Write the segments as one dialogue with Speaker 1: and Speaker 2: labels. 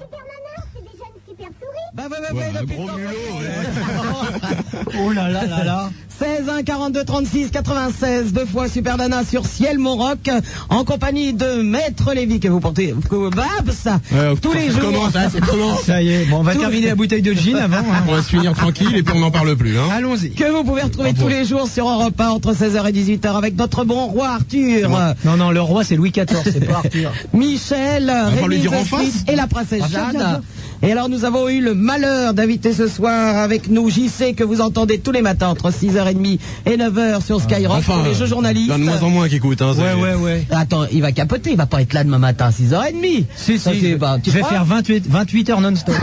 Speaker 1: super nana, c'est des jeunes super souris.
Speaker 2: Bah, bah, bah,
Speaker 3: Ouais,
Speaker 2: bah,
Speaker 3: un
Speaker 2: depuis
Speaker 3: gros
Speaker 2: quand-
Speaker 3: mulot,
Speaker 2: Oh là là là là 16 1 42 36 96 deux fois Super Nana sur Ciel Montroc en compagnie de Maître Lévy que vous portez que vous- Babs tous les jours
Speaker 3: c'est comment
Speaker 4: Ça y est, bon, on va
Speaker 2: Tout-
Speaker 4: terminer la bouteille de gin avant. hein.
Speaker 3: On va se finir tranquille et puis on n'en parle plus. Hein.
Speaker 4: Allons-y.
Speaker 2: que vous pouvez
Speaker 3: Ah
Speaker 2: retrouver tous les jours sur Europe 1 entre 16h et 18h avec notre bon roi Arthur
Speaker 4: Non, non, le roi, c'est Louis XIV, c'est pas Arthur.
Speaker 2: Michel,
Speaker 3: va lui
Speaker 2: Rémi
Speaker 3: dire en
Speaker 2: The Street
Speaker 3: face.
Speaker 2: et la princesse
Speaker 4: Ah, viens, viens,
Speaker 2: Jeanne. Et alors nous avons eu le malheur d'inviter ce soir avec nous JC que vous entendez tous les matins entre 6h30 et 9h sur Skyrock
Speaker 3: Ah, Enfin,
Speaker 2: pour les jeux
Speaker 3: euh,
Speaker 2: journalistes.
Speaker 3: il y en a de moins en moins qui écoutent. Hein, ça
Speaker 4: Ouais,
Speaker 3: y est.
Speaker 4: ouais, ouais.
Speaker 2: Attends, il va capoter, il va pas être là demain matin à 6h30.
Speaker 4: Si,
Speaker 2: Ça,
Speaker 4: si,
Speaker 2: c'est-
Speaker 4: je,
Speaker 2: bah, tu
Speaker 4: je vais
Speaker 2: crois
Speaker 4: faire 28, 28 heures non-stop.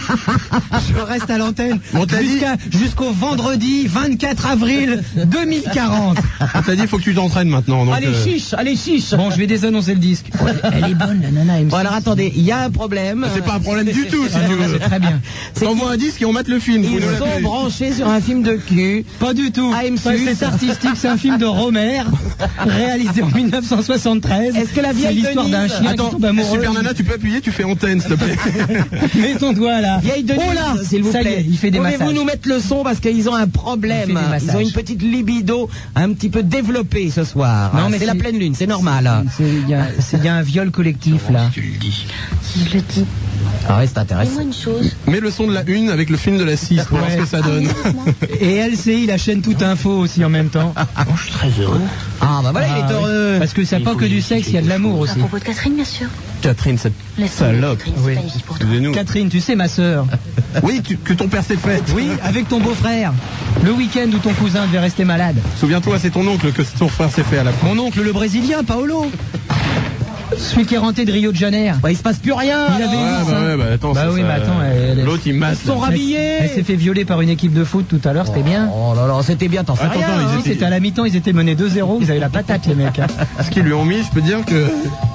Speaker 4: je reste à l'antenne
Speaker 3: On t'a dit-
Speaker 4: jusqu'à- jusqu'au vendredi 24 avril 2040.
Speaker 3: On t'a dit, il faut que tu t'entraînes maintenant. donc,
Speaker 2: Allez,
Speaker 3: euh,
Speaker 2: chiche, allez, chiche.
Speaker 4: Bon, je vais désannoncer le disque. Elle est bonne, la nana.
Speaker 2: Bon, alors attendez, il y a un problème.
Speaker 3: C'est pas un problème du tout, si tu veux.
Speaker 4: Très bien.
Speaker 2: C'est
Speaker 3: T'envoies un disque et on mate le film. faut
Speaker 2: qu'ils
Speaker 3: nous
Speaker 2: sont
Speaker 3: l'appeler.
Speaker 2: branchés sur un film de cul.
Speaker 4: Pas du tout.
Speaker 2: AMC.
Speaker 4: Ça, Ah, C'est artistique, c'est un film de Romer, réalisé en 1973.
Speaker 2: Est-ce que la vieille
Speaker 4: C'est l'histoire d'un
Speaker 2: Denise-
Speaker 4: chien
Speaker 3: Attends,
Speaker 4: qui tombe amoureux.
Speaker 3: Super Nana, tu peux appuyer, tu fais antenne, s'il te plaît.
Speaker 4: Mets ton doigt là.
Speaker 2: Vieille Denise,
Speaker 4: oh là,
Speaker 2: s'il vous
Speaker 4: ça y
Speaker 2: plaît.
Speaker 4: est, il fait des
Speaker 2: Pouvez-vous
Speaker 4: massages.
Speaker 2: nous mettre le son parce qu'ils ont un problème.
Speaker 4: Il fait des massages.
Speaker 2: Ils ont une petite libido un petit peu développée ce soir.
Speaker 4: Non, mais
Speaker 2: c'est la
Speaker 4: si-
Speaker 2: pleine lune, c'est normal.
Speaker 4: C'est- Il y, a- c'est- il y a un viol collectif là.
Speaker 5: Si je le dis,
Speaker 2: Ah ouais, c'est intéressant.
Speaker 5: dis-moi une chose.
Speaker 3: Mets le son de la une avec le film de la 6 pour voir ce que ça donne.
Speaker 4: Et LCI, la chaîne Toute Info aussi en même temps.
Speaker 6: Non, je suis très heureux.
Speaker 2: Ah bah voilà, il est
Speaker 4: Ah, oui.
Speaker 2: heureux.
Speaker 4: Parce que c'est pas que du sexe, il y a de l'amour
Speaker 5: À
Speaker 4: aussi.
Speaker 5: propos de Catherine, bien sûr.
Speaker 3: Catherine, cette
Speaker 5: Laisse-moi,
Speaker 3: salope.
Speaker 5: Catherine, c'est pas une fille pour toi.
Speaker 3: Excusez-nous.
Speaker 4: Catherine, tu sais ma sœur.
Speaker 3: Oui, tu- que ton père s'est fait.
Speaker 4: Oui, avec ton beau-frère. Le week-end où ton cousin devait rester malade.
Speaker 3: Souviens-toi, c'est ton oncle que ton frère s'est fait à la fin.
Speaker 4: Mon oncle, le Brésilien, Paolo. Celui qui est rentré de Rio de Janeiro.
Speaker 2: Bah, il se passe plus rien.
Speaker 4: Il
Speaker 3: Ouais,
Speaker 4: avait eu
Speaker 3: bah
Speaker 4: ça.
Speaker 3: ouais, bah attends.
Speaker 4: Bah
Speaker 3: ça,
Speaker 4: oui,
Speaker 3: ça-
Speaker 4: mais attends, elle- elle-
Speaker 3: L'autre, il masse.
Speaker 2: Ils sont
Speaker 3: là.
Speaker 4: Elle s'est
Speaker 2: rhabillés.
Speaker 4: fait violer par une équipe de foot tout à l'heure, c'était bien.
Speaker 2: Oh là là, c'était bien, t'en sais
Speaker 3: Attends,
Speaker 2: rien.
Speaker 3: attends,
Speaker 2: hein.
Speaker 3: ils
Speaker 4: Oui,
Speaker 3: étaient-
Speaker 4: C'était à la mi-temps, ils étaient menés 2-0, ils avaient la patate les mecs. hein.
Speaker 3: Ce qu'ils lui ont mis, je peux dire que.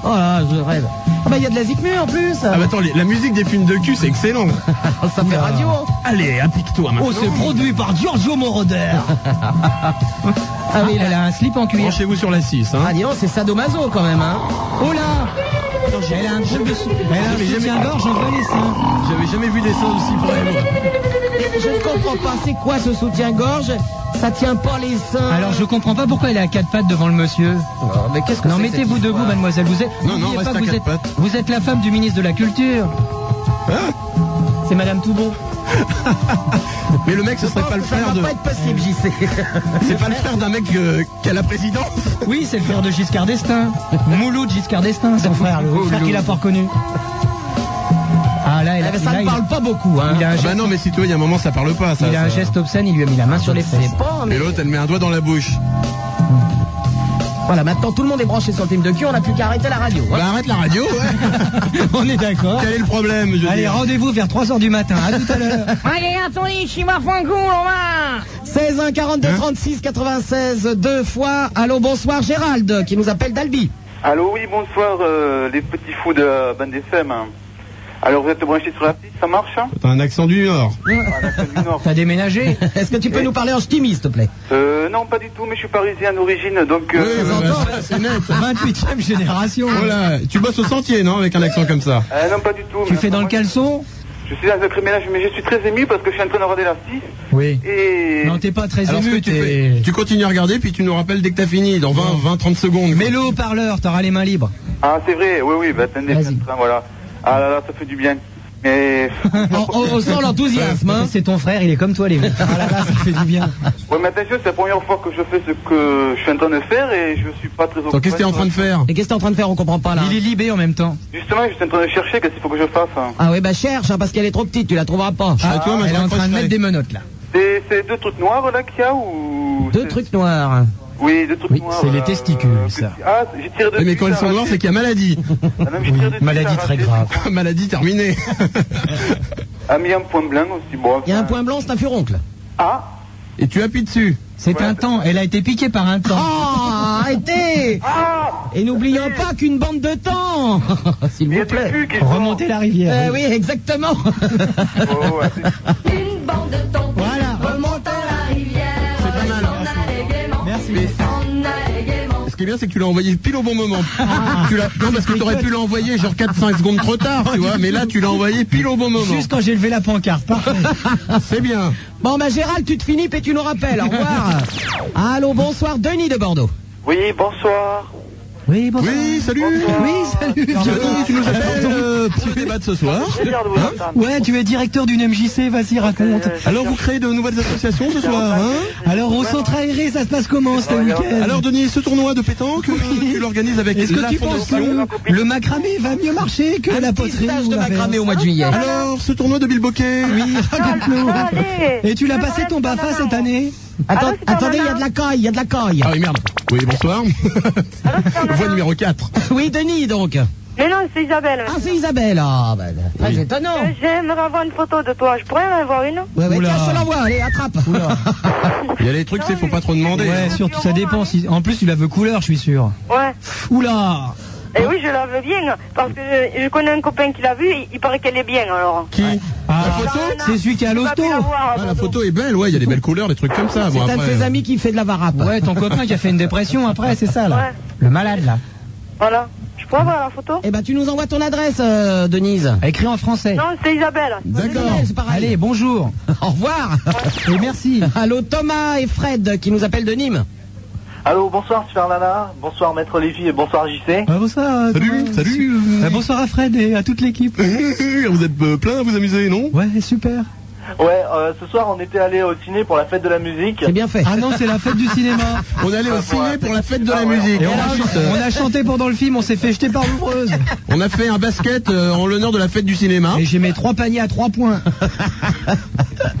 Speaker 2: Oh là, là, je rêve. Ah bah il y a de la zikmu en plus.
Speaker 3: Ah bah attends, les- la musique des films de cul, c'est excellent.
Speaker 4: bah,
Speaker 2: Ça fait radio. hein.
Speaker 3: Allez, applique-toi
Speaker 4: Oh,
Speaker 3: maintenant.
Speaker 4: produit par Giorgio Moroder. ah oui, elle a un slip en cuir.
Speaker 3: Branchez-vous sur la 6. Hein.
Speaker 2: Ah dis donc, c'est sadomaso quand même. Hein.
Speaker 4: Oh là Elle a un truc de sou- Elle a un
Speaker 3: J'ai jamais-
Speaker 4: soutien-gorge, on voit les seins.
Speaker 3: J'avais jamais vu des seins aussi près. moi.
Speaker 2: Je ne comprends pas, c'est quoi ce soutien-gorge Ça tient pas les seins.
Speaker 4: Alors je comprends pas pourquoi elle est à quatre pattes devant le monsieur.
Speaker 2: Non, mais qu'est-ce que
Speaker 4: Non,
Speaker 2: c'est que
Speaker 4: mettez-vous
Speaker 2: cette
Speaker 4: debout,
Speaker 2: histoire
Speaker 4: mademoiselle. Vous êtes.
Speaker 3: Non, non,
Speaker 4: n'oubliez
Speaker 3: reste
Speaker 4: pas
Speaker 3: à
Speaker 4: que vous
Speaker 3: quatre
Speaker 4: êtes,
Speaker 3: pattes.
Speaker 4: vous êtes la femme du ministre de la Culture. C'est Madame Toubon.
Speaker 3: Mais le mec, ce serait pas le
Speaker 2: Ça
Speaker 3: frère
Speaker 2: va
Speaker 3: de.
Speaker 2: pas être possible, JC.
Speaker 3: C'est pas le frère d'un mec euh, qui a la présidence.
Speaker 4: Oui, c'est le frère de Giscard d'Estaing. Mouloud Giscard d'Estaing, son frère, le frère qu'il a pas reconnu. Ah là, elle
Speaker 2: Ah,
Speaker 4: a,
Speaker 2: mais ça
Speaker 4: là,
Speaker 2: ne
Speaker 4: il-
Speaker 2: parle pas beaucoup. Hein.
Speaker 4: il a un
Speaker 3: Ah
Speaker 4: geste,
Speaker 3: bah non, mais si toi, il y a un moment, ça parle pas. Ça,
Speaker 4: il a un
Speaker 3: ça.
Speaker 4: geste obscène, il lui a mis la main sur les
Speaker 2: Je
Speaker 4: fesses.
Speaker 2: sais pas,
Speaker 3: Et
Speaker 2: mais
Speaker 3: l'autre, elle met un doigt dans la bouche.
Speaker 2: voilà, maintenant tout le monde est branché sur le film de cul, on n'a plus qu'à arrêter la radio. hein.
Speaker 3: Bah arrête la radio, ouais.
Speaker 4: On est d'accord.
Speaker 3: Quel est le problème je veux
Speaker 4: Allez,
Speaker 3: dire
Speaker 4: rendez-vous vers 3h du matin. À tout à l'heure.
Speaker 7: Allez, attendez, je suis ma fin de con, on va
Speaker 2: 16 1 42
Speaker 4: Hein
Speaker 2: 36 96 deux fois. Allô, bonsoir Gérald qui nous appelle d'Albi.
Speaker 8: Allô, oui, bonsoir, euh, les petits fous de la bande FM. Alors, vous êtes branchés sur la piste, ça marche hein
Speaker 3: T'as un accent du Nord.
Speaker 8: À Ah, la du Nord.
Speaker 4: T'as déménagé
Speaker 2: Est-ce que tu peux nous parler en ch'timi, s'il te plaît
Speaker 8: Euh, non, pas du tout, mais je suis parisien d'origine, donc... euh,
Speaker 3: Oui, bah, bah, c'est- c'est net.
Speaker 4: Ah. 28ème génération.
Speaker 3: Voilà, tu bosses au sentier, non, avec un accent comme ça
Speaker 8: euh, non, pas du tout.
Speaker 4: Tu
Speaker 8: mais
Speaker 4: fais dans le
Speaker 8: enfin,
Speaker 4: caleçon
Speaker 8: Je suis dans un sacré ménage, mais je suis très ému parce que je suis en train de regarder la 6
Speaker 4: Oui.
Speaker 8: et...
Speaker 4: Non, t'es pas très
Speaker 3: Alors, ce que
Speaker 4: ému.
Speaker 3: tu,
Speaker 4: t'es-
Speaker 3: fais, tu continues à regarder, puis tu nous rappelles dès que t'as fini, dans 20, 20 30 secondes. quoi.
Speaker 4: Mets-le au parleur, t'auras les mains libres.
Speaker 8: Ah, c'est vrai, oui, oui, bah, attendez,
Speaker 4: Vas-y.
Speaker 8: je suis en train, voilà. Ah là là, ça fait du bien. Mais...
Speaker 2: on, on- on sent l'enthousiasme. hein.
Speaker 4: C'est ton frère, il est comme toi, les mecs. Ah là là, ça fait du bien.
Speaker 8: ouais, mais attention, c'est la première fois que je fais ce que je suis en train de faire et je suis pas très...
Speaker 3: Attends, qu'est-ce que t'es en train de faire
Speaker 2: Et qu'est-ce que t'es en train de faire On comprend pas là.
Speaker 4: Il est libé en même temps.
Speaker 8: Justement, je suis en train de chercher qu'est-ce qu'il faut que je fasse. hein.
Speaker 2: Ah oui, bah cherche, hein, parce qu'elle est trop petite, tu la trouveras pas.
Speaker 3: Ah, tu vois, moi, je
Speaker 4: elle est en
Speaker 3: raccroche
Speaker 4: train de
Speaker 3: avec-
Speaker 4: mettre des menottes là.
Speaker 8: C'est c'est deux trucs noirs, là, qu'il y a, ou...
Speaker 2: Deux
Speaker 8: c'est-
Speaker 2: trucs noirs.
Speaker 8: Oui, deux trucs
Speaker 4: Oui,
Speaker 8: noirs.
Speaker 4: c'est les
Speaker 8: voilà.
Speaker 4: testicules,
Speaker 8: Euh,
Speaker 4: ça.
Speaker 8: que- Ah, j'ai tiré dessus.
Speaker 3: Mais quand elles sont noires, c'est qu'il y a maladie.
Speaker 8: Ah, non, mais j'ai tiré dessus,
Speaker 4: Maladie
Speaker 8: ça
Speaker 4: très
Speaker 8: raté.
Speaker 4: grave.
Speaker 3: maladie terminée.
Speaker 8: Ah, mais il y a un point blanc aussi. Bon,
Speaker 2: Il y a un
Speaker 8: enfin.
Speaker 2: point blanc, c'est un furoncle.
Speaker 8: Ah,
Speaker 3: Et tu appuies dessus.
Speaker 4: C'est
Speaker 8: Ouais.
Speaker 4: un temps. Elle a été piquée par un temps.
Speaker 2: Ah, arrêtez
Speaker 8: ah
Speaker 2: Et n'oublions pas qu'une bande de temps
Speaker 4: Ah
Speaker 2: S'il
Speaker 8: Il y a
Speaker 2: vous
Speaker 8: du
Speaker 2: plaît
Speaker 8: cul qui est
Speaker 4: Remonter la rivière.
Speaker 2: Eh oui, exactement
Speaker 8: Oh, ouais, c'est-
Speaker 9: Une bande de tampons
Speaker 4: Voilà.
Speaker 9: remontant la rivière.
Speaker 3: mal, hein.
Speaker 9: S'en allait gaiement.
Speaker 4: Merci.
Speaker 9: S'en allait gaiement.
Speaker 3: Ce qui est bien, c'est que tu l'as envoyé pile au bon moment. Tu l'as- non, parce que t'aurais pu l'envoyer genre 4-5 secondes trop tard, tu vois, mais là, tu l'as envoyé pile au bon moment.
Speaker 4: Juste quand j'ai levé la pancarte. Parfait.
Speaker 3: C'est bien.
Speaker 2: Bon, bah Gérald, tu te finis et tu nous rappelles. Au revoir. Allô, bonsoir, Denis de Bordeaux.
Speaker 10: Oui, bonsoir.
Speaker 4: Oui, bonsoir.
Speaker 3: Oui, salut.
Speaker 4: Oui, salut.
Speaker 3: Bienvenue, tu nous appelles euh, pour le débat de ce soir.
Speaker 10: Plaisir de vous entendre.
Speaker 4: Ouais, tu es directeur d'une MJC, vas-y, raconte.
Speaker 10: Euh,
Speaker 3: Alors, vous créez de nouvelles associations ce soir, hein
Speaker 4: Alors, au centre aéré, ça se passe comment, ce week-end
Speaker 3: Alors, Denis, ce tournoi de pétanque, tu l'organises avec
Speaker 4: Est-ce
Speaker 3: la
Speaker 4: que tu penses
Speaker 3: fondation
Speaker 4: que le macramé va mieux marcher que la poterie
Speaker 2: Stage
Speaker 4: ou
Speaker 2: de
Speaker 4: l'inverse
Speaker 2: macramé au mois de juillet.
Speaker 3: Alors, ce tournoi de Bilboquet, oui.
Speaker 4: Raconte-nous.
Speaker 9: Allez
Speaker 4: Et tu l'as passé ton BAFA cette année
Speaker 2: Attends-
Speaker 9: Allô, Superman
Speaker 2: attendez, il y a de la caille, il y a de la caille.
Speaker 3: Ah oui, merde. Oui, bonsoir. Voix numéro 4.
Speaker 2: Oui, Denis, donc.
Speaker 9: Mais non, c'est Isabelle.
Speaker 2: Ah, c'est Isabelle. Ah, ben, très étonnant.
Speaker 9: Euh, J'aimerais avoir une photo de toi. Je pourrais en avoir une
Speaker 2: Ouais, ouais,
Speaker 4: Oula.
Speaker 2: tiens, je te l'envoie, allez, attrape.
Speaker 3: Il y a des trucs, c'est faut pas trop demander.
Speaker 4: Ouais, surtout, ça dépend. si- En plus, tu la veux couleur, je suis sûr.
Speaker 9: Ouais.
Speaker 4: Oula
Speaker 9: Et oui, je la veux bien. Parce que je, je connais un copain qui l'a vue. Il, il paraît qu'elle est bien alors.
Speaker 3: Qui
Speaker 4: Ah,
Speaker 3: La photo
Speaker 4: C'est celui qui est à
Speaker 9: J'ai pas pu la
Speaker 4: l'hosto
Speaker 9: voir,
Speaker 3: Ah, La photo est belle, ouais, il y a des belles couleurs, des trucs comme ça.
Speaker 2: C'est
Speaker 3: Bon,
Speaker 2: un de
Speaker 3: après, euh.
Speaker 2: ses amis qui fait de la varap.
Speaker 4: euh. Ouais, ton copain qui a fait une dépression après, c'est ça, là
Speaker 9: Ouais.
Speaker 4: Le malade, là.
Speaker 9: Voilà. Je pourrais avoir la photo
Speaker 2: Eh ben, tu nous envoies ton adresse, euh, Denise.
Speaker 4: Écrit en français.
Speaker 9: Non, c'est Isabelle.
Speaker 3: D'accord.
Speaker 2: C'est pareil.
Speaker 4: Allez, bonjour.
Speaker 2: Au revoir.
Speaker 4: Et merci.
Speaker 2: Allô, Thomas et Fred qui nous appellent de Nîmes.
Speaker 11: Allô, bonsoir Super Nana, bonsoir Maître Lévy et bonsoir JC.
Speaker 4: Bah, bonsoir. euh,
Speaker 3: Salut,
Speaker 4: Thomas.
Speaker 3: salut.
Speaker 4: Bah, bonsoir à Fred et à toute l'équipe.
Speaker 3: Vous êtes euh, plein à vous amuser, non
Speaker 4: Ouais, super.
Speaker 11: Ouais, euh, ce soir on était allé au ciné pour la fête de la musique.
Speaker 2: C'est bien fait.
Speaker 4: Ah non, c'est la fête du cinéma.
Speaker 3: On allait au ciné pour la fête de la musique.
Speaker 4: Et on, a,
Speaker 3: Ensuite,
Speaker 4: on
Speaker 3: euh,
Speaker 4: a chanté pendant le film, on s'est fait jeter par l'ouvreuse.
Speaker 3: on a fait un basket euh, en l'honneur de la fête du cinéma.
Speaker 4: Et j'ai mes trois paniers à trois points.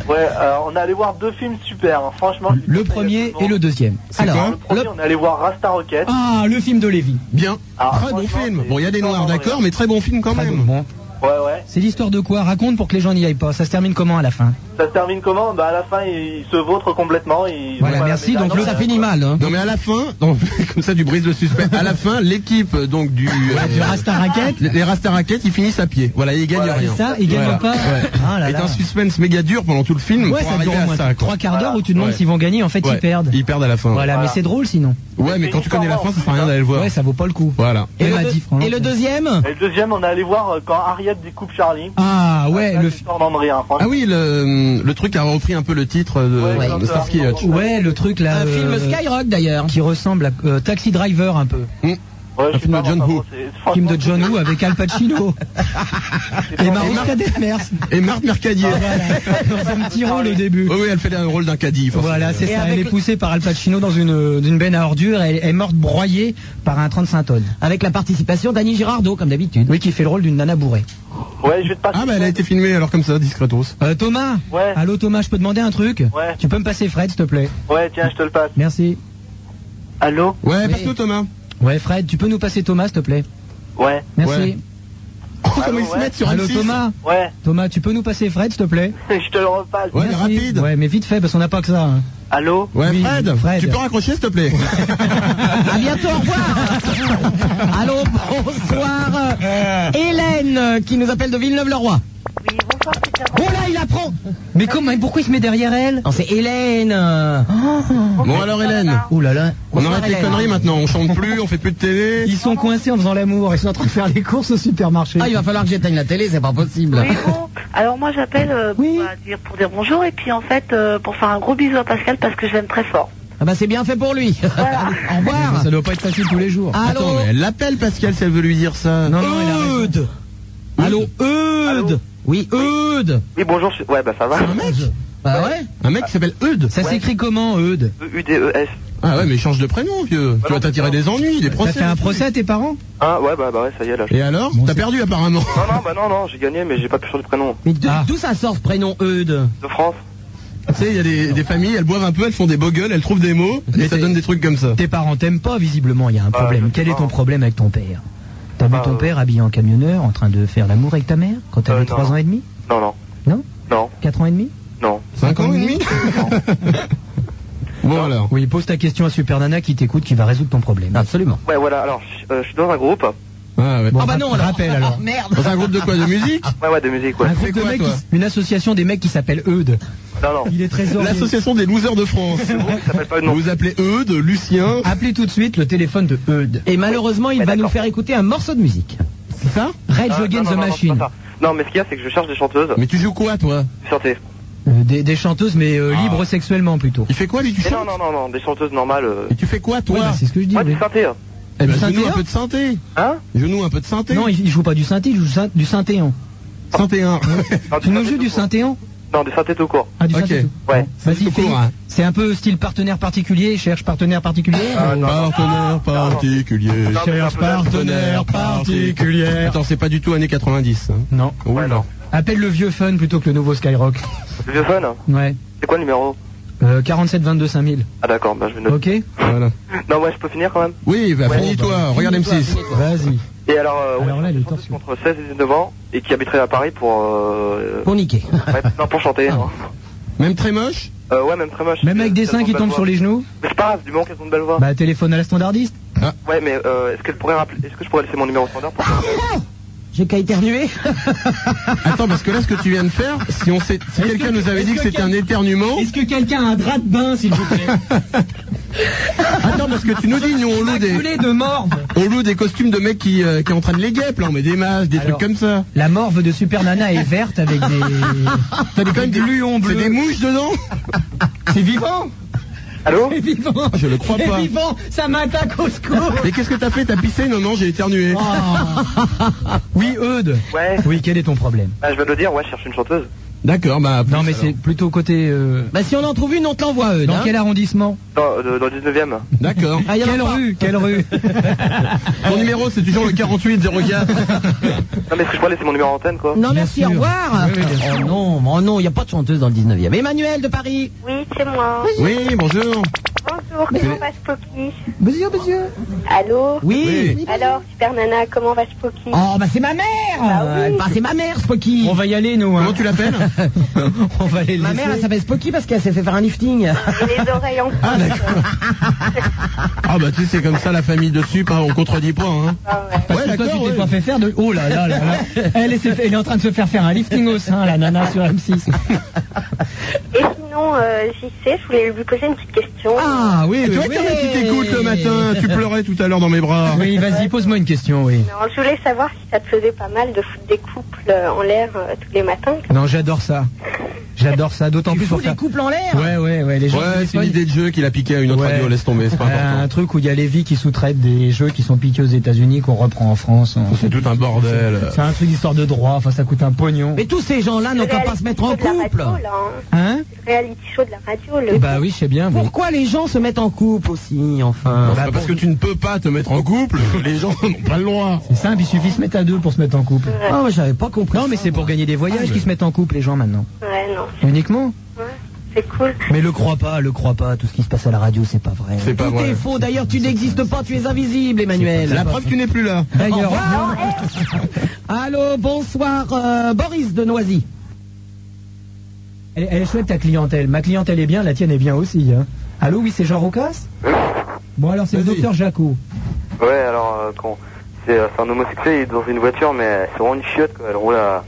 Speaker 11: Ouais, euh, on est allé voir deux films super, hein, franchement. je
Speaker 4: Le
Speaker 11: vous conseille
Speaker 4: premier
Speaker 11: absolument.
Speaker 4: et le deuxième.
Speaker 11: Alors,
Speaker 3: Alors,
Speaker 11: le premier, on est allé voir Rasta Rocket.
Speaker 4: Ah, le film de Lévy.
Speaker 3: bien.
Speaker 11: Ah,
Speaker 3: très bon
Speaker 11: franchement,
Speaker 3: film.
Speaker 11: c'est-
Speaker 3: Bon, il y a des
Speaker 11: c'est
Speaker 3: noirs,
Speaker 11: vraiment
Speaker 3: d'accord,
Speaker 11: bien.
Speaker 3: mais très bon film quand
Speaker 4: Très
Speaker 3: même.
Speaker 4: bon, bon.
Speaker 11: Ouais, ouais.
Speaker 4: C'est l'histoire de quoi Raconte pour que les gens n'y aillent pas. Ça se termine comment à la fin
Speaker 11: Ça se termine comment Bah à la fin, ils se vautrent complètement. Ils
Speaker 4: Voilà,
Speaker 11: vont pas
Speaker 4: merci,
Speaker 11: la médaille.
Speaker 4: donc le-
Speaker 11: Non,
Speaker 2: Ça
Speaker 11: mais-
Speaker 2: finit mal. Hein.
Speaker 3: Non mais à la fin, non, comme ça tu brises le suspect. À la fin, l'équipe donc du, euh,
Speaker 4: Du Rasta Racket
Speaker 3: les- les Rasta Racket, ils finissent à pied. Voilà, ils gagnent
Speaker 11: Voilà,
Speaker 3: rien.
Speaker 4: C'est ça Ils gagnent
Speaker 3: Voilà.
Speaker 4: pas
Speaker 3: Ouais.
Speaker 4: Ah là
Speaker 3: Et
Speaker 4: là.
Speaker 3: un suspense méga dur pendant tout le film
Speaker 4: Ouais,
Speaker 3: pour
Speaker 4: ça dure
Speaker 3: arriver
Speaker 4: au
Speaker 3: à
Speaker 4: moins
Speaker 3: ça. quoi.
Speaker 4: trois quarts d'heure où tu demandes
Speaker 3: Ouais.
Speaker 4: s'ils vont gagner. En fait,
Speaker 3: Ouais,
Speaker 4: ils perdent.
Speaker 3: Ils perdent à la fin.
Speaker 4: Voilà, mais
Speaker 11: Voilà.
Speaker 4: c'est drôle sinon.
Speaker 3: Ouais, mais quand tu connais la fin, ça sert à rien d'aller le voir.
Speaker 4: Ouais, ça vaut pas le coup.
Speaker 3: Voilà.
Speaker 2: Et,
Speaker 4: Même
Speaker 2: le
Speaker 4: à
Speaker 2: deux-
Speaker 4: 10 francs.
Speaker 2: et le deuxième
Speaker 11: Et le deuxième, on est allé voir euh, quand Harriet découpe Charlie.
Speaker 4: Ah ouais,
Speaker 11: Ça,
Speaker 4: le,
Speaker 11: c'est fort d'en rire, franchement.
Speaker 3: Ah oui, le, le truc a repris un peu le titre de,
Speaker 11: Ouais,
Speaker 3: de Starsky et Hutch.
Speaker 4: ouais, le truc là.
Speaker 2: Un film
Speaker 4: euh,
Speaker 2: Skyrock d'ailleurs.
Speaker 4: qui ressemble à euh, Taxi Driver un peu.
Speaker 11: Ouais, je
Speaker 3: un
Speaker 11: sais
Speaker 3: film de
Speaker 11: pas,
Speaker 3: John
Speaker 11: enfin,
Speaker 3: Woo.
Speaker 11: bon, c'est- franchement,
Speaker 4: Film de John Woo avec Al Pacino
Speaker 11: c'est-
Speaker 4: et Mariska Detmers.
Speaker 3: Et Marthe Mercadier.
Speaker 4: Ah Dans un petit rôle au début.
Speaker 3: Oui, oui, elle fait le rôle d'un caddie. forcément.
Speaker 4: Voilà, c'est
Speaker 2: Et
Speaker 4: ça.
Speaker 2: avec
Speaker 4: Elle est
Speaker 2: le-
Speaker 4: poussée par Al Pacino dans une, d'une benne à ordures. Elle est morte broyée par un 35 tonnes.
Speaker 2: Avec la participation d'Annie Girardot comme d'habitude.
Speaker 4: Oui, qui fait le rôle d'une nana bourrée.
Speaker 11: Ouais, je vais te passer.
Speaker 3: Ah bah elle a été filmée alors comme ça, discretos.
Speaker 4: Euh, Thomas
Speaker 11: Ouais.
Speaker 4: Allô Thomas, je peux demander un truc
Speaker 11: Ouais.
Speaker 4: Tu peux me passer Fred, s'il te plaît
Speaker 11: Ouais, tiens, je te le passe.
Speaker 4: Merci.
Speaker 11: Allô
Speaker 3: Ouais, parce que Thomas.
Speaker 4: Ouais, Fred, tu peux nous passer Thomas, s'il te plaît
Speaker 11: Ouais,
Speaker 4: Merci.
Speaker 3: Ouais. Comment ils se
Speaker 11: ouais.
Speaker 3: mettent sur
Speaker 4: Allô
Speaker 3: M6
Speaker 4: Thomas
Speaker 11: ouais,
Speaker 4: Thomas, tu peux nous passer Fred, s'il te plaît
Speaker 11: je te le repasse.
Speaker 3: Ouais, mais
Speaker 4: Merci.
Speaker 3: rapide.
Speaker 4: Ouais, mais vite fait, parce qu'on n'a pas que ça. hein.
Speaker 11: Allô
Speaker 3: Ouais,
Speaker 4: Oui,
Speaker 3: Fred,
Speaker 4: Fred.
Speaker 3: tu peux raccrocher s'il te plaît
Speaker 2: À bientôt, au revoir. Allô, bonsoir. euh, Hélène euh, qui nous appelle de Villeneuve-le-Roi.
Speaker 9: Oui, bonsoir, Super
Speaker 2: Oh là, il apprend.
Speaker 4: Mais comment, pourquoi il se met derrière elle
Speaker 2: Non, c'est Hélène. euh.
Speaker 3: Bon alors Hélène,
Speaker 2: Ouh là là.
Speaker 3: on
Speaker 2: Bonsoir,
Speaker 3: arrête les
Speaker 2: Hélène.
Speaker 3: conneries maintenant, on chante plus, on fait plus de télé.
Speaker 4: Ils sont coincés en faisant l'amour, ils sont en train de faire les courses au supermarché.
Speaker 2: Ah, il va falloir que j'éteigne la télé, c'est pas possible.
Speaker 9: Oui, bon. Alors moi j'appelle euh,
Speaker 4: Oui.
Speaker 9: pour, euh, dire, pour dire bonjour et puis en fait euh, pour faire un gros bisou à Pascal parce que je l'aime très fort.
Speaker 2: Ah bah c'est bien fait pour lui. Au revoir.
Speaker 4: Ça doit pas être facile tous les jours.
Speaker 2: Allô
Speaker 3: Attends, mais elle l'appelle Pascal si elle veut lui dire ça.
Speaker 4: Non, non, elle a raison.
Speaker 2: Eudes. Allô, Eudes. Oui, Eudes.
Speaker 11: Oui, bonjour, je- ouais, bah ça va.
Speaker 2: Bah ouais.
Speaker 3: Un mec qui s'appelle Eudes.
Speaker 4: Ça s'écrit comment, Eudes
Speaker 11: E-U-D-E-S.
Speaker 3: Ah ouais, mais change de prénom, vieux. tu vas t'attirer des ennuis, des
Speaker 4: T'as
Speaker 3: procès.
Speaker 4: fait un procès à tes parents
Speaker 11: Ah, ouais, bah, bah ouais, ça y est, là. je-
Speaker 3: Et alors T'as perdu apparemment.
Speaker 11: Non, non, bah non, non, j'ai gagné, mais j'ai pas pu changer de prénom.
Speaker 2: Mais de-
Speaker 4: Ah.
Speaker 2: d'où ça sort ce prénom Eudes
Speaker 11: De France
Speaker 3: tu sais, il y a des, des familles, elles boivent un peu, elles font des beaux gueules, elles trouvent des mots, et
Speaker 4: Mais
Speaker 3: ça
Speaker 4: t'es-
Speaker 3: donne des trucs comme ça.
Speaker 4: Tes parents t'aiment pas, visiblement, il y a un problème.
Speaker 11: Ah, je sais
Speaker 4: Quel est
Speaker 11: pas.
Speaker 4: ton problème avec ton père T'as vu
Speaker 11: Ah,
Speaker 4: ton
Speaker 11: euh.
Speaker 4: père habillé en camionneur, en train de faire l'amour avec ta mère, quand
Speaker 11: Euh,
Speaker 4: t'avais
Speaker 11: non.
Speaker 4: 3 ans et demi
Speaker 11: Non, non.
Speaker 4: Non
Speaker 11: Non,
Speaker 4: 4 ans et demi
Speaker 11: non.
Speaker 3: 5 ans et demi Bon alors.
Speaker 4: Oui, pose ta question à Super Nana qui t'écoute, qui va résoudre ton problème.
Speaker 2: Absolument.
Speaker 11: Ouais, voilà, alors, je euh, je suis dans un groupe.
Speaker 3: Ah, ouais.
Speaker 4: Bon,
Speaker 2: Ah bah non, alors.
Speaker 4: rappel alors.
Speaker 2: Merde.
Speaker 3: Dans un groupe de quoi De musique
Speaker 8: Ouais, ouais, de musique, ouais.
Speaker 4: Un groupe
Speaker 3: fais
Speaker 4: de
Speaker 3: quoi,
Speaker 4: mecs
Speaker 3: toi
Speaker 4: qui- une association des mecs qui s'appelle Eudes.
Speaker 8: Non, non,
Speaker 4: Il est trésorier.
Speaker 3: L'association des losers de France.
Speaker 8: ça s'appelle pas
Speaker 3: Vous
Speaker 8: non.
Speaker 3: vous appelez Eudes, Lucien.
Speaker 4: Appelez tout de suite le téléphone de Eudes.
Speaker 2: Et malheureusement, il
Speaker 8: Mais
Speaker 2: va nous
Speaker 8: d'accord.
Speaker 2: faire écouter un morceau de musique.
Speaker 3: C'est ça
Speaker 4: Rage
Speaker 8: Ah, non,
Speaker 4: Against
Speaker 8: non,
Speaker 4: the
Speaker 8: non, non, c'est
Speaker 4: Machine.
Speaker 8: pas ça. Non, mais ce qu'il y a, c'est que je cherche des chanteuses.
Speaker 3: Mais tu joues quoi, toi
Speaker 8: Chantez.
Speaker 4: Euh, des, des chanteuses mais euh,
Speaker 3: Ah.
Speaker 4: libres sexuellement plutôt.
Speaker 3: Il fait quoi, lui Tu
Speaker 8: Mais non,
Speaker 3: chantes
Speaker 8: non, non, non, des chanteuses normales. euh.
Speaker 3: Et tu fais quoi,
Speaker 4: Ouais,
Speaker 3: toi
Speaker 4: bah, c'est ce que je dis.
Speaker 8: Ouais,
Speaker 4: oui.
Speaker 8: du synthé. hein.
Speaker 4: Eh,
Speaker 3: Eh
Speaker 4: du
Speaker 3: ben,
Speaker 4: synthé,
Speaker 3: Joue-nous un
Speaker 4: hein
Speaker 3: peu de synthé.
Speaker 8: Hein
Speaker 3: Joue-nous un peu de synthé.
Speaker 4: Non, il, il joue pas du synthé, il joue du syn- du syntéon.
Speaker 3: 61.
Speaker 8: Non,
Speaker 4: Tu nous
Speaker 8: synthé
Speaker 4: joues
Speaker 8: tout
Speaker 4: du
Speaker 8: court.
Speaker 4: syntéon
Speaker 8: Non, du synthé tout court.
Speaker 4: Ah, du
Speaker 3: Ok.
Speaker 4: synthé, tout.
Speaker 8: Ouais.
Speaker 3: C'est
Speaker 4: Vas-y,
Speaker 3: tout
Speaker 4: fais-
Speaker 3: court, hein.
Speaker 4: C'est un peu style partenaire particulier, cherche partenaire particulier.
Speaker 8: Ah,
Speaker 3: Partenaire particulier.
Speaker 8: Non, mais c'est un peu la-
Speaker 3: Partenaire particulier. Attends, c'est pas du tout années 90. hein.
Speaker 4: Non.
Speaker 3: Oh
Speaker 8: Ouais,
Speaker 3: là.
Speaker 8: non.
Speaker 4: Appelle le vieux fun plutôt que le nouveau Skyrock.
Speaker 8: Le vieux fun, hein.
Speaker 4: Ouais.
Speaker 8: c'est quoi le numéro
Speaker 4: Euh, 47 22 5000.
Speaker 8: Ah, d'accord, ben je
Speaker 2: Euh,
Speaker 8: vais noter.
Speaker 4: Ok
Speaker 3: Voilà.
Speaker 8: Non, ouais, je peux finir quand même.
Speaker 3: Oui, bah,
Speaker 8: Ouais,
Speaker 3: finis-toi. Regarde M6.
Speaker 4: Vas-y.
Speaker 8: Et alors, euh, ouais,
Speaker 4: Alors là, le
Speaker 8: une chanteuse
Speaker 4: torsion.
Speaker 8: Entre 16 et 19 ans, et qui habiterait à Paris pour. Euh,
Speaker 2: Pour niquer.
Speaker 8: ouais, non, pour chanter. hein.
Speaker 3: Même très moche
Speaker 8: Euh, ouais, même très moche.
Speaker 4: Ah. Même avec des
Speaker 8: Elles ont
Speaker 4: seins qui
Speaker 8: de belles
Speaker 4: tombent
Speaker 8: voix.
Speaker 4: sur les genoux
Speaker 8: Mais c'est pas grave, du moment qu'elles ont de belles voix.
Speaker 4: Bah téléphone à la standardiste.
Speaker 8: Ouais, mais euh, est-ce qu'elle pourrait rappeler. Est-ce que je pourrais laisser mon numéro standard pour...
Speaker 2: J'ai qu'à éternuer.
Speaker 3: Attends, parce que là, ce que tu viens de faire, si, on sait- si quelqu'un nous avait dit que c'était un éternuement.
Speaker 2: que quelqu'un a un drap de bain, s'il vous plaît
Speaker 3: Attends, parce que tu nous dis, nous, on loue des,
Speaker 4: de morve.
Speaker 3: on loue des costumes de mecs qui, euh, qui entraînent les guêpes, là. On met des masques, des
Speaker 4: Alors.
Speaker 3: trucs comme ça.
Speaker 4: La morve de Super Nana est verte avec des.
Speaker 3: T'as des, quand même des,
Speaker 4: gluons
Speaker 3: c'est
Speaker 4: bleus.
Speaker 3: des mouches dedans
Speaker 4: C'est vivant
Speaker 8: Allô
Speaker 4: C'est vivant
Speaker 3: Ah, Je le crois
Speaker 4: C'est
Speaker 2: Ah,
Speaker 3: pas.
Speaker 4: vivant Ça m'attaque au secours
Speaker 3: Mais qu'est-ce que t'as fait T'as pissé Non, non, j'ai éternué.
Speaker 4: Ah. Oui, Eudes.
Speaker 8: Ouais,
Speaker 4: Oui, quel est ton problème
Speaker 8: bah, je vais le dire, ouais, je cherche une chanteuse.
Speaker 3: D'accord, bah.
Speaker 4: Non,
Speaker 3: plus,
Speaker 4: mais c'est
Speaker 3: alors.
Speaker 4: plutôt côté. euh,
Speaker 2: Bah si on en trouve une, on te l'envoie, eux. hein.
Speaker 4: Dans quel arrondissement
Speaker 8: Dans, euh, dans le 19ème.
Speaker 3: D'accord.
Speaker 2: Ah, y en a
Speaker 4: Quelle
Speaker 2: pas.
Speaker 4: rue Quelle rue
Speaker 3: Ton numéro, c'est toujours le 48 04.
Speaker 8: Non, mais est-ce que je pourrais laisser mon numéro antenne, quoi
Speaker 2: Non,
Speaker 4: Bien
Speaker 2: merci,
Speaker 4: sûr.
Speaker 2: au revoir.
Speaker 4: Oui, oui, bien
Speaker 2: oh non, oh non, il n'y a pas de chanteuse dans le 19e. Emmanuel de Paris.
Speaker 4: Oh.
Speaker 9: Oui, c'est moi.
Speaker 3: Oui, bonjour.
Speaker 9: Bonjour, comment va ce Poki
Speaker 4: Monsieur, monsieur
Speaker 9: Allô
Speaker 2: Oui.
Speaker 3: Oui.
Speaker 9: Alors, Super Nana, comment va ce Poki
Speaker 2: Oh, bah c'est ma mère
Speaker 9: Ah oui.
Speaker 2: Bah c'est ma mère, Spocky
Speaker 4: On va y aller, nous. hein.
Speaker 3: Comment tu l'appelles
Speaker 4: On va aller le
Speaker 2: Ma
Speaker 4: laisser.
Speaker 2: mère, elle s'appelle Spocky parce qu'elle s'est fait faire un lifting.
Speaker 9: J'ai les oreilles en
Speaker 3: Ah, d'accord. Ah, bah, tu sais, c'est comme ça, la famille de sup, hein, on contredit pas, hein.
Speaker 9: Ah, ouais.
Speaker 3: Ouais,
Speaker 4: Toi, tu
Speaker 3: d'accord.
Speaker 4: t'es
Speaker 3: ouais.
Speaker 4: pas fait faire de. Oh là là là là elle, est, elle est en train de se faire faire un lifting au sein, la nana sur M6.
Speaker 9: Et sinon, euh, j'y sais, je voulais lui poser une petite question.
Speaker 4: Ah oui,
Speaker 3: Tu
Speaker 4: oui.
Speaker 3: vois, qu'il
Speaker 4: oui.
Speaker 3: y en a qui t'écoutent le matin. Tu pleurais tout à l'heure dans mes bras.
Speaker 4: Oui, vas-y, pose-moi une question, oui.
Speaker 9: Non, je voulais savoir si ça te faisait pas mal de foutre des couples euh, en l'air euh, tous les matins.
Speaker 4: Non, j'adore ça. J'adore ça, d'autant
Speaker 2: Tu
Speaker 4: plus
Speaker 2: fous
Speaker 4: pour
Speaker 2: des
Speaker 4: faire.
Speaker 2: couples en l'air
Speaker 4: Ouais, ouais, ouais, les gens.
Speaker 3: Ouais, c'est
Speaker 4: téléphonent,
Speaker 3: une idée de jeu qu'il a piqué à une autre
Speaker 4: Ouais.
Speaker 3: radio. Laisse tomber, c'est pas
Speaker 4: Euh,
Speaker 3: important.
Speaker 4: un truc où il y a les vies qui sous-traitent des jeux qui sont piqués aux États-Unis qu'on reprend en France. hein.
Speaker 3: C'est tout un bordel. Bah,
Speaker 4: C'est un truc d'histoire de droit, enfin ça coûte un pognon.
Speaker 2: Mais tous ces gens-là n'ont qu'à pas se mettre en
Speaker 9: Le reality show de
Speaker 2: couple. Eh ben
Speaker 9: la radio, là,
Speaker 4: Hein
Speaker 9: hein. Le reality show de la radio, le...
Speaker 4: Bah oui, je sais bien. mais-
Speaker 2: Pourquoi les gens se mettent en couple aussi, enfin
Speaker 3: C'est pas parce que tu ne peux pas te mettre en couple, les gens n'ont pas le droit.
Speaker 4: C'est simple, il suffit de se mettre à deux pour se mettre en couple.
Speaker 2: Ah, mais j'avais pas compris.
Speaker 4: Non, mais
Speaker 2: ça,
Speaker 4: c'est
Speaker 2: moi.
Speaker 4: pour gagner des voyages
Speaker 3: Ah,
Speaker 4: qu'ils se mettent en couple, les gens, maintenant.
Speaker 9: Ouais, non,
Speaker 4: Uniquement
Speaker 9: c'est cool.
Speaker 4: Mais le crois pas, le crois pas, tout ce qui se passe à la radio, c'est pas vrai.
Speaker 3: C'est pas
Speaker 2: Tout
Speaker 3: vrai.
Speaker 2: est faux, d'ailleurs tu n'existes pas, tu es invisible, Emmanuel.
Speaker 3: La preuve, tu n'es plus là.
Speaker 4: D'ailleurs,
Speaker 2: Allô, bonsoir, euh, Boris de Noisy.
Speaker 4: elle, elle est chouette ta clientèle. Ma clientèle est bien, la tienne est bien aussi. hein. Allô, oui, c'est Jean Roucas
Speaker 8: Euh,
Speaker 4: Bon, alors c'est le
Speaker 3: Vas-y.
Speaker 4: docteur Jaco.
Speaker 8: Ouais, alors, euh, quand. C'est euh, c'est un homosexuel, il est dans une voiture, mais c'est vraiment une chiotte, quoi. Elle roule à.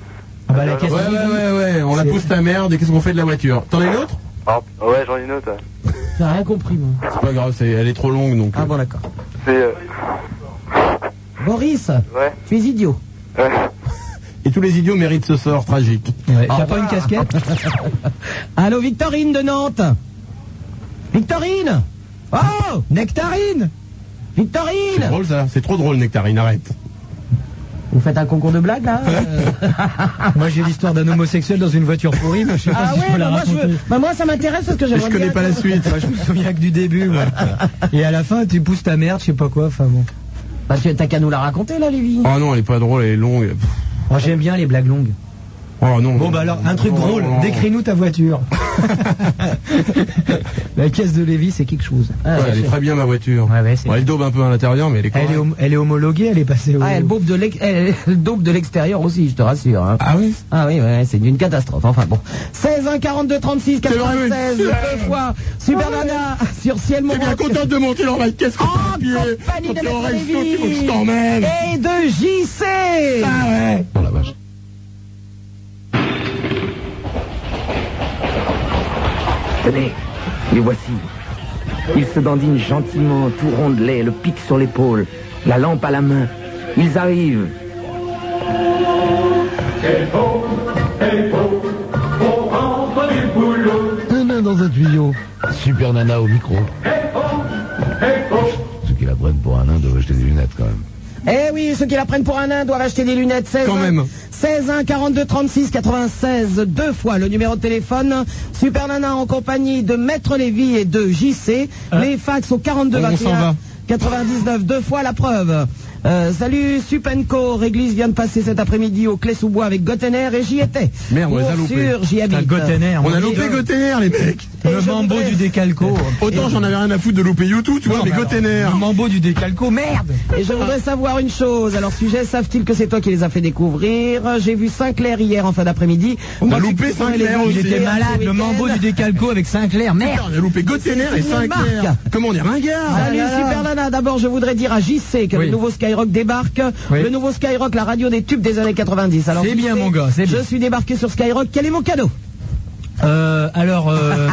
Speaker 4: Ah bah la
Speaker 8: Ouais,
Speaker 4: caisse.
Speaker 3: Ouais, ouais, ouais, ouais, on la
Speaker 4: C'est-
Speaker 3: pousse ta merde et qu'est-ce qu'on fait de la voiture T'en as une autre
Speaker 8: Ah, ouais, j'en ai une autre. ouais.
Speaker 2: J'ai rien compris, moi.
Speaker 3: C'est pas grave, c'est- elle est trop longue donc.
Speaker 2: Ah bon, d'accord.
Speaker 8: C'est. euh,
Speaker 2: Boris,
Speaker 8: ouais,
Speaker 2: tu es idiot.
Speaker 8: ouais.
Speaker 3: euh, Et tous les idiots méritent ce sort tragique.
Speaker 4: Ouais, T'as pas une casquette
Speaker 2: Ah. Allô, Victorine de Nantes. Victorine Oh
Speaker 4: Nectarine
Speaker 3: C'est
Speaker 2: Victorine
Speaker 3: drôle ça, c'est trop drôle Nectarine, arrête.
Speaker 2: Vous faites un concours de blagues, là euh
Speaker 4: Moi j'ai l'histoire d'un homosexuel dans une voiture pourrie, mais je sais pas
Speaker 2: Ah
Speaker 4: si je peux
Speaker 2: ouais,
Speaker 4: la
Speaker 2: bah moi, je
Speaker 4: raconter.
Speaker 2: veux- bah moi ça m'intéresse parce que
Speaker 3: Mais
Speaker 2: j'aimerais
Speaker 3: je connais
Speaker 2: bien
Speaker 3: pas la
Speaker 2: que-
Speaker 3: suite.
Speaker 4: Moi, je me souviens que du début. moi. Et à la fin, tu pousses ta merde, je sais pas quoi. Enfin bon.
Speaker 2: Bah tu t'as qu'à nous la raconter, là, Lévi.
Speaker 3: Oh non, elle est pas drôle, elle est longue.
Speaker 4: Moi, j'aime bien les blagues longues.
Speaker 3: Oh non.
Speaker 4: Bon, bah alors, un truc drôle, décris-nous ta voiture. la caisse de Lévis, c'est quelque chose. Ah,
Speaker 3: Ouais, elle est
Speaker 4: c'est-
Speaker 3: très bien ma voiture.
Speaker 4: Ouais, ouais, c'est-
Speaker 3: Bon, elle daube un peu à l'intérieur, mais elle est
Speaker 4: elle, est
Speaker 3: correcte.
Speaker 4: hom- elle est homologuée, elle est passée au.
Speaker 2: Ah, elle dope de l'ex- elle- elle dope de l'extérieur aussi, je te rassure. hein.
Speaker 3: Ah oui
Speaker 2: Ah oui, ouais, c'est une catastrophe. Enfin bon. 16 1 42 36 96 deux
Speaker 3: l'envie.
Speaker 2: fois Super Nana sur ciel mon
Speaker 3: T'es bien contente de monter dans ma caisse quand
Speaker 4: Ah,
Speaker 2: En
Speaker 3: t'es à pied,
Speaker 2: compagnie
Speaker 3: quand
Speaker 2: de
Speaker 3: t'es en
Speaker 2: Maître
Speaker 3: resto,
Speaker 2: Lévy.
Speaker 3: tu veux que je t'emmène.
Speaker 4: Eh.
Speaker 2: et de JC.
Speaker 3: Ah ouais Bon la vache.
Speaker 12: Tenez, les voici. Ils se dandinent gentiment, tout rondelés, le pic sur l'épaule, la lampe à la main. Ils arrivent.
Speaker 13: Deux mains dans un tuyau. Super Nana au micro. Ceux qui la prennent pour un nain doivent acheter des lunettes quand même.
Speaker 2: Eh oui, ceux qui la prennent pour un nain doivent acheter des lunettes 16
Speaker 3: Quand même.
Speaker 2: 16 1 42 36 96 deux fois le numéro de téléphone Super Nana en compagnie de Maître Lévy et de JC les fax au 42
Speaker 3: Hein On s'en
Speaker 2: 21
Speaker 3: va.
Speaker 2: 99 deux fois la preuve Euh, salut Supenco, Réglisse vient de passer cet après-midi au Clé-sous-Bois avec Gottener et j'y étais.
Speaker 3: Merde, on les a
Speaker 2: Pour
Speaker 3: loupés.
Speaker 2: sûr, j'y
Speaker 4: Putain,
Speaker 2: habite.
Speaker 4: Gotener,
Speaker 3: On a
Speaker 4: dit-
Speaker 3: loupé Gotener les mecs
Speaker 2: Et
Speaker 4: Le
Speaker 2: je
Speaker 4: mambo
Speaker 2: voudrais-
Speaker 4: du décalco.
Speaker 3: Autant j'en avais rien à foutre de louper YouTube, tu vois, mais Gotener
Speaker 4: Le mambo du décalco, merde
Speaker 2: Et je voudrais savoir une chose. Alors, sujet, savent-ils que c'est toi qui les as fait découvrir J'ai vu Sinclair hier en fin d'après-midi.
Speaker 3: On a
Speaker 2: Moi,
Speaker 3: loupé
Speaker 2: qui courais
Speaker 3: Sinclair
Speaker 2: les
Speaker 3: aussi.
Speaker 2: Oliviers
Speaker 4: J'étais
Speaker 2: ce
Speaker 4: malade, le
Speaker 2: week-end.
Speaker 4: mambo du décalco avec Sinclair,
Speaker 3: Putain,
Speaker 4: merde
Speaker 3: on a loupé Gotener et
Speaker 2: C'est une
Speaker 3: Sinclair
Speaker 2: marque.
Speaker 3: Comment on est ringard
Speaker 2: Salut
Speaker 4: Ah là là.
Speaker 2: Super Nana, d'abord je voudrais dire à JC que
Speaker 4: Oui.
Speaker 2: le nouveau Skyrock débarque.
Speaker 4: Oui.
Speaker 2: Le nouveau Skyrock, la radio des tubes des années 90. Alors,
Speaker 4: C'est bien,
Speaker 2: JC,
Speaker 4: mon gars, c'est
Speaker 2: Je
Speaker 4: bien.
Speaker 2: suis débarqué sur Skyrock, quel est mon cadeau
Speaker 4: Euh, alors, euh,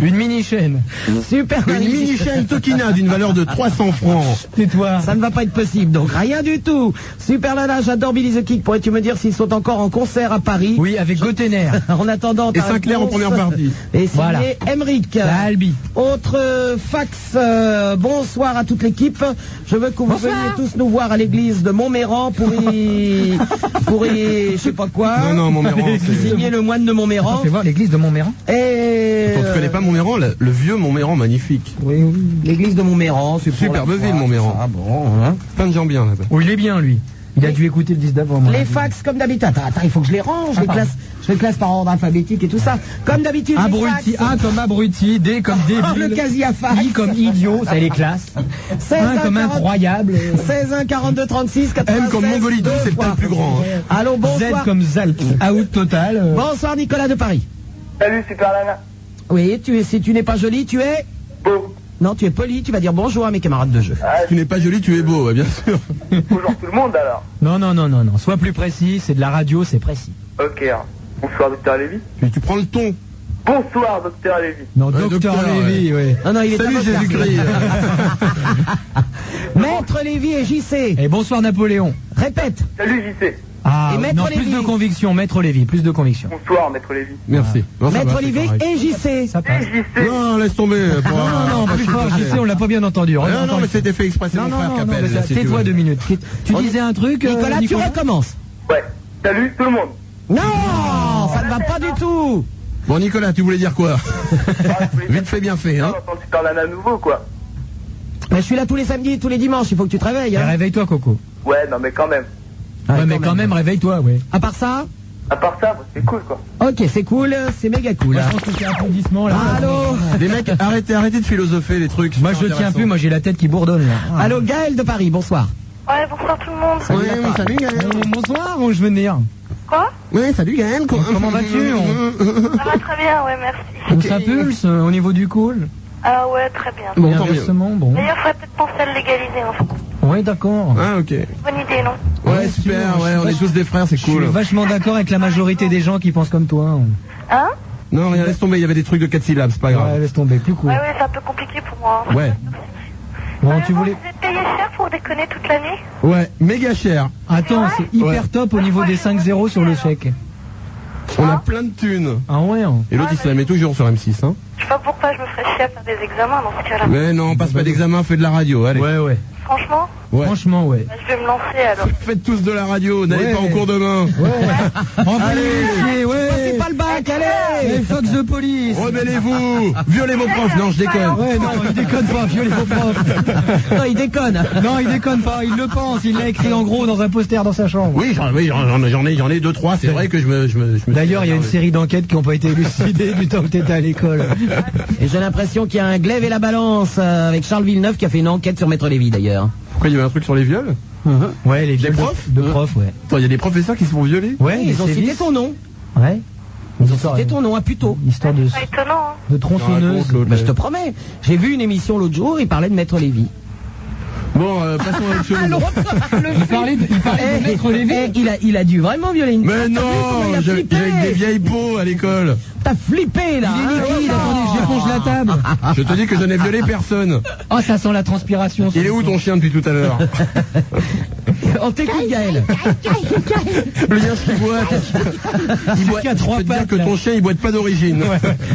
Speaker 4: une mini-chaîne.
Speaker 2: Super Nana.
Speaker 3: Une mini-chaîne Tokina d'une valeur de 300 francs
Speaker 4: Tais-toi.
Speaker 2: Ça ne va pas être possible, donc rien du tout. Super Nana, j'adore Billy the Kick. Pourrais-tu me dire s'ils sont encore en concert à Paris
Speaker 4: Oui, avec Gotener.
Speaker 2: En attendant, ta
Speaker 3: Et Sinclair en
Speaker 2: réponse.
Speaker 3: première partie.
Speaker 2: Et signé
Speaker 4: Voilà.
Speaker 2: Emric.
Speaker 4: La Albi.
Speaker 2: Autre euh, fax, euh, bonsoir à toute l'équipe. Je veux que vous veniez tous nous voir à l'église de Montméran pour y. pour y. je sais pas quoi.
Speaker 3: Non, non, Montméran, c'est-
Speaker 2: Signer le moine de
Speaker 4: On
Speaker 2: Montméran.
Speaker 4: fait voir l'église de Montméran.
Speaker 2: Et.
Speaker 4: Euh,
Speaker 3: Quand tu connais pas Montméran, le, le vieux Montméran magnifique.
Speaker 2: Oui, oui. euh, L'église de Montméran, c'est pour
Speaker 3: Superbe
Speaker 2: la
Speaker 3: ville,
Speaker 2: foi,
Speaker 3: Montméran.
Speaker 2: c'est ça, bon, hein.
Speaker 3: Plein de gens bien là-bas.
Speaker 4: Où Oh, il est bien, lui. Il a dû écouter le 10 d'avant. moi.
Speaker 2: Les fax, comme d'habitude. Attends, attends, il faut que je les range. je, les
Speaker 4: pardon.
Speaker 2: classe, je les classe par ordre alphabétique et tout ça. Comme d'habitude, les
Speaker 4: Abruti,
Speaker 2: fax. Ah,
Speaker 4: A comme abruti, D comme débile,
Speaker 2: le casier à fax.
Speaker 4: I comme idiot, ça les classe.
Speaker 2: 16,
Speaker 4: Un comme
Speaker 2: 40.
Speaker 4: incroyable.
Speaker 2: 16 1 42 36 96
Speaker 3: M comme Mongolie,
Speaker 2: deux
Speaker 3: c'est le
Speaker 2: fois.
Speaker 3: thème plus grand. hein.
Speaker 2: Allô, bonsoir.
Speaker 4: Z comme Zalt, out total. euh.
Speaker 2: Bonsoir Nicolas de Paris.
Speaker 10: Salut, Super Nana.
Speaker 2: Oui, tu es, si tu n'es pas joli, tu es
Speaker 10: Beau.
Speaker 2: Non, tu es poli, tu vas dire bonjour à mes camarades de jeu.
Speaker 4: Ah,
Speaker 3: Tu n'es pas joli, tu es beau, ouais, bien sûr.
Speaker 10: Bonjour tout le monde alors.
Speaker 4: Non, non, non, non, non. Sois plus précis, c'est de la radio, c'est précis.
Speaker 10: Ok. hein. Bonsoir, docteur Lévy.
Speaker 3: Mais tu prends le ton.
Speaker 10: Bonsoir, docteur Lévy.
Speaker 4: Non,
Speaker 3: Ouais,
Speaker 4: docteur
Speaker 3: docteur,
Speaker 4: Lévy, ouais.
Speaker 2: Non, non, il est
Speaker 3: Salut
Speaker 2: avocat.
Speaker 3: Jésus-Christ.
Speaker 2: Maître Lévy et JC,
Speaker 4: Et bonsoir Napoléon.
Speaker 2: répète.
Speaker 10: Salut, JC.
Speaker 4: Ah,
Speaker 2: Et Maître
Speaker 4: non, plus
Speaker 2: Lévy.
Speaker 4: de conviction, maître Lévy, plus de
Speaker 8: Eh.
Speaker 4: conviction.
Speaker 10: Bonsoir, maître Lévy.
Speaker 3: Merci. Non, ça
Speaker 2: Maître
Speaker 3: va, c'est
Speaker 2: Olivier
Speaker 3: correct.
Speaker 2: et JC.
Speaker 4: Ça passe.
Speaker 10: JC.
Speaker 3: Non, laisse tomber.
Speaker 4: Ah. Non, non,
Speaker 3: Ah,
Speaker 4: non, plus fort, je sais, on l'a pas bien entendu.
Speaker 3: Non, non, mais c'était fait exprès, c'est
Speaker 4: Non,
Speaker 3: mon
Speaker 4: non,
Speaker 3: frère qui
Speaker 4: non, non,
Speaker 3: appelle.
Speaker 4: mais
Speaker 3: là,
Speaker 4: ça-
Speaker 3: si tu
Speaker 4: tais-toi
Speaker 3: veux.
Speaker 4: deux minutes. Tu
Speaker 3: On-
Speaker 4: disais un truc, euh,
Speaker 2: Nicolas, tu recommences.
Speaker 10: Ouais. Salut tout le monde.
Speaker 2: Non, ça ne va pas du tout.
Speaker 3: Bon, Nicolas, tu voulais dire quoi
Speaker 10: Ah, je voulais dire,
Speaker 3: Vite fait, bien fait, hein.
Speaker 10: on entend Super Nana à nouveau quoi.
Speaker 2: Mais je suis là tous les samedis, tous les dimanches, il faut que tu te réveilles.
Speaker 4: Eh,
Speaker 2: hein.
Speaker 4: Réveille-toi, Coco.
Speaker 10: Ouais, non mais quand même.
Speaker 4: Ouais,
Speaker 2: quand
Speaker 4: mais quand même, réveille-toi, ouais.
Speaker 2: À part ça,
Speaker 10: À part ça, bah, c'est cool quoi.
Speaker 2: ok, c'est cool, c'est méga cool.
Speaker 4: Moi, je pense que c'est applaudissement là.
Speaker 2: Allô
Speaker 3: Les mecs, arrêtez, arrêtez de philosopher les trucs.
Speaker 4: Moi, je tiens plus, moi, j'ai la tête qui bourdonne là.
Speaker 2: Allô, Gaël de Paris, bonsoir.
Speaker 9: Ouais, bonsoir tout le monde.
Speaker 3: Oui, salut Gaël.
Speaker 4: Euh, Bonsoir, où je veux venir
Speaker 9: Quoi
Speaker 3: Oui, salut Gaël.
Speaker 4: Comment vas-tu on...
Speaker 9: Ça va très bien, ouais, merci.
Speaker 4: on s'impulse euh, au niveau du call
Speaker 9: Ah ouais, très bien.
Speaker 3: Bon,
Speaker 4: Et
Speaker 3: tant mieux.
Speaker 4: inversement, bon.
Speaker 9: D'ailleurs, faudrait peut-être penser à le légaliser, en fait.
Speaker 4: Ouais, d'accord.
Speaker 3: Ah, ok.
Speaker 9: Bonne idée, non
Speaker 3: Ouais,
Speaker 4: Ouais,
Speaker 3: super,
Speaker 4: sinon,
Speaker 3: ouais,
Speaker 4: je
Speaker 3: on
Speaker 4: suis
Speaker 3: est tous des frères, c'est
Speaker 4: Je suis
Speaker 3: cool.
Speaker 4: vachement d'accord avec la majorité des gens qui pensent comme toi. hein.
Speaker 9: Hein
Speaker 3: Non, rien, laisse tomber, il y avait des trucs de 4 syllabes, c'est pas
Speaker 4: Ouais,
Speaker 3: grave.
Speaker 4: laisse tomber, plus cool.
Speaker 9: Ouais, Ah ouais, c'est un peu compliqué pour moi. hein.
Speaker 3: Ouais,
Speaker 4: Bon,
Speaker 9: Ah,
Speaker 4: tu
Speaker 9: non,
Speaker 4: voulais.
Speaker 9: Vous êtes payé cher pour déconner toute la nuit
Speaker 3: ouais, méga cher.
Speaker 4: Attends, c'est hyper
Speaker 3: Ouais.
Speaker 4: top au niveau des 5-0 sur le chèque.
Speaker 3: On a plein de thunes.
Speaker 4: Ah ouais hein.
Speaker 3: Et l'autre, il se la met toujours sur M6, hein.
Speaker 9: Je sais pas pourquoi je me ferais chier à faire des examens dans ce cas-là.
Speaker 3: Mais non, passe pas d'examen, fais de la radio, allez.
Speaker 4: Ouais, ouais.
Speaker 5: franchement
Speaker 4: Franchement, ouais.
Speaker 5: Je vais me lancer alors.
Speaker 3: Faites tous de la radio, n'allez pas en cours de main.
Speaker 4: Allez, Eh ouais.
Speaker 2: Passez pas le bac, allez
Speaker 4: Les Fox de police
Speaker 3: Rebellez-vous Violez vos profs Non, je déconne.
Speaker 4: Ouais, non, il déconne pas, violez vos profs
Speaker 2: Non, il déconne
Speaker 4: Non, il déconne pas, il le pense, il l'a écrit en gros dans un poster dans sa chambre.
Speaker 3: Oui, j'en oui, j'en- j'en- j'en ai, j'en ai deux, trois. C'est vrai que je me. je me- je me-
Speaker 4: D'ailleurs, il y a une série d'enquêtes qui n'ont pas été élucidées du temps que t'étais à l'école.
Speaker 2: Et j'ai l'impression qu'il y a un glaive et la balance euh, avec Charles Villeneuve qui a fait une enquête sur Maître Lévy d'ailleurs.
Speaker 3: Pourquoi il y avait un truc sur les viols
Speaker 4: Ouais, les viols de-
Speaker 3: profs
Speaker 4: De profs, ouais.
Speaker 3: Attends, il y a des professeurs qui se font violer
Speaker 4: Ouais,
Speaker 2: Ils ont
Speaker 4: c'est
Speaker 2: cité
Speaker 4: lisse.
Speaker 2: ton nom.
Speaker 4: Ouais. Ils ont
Speaker 2: Cité ton nom à Puto.
Speaker 4: Histoire de,
Speaker 5: Pas étonnant. hein.
Speaker 4: de tronçonneuse.
Speaker 3: raconte, l'autre,
Speaker 2: Bah,
Speaker 3: là.
Speaker 2: je te promets, j'ai vu une émission l'autre jour, il parlait de Maître Lévy.
Speaker 3: Bon, euh, passons à autre chose.
Speaker 4: Il parlait de, il parlait de
Speaker 2: Eh,
Speaker 4: Maître Lévy.
Speaker 2: eh, il, a, il a dû vraiment violer une
Speaker 3: Mais
Speaker 2: T'as vu Ah, comment il
Speaker 3: non
Speaker 2: a
Speaker 3: J'avais
Speaker 2: flippé
Speaker 3: avec des vieilles peaux à l'école.
Speaker 2: T'as flippé là
Speaker 4: Il
Speaker 3: Ah
Speaker 2: hein,
Speaker 4: est liquide,
Speaker 2: ouais,
Speaker 4: Ah attendez,
Speaker 2: non.
Speaker 4: j'éponge la table.
Speaker 3: Je te dis que je n'ai violé personne.
Speaker 4: Oh, ça Oh, sent la transpiration.
Speaker 3: Il est où ton chien depuis tout à l'heure
Speaker 2: On t'écoute Gaël.
Speaker 3: Le lien qui boite. Il boite.
Speaker 4: qui a trois
Speaker 3: je peux te dire
Speaker 4: pattes,
Speaker 3: que
Speaker 4: là.
Speaker 3: ton chien, il boite pas d'origine.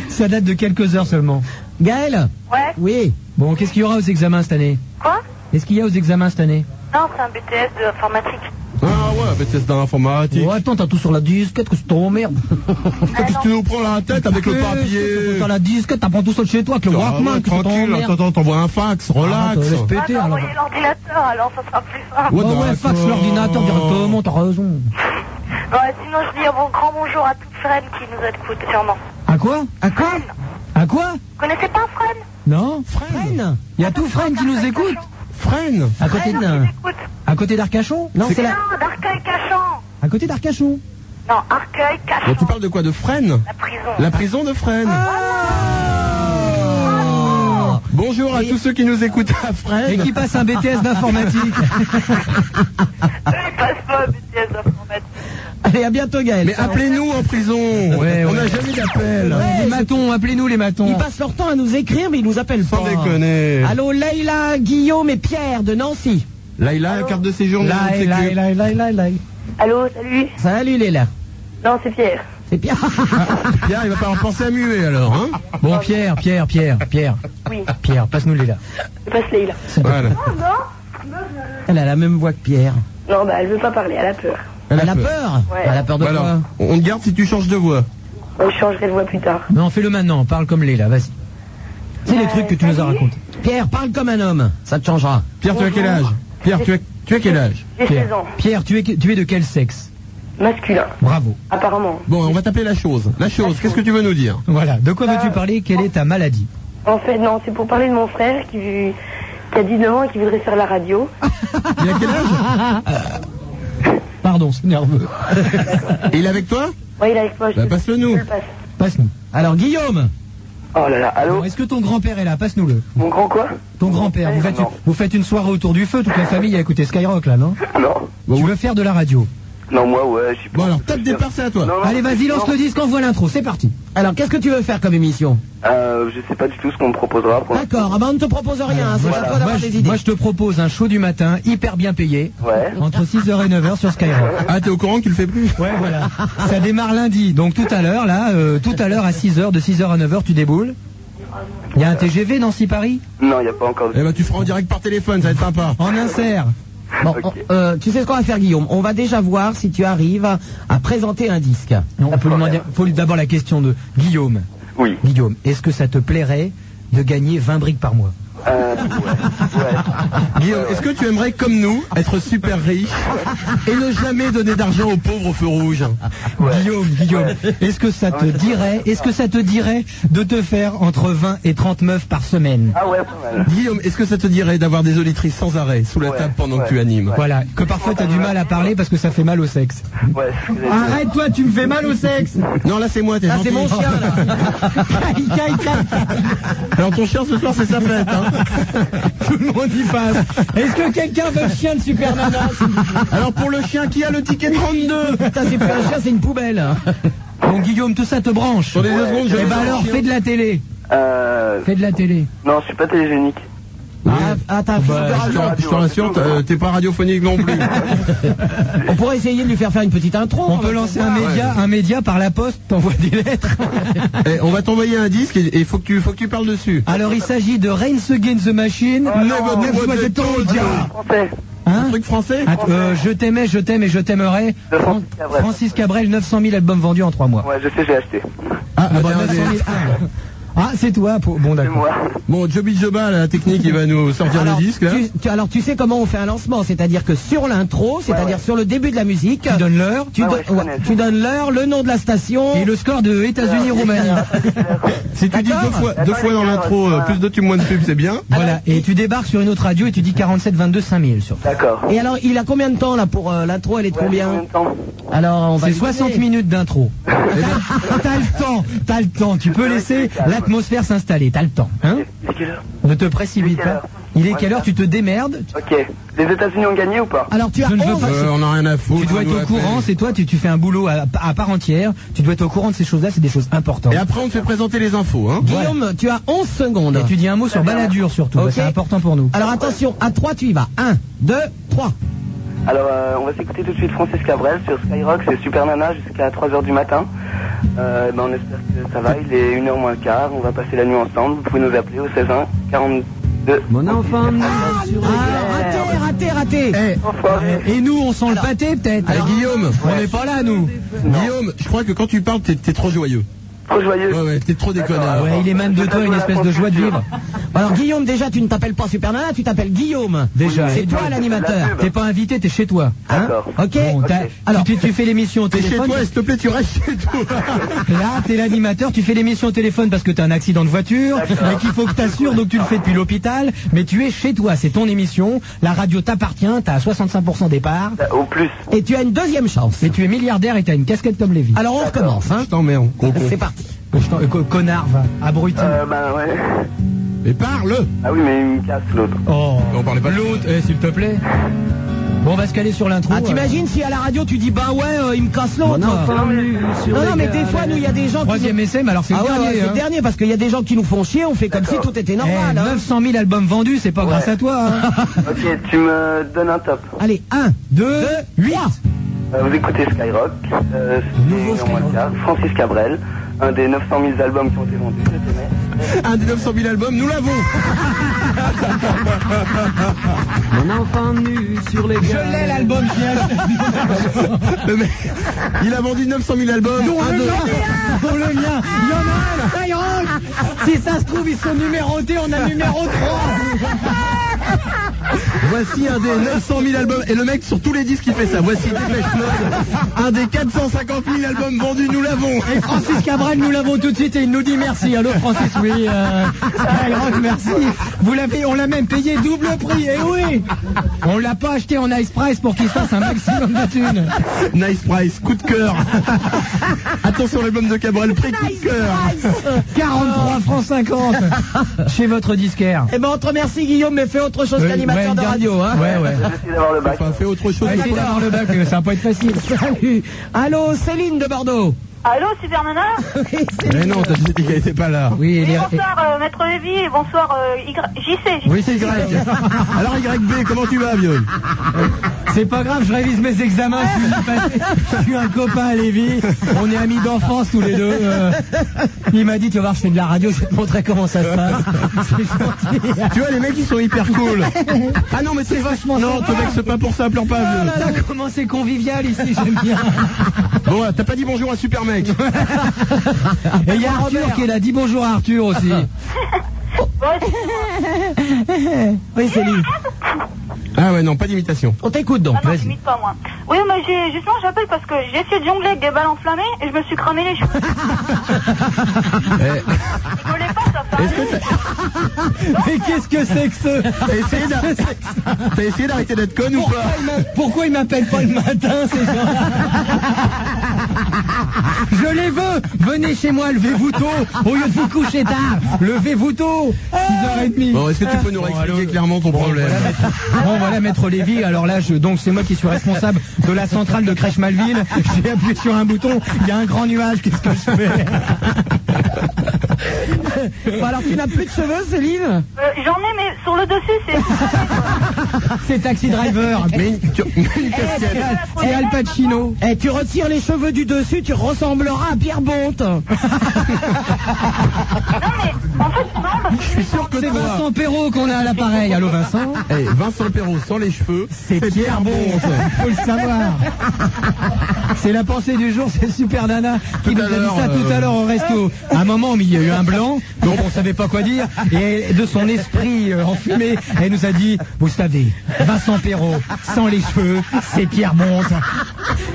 Speaker 4: Ça date de quelques heures seulement.
Speaker 2: Gaël
Speaker 5: Ouais.
Speaker 2: Oui.
Speaker 4: Bon, qu'est-ce qu'il y aura aux examens cette année
Speaker 5: Quoi
Speaker 4: Est-ce qu'il y a aux examens cette année
Speaker 5: Non, c'est un BTS de informatique.
Speaker 3: Ah ouais, mais c'est dans l'informatique.
Speaker 2: Oh, attends, t'as tout sur la disquette, que c'est ton merde.
Speaker 3: Qu'est-ce que tu nous prends la tête avec le papier
Speaker 2: Dans la disquette, t'apprends tout seul chez toi avec le
Speaker 3: Ah
Speaker 2: Walkman.
Speaker 3: ouais,
Speaker 2: que c'est ton
Speaker 3: Euh. Tranquille,
Speaker 2: merde.
Speaker 3: attends, attends, t'envoies un fax, relax.
Speaker 2: Arrête, laisse
Speaker 5: Ah,
Speaker 2: péter,
Speaker 5: j'ai
Speaker 2: alors.
Speaker 5: envoyé l'ordinateur alors, ça sera plus simple.
Speaker 3: Ouais,
Speaker 2: Oh ouais, fax
Speaker 3: d'accord.
Speaker 2: l'ordinateur
Speaker 3: Oh,
Speaker 2: directement, t'as raison.
Speaker 5: Ouais, sinon, je dis un bon grand bonjour à toute Fren qui nous écoute sûrement.
Speaker 4: À quoi
Speaker 2: À quoi
Speaker 4: À quoi
Speaker 5: Vous connaissez pas Fren
Speaker 4: Non
Speaker 2: Fren
Speaker 4: Il y a tout Fren qui nous écoute
Speaker 3: Freine
Speaker 2: À côté de.
Speaker 5: Fren, qui écoute.
Speaker 4: À côté d'Arcachon
Speaker 2: Non, c'est la.
Speaker 5: Non, d'Arcueil Cachan.
Speaker 4: À côté d'Arcachon
Speaker 5: Non, Arcueil Cachan.
Speaker 3: Mais tu parles de quoi De Freine
Speaker 2: Ah.
Speaker 5: La prison.
Speaker 3: La prison de Fresnes.
Speaker 2: Ah.
Speaker 3: Bonjour à tous ceux qui nous écoutent à
Speaker 4: Et
Speaker 3: Fresnes.
Speaker 4: qui passe un BTS d'informatique
Speaker 5: Eux, ils passent pas au BTS d'informatique.
Speaker 2: Allez, à bibientôt Gaël.
Speaker 3: Mais appelez-nous en prison.
Speaker 4: Ouais,
Speaker 3: On
Speaker 4: ouais.
Speaker 3: n'a jamais d'appel.
Speaker 4: Les matons, appelez-nous les matons
Speaker 2: Ils passent leur temps à nous écrire, mais ils nous appellent
Speaker 3: Sans
Speaker 2: pas.
Speaker 3: déconner.
Speaker 2: Oh. Allô, Leïla, Guillaume et Pierre de Nancy.
Speaker 3: Là, il a la carte de séjour.
Speaker 4: Là,
Speaker 3: mais on ne sait
Speaker 4: là,
Speaker 3: que-
Speaker 4: là, là, là, là.
Speaker 9: Allô, salut
Speaker 2: Salut Léla.
Speaker 9: Non, c'est Pierre.
Speaker 2: C'est Pierre.
Speaker 3: Pierre, il va pas en penser à muer alors. Hein
Speaker 2: Ah,
Speaker 4: Bon, Pierre, Pierre, Pierre, Pierre.
Speaker 9: Oui.
Speaker 4: Pierre, passe-nous les là.
Speaker 9: Je passe Leïla.
Speaker 3: voilà.
Speaker 2: Elle a la même voix que Pierre.
Speaker 9: Non, bah, elle veut pas parler, elle a peur.
Speaker 2: Elle, a peur.
Speaker 9: Ouais.
Speaker 2: Elle a peur de
Speaker 3: Voilà.
Speaker 2: quoi
Speaker 3: on te garde si tu changes de voix.
Speaker 9: Bah, je changerai de voix plus tard.
Speaker 4: Non, fais-le maintenant, parle comme Léla, vas-y. C'est les trucs que tu nous as racontés.
Speaker 2: Pierre, parle comme un homme. Ça te changera.
Speaker 3: Pierre, tu as quel âge Pierre, tu as, tu as quel âge
Speaker 9: J'ai 16
Speaker 4: Pierre,
Speaker 9: ans.
Speaker 4: Pierre, tu es, tu es de quel sexe
Speaker 9: Masculin,
Speaker 4: Bravo.
Speaker 9: apparemment.
Speaker 3: Bon, on va taper la chose. La chose, qu'est-ce que tu veux nous dire
Speaker 4: Voilà, de quoi veux-tu parler Quelle est ta maladie
Speaker 9: En fait, non, c'est pour parler de mon frère qui, qui a 19 ans et qui voudrait faire la radio.
Speaker 3: Il a quel âge
Speaker 4: Pardon, c'est nerveux.
Speaker 3: Et Il est avec toi
Speaker 9: Ouais, il est avec moi, je,
Speaker 3: Bah,
Speaker 9: te-
Speaker 3: passe-le nous.
Speaker 9: je te le passe.
Speaker 4: Passe-nous.
Speaker 2: Alors Guillaume,
Speaker 11: Oh là là, allô
Speaker 4: Bon, Est-ce que ton grand-père est là Passe-nous-le.
Speaker 11: Mon grand quoi
Speaker 4: Ton grand-père, vous, faites une- vous faites une soirée autour du feu, toute la famille a écouté Skyrock là, non
Speaker 11: Non.
Speaker 4: Tu veux faire de la radio
Speaker 11: Non, moi, ouais, j'y
Speaker 3: Bon, alors, tape des parcelles à toi.
Speaker 11: Non, non,
Speaker 4: Allez, vas-y, lance le disque, envoie l'intro, c'est parti.
Speaker 2: alors qu'est-ce que tu veux faire comme émission
Speaker 11: Euh, je sais pas du tout ce qu'on me proposera. Pour...
Speaker 2: D'accord,
Speaker 4: ben,
Speaker 2: ah bah on ne te propose rien, hein, c'est à toi
Speaker 4: Moi
Speaker 2: d'avoir des
Speaker 4: je,
Speaker 2: idées.
Speaker 4: moi, je te propose un show du matin, hyper bien payé,
Speaker 11: Ouais.
Speaker 4: entre 6h et 9h sur Skyrock.
Speaker 3: Ah, t'es au courant qu'il le fait plus
Speaker 4: Ouais, voilà. Ça démarre lundi, donc tout à l'heure, là, euh, tout à l'heure à 6h, de 6h à 9h, tu déboules. Il y a un TGV Nancy-Paris
Speaker 11: Non, il a pas encore de...
Speaker 3: Eh ben, tu feras en direct par téléphone, ça va être sympa.
Speaker 4: En insert.
Speaker 2: Bon,
Speaker 11: Ok.
Speaker 2: on- euh, tu sais ce qu'on va faire Guillaume On va déjà voir si tu arrives à, à présenter un disque.
Speaker 4: Non, on peut lui demander- faut lui d'abord la question de Guillaume.
Speaker 11: Oui.
Speaker 4: Guillaume, est-ce que ça te plairait de gagner 20 briques par mois
Speaker 11: Euh, ouais. ouais.
Speaker 3: Guillaume, est-ce que tu aimerais, comme nous, être super riche et ne jamais donner d'argent aux pauvres au feu rouge
Speaker 4: Guillaume, Guillaume, est-ce que ça te dirait, est-ce que ça te dirait de te faire entre 20 et 30 meufs par semaine
Speaker 11: Ah ouais, pas mal.
Speaker 3: Guillaume, est-ce que ça te dirait d'avoir des auditrices sans arrêt sous la
Speaker 11: Ouais,
Speaker 3: table pendant que
Speaker 11: ouais,
Speaker 3: tu animes
Speaker 4: Voilà, que parfois t'as du mal à parler parce que ça fait mal au sexe.
Speaker 11: Ouais, c'est ce que j'ai dit.
Speaker 4: toi, tu me fais mal au sexe
Speaker 3: Non, là c'est moi, t'es
Speaker 2: Ah, c'est
Speaker 3: gentil.
Speaker 2: mon chien là
Speaker 4: Caille, caille, caille.
Speaker 3: Alors ton chien ce soir c'est sa fête. Hein
Speaker 4: Tout le monde y passe Est-ce que quelqu'un veut le chien de Super Nana
Speaker 3: Alors pour le chien qui a le ticket 32
Speaker 2: Putain, c'est plus un chien, c'est une poubelle hein.
Speaker 4: Bon Guillaume, tout ça te branche
Speaker 3: Attendez deux secondes, je
Speaker 4: Eh
Speaker 3: vais
Speaker 4: ben alors, fais de la télé
Speaker 11: Euh,
Speaker 4: Fais de la télé
Speaker 11: non, je suis pas télégénique.
Speaker 2: Ah,
Speaker 4: Bah,
Speaker 2: t'as un fils de radio.
Speaker 3: Je te rassure, t'as- t'es pas radiophonique non plus.
Speaker 2: On pourrait essayer de lui faire faire une petite intro.
Speaker 4: On peut lancer un média, un média par la poste, t'envoies des lettres.
Speaker 3: Eh, on va t'envoyer un disque et il faut que tu faut que tu parles dessus.
Speaker 4: Alors il s'agit de Reigns Against the Machine.
Speaker 3: Oh non,
Speaker 4: Never
Speaker 3: what
Speaker 4: Knew What
Speaker 3: the
Speaker 4: I Told
Speaker 3: Told
Speaker 4: Ya. Hein un truc
Speaker 3: français
Speaker 4: euh, Je t'aimais, je t'aime et je t'aimerai. Fran- Francis Cabrel, 900 000 albums vendus en 3 mois.
Speaker 11: Ouais, je sais, j'ai acheté.
Speaker 3: Ah,
Speaker 4: bah, 900 000. Ah, c'est toi, pour... bon d'accord.
Speaker 3: Bon, Joby Joba, la technique, il va nous sortir
Speaker 2: Alors,
Speaker 3: le disque. Là.
Speaker 2: Tu, tu- alors tu sais comment on fait un lancement, c'est-à-dire que sur l'intro, c'est-à-dire sur le début de la musique, tu
Speaker 4: donnes l'heure,
Speaker 2: tu, don- ouais, tu donnes l'heure, le nom de la station
Speaker 4: et le score de États-Unis-Roumanie.
Speaker 3: Si tu dis deux fois, deux fois dans l'intro, euh, plus de tu moins de pub, c'est bien.
Speaker 4: Voilà, et tu débarques sur une autre radio et tu dis 47 22 5000 sur.
Speaker 11: D'accord.
Speaker 2: Et alors, il a combien de temps là pour euh, l'intro Elle est de combien Alors, on va
Speaker 4: C'est
Speaker 2: lui donner.
Speaker 4: 60 minutes d'intro. Eh ben, T'as le temps, t'as le temps. Tu peux laisser l'atmosphère s'installer, t'as le temps. Hein ne te précipite pas. Il est quelle heure Tu te démerdes
Speaker 11: Ok. Les États-Unis ont gagné ou pas
Speaker 2: Alors tu
Speaker 4: as
Speaker 3: Euh, on a rien à foutre.
Speaker 4: Tu dois être
Speaker 3: nous,
Speaker 4: au courant,
Speaker 3: après.
Speaker 4: c'est toi, tu, tu fais un boulot à, à part entière. Tu dois être au courant de ces choses-là, c'est des choses importantes.
Speaker 3: Et après, on te fait présenter les infos. Hein.
Speaker 2: Guillaume, tu as 11 secondes.
Speaker 4: Et tu dis un mot sur Balladur surtout, Bah,
Speaker 2: Ok.
Speaker 4: c'est important pour nous.
Speaker 2: Alors attention, à 3 tu y vas. 1, 2, 3.
Speaker 11: Alors, euh, on va s'écouter tout de suite Francis Cabrel sur Skyrock, c'est Super Nana jusqu'à 3h du matin. Euh, ben, on espère que ça va, il est 1h moins le quart, on va passer la nuit ensemble. Vous pouvez nous appeler au 16 1 42.
Speaker 12: Mon enfant,
Speaker 2: Raté, Ah, raté, raté.
Speaker 4: Eh. Et nous, on sent le pâté peut-être.
Speaker 3: Eh, Guillaume,
Speaker 4: On n'est pas là nous.
Speaker 3: Guillaume, je crois que quand tu parles, t'es t'es trop joyeux.
Speaker 11: Trop joyeux.
Speaker 3: Ouais, ouais, t'es trop déconnard.
Speaker 4: Ouais, il émane de toi une espèce de joie de vivre.
Speaker 2: Alors Guillaume, déjà tu ne t'appelles pas Super Nana, tu t'appelles Guillaume.
Speaker 4: Déjà,
Speaker 2: C'est
Speaker 4: et
Speaker 2: toi
Speaker 4: donc,
Speaker 2: l'animateur.
Speaker 4: T'es pas invité, t'es chez toi.
Speaker 2: Hein
Speaker 11: D'accord.
Speaker 2: Ok.
Speaker 4: Bon, t'as-
Speaker 2: Alors-
Speaker 4: tu, tu fais l'émission au
Speaker 3: T'es chez
Speaker 4: téléphone.
Speaker 3: toi, s'il te plaît, tu restes chez toi.
Speaker 4: Là, t'es l'animateur, tu fais l'émission au téléphone parce que t'as un accident de voiture et qu'il faut que t'assures, donc tu le fais depuis l'hôpital. Mais tu es chez toi, c'est ton émission. La radio t'appartient, t'as 65% des parts.
Speaker 11: Au plus.
Speaker 2: Et tu as une deuxième chance.
Speaker 4: Et tu es milliardaire et t'as une casquette comme Lévy.
Speaker 2: Alors on recommence. Hein.
Speaker 3: Je t'emmerde, gros con.
Speaker 2: C'est parti.
Speaker 4: Je t'en- euh, co- Connard, va, abruti.
Speaker 11: Euh, ben ouais.
Speaker 3: Mais parle
Speaker 11: Ah oui, mais il me casse l'autre.
Speaker 4: Oh.
Speaker 3: On parlait pas de-
Speaker 4: L'autre, eh, s'il te plaît. Bon, on va se caler sur l'intro.
Speaker 2: Ah t'imagines si à la radio tu dis bah ouais euh, il me casse l'autre. Non non mais des fois nous il y a des gens qui
Speaker 4: euh, Troisième
Speaker 2: nous-
Speaker 4: essai, mais alors c'est
Speaker 2: Ah
Speaker 4: le
Speaker 2: ouais, ouais,
Speaker 4: dernier.
Speaker 2: c'est
Speaker 4: hein.
Speaker 2: le dernier parce qu'il y a des gens qui nous font chier, on fait comme si tout était
Speaker 4: Eh,
Speaker 2: normal. hein.
Speaker 4: 900 000 albums vendus, c'est pas grâce à toi. hein.
Speaker 11: Ok, tu me donnes un top.
Speaker 2: Allez, 1, 2, 8.
Speaker 11: Euh, vous écoutez Skyrock, euh, c'est 1h moins le quart, Francis Cabrel, un des 900 000 albums qui ont été vendus. Je t'aimais.
Speaker 3: Un des 900 000 albums, nous l'avons
Speaker 12: mon enfant nu sur les
Speaker 4: Je l'ai l'album, je l'ai acheté.
Speaker 3: Le mec, il a vendu 900 000 albums.
Speaker 4: Dont
Speaker 3: Un
Speaker 4: le
Speaker 3: de-
Speaker 4: mien Dont le mien Il y en a un Tyrone Si ça se trouve, ils sont numérotés, on a le numéro 3
Speaker 3: Voici un des 900 000 albums. Et le mec, sur tous les disques, il fait ça. Voici Dépêche Mode. Un des 450 000 albums vendus, nous l'avons.
Speaker 4: Et Francis Cabrel, nous l'avons tout de suite et il nous dit merci. Allô Francis, oui. Euh, Skyrock, merci. Vous l'avez, on l'a même payé double prix, et oui On l'a pas acheté en Ice Price pour qu'il se fasse un maximum de thunes.
Speaker 3: Nice Price, coup de cœur. Attention, l'album de Cabrel, prix coup de cœur.
Speaker 4: 43 francs 50 chez votre disquaire.
Speaker 2: Eh ben on te remercie Guillaume, mais fais autre chose
Speaker 4: Ouais,
Speaker 2: qu'animateur
Speaker 4: une
Speaker 2: de
Speaker 4: dernière-
Speaker 2: radio. Hein.
Speaker 4: Ouais, ouais.
Speaker 11: J'essaie d'avoir le bac.
Speaker 3: Enfin, fais autre chose.
Speaker 4: Ouais, essayez d'avoir le bac, euh, ça va pas être facile.
Speaker 2: Salut. hein. Allô, Céline de Bordeaux.
Speaker 5: Allô, Super Nana
Speaker 3: Mais non, t'as dit qu'elle était pas là.
Speaker 4: Oui,
Speaker 5: Oui,
Speaker 4: elle est-
Speaker 5: Bonsoir, euh, Maître Lévy, et bonsoir, euh, y... JC.
Speaker 3: Oui, c'est Y. Alors, YB, comment tu vas, vieux
Speaker 4: C'est pas grave, je révise mes examens. Je suis, passé- je suis un copain à Lévis. On est amis d'enfance tous les deux. euh. il m'a dit, tu vas voir, je fais de la radio, je vais te montrer comment ça se passe. C'est gentil.
Speaker 3: Tu vois, les mecs, ils sont hyper cool. Ah non, mais c'est vachement Ah Non, te vexe pas pour ça, pleure pas, vieux.
Speaker 4: Putain, comment c'est convivial ici, j'aime bien.
Speaker 3: Bon, ouais, t'as pas dit bonjour à Super Mec.
Speaker 4: Et il y a Arthur qui est là. Dis bonjour à Arthur aussi.
Speaker 2: Oui, Céline.
Speaker 3: Ah ouais, non, pas d'imitation.
Speaker 2: On t'écoute donc.
Speaker 5: Ah non,
Speaker 2: Vas-y.
Speaker 5: j'imite pas moi. Oui, mais j'ai justement, j'appelle parce que j'ai essayé de jongler avec des balles enflammées et je me suis cramé les cheveux.
Speaker 3: Eh,
Speaker 5: Rigolez pas, ça fait un-
Speaker 4: Mais qu'est-ce que c'est que ce
Speaker 3: T'as essayé d'ar- t'as essayé d'arrêter d'être con ou pas
Speaker 4: Pourquoi il m'a- Pourquoi il m'appelle pas le matin, ces gens-là Je les veux Venez chez moi, levez-vous tôt Au lieu de vous coucher tard, levez-vous tôt 6h30
Speaker 3: Bon, est-ce que tu peux nous réexpliquer clairement ton problème
Speaker 4: Voilà, maître-
Speaker 2: Ah.
Speaker 4: Bon voilà maître Lévy, alors là je, donc c'est moi qui suis responsable de la centrale de Crèche Malville. J'ai appuyé sur un bouton, il y a un grand nuage, qu'est-ce que je fais
Speaker 2: Bon, alors tu n'as plus de cheveux, Céline
Speaker 5: Euh, J'en ai, mais sur le dessus, c'est.
Speaker 2: C'est Taxi Driver.
Speaker 3: Mais une,
Speaker 5: casquette.
Speaker 2: C'est Al Pacino. Et Eh, tu retires les cheveux du dessus, tu ressembleras à Pierre Bonte.
Speaker 3: Je suis sûr que
Speaker 4: C'est
Speaker 3: toi.
Speaker 4: Vincent Perrault qu'on a à l'appareil. Allô Vincent
Speaker 3: Eh, Vincent Perrault sans les cheveux, c'est Pierre Bonte.
Speaker 4: Faut le savoir. C'est la pensée du jour, c'est Super Nana qui
Speaker 3: Tout
Speaker 4: nous
Speaker 3: à
Speaker 4: a dit
Speaker 3: l'heure,
Speaker 4: ça tout
Speaker 3: euh,
Speaker 4: à l'heure au resto. À un moment, mais il y a eu un blanc, donc on savait pas quoi dire. Et de son esprit euh, enfumé, elle nous a dit, vous savez, Vincent Perrault, sans les cheveux, c'est Pierre Bonte.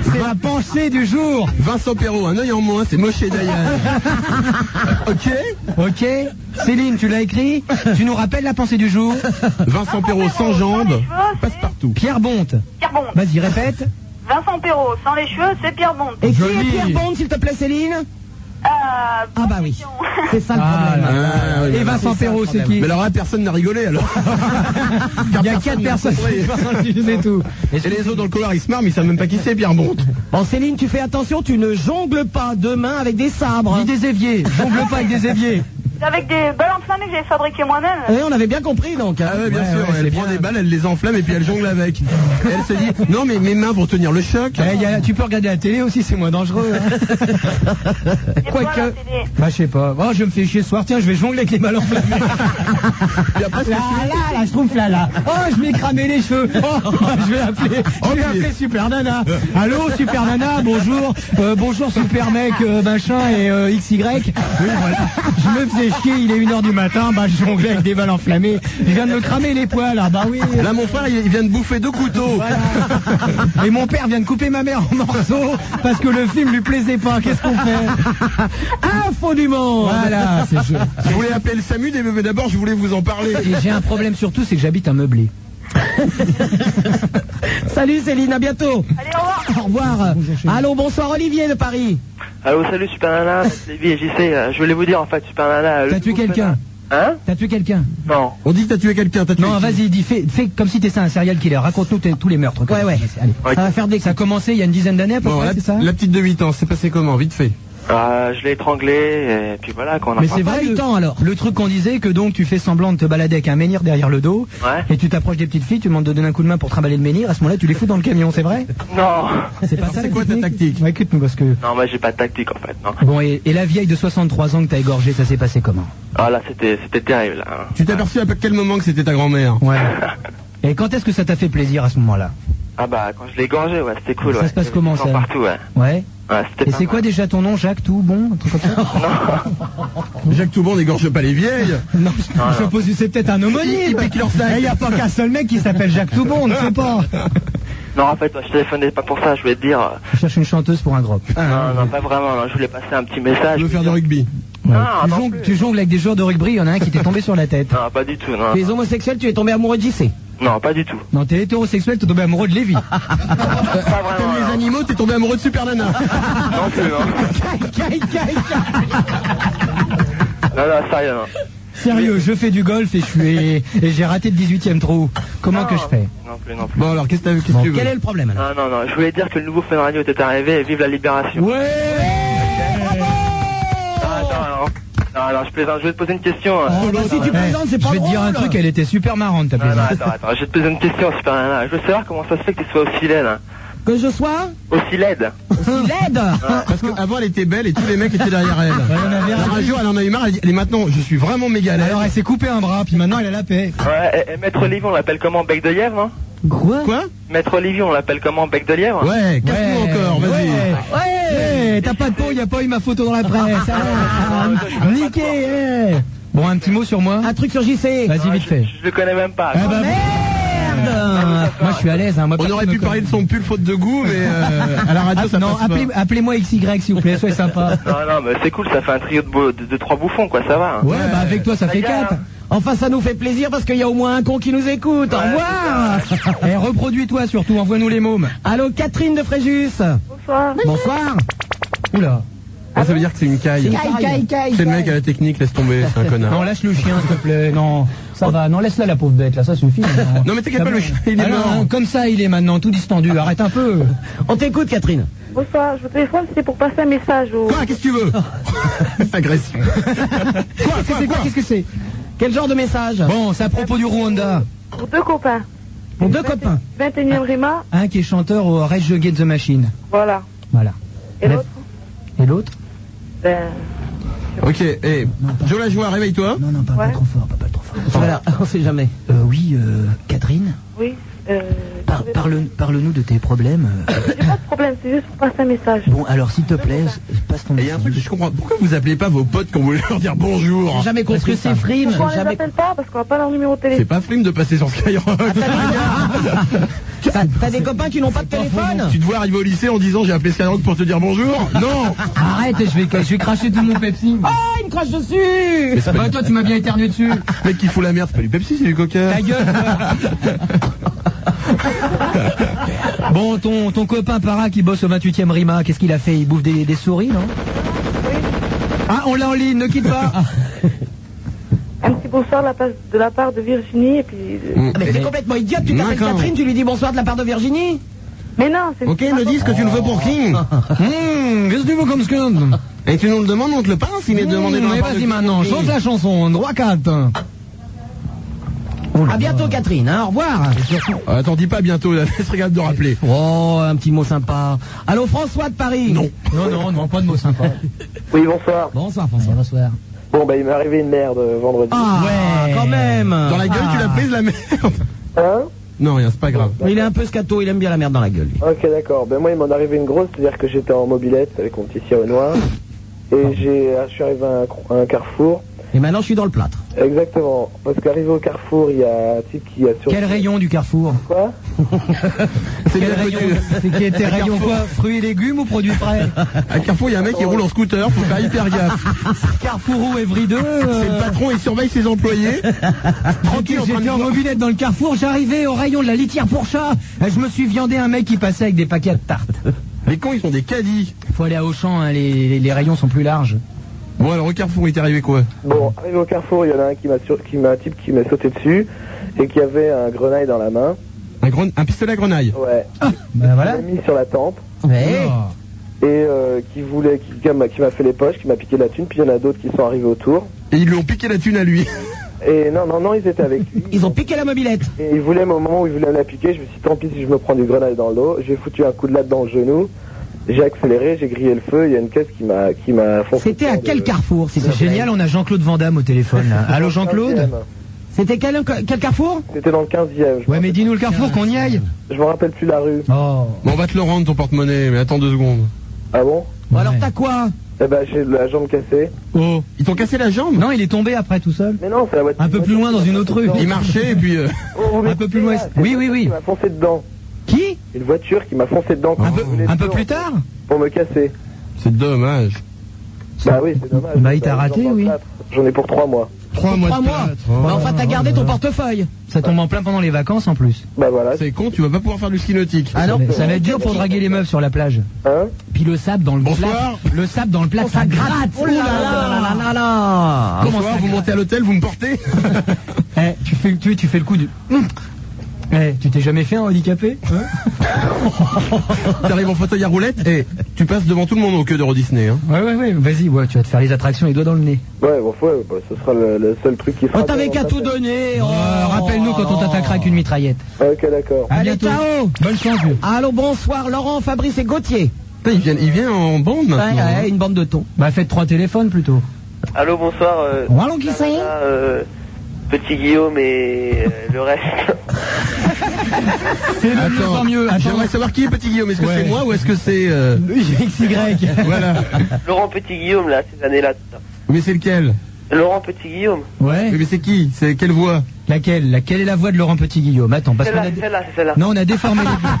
Speaker 4: C'est la pensée du jour.
Speaker 3: Vincent Perrault, un œil en moins, c'est Moshe Dayan.
Speaker 4: Ok Ok. Céline, tu l'as écrit Tu nous rappelles la pensée du jour
Speaker 3: Vincent Perrault sans jambes, passe partout.
Speaker 4: Pierre Bonte.
Speaker 5: Pierre Bonte.
Speaker 4: Vas-y, répète.
Speaker 5: Vincent Perrault, sans les cheveux, c'est Pierre Euh, Bonte.
Speaker 2: Et qui est
Speaker 4: Joli.
Speaker 2: Pierre Bonte, s'il te plaît, Céline
Speaker 5: Ah,
Speaker 2: Ah bah oui. C'est ça le
Speaker 4: Ah
Speaker 2: problème.
Speaker 4: là là.
Speaker 3: Ah, oui,
Speaker 4: Et Vincent Perrault, c'est qui
Speaker 3: Mais alors là, personne n'a rigolé alors.
Speaker 4: Il y a quatre personnes qui parlent, tu sais tout.
Speaker 3: Et les autres dans le couloir, ils se marrent, mais ils savent même pas qui c'est Pierre Bonte.
Speaker 2: Bon, Céline, tu fais attention, tu ne jongles pas demain avec des sabres.
Speaker 4: Dis des éviers, jongle pas avec des éviers.
Speaker 5: C'est avec des balles enflammées que j'ai fabriquées moi-même.
Speaker 2: Eh, on avait bien compris donc. hein.
Speaker 3: Ah ouais, bien
Speaker 4: Ouais,
Speaker 3: sûr,
Speaker 4: ouais,
Speaker 3: elle
Speaker 4: c'est
Speaker 3: prend
Speaker 4: bien.
Speaker 3: des balles, elle les enflamme et puis elle jongle avec. Et elle se dit, non mais mes mains vont tenir le choc.
Speaker 4: Eh, y a- tu peux regarder la télé aussi, c'est moins dangereux. hein. Quoique. Bah, je sais pas. Oh, je me fais chier ce soir. Tiens, je vais jongler avec les balles enflammées.
Speaker 3: Puis après, ce que
Speaker 4: Là,
Speaker 3: tu-
Speaker 4: Ah, là, là, je trouve là, là. Oh, je m'ai cramé les cheveux. Oh, je vais appeler, je vais appeler Super Nana. Allô, Super Nana, bonjour. Euh, bonjour, Super Mec, euh, machin et euh, XY. Oui, voilà. Je me faisais chier, il est 1h du matin. Bah, je jonglais avec des balles enflammées. Je viens de me cramer les poils. Ah, bah oui.
Speaker 3: Là, mon frère, il il vient de bouffer deux couteaux.
Speaker 4: Et mon père vient de couper ma mère en morceaux parce que le film lui plaisait pas. Qu'est-ce qu'on fait Ah,
Speaker 2: Info du monde.
Speaker 4: Voilà, c'est sûr.
Speaker 3: Je voulais appeler le SAMU, mais- mais d'abord, je voulais vous en parler.
Speaker 4: Et j'ai un problème surtout, c'est que j'habite un meublé.
Speaker 2: Salut Céline, à bientôt.
Speaker 5: Allez,
Speaker 2: Au
Speaker 5: au revoir.
Speaker 2: revoir. Allô, bonsoir Olivier de Paris.
Speaker 11: Allô, salut Super
Speaker 4: Ah.
Speaker 11: Nana, c'est Lévi et JC. Euh, Je voulais vous dire en fait, Super Nana.
Speaker 8: euh,
Speaker 4: T'as
Speaker 11: le
Speaker 4: tué
Speaker 11: coup de
Speaker 4: quelqu'un
Speaker 11: Hein
Speaker 4: T'as tué quelqu'un
Speaker 11: Non.
Speaker 3: On dit que t'as tué quelqu'un, t'as tué.
Speaker 4: Non,
Speaker 3: qui
Speaker 4: vas-y, dis, fais, fais comme si t'étais un serial killer. Raconte-nous tes- tous les meurtres.
Speaker 2: Ouais, ouais.
Speaker 4: Allez.
Speaker 11: Ouais.
Speaker 2: Ça va faire des
Speaker 4: Ça a commencé il y a une dizaine d'années, à peu
Speaker 3: Bon,
Speaker 4: près,
Speaker 3: la,
Speaker 4: c'est ça
Speaker 3: la petite de 8 ans, c'est passé comment Vite fait.
Speaker 11: Euh, je l'ai étranglé et puis voilà qu'on a.
Speaker 4: Mais c'est vrai,
Speaker 2: huit
Speaker 4: le,
Speaker 2: ans, alors.
Speaker 4: le truc qu'on disait, que donc tu fais semblant de te balader avec un menhir derrière le dos,
Speaker 11: Ouais.
Speaker 4: et tu t'approches des petites filles, tu demandes de donner un coup de main pour trimballer le menhir, à ce moment-là tu les fous dans le camion, c'est vrai
Speaker 11: Non.
Speaker 4: C'est pas
Speaker 3: Alors,
Speaker 4: ça
Speaker 3: c'est
Speaker 4: la
Speaker 3: quoi ta
Speaker 4: technique
Speaker 3: tactique
Speaker 4: Ouais, écoute-nous, parce que...
Speaker 11: Non, moi j'ai pas de tactique en fait. Non.
Speaker 4: Bon, et, et la vieille de 63 ans que t'as égorgée, ça s'est passé comment
Speaker 11: Ah là, c'était c'était terrible. Là. hein.
Speaker 3: Tu t'es aperçu à quel moment que c'était ta grand-mère
Speaker 4: Ouais. Et quand est-ce que ça t'a fait plaisir à ce moment-là
Speaker 11: Ah bah quand je l'ai gorgé, ouais, c'était cool.
Speaker 4: Ça
Speaker 11: ouais.
Speaker 4: se passe
Speaker 11: Il y avait
Speaker 4: comment,
Speaker 11: du sang
Speaker 4: ça
Speaker 11: Partout, ouais.
Speaker 4: Ouais.
Speaker 11: Ouais, c'était
Speaker 4: Et
Speaker 11: pas
Speaker 4: c'est quoi
Speaker 11: mal.
Speaker 4: déjà ton nom, Jacques Tout Bon un truc comme ça
Speaker 3: Jacques Toubon n'égorge pas les vieilles.
Speaker 4: Non, je, je pose, c'est peut-être un homonyme.
Speaker 3: Ils piquent leur sac.
Speaker 4: Mais Il n'y a pas qu'un seul mec qui s'appelle Jacques Toubon, on ne sait pas.
Speaker 11: Non, en fait, moi, je téléphonais pas pour ça. Je voulais te dire. euh,
Speaker 4: Je cherche une chanteuse pour un groupe.
Speaker 12: Ah,
Speaker 11: non, non, pas vraiment. non, Je voulais passer un petit message.
Speaker 3: Tu veux faire du rugby
Speaker 11: Non,
Speaker 5: Ah,
Speaker 4: tu,
Speaker 11: non,
Speaker 4: jongles,
Speaker 11: plus.
Speaker 4: tu jongles avec des joueurs de rugby, il y en a un qui t'est tombé sur la tête.
Speaker 11: non, pas du tout. Non,
Speaker 2: Tu es homosexuel, tu es tombé amoureux de JC.
Speaker 11: non, pas du tout.
Speaker 4: Non, t'es hétérosexuel, t'es tombé amoureux de Lévi.
Speaker 11: Pas vraiment.
Speaker 3: Comme les
Speaker 11: non.
Speaker 3: animaux, t'es tombé amoureux de Super Nana.
Speaker 11: Non plus, non.
Speaker 12: Ah.
Speaker 11: Non, non, sérieux, non.
Speaker 4: Sérieux, je fais du golf et je suis et, j'ai raté le 18e trou. Comment que je fais
Speaker 11: Non plus, non plus.
Speaker 3: Bon, alors, qu'est-ce que t'as- qu'est-ce que tu veux
Speaker 2: Quel est le problème alors
Speaker 11: Non, non, non, je voulais dire que le nouveau Fun Radio était arrivé et vive la libération.
Speaker 3: Euh,
Speaker 11: Non, attends, non. Non, alors je plaisante, je vais te poser une question. hein.
Speaker 2: bah, Si tu
Speaker 4: Eh,
Speaker 2: plaisantes, c'est pas
Speaker 4: Je vais te dire un
Speaker 2: drôle.
Speaker 4: truc, elle était super marrante ta
Speaker 11: Non, non,
Speaker 4: plaisante.
Speaker 11: attends, attends, je vais te poser une question, Super Nana. Je veux savoir comment ça se fait que tu sois aussi laide. hein.
Speaker 2: Que je sois
Speaker 11: Aussi laide
Speaker 2: aussi laide.
Speaker 3: Parce qu'avant, elle était belle et tous les mecs étaient derrière elle.
Speaker 4: il y en avait un.
Speaker 3: Alors, un jour, elle en a eu marre, elle dit Allez, maintenant, je suis vraiment méga laide.
Speaker 4: Alors elle s'est coupée un bras, puis maintenant elle a la paix.
Speaker 11: Ouais, et, et Maître Olivier, on l'appelle comment Bec de lièvre, non
Speaker 2: Quoi
Speaker 3: Quoi
Speaker 11: Maître Olivier, on l'appelle comment Bec de lièvre
Speaker 3: Ouais, casse-nous
Speaker 4: Ouais,
Speaker 3: encore, vas-y.
Speaker 4: Ouais, ouais, t'as pas de peau, il n'y a pas eu ma photo dans la presse. Ah, Niqué, eh. Bon, un petit mot sur moi
Speaker 2: Un truc sur JC.
Speaker 4: Vas-y, vite fait.
Speaker 11: Je le connais même pas.
Speaker 4: Eh ben, bah,
Speaker 2: Merde
Speaker 4: moi je suis à l'aise. Hein. Moi,
Speaker 3: On
Speaker 4: personne
Speaker 3: aurait
Speaker 4: me
Speaker 3: pu
Speaker 4: connaît.
Speaker 3: parler de son pull faute de goût, mais euh, à la radio, ça
Speaker 4: Ah, Non,
Speaker 3: passe
Speaker 4: appelez-
Speaker 3: pas.
Speaker 4: appelez-moi XY s'il vous plaît, soyez sympa.
Speaker 11: Non, non, mais c'est cool, ça fait un trio de, beaux- de, de trois bouffons, quoi, ça va. hein.
Speaker 4: Ouais, bah avec toi ça fait 4.
Speaker 2: Enfin, ça nous fait plaisir parce qu'il y a au moins un con qui nous écoute. Au revoir
Speaker 4: Et Eh, reproduis-toi surtout, envoie-nous les mômes.
Speaker 2: Allô, Catherine de Fréjus.
Speaker 5: Bonsoir.
Speaker 2: Bonsoir.
Speaker 4: Oula.
Speaker 3: Ah, ça veut dire que c'est une caille.
Speaker 2: Caille, caille,
Speaker 3: C'est le mec à la technique, laisse tomber, c'est un
Speaker 4: Non,
Speaker 3: connard.
Speaker 4: lâche le chien s'il te plaît. Ah. Non, ça va. Non, laisse-la la pauvre bête là, ça suffit. hein. Non,
Speaker 3: Non, mais t'inquiète pas, le chien, il est
Speaker 4: Ah non,
Speaker 3: mort.
Speaker 4: non, Comme ça il est maintenant, tout distendu. Arrête un peu.
Speaker 2: On t'écoute, Catherine.
Speaker 9: Bonsoir, je vous téléphone, c'est pour passer un message au.
Speaker 3: Quoi Qu'est-ce que tu veux Cette agression.
Speaker 2: Qu'est-ce que c'est quoi Qu'est-ce que c'est Quel genre de message
Speaker 4: Bon, c'est à propos du Rwanda.
Speaker 9: Pour deux copains.
Speaker 4: Pour deux copains.
Speaker 9: 21 e Rima,
Speaker 4: Un qui est chanteur au Rage Against the Machine.
Speaker 9: voilà.
Speaker 4: Voilà.
Speaker 9: Et l'autre
Speaker 4: Et l'autre
Speaker 9: Ben.
Speaker 3: Ok, et Joe la joie, réveille-toi.
Speaker 4: Non, non, pas, pas trop fort, pas, pas trop fort. Voilà, on sait jamais. oui, euh, Catherine
Speaker 9: Oui. Euh,
Speaker 4: par- parle- Parle-nous de tes problèmes. euh.
Speaker 9: j'ai pas de problème, c'est juste pour passer un message.
Speaker 4: Bon, alors s'il te plaît, passe ton
Speaker 3: Et il y a un truc que je comprends. Pourquoi vous appelez pas vos potes quand vous voulez leur dire bonjour
Speaker 9: compris Pourquoi on les appelle pas Parce qu'on n'a pas leur numéro de téléphone.
Speaker 3: C'est pas frime de passer sur Skyrock.
Speaker 4: Ah,
Speaker 2: T'as t'as des copains qui n'ont pas de téléphone
Speaker 3: tu te vois arriver au lycée en disant j'ai appelé Skyrock pour te dire bonjour Non
Speaker 4: Arrête, je vais, je vais cracher tout mon Pepsi. Ah bah,
Speaker 2: Ah, il me crache dessus
Speaker 3: Mais c'est pas-
Speaker 4: toi, tu m'as bien éternué dessus.
Speaker 3: Mec qui fout la merde, c'est pas du Pepsi, c'est du Coca.
Speaker 4: Ta gueule Bon, ton, ton copain Para qui bosse au 28 e Rima, qu'est-ce qu'il a fait Il bouffe des, des souris, non Ah, on l'a en ligne, ne quitte
Speaker 2: Ah.
Speaker 4: pas
Speaker 9: Un petit bonsoir de la, passe- de la part de Virginie et puis. de-
Speaker 2: Ah, Mais t'es complètement idiote, tu t'appelles
Speaker 9: D'accord.
Speaker 2: Catherine, tu lui dis bonsoir de la part de Virginie
Speaker 9: Mais non, c'est.
Speaker 3: Ok, me dis ce que tu le veux pour qui Hum, qu'est-ce que tu veux comme scone Et tu nous le demandes, on te le passe, il est demandé
Speaker 4: Mmh,
Speaker 3: dans la
Speaker 4: mais
Speaker 3: part de
Speaker 4: vas-y
Speaker 3: qui
Speaker 4: maintenant,
Speaker 3: qui-
Speaker 4: change la chanson, droit 4.
Speaker 2: À bientôt Catherine, hein, au revoir.
Speaker 3: Ah, Attends, dis pas bientôt, là, laisse regarde de rappeler.
Speaker 2: Oh, un petit mot sympa. Allô François de Paris Non.
Speaker 4: Non, non, non, pas de mots sympas.
Speaker 11: Oui, bonsoir.
Speaker 2: Bonsoir François. Bonsoir.
Speaker 11: Bon, bah, il m'est arrivé une merde euh, vendredi.
Speaker 2: Ah, quand même
Speaker 3: Dans la gueule, tu
Speaker 4: Ah.
Speaker 3: l'as prise la merde
Speaker 11: Hein
Speaker 3: Non, rien, c'est pas grave.
Speaker 2: Mais il est un peu scato, il aime bien la merde dans la gueule. lui.
Speaker 11: Ok, d'accord. Ben, moi, il m'en est arrivé une grosse, c'est-à-dire que j'étais en mobilette avec mon petit sirop noir.
Speaker 2: Ah.
Speaker 11: Et j'ai, ah, je suis arrivé à un, cro- à un carrefour.
Speaker 2: Et maintenant, je suis dans le plâtre.
Speaker 11: Exactement. Parce qu'arrivé au carrefour, il y a un type qui a sur.
Speaker 4: Quel rayon du carrefour
Speaker 11: Quoi
Speaker 4: C'est quel rayon
Speaker 3: euh,
Speaker 4: C'est qui était rayon quoi Fruits et légumes ou produits frais
Speaker 3: À Carrefour, il y a un mec qui roule en scooter, faut faire hyper gaffe.
Speaker 4: Carrefour ou Evry 2
Speaker 3: C'est le patron, il surveille ses employés. Tranquille, en train de
Speaker 4: J'étais en mobilette dans le carrefour, j'arrivais au rayon de la litière pour chat. Je me suis viandé un mec qui passait avec des paquets de tartes.
Speaker 3: Les cons, ils ont des caddies.
Speaker 4: Faut aller à Auchan, hein, les, les- les rayons sont plus larges.
Speaker 3: Bon, alors au Carrefour, il t'est arrivé quoi
Speaker 11: Bon, arrivé au carrefour, il y en a un qui m'a sur... qui m'a un type qui m'a sauté dessus et qui avait un grenaille dans la main.
Speaker 3: un, gren- un pistolet à grenaille.
Speaker 11: Ouais.
Speaker 4: Ben
Speaker 2: Ah
Speaker 4: voilà.
Speaker 11: Il m'a mis sur la tempe.
Speaker 4: Eh, Oh.
Speaker 2: Ouais.
Speaker 11: Et euh, qui voulait, qui, qui m'a qui m'a fait les poches, qui m'a piqué la thune, puis il y en a d'autres qui sont arrivés autour.
Speaker 3: Et ils lui ont piqué la thune à lui.
Speaker 11: Et non, non, non, ils étaient avec lui.
Speaker 2: Ils ont piqué la mobilette.
Speaker 11: Et ils voulaient, au moment où ils voulaient me la piquer, je me suis dit, tant pis si je me prends du grenade dans le dos. J'ai foutu un coup de latte dans le genou. J'ai accéléré, j'ai grillé le feu. Il y a une caisse qui m'a, qui m'a
Speaker 8: Oh,
Speaker 11: foncé.
Speaker 2: C'était à quel carrefour s'il
Speaker 4: C'est
Speaker 2: te plaît
Speaker 4: génial, on a Jean-Claude Van Damme au téléphone. là. Allô Jean-Claude
Speaker 2: C'était quel, quel carrefour
Speaker 11: C'était dans le 15e.
Speaker 4: Ouais, mais dis-nous le carrefour qu'on y aille.
Speaker 11: Je me rappelle plus la rue.
Speaker 4: Oh.
Speaker 3: Bon, on va te le rendre ton porte-monnaie, mais attends deux secondes.
Speaker 11: Ah bon
Speaker 2: Bon, alors t'as quoi
Speaker 11: Eh ben, j'ai la jambe cassée.
Speaker 3: Oh, ils t'ont cassé la jambe
Speaker 4: Non, il est tombé après tout seul.
Speaker 11: Mais non, c'est la voiture.
Speaker 4: Un peu plus loin dans une autre rue.
Speaker 3: Il marchait et puis. euh,
Speaker 11: Oh,
Speaker 4: Un peu plus loin.
Speaker 11: Ah, c'est
Speaker 4: Oui,
Speaker 11: une
Speaker 4: oui,
Speaker 11: voiture
Speaker 4: oui.
Speaker 11: Qui m'a foncé dedans.
Speaker 4: Qui
Speaker 11: Une voiture qui m'a foncé dedans. quand
Speaker 4: Un
Speaker 11: je
Speaker 4: peu,
Speaker 11: voulais
Speaker 4: un peu
Speaker 11: le
Speaker 4: plus
Speaker 11: faire,
Speaker 4: tard
Speaker 11: Pour me casser.
Speaker 3: C'est dommage.
Speaker 11: Bah oui, c'est dommage.
Speaker 4: Bah, il t'a
Speaker 11: J'en ai
Speaker 4: raté,
Speaker 11: pour
Speaker 4: oui.
Speaker 11: quatre. J'en ai pour trois mois.
Speaker 3: Trois mois.
Speaker 2: Trois
Speaker 3: de hein.
Speaker 2: mois.
Speaker 3: plâtre.
Speaker 2: Bah, enfin, t'as gardé ton portefeuille.
Speaker 4: Ça tombe en plein pendant les vacances en plus.
Speaker 11: Bah voilà.
Speaker 3: C'est con, tu vas pas pouvoir faire du ski nautique.
Speaker 2: Ah non
Speaker 4: Ça va être dur pour draguer les meufs sur la plage.
Speaker 11: Hein
Speaker 4: Puis le sable dans le
Speaker 3: Bonsoir.
Speaker 4: plat- Le sable dans le plat, ça gratte.
Speaker 2: Oh là là là là là
Speaker 4: Comment
Speaker 3: Bonsoir,
Speaker 4: ça
Speaker 3: vous
Speaker 4: gratte
Speaker 3: montez à l'hôtel, vous me portez
Speaker 4: Eh, tu fais, tu, tu fais le coup du. Hum. Eh, tu t'es jamais fait un handicapé
Speaker 3: T'arrives en fauteuil à roulette et tu passes devant tout le monde au queue d'Euro Disney. Hein.
Speaker 4: Ouais, ouais, ouais. Vas-y, ouais, tu vas te faire les attractions les doigts dans le nez.
Speaker 11: Ouais, bon, ouais, bah, ce sera le, le seul truc qui fera.
Speaker 2: Oh, t'avais
Speaker 11: qu'on
Speaker 2: qu'à tout
Speaker 11: s'appelle.
Speaker 2: donner. Oh,
Speaker 4: Euh, Rappelle-nous quand on t'attaquera avec une mitraillette.
Speaker 11: Ok, d'accord.
Speaker 4: À
Speaker 2: Allez,
Speaker 4: bientôt.
Speaker 2: ciao Ah,
Speaker 4: Bonne chance, vieux.
Speaker 2: Allô, bonsoir, Laurent, Fabrice et Gauthier.
Speaker 3: Putain, Il vient, il vient en bande
Speaker 2: Ouais,
Speaker 3: maintenant.
Speaker 2: ouais, une bande de thons.
Speaker 4: Bah, faites trois téléphones plutôt.
Speaker 8: Allô, bonsoir. euh,
Speaker 4: Allons, qui
Speaker 8: Sarah, euh, petit Guillaume et euh, le reste.
Speaker 4: C'est le mieux sans
Speaker 3: Attends,
Speaker 4: mieux. Attends,
Speaker 3: j'aimerais savoir qui est petit Guillaume. Est-ce que
Speaker 4: Ouais.
Speaker 3: c'est moi ou est-ce que c'est. euh,
Speaker 4: XY.
Speaker 3: Voilà.
Speaker 8: Laurent Petit Guillaume, là, ces années-là. tout ça.
Speaker 3: Mais c'est lequel
Speaker 8: Laurent Petit Guillaume.
Speaker 4: Ouais.
Speaker 3: Mais c'est qui C'est quelle voix
Speaker 4: Laquelle Laquelle est la voix de Laurent Petit-Guillaume Attends, parce qu'on
Speaker 8: Celle-là,
Speaker 4: a.
Speaker 8: c'est celle-là, c'est celle-là.
Speaker 4: Non, on a déformé les voix.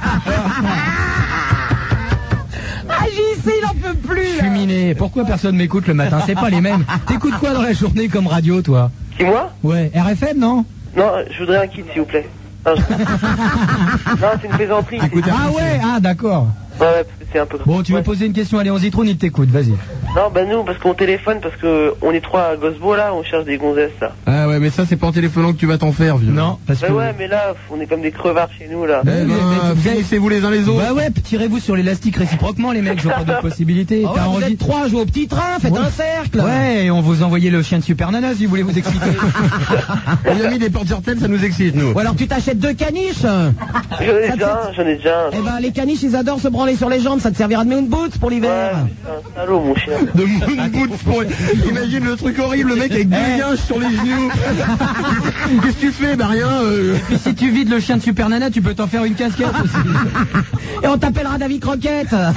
Speaker 2: Ah, JC, il en peut plus
Speaker 4: Je suis miné. Pourquoi personne m'écoute le matin C'est pas les mêmes. T'écoutes quoi dans la journée comme radio, toi
Speaker 8: Qui, moi
Speaker 4: Ouais, RFM, non
Speaker 8: Non, je voudrais un kit, s'il vous plaît. Non, je- Non, c'est une plaisanterie. c'est-
Speaker 3: Écoute,
Speaker 4: Ah ouais, ah d'accord.
Speaker 8: Ouais, ouais, parce que c'est un peu...
Speaker 4: Bon, tu veux poser une question, allez, on Zitrone, il t'écoute, vas-y.
Speaker 8: Non, bah nous, parce qu'on téléphone, parce que on est trois à Gosbo, là, on cherche des gonzesses, là.
Speaker 3: Ah ouais, mais ça, c'est pas en téléphonant que tu vas t'en faire, vieux. Non,
Speaker 4: parce
Speaker 8: Bah
Speaker 4: que-
Speaker 8: ouais, mais là, on est comme des crevards chez nous, là.
Speaker 3: Eh ben, finissez-vous les uns les autres.
Speaker 4: Bah ouais, tirez-vous sur l'élastique réciproquement, les mecs, je vois pas d'autres possibilités.
Speaker 2: Ah ouais, vous êtes trois, jouez au petit train, faites un cercle.
Speaker 4: Ouais, et on vous envoyait le chien de Super Nana si vous voulez vous exciter.
Speaker 3: on a mis des portes RTL, ça nous excite, nous.
Speaker 2: Ou alors tu t'achètes deux caniches.
Speaker 8: J'en ai déjà un, j'en ai déjà un.
Speaker 2: Eh ben, les caniches, ils adorent se branler sur les jambes, ça te servira de moon boots pour l'hiver.
Speaker 8: Un salaud, mon chien.
Speaker 3: De moon boots pour... Imagine le truc horrible, le mec avec deux liens sur les genoux. Qu'est-ce que tu fais Bah rien. euh.
Speaker 4: Et si tu vides le chien de Super Nana, tu peux t'en faire une casquette aussi.
Speaker 2: Et on t'appellera David Croquette.
Speaker 3: Ah.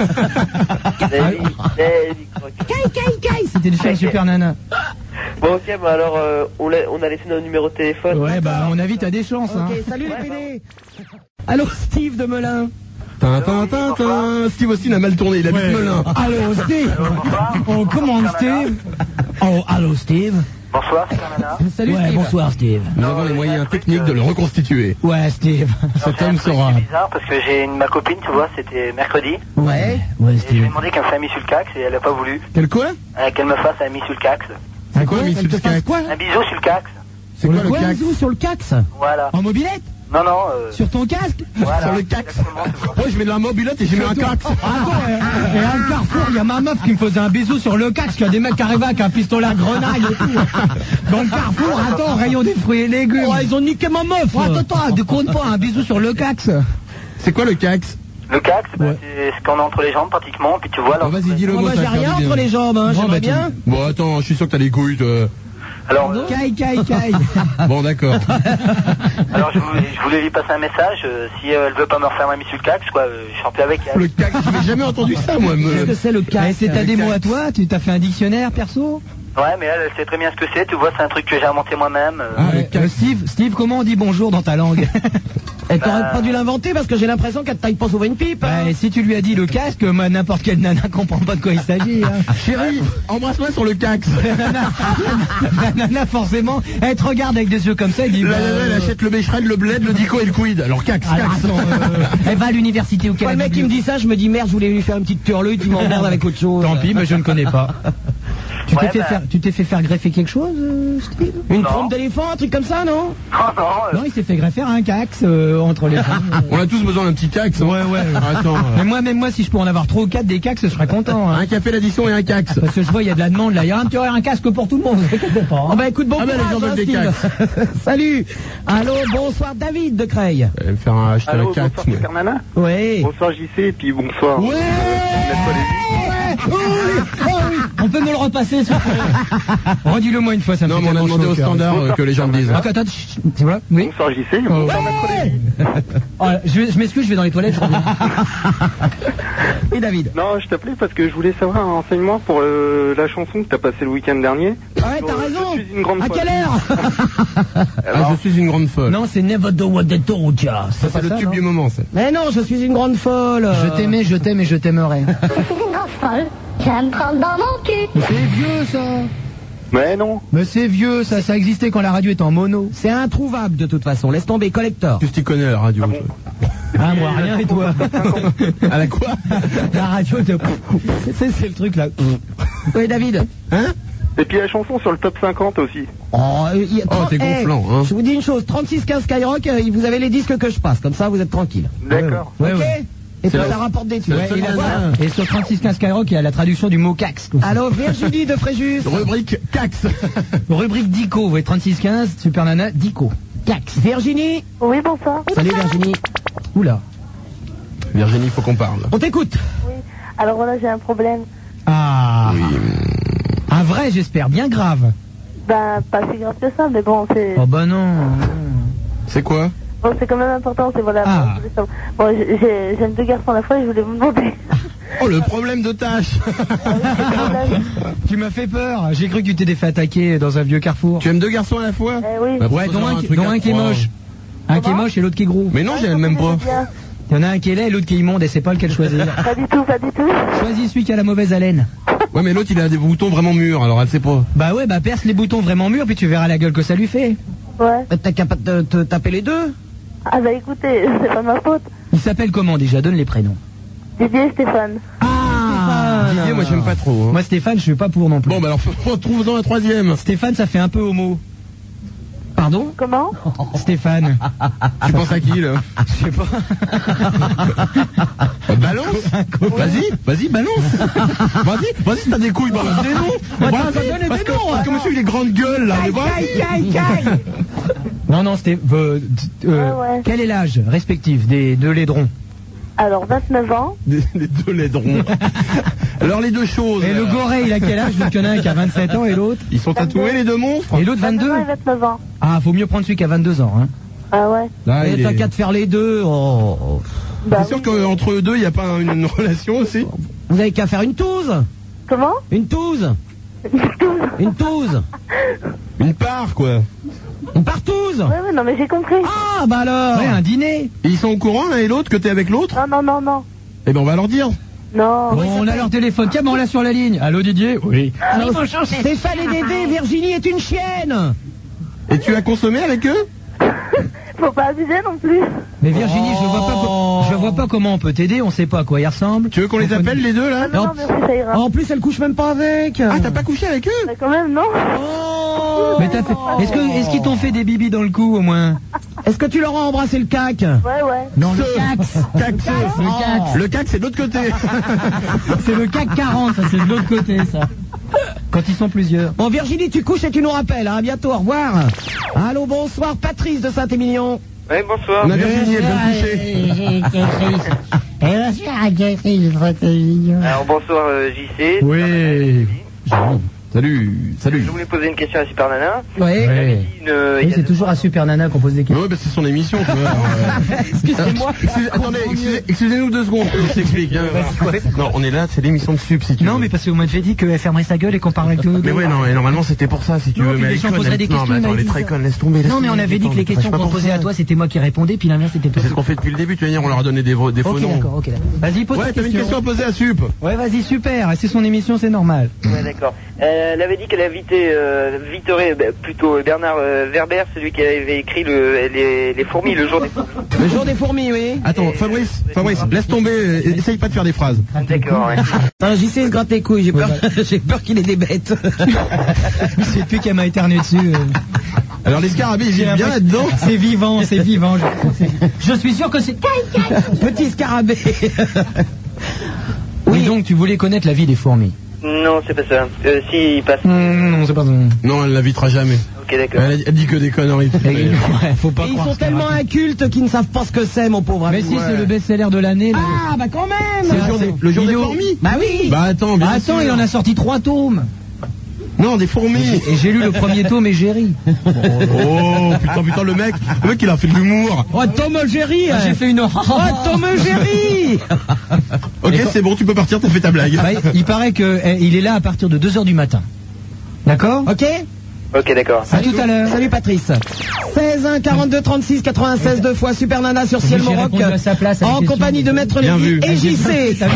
Speaker 2: Kay, kay, kay.
Speaker 4: C'était le chien de Super Nana.
Speaker 8: Bon, ok, bah alors, euh, on, l'a- on a laissé notre numéro de téléphone.
Speaker 4: Ouais, bah à mon avis, t'as des chances. hein.
Speaker 2: Ok, salut les PD. Allô, Steve de Melun.
Speaker 3: Tin, tin, tin, tin. Steve Austin a mal tourné, il habite
Speaker 4: Ouais.
Speaker 3: Melun.
Speaker 4: Allô Steve Oh comment Steve Oh allô Steve
Speaker 8: Bonsoir, Supermana.
Speaker 4: Salut ouais,
Speaker 2: Steve.
Speaker 4: bonsoir Steve.
Speaker 3: Nous avons les moyens techniques de le reconstituer.
Speaker 4: Ouais Steve.
Speaker 3: Cet homme saura.
Speaker 8: C'est bizarre parce que j'ai une, ma copine, tu vois, c'était mercredi.
Speaker 4: Ouais. Ouais
Speaker 8: Je lui ai
Speaker 4: Steve.
Speaker 8: demandé qu'elle me fasse un mis sur le cax et elle a pas voulu.
Speaker 3: Quel quoi
Speaker 8: Euh, qu'elle me fasse un mis sur le cax.
Speaker 3: C'est quoi, Miss Subscac
Speaker 8: Un bisou sur le cax.
Speaker 3: C'est quoi le
Speaker 4: Quoi
Speaker 3: cax
Speaker 4: bisous sur le cax
Speaker 8: Voilà.
Speaker 4: En mobilette
Speaker 8: Non, non. euh,
Speaker 4: Sur ton casque
Speaker 8: voilà.
Speaker 3: Sur le cax Moi je mets de la mobilette et j'ai mis un cax
Speaker 2: Ah.
Speaker 4: Attends, hein. et à un carrefour, il y a ma meuf qui me faisait un bisou sur le cax, il y a des mecs qui arrivaient avec un pistolet à grenaille et tout. Dans le carrefour, attends, rayon des fruits et légumes.
Speaker 2: Oh, ils ont niqué ma meuf.
Speaker 4: Oh, attends, attends, déconne pas, un bisou sur le cax.
Speaker 3: C'est quoi le cax
Speaker 8: Le cax, bah, c'est ce qu'on a entre les jambes pratiquement. Puis tu vois, alors.
Speaker 3: Bon, Bah, Vas-y dis le
Speaker 2: Moi,
Speaker 3: mot
Speaker 2: moi, j'ai
Speaker 3: ça va
Speaker 2: rien
Speaker 3: faire du
Speaker 2: entre
Speaker 3: bien.
Speaker 2: les jambes, hein,
Speaker 3: Bon,
Speaker 2: j'aimerais
Speaker 3: bah, tu-
Speaker 2: bien.
Speaker 3: Bon attends, je suis sûr que t'as les couilles toi.
Speaker 8: alors, euh,
Speaker 4: Caille, caille, caille.
Speaker 3: Bon d'accord.
Speaker 8: alors je, voulais, je voulais lui passer un message. euh, si euh, elle veut pas me refaire un mis sur le cax, quoi, euh, je suis en paix avec elle.
Speaker 3: Le cax, j'avais jamais entendu ça moi. me-
Speaker 2: Qu'est-ce que c'est le
Speaker 4: Mais
Speaker 2: cax
Speaker 4: Eh, c'est t'as
Speaker 3: Le
Speaker 4: des mots
Speaker 3: cax.
Speaker 4: à toi, tu t'as fait un dictionnaire perso
Speaker 8: Ouais, mais elle, elle sait très bien ce que c'est. Tu vois, c'est un truc que j'ai inventé moi-même. euh,
Speaker 3: Ah, le
Speaker 4: Euh,
Speaker 3: cax.
Speaker 4: Steve, Steve, comment on dit bonjour dans ta langue
Speaker 2: Eh, T'aurais pas dû l'inventer parce que j'ai l'impression qu'elle taille pas sauver une pipe. hein.
Speaker 4: Ouais, Bah, et si tu lui as dit le casque, bah, n'importe quelle nana comprend pas de quoi il s'agit. hein.
Speaker 3: Chérie, embrasse-moi sur le cax.
Speaker 4: La nana, forcément, elle te regarde avec des yeux comme ça et dit
Speaker 3: La
Speaker 4: bah,
Speaker 3: nana, elle
Speaker 4: euh,
Speaker 3: achète le bécherel, le bled, le dico et le quid. Alors cax,
Speaker 4: alors,
Speaker 3: cax.
Speaker 4: attends, euh, Elle va à l'université ou
Speaker 2: Moi,
Speaker 4: quel
Speaker 2: le mec qui me dit ça, je me dis merde, je voulais lui faire une petite turlute, il m'emmerde avec autre chose.
Speaker 4: Tant pis, mais je ne connais pas. Tu t'es
Speaker 8: Ouais,
Speaker 4: fait,
Speaker 8: bah.
Speaker 4: faire, tu t'es fait faire greffer quelque chose, euh, Steve
Speaker 2: Une
Speaker 8: Non.
Speaker 2: trompe d'éléphant, un truc comme ça, non
Speaker 3: Ah.
Speaker 8: Non, non, euh,
Speaker 4: Non, il s'est fait greffer un cax euh, entre les jambes.
Speaker 3: On a tous besoin d'un petit cax. hein.
Speaker 4: Ouais, ouais.
Speaker 3: Attends. euh,
Speaker 4: Mais moi, même moi, si je peux en avoir trois ou quatre des cax, je serais content. hein.
Speaker 3: Un café l'addition et un cax.
Speaker 4: Parce que je vois, il y a de la demande là. Il y a un, tu aurais un casque pour tout le monde, vous inquiétez pas. hein.
Speaker 2: Oh bah écoute, bon
Speaker 3: Ah bah,
Speaker 2: courage,
Speaker 3: les gens veulent
Speaker 2: hein,
Speaker 3: des
Speaker 2: Steve. Salut Allô, bonsoir David de Creil.
Speaker 3: Elle va me faire un acheter un
Speaker 14: Allô,
Speaker 3: cax.
Speaker 14: bonsoir
Speaker 3: moi.
Speaker 14: Supernana
Speaker 2: Oui.
Speaker 14: Bonsoir JC et puis bonsoir.
Speaker 3: Ouais
Speaker 4: On peut me le repasser, s'il vous plaît. Redis-le moi une fois, ça me
Speaker 3: Non,
Speaker 4: fait
Speaker 3: mais on a
Speaker 4: tellement
Speaker 3: demandé
Speaker 4: chaud
Speaker 3: au
Speaker 4: cœur.
Speaker 3: standard euh, que les gens le
Speaker 14: Ah,
Speaker 3: disent.
Speaker 4: Attends, attends, chut, chut, tu vois Oui.
Speaker 14: Bonsoir JC. Bonsoir Maître Lévy.
Speaker 4: Oh, je vais- je m'excuse, je vais dans les toilettes, je reviens. Et David
Speaker 14: Non, je t'appelais parce que je voulais savoir un renseignement pour euh, la chanson que t'as passée le week-end dernier.
Speaker 2: Ah ouais, t'as
Speaker 14: Je
Speaker 2: raison
Speaker 14: suis une grande
Speaker 2: À
Speaker 14: folle.
Speaker 2: quelle heure
Speaker 3: Ah, je suis une grande folle.
Speaker 4: Non, c'est Never Do What They Told Ya.
Speaker 3: ça c'est le tube du moment. ça.
Speaker 2: Mais non, je suis une grande folle.
Speaker 4: Je t'aimais, je t'aime et je t'aimerai.
Speaker 1: Je suis une grande folle. J'aime prendre dans mon cul.
Speaker 4: C'est vieux ça
Speaker 14: Mais non.
Speaker 4: Mais c'est vieux ça, ça existait quand la radio était en mono.
Speaker 2: C'est introuvable de toute façon, laisse tomber, collector.
Speaker 3: Qu'est-ce que tu connais à la radio
Speaker 14: bon
Speaker 4: Ah moi rien et toi
Speaker 3: toi À la quoi
Speaker 4: La radio de... C'est c'est le truc là.
Speaker 2: Oui, David
Speaker 3: Hein
Speaker 14: Et puis la chanson sur le top 50 aussi.
Speaker 2: Oh, euh, il y a
Speaker 3: Oh,
Speaker 2: 30
Speaker 3: t'es
Speaker 2: eh,
Speaker 3: gonflant, hein.
Speaker 2: Je vous dis une chose, 36-15 Skyrock, euh, vous avez les disques que je passe, comme ça vous êtes tranquille.
Speaker 14: D'accord.
Speaker 4: Ouais,
Speaker 2: ok
Speaker 4: ouais.
Speaker 2: Et puis
Speaker 3: la-
Speaker 2: ça rapporte des
Speaker 3: la
Speaker 2: thunes.
Speaker 3: seule
Speaker 2: Au revoir.
Speaker 3: nana.
Speaker 4: Et sur 3615 Skyrock, il y a la traduction du mot cax.
Speaker 2: Allô, Virginie de Fréjus
Speaker 3: Rubrique cax.
Speaker 4: Rubrique Dico, ouais, 3615, Super Nana, Dico. Cax.
Speaker 2: Virginie
Speaker 9: Oui, bonsoir.
Speaker 2: Salut Virginie
Speaker 4: Oula.
Speaker 3: Virginie, faut qu'on parle.
Speaker 2: On t'écoute
Speaker 9: Alors voilà, j'ai un problème.
Speaker 4: Ah. Un vrai, j'espère, bien grave.
Speaker 5: Ah,
Speaker 9: Ben, pas si grave que ça, mais bon, c'est
Speaker 4: Oh bah non.
Speaker 3: C'est quoi
Speaker 9: bon, c'est quand même important. C'est voilà.
Speaker 4: Ah.
Speaker 9: je voulais savoir. Bon, j'ai- j'ai- j'aime deux garçons à la fois et je voulais vous demander.
Speaker 3: Oh, le problème de tâche.
Speaker 4: Tu m'as fait peur. J'ai cru que tu t'étais fait attaquer dans un vieux carrefour.
Speaker 3: tu aimes deux garçons à la fois
Speaker 9: Eh oui.
Speaker 3: Bah,
Speaker 4: Ouais,
Speaker 3: propose-leur
Speaker 4: dont un, qui,
Speaker 3: truc
Speaker 4: dont
Speaker 3: à
Speaker 4: un qui est
Speaker 3: trois.
Speaker 4: moche. Un qui est moche et l'autre qui est gros.
Speaker 3: Mais non, j'aime même pas.
Speaker 9: Bien.
Speaker 4: Il y en a un qui est laid et l'autre qui est immonde et c'est pas lequel choisir.
Speaker 9: Pas du tout, pas du tout.
Speaker 4: Choisis celui qui a la mauvaise haleine.
Speaker 3: Ouais, mais l'autre il a des boutons vraiment mûrs, alors elle sait pas.
Speaker 4: Bah ouais, bah perce les boutons vraiment mûrs puis tu verras la gueule que ça lui fait.
Speaker 9: Ouais.
Speaker 2: Euh, T'as qu'à pas te, te taper les deux
Speaker 9: Ah bah écoutez, c'est pas ma faute.
Speaker 4: Il s'appelle comment déjà Donne les prénoms.
Speaker 9: Didier et Stéphane.
Speaker 4: Ah
Speaker 3: Didier, moi j'aime pas trop. hein. bah.
Speaker 4: Moi Stéphane, je suis pas pour non plus.
Speaker 3: Bon, bah alors retrouve-en un troisième.
Speaker 4: Stéphane, ça fait un peu homo. Pardon
Speaker 15: Comment
Speaker 4: Stéphane.
Speaker 3: Ah, Tu penses à qui, là
Speaker 4: Ah,
Speaker 3: Je sais pas. balance Vas-y, vas-y, balance Vas-y, vas-y, t'as des couilles, balance des
Speaker 4: Ouais,
Speaker 3: noms
Speaker 4: t'as pas donné
Speaker 3: Vas-y, parce
Speaker 4: des
Speaker 3: que,
Speaker 4: noms,
Speaker 3: parce que monsieur, il est grande gueule, là, mais vas-y
Speaker 4: Non, non, c'était. euh, t- euh,
Speaker 15: Ah,
Speaker 4: Quel est l'âge respectif des deux laidrons
Speaker 15: Alors, 29 ans.
Speaker 3: Des- Les deux laidrons. Alors, les deux choses. euh,
Speaker 4: Et Eh, le goré, il a quel âge Donc, il y en a un qui a 27 ans et l'autre
Speaker 3: Ils sont tatoués, les deux monstres
Speaker 4: Et l'autre 22
Speaker 15: 29 ans.
Speaker 4: Ah, faut mieux prendre celui qui a 22 ans. Hein.
Speaker 15: Ah ouais
Speaker 3: Là,
Speaker 4: Et
Speaker 3: il
Speaker 4: Eh, t'as
Speaker 3: est-
Speaker 4: qu'à te faire les deux. oh.
Speaker 3: C'est sûr qu'entre eux deux, il n'y a pas un- une, relation aussi
Speaker 2: Vous avez qu'à faire une touze
Speaker 15: Comment
Speaker 2: Une touze Une touze
Speaker 3: Une part, quoi.
Speaker 2: Une partouze
Speaker 15: Ouais, ouais, non, mais j'ai compris.
Speaker 2: Ah, bah alors
Speaker 4: Ouais, un dîner.
Speaker 3: Et ils sont au courant l'un et l'autre que t'es avec l'autre
Speaker 15: Non, non, non, non.
Speaker 3: Eh ben, on va leur dire.
Speaker 15: Non.
Speaker 4: Bon, on a leur téléphone. Tiens, ben, on l'a sur la ligne. Ah, Allô Didier Oui.
Speaker 2: Alors,
Speaker 7: mon chant, c'est-
Speaker 2: Stéphane et Dédé, Virginie est une chienne
Speaker 3: Et tu as consommé avec eux
Speaker 15: Faut pas abuser non plus.
Speaker 4: Mais Virginie, je vois pas,
Speaker 2: Oh.
Speaker 4: co- je vois pas comment on peut t'aider. On sait pas à quoi ils ressemblent.
Speaker 3: Tu veux qu'on les appelle, les deux, là
Speaker 15: Ah, non, non, merci, ça
Speaker 4: Oh.
Speaker 15: ira.
Speaker 2: En plus, elle couche même pas avec
Speaker 3: Ah, t'as pas couché avec
Speaker 9: Bah,
Speaker 3: eux
Speaker 15: Mais quand même, non.
Speaker 2: Oh
Speaker 4: Mais t'as fait- Est-ce que, est-ce qu'ils t'ont fait des bibis dans le cou au moins
Speaker 2: Est-ce que tu leur as embrassé le cac
Speaker 15: Ouais, ouais.
Speaker 4: Non, le
Speaker 3: Ce-
Speaker 4: cax.
Speaker 3: Cactus.
Speaker 4: Le cax.
Speaker 3: Le cac, c'est de l'autre côté. Ah,
Speaker 4: C'est le CAC 40, ça c'est de l'autre côté ça. Quand ils sont plusieurs.
Speaker 2: Bon, Virginie, tu couches et tu nous rappelles. Hein. À bientôt, au revoir. Allô, bonsoir, Patrice de Saint-Émilion.
Speaker 16: Oui, bonsoir.
Speaker 3: On a Virginie, elle veut me coucher.
Speaker 16: Alors, bonsoir, euh, JC.
Speaker 4: Oui.
Speaker 3: Salut, salut.
Speaker 16: Je voulais poser une question à Super Nana.
Speaker 2: Oui.
Speaker 16: Une, euh, il y
Speaker 4: Oui,
Speaker 16: a
Speaker 4: c'est
Speaker 16: deux-
Speaker 4: toujours à Super Nana qu'on pose des questions.
Speaker 3: Ouais, bah, c'est son émission, tu vois. alors, euh,
Speaker 2: Excusez-moi.
Speaker 3: Excusez- attendez, excusez- excusez-nous deux secondes, je t'explique. hein. Non, on est là, c'est l'émission de sub, si tu
Speaker 4: Non,
Speaker 3: veux.
Speaker 4: mais parce que vous m'avez dit qu'elle fermerait sa gueule et qu'on parlait de
Speaker 3: Mais ouais, non, et normalement c'était pour ça, si tu
Speaker 4: Non,
Speaker 3: veux.
Speaker 4: puis
Speaker 3: Mais
Speaker 4: les
Speaker 3: elle
Speaker 4: gens
Speaker 3: est conne,
Speaker 4: poseraient
Speaker 3: elle-
Speaker 4: des
Speaker 3: Non,
Speaker 4: questions,
Speaker 3: mais
Speaker 4: ils
Speaker 3: attends,
Speaker 4: m'avaient
Speaker 3: elle est
Speaker 4: dit
Speaker 3: très
Speaker 4: ça.
Speaker 3: conne, laisse tomber. laisse
Speaker 4: Non, mais on
Speaker 3: tomber,
Speaker 4: avait dit
Speaker 3: attends,
Speaker 4: que les questions
Speaker 3: fâche pas
Speaker 4: qu'on
Speaker 3: pour
Speaker 4: posait
Speaker 3: ça.
Speaker 4: à toi, c'était moi qui répondais, puis l'inverse c'était toi.
Speaker 3: C'est ce qu'on fait depuis le début, tu vois, hier, on leur a donné des, vrais- des faux
Speaker 4: Ok,
Speaker 3: noms.
Speaker 4: d'accord, ok. d'accord. Vas-y, pose
Speaker 3: Ouais,
Speaker 4: ta
Speaker 3: t'avais une question à poser à Sup.
Speaker 4: Ouais, vas-y, super. Et C'est son émission, c'est normal.
Speaker 16: Ouais, d'accord. Euh, elle avait dit qu'elle invitait euh, Victoré, bah, plutôt euh, Bernard euh, Werber, celui qui avait écrit le, les, les fourmis, le jour des fourmis.
Speaker 2: Le jour des fourmis, oui.
Speaker 3: Attends, Fabrice, Fabrice, laisse tomber, euh, essaye pas de faire des phrases.
Speaker 16: D'accord, ouais.
Speaker 2: Attends, j'y sais, se gratte les couilles. J'ai peur,
Speaker 4: bah.
Speaker 2: j'ai peur qu'il ait des bêtes.
Speaker 4: C'est depuis qu'elle m'a éternué dessus. euh.
Speaker 3: Alors les scarabées, ils
Speaker 4: J'ai
Speaker 3: vivent bien
Speaker 4: l'impression-
Speaker 3: là-dedans.
Speaker 4: C'est vivant, c'est vivant. Je, je suis sûr que c'est.
Speaker 2: Petit scarabée.
Speaker 4: Oui, donc tu voulais connaître la vie des fourmis. Hmm,
Speaker 16: Non, c'est pas ça. Euh, si, il passe.
Speaker 4: non, c'est pas ça.
Speaker 3: Non, elle l'invitera jamais.
Speaker 16: Ok, d'accord.
Speaker 3: Elle, elle dit que des conneries. putain.
Speaker 4: Ouais, faut pas
Speaker 2: Et ils
Speaker 4: croire
Speaker 2: sont
Speaker 4: ce qu'elle
Speaker 2: tellement
Speaker 4: raconte.
Speaker 2: incultes qu'ils ne savent pas ce que c'est, mon pauvre ami.
Speaker 4: Mais si, c'est le best-seller de l'année. là.
Speaker 2: Ah, bah quand même
Speaker 3: C'est le jour des, le jour
Speaker 4: Il
Speaker 3: des
Speaker 4: est au-
Speaker 3: fourmis.
Speaker 2: Bah oui
Speaker 3: Bah attends, bien
Speaker 4: Attends,
Speaker 3: sûr.
Speaker 4: il en a sorti trois tomes.
Speaker 3: Non, des fourmis.
Speaker 4: Et j'ai lu le premier tome et j'ai ri.
Speaker 3: Oh putain, putain, le mec, le mec, il a fait de l'humour.
Speaker 2: Oh, Tom Algérie
Speaker 4: Ah, J'ai fait une
Speaker 2: Oh, Tom Algérie
Speaker 3: Ok, c'est bon, tu peux partir, t'as fait ta blague.
Speaker 4: Bah, il- il paraît que eh, il est là à partir de 2h du matin. D'accord
Speaker 2: Ok
Speaker 16: Ok, d'accord.
Speaker 4: À tout à l'heure.
Speaker 2: Salut Patrice. 16 1 42 36 96 deux fois Super Nana sur Ciel
Speaker 4: J'ai
Speaker 2: Maroc
Speaker 4: répondu à sa place à la
Speaker 2: en
Speaker 4: question.
Speaker 2: compagnie de Maître
Speaker 3: Bien
Speaker 2: Lévy
Speaker 3: vu.
Speaker 2: et JC.
Speaker 4: T'as vu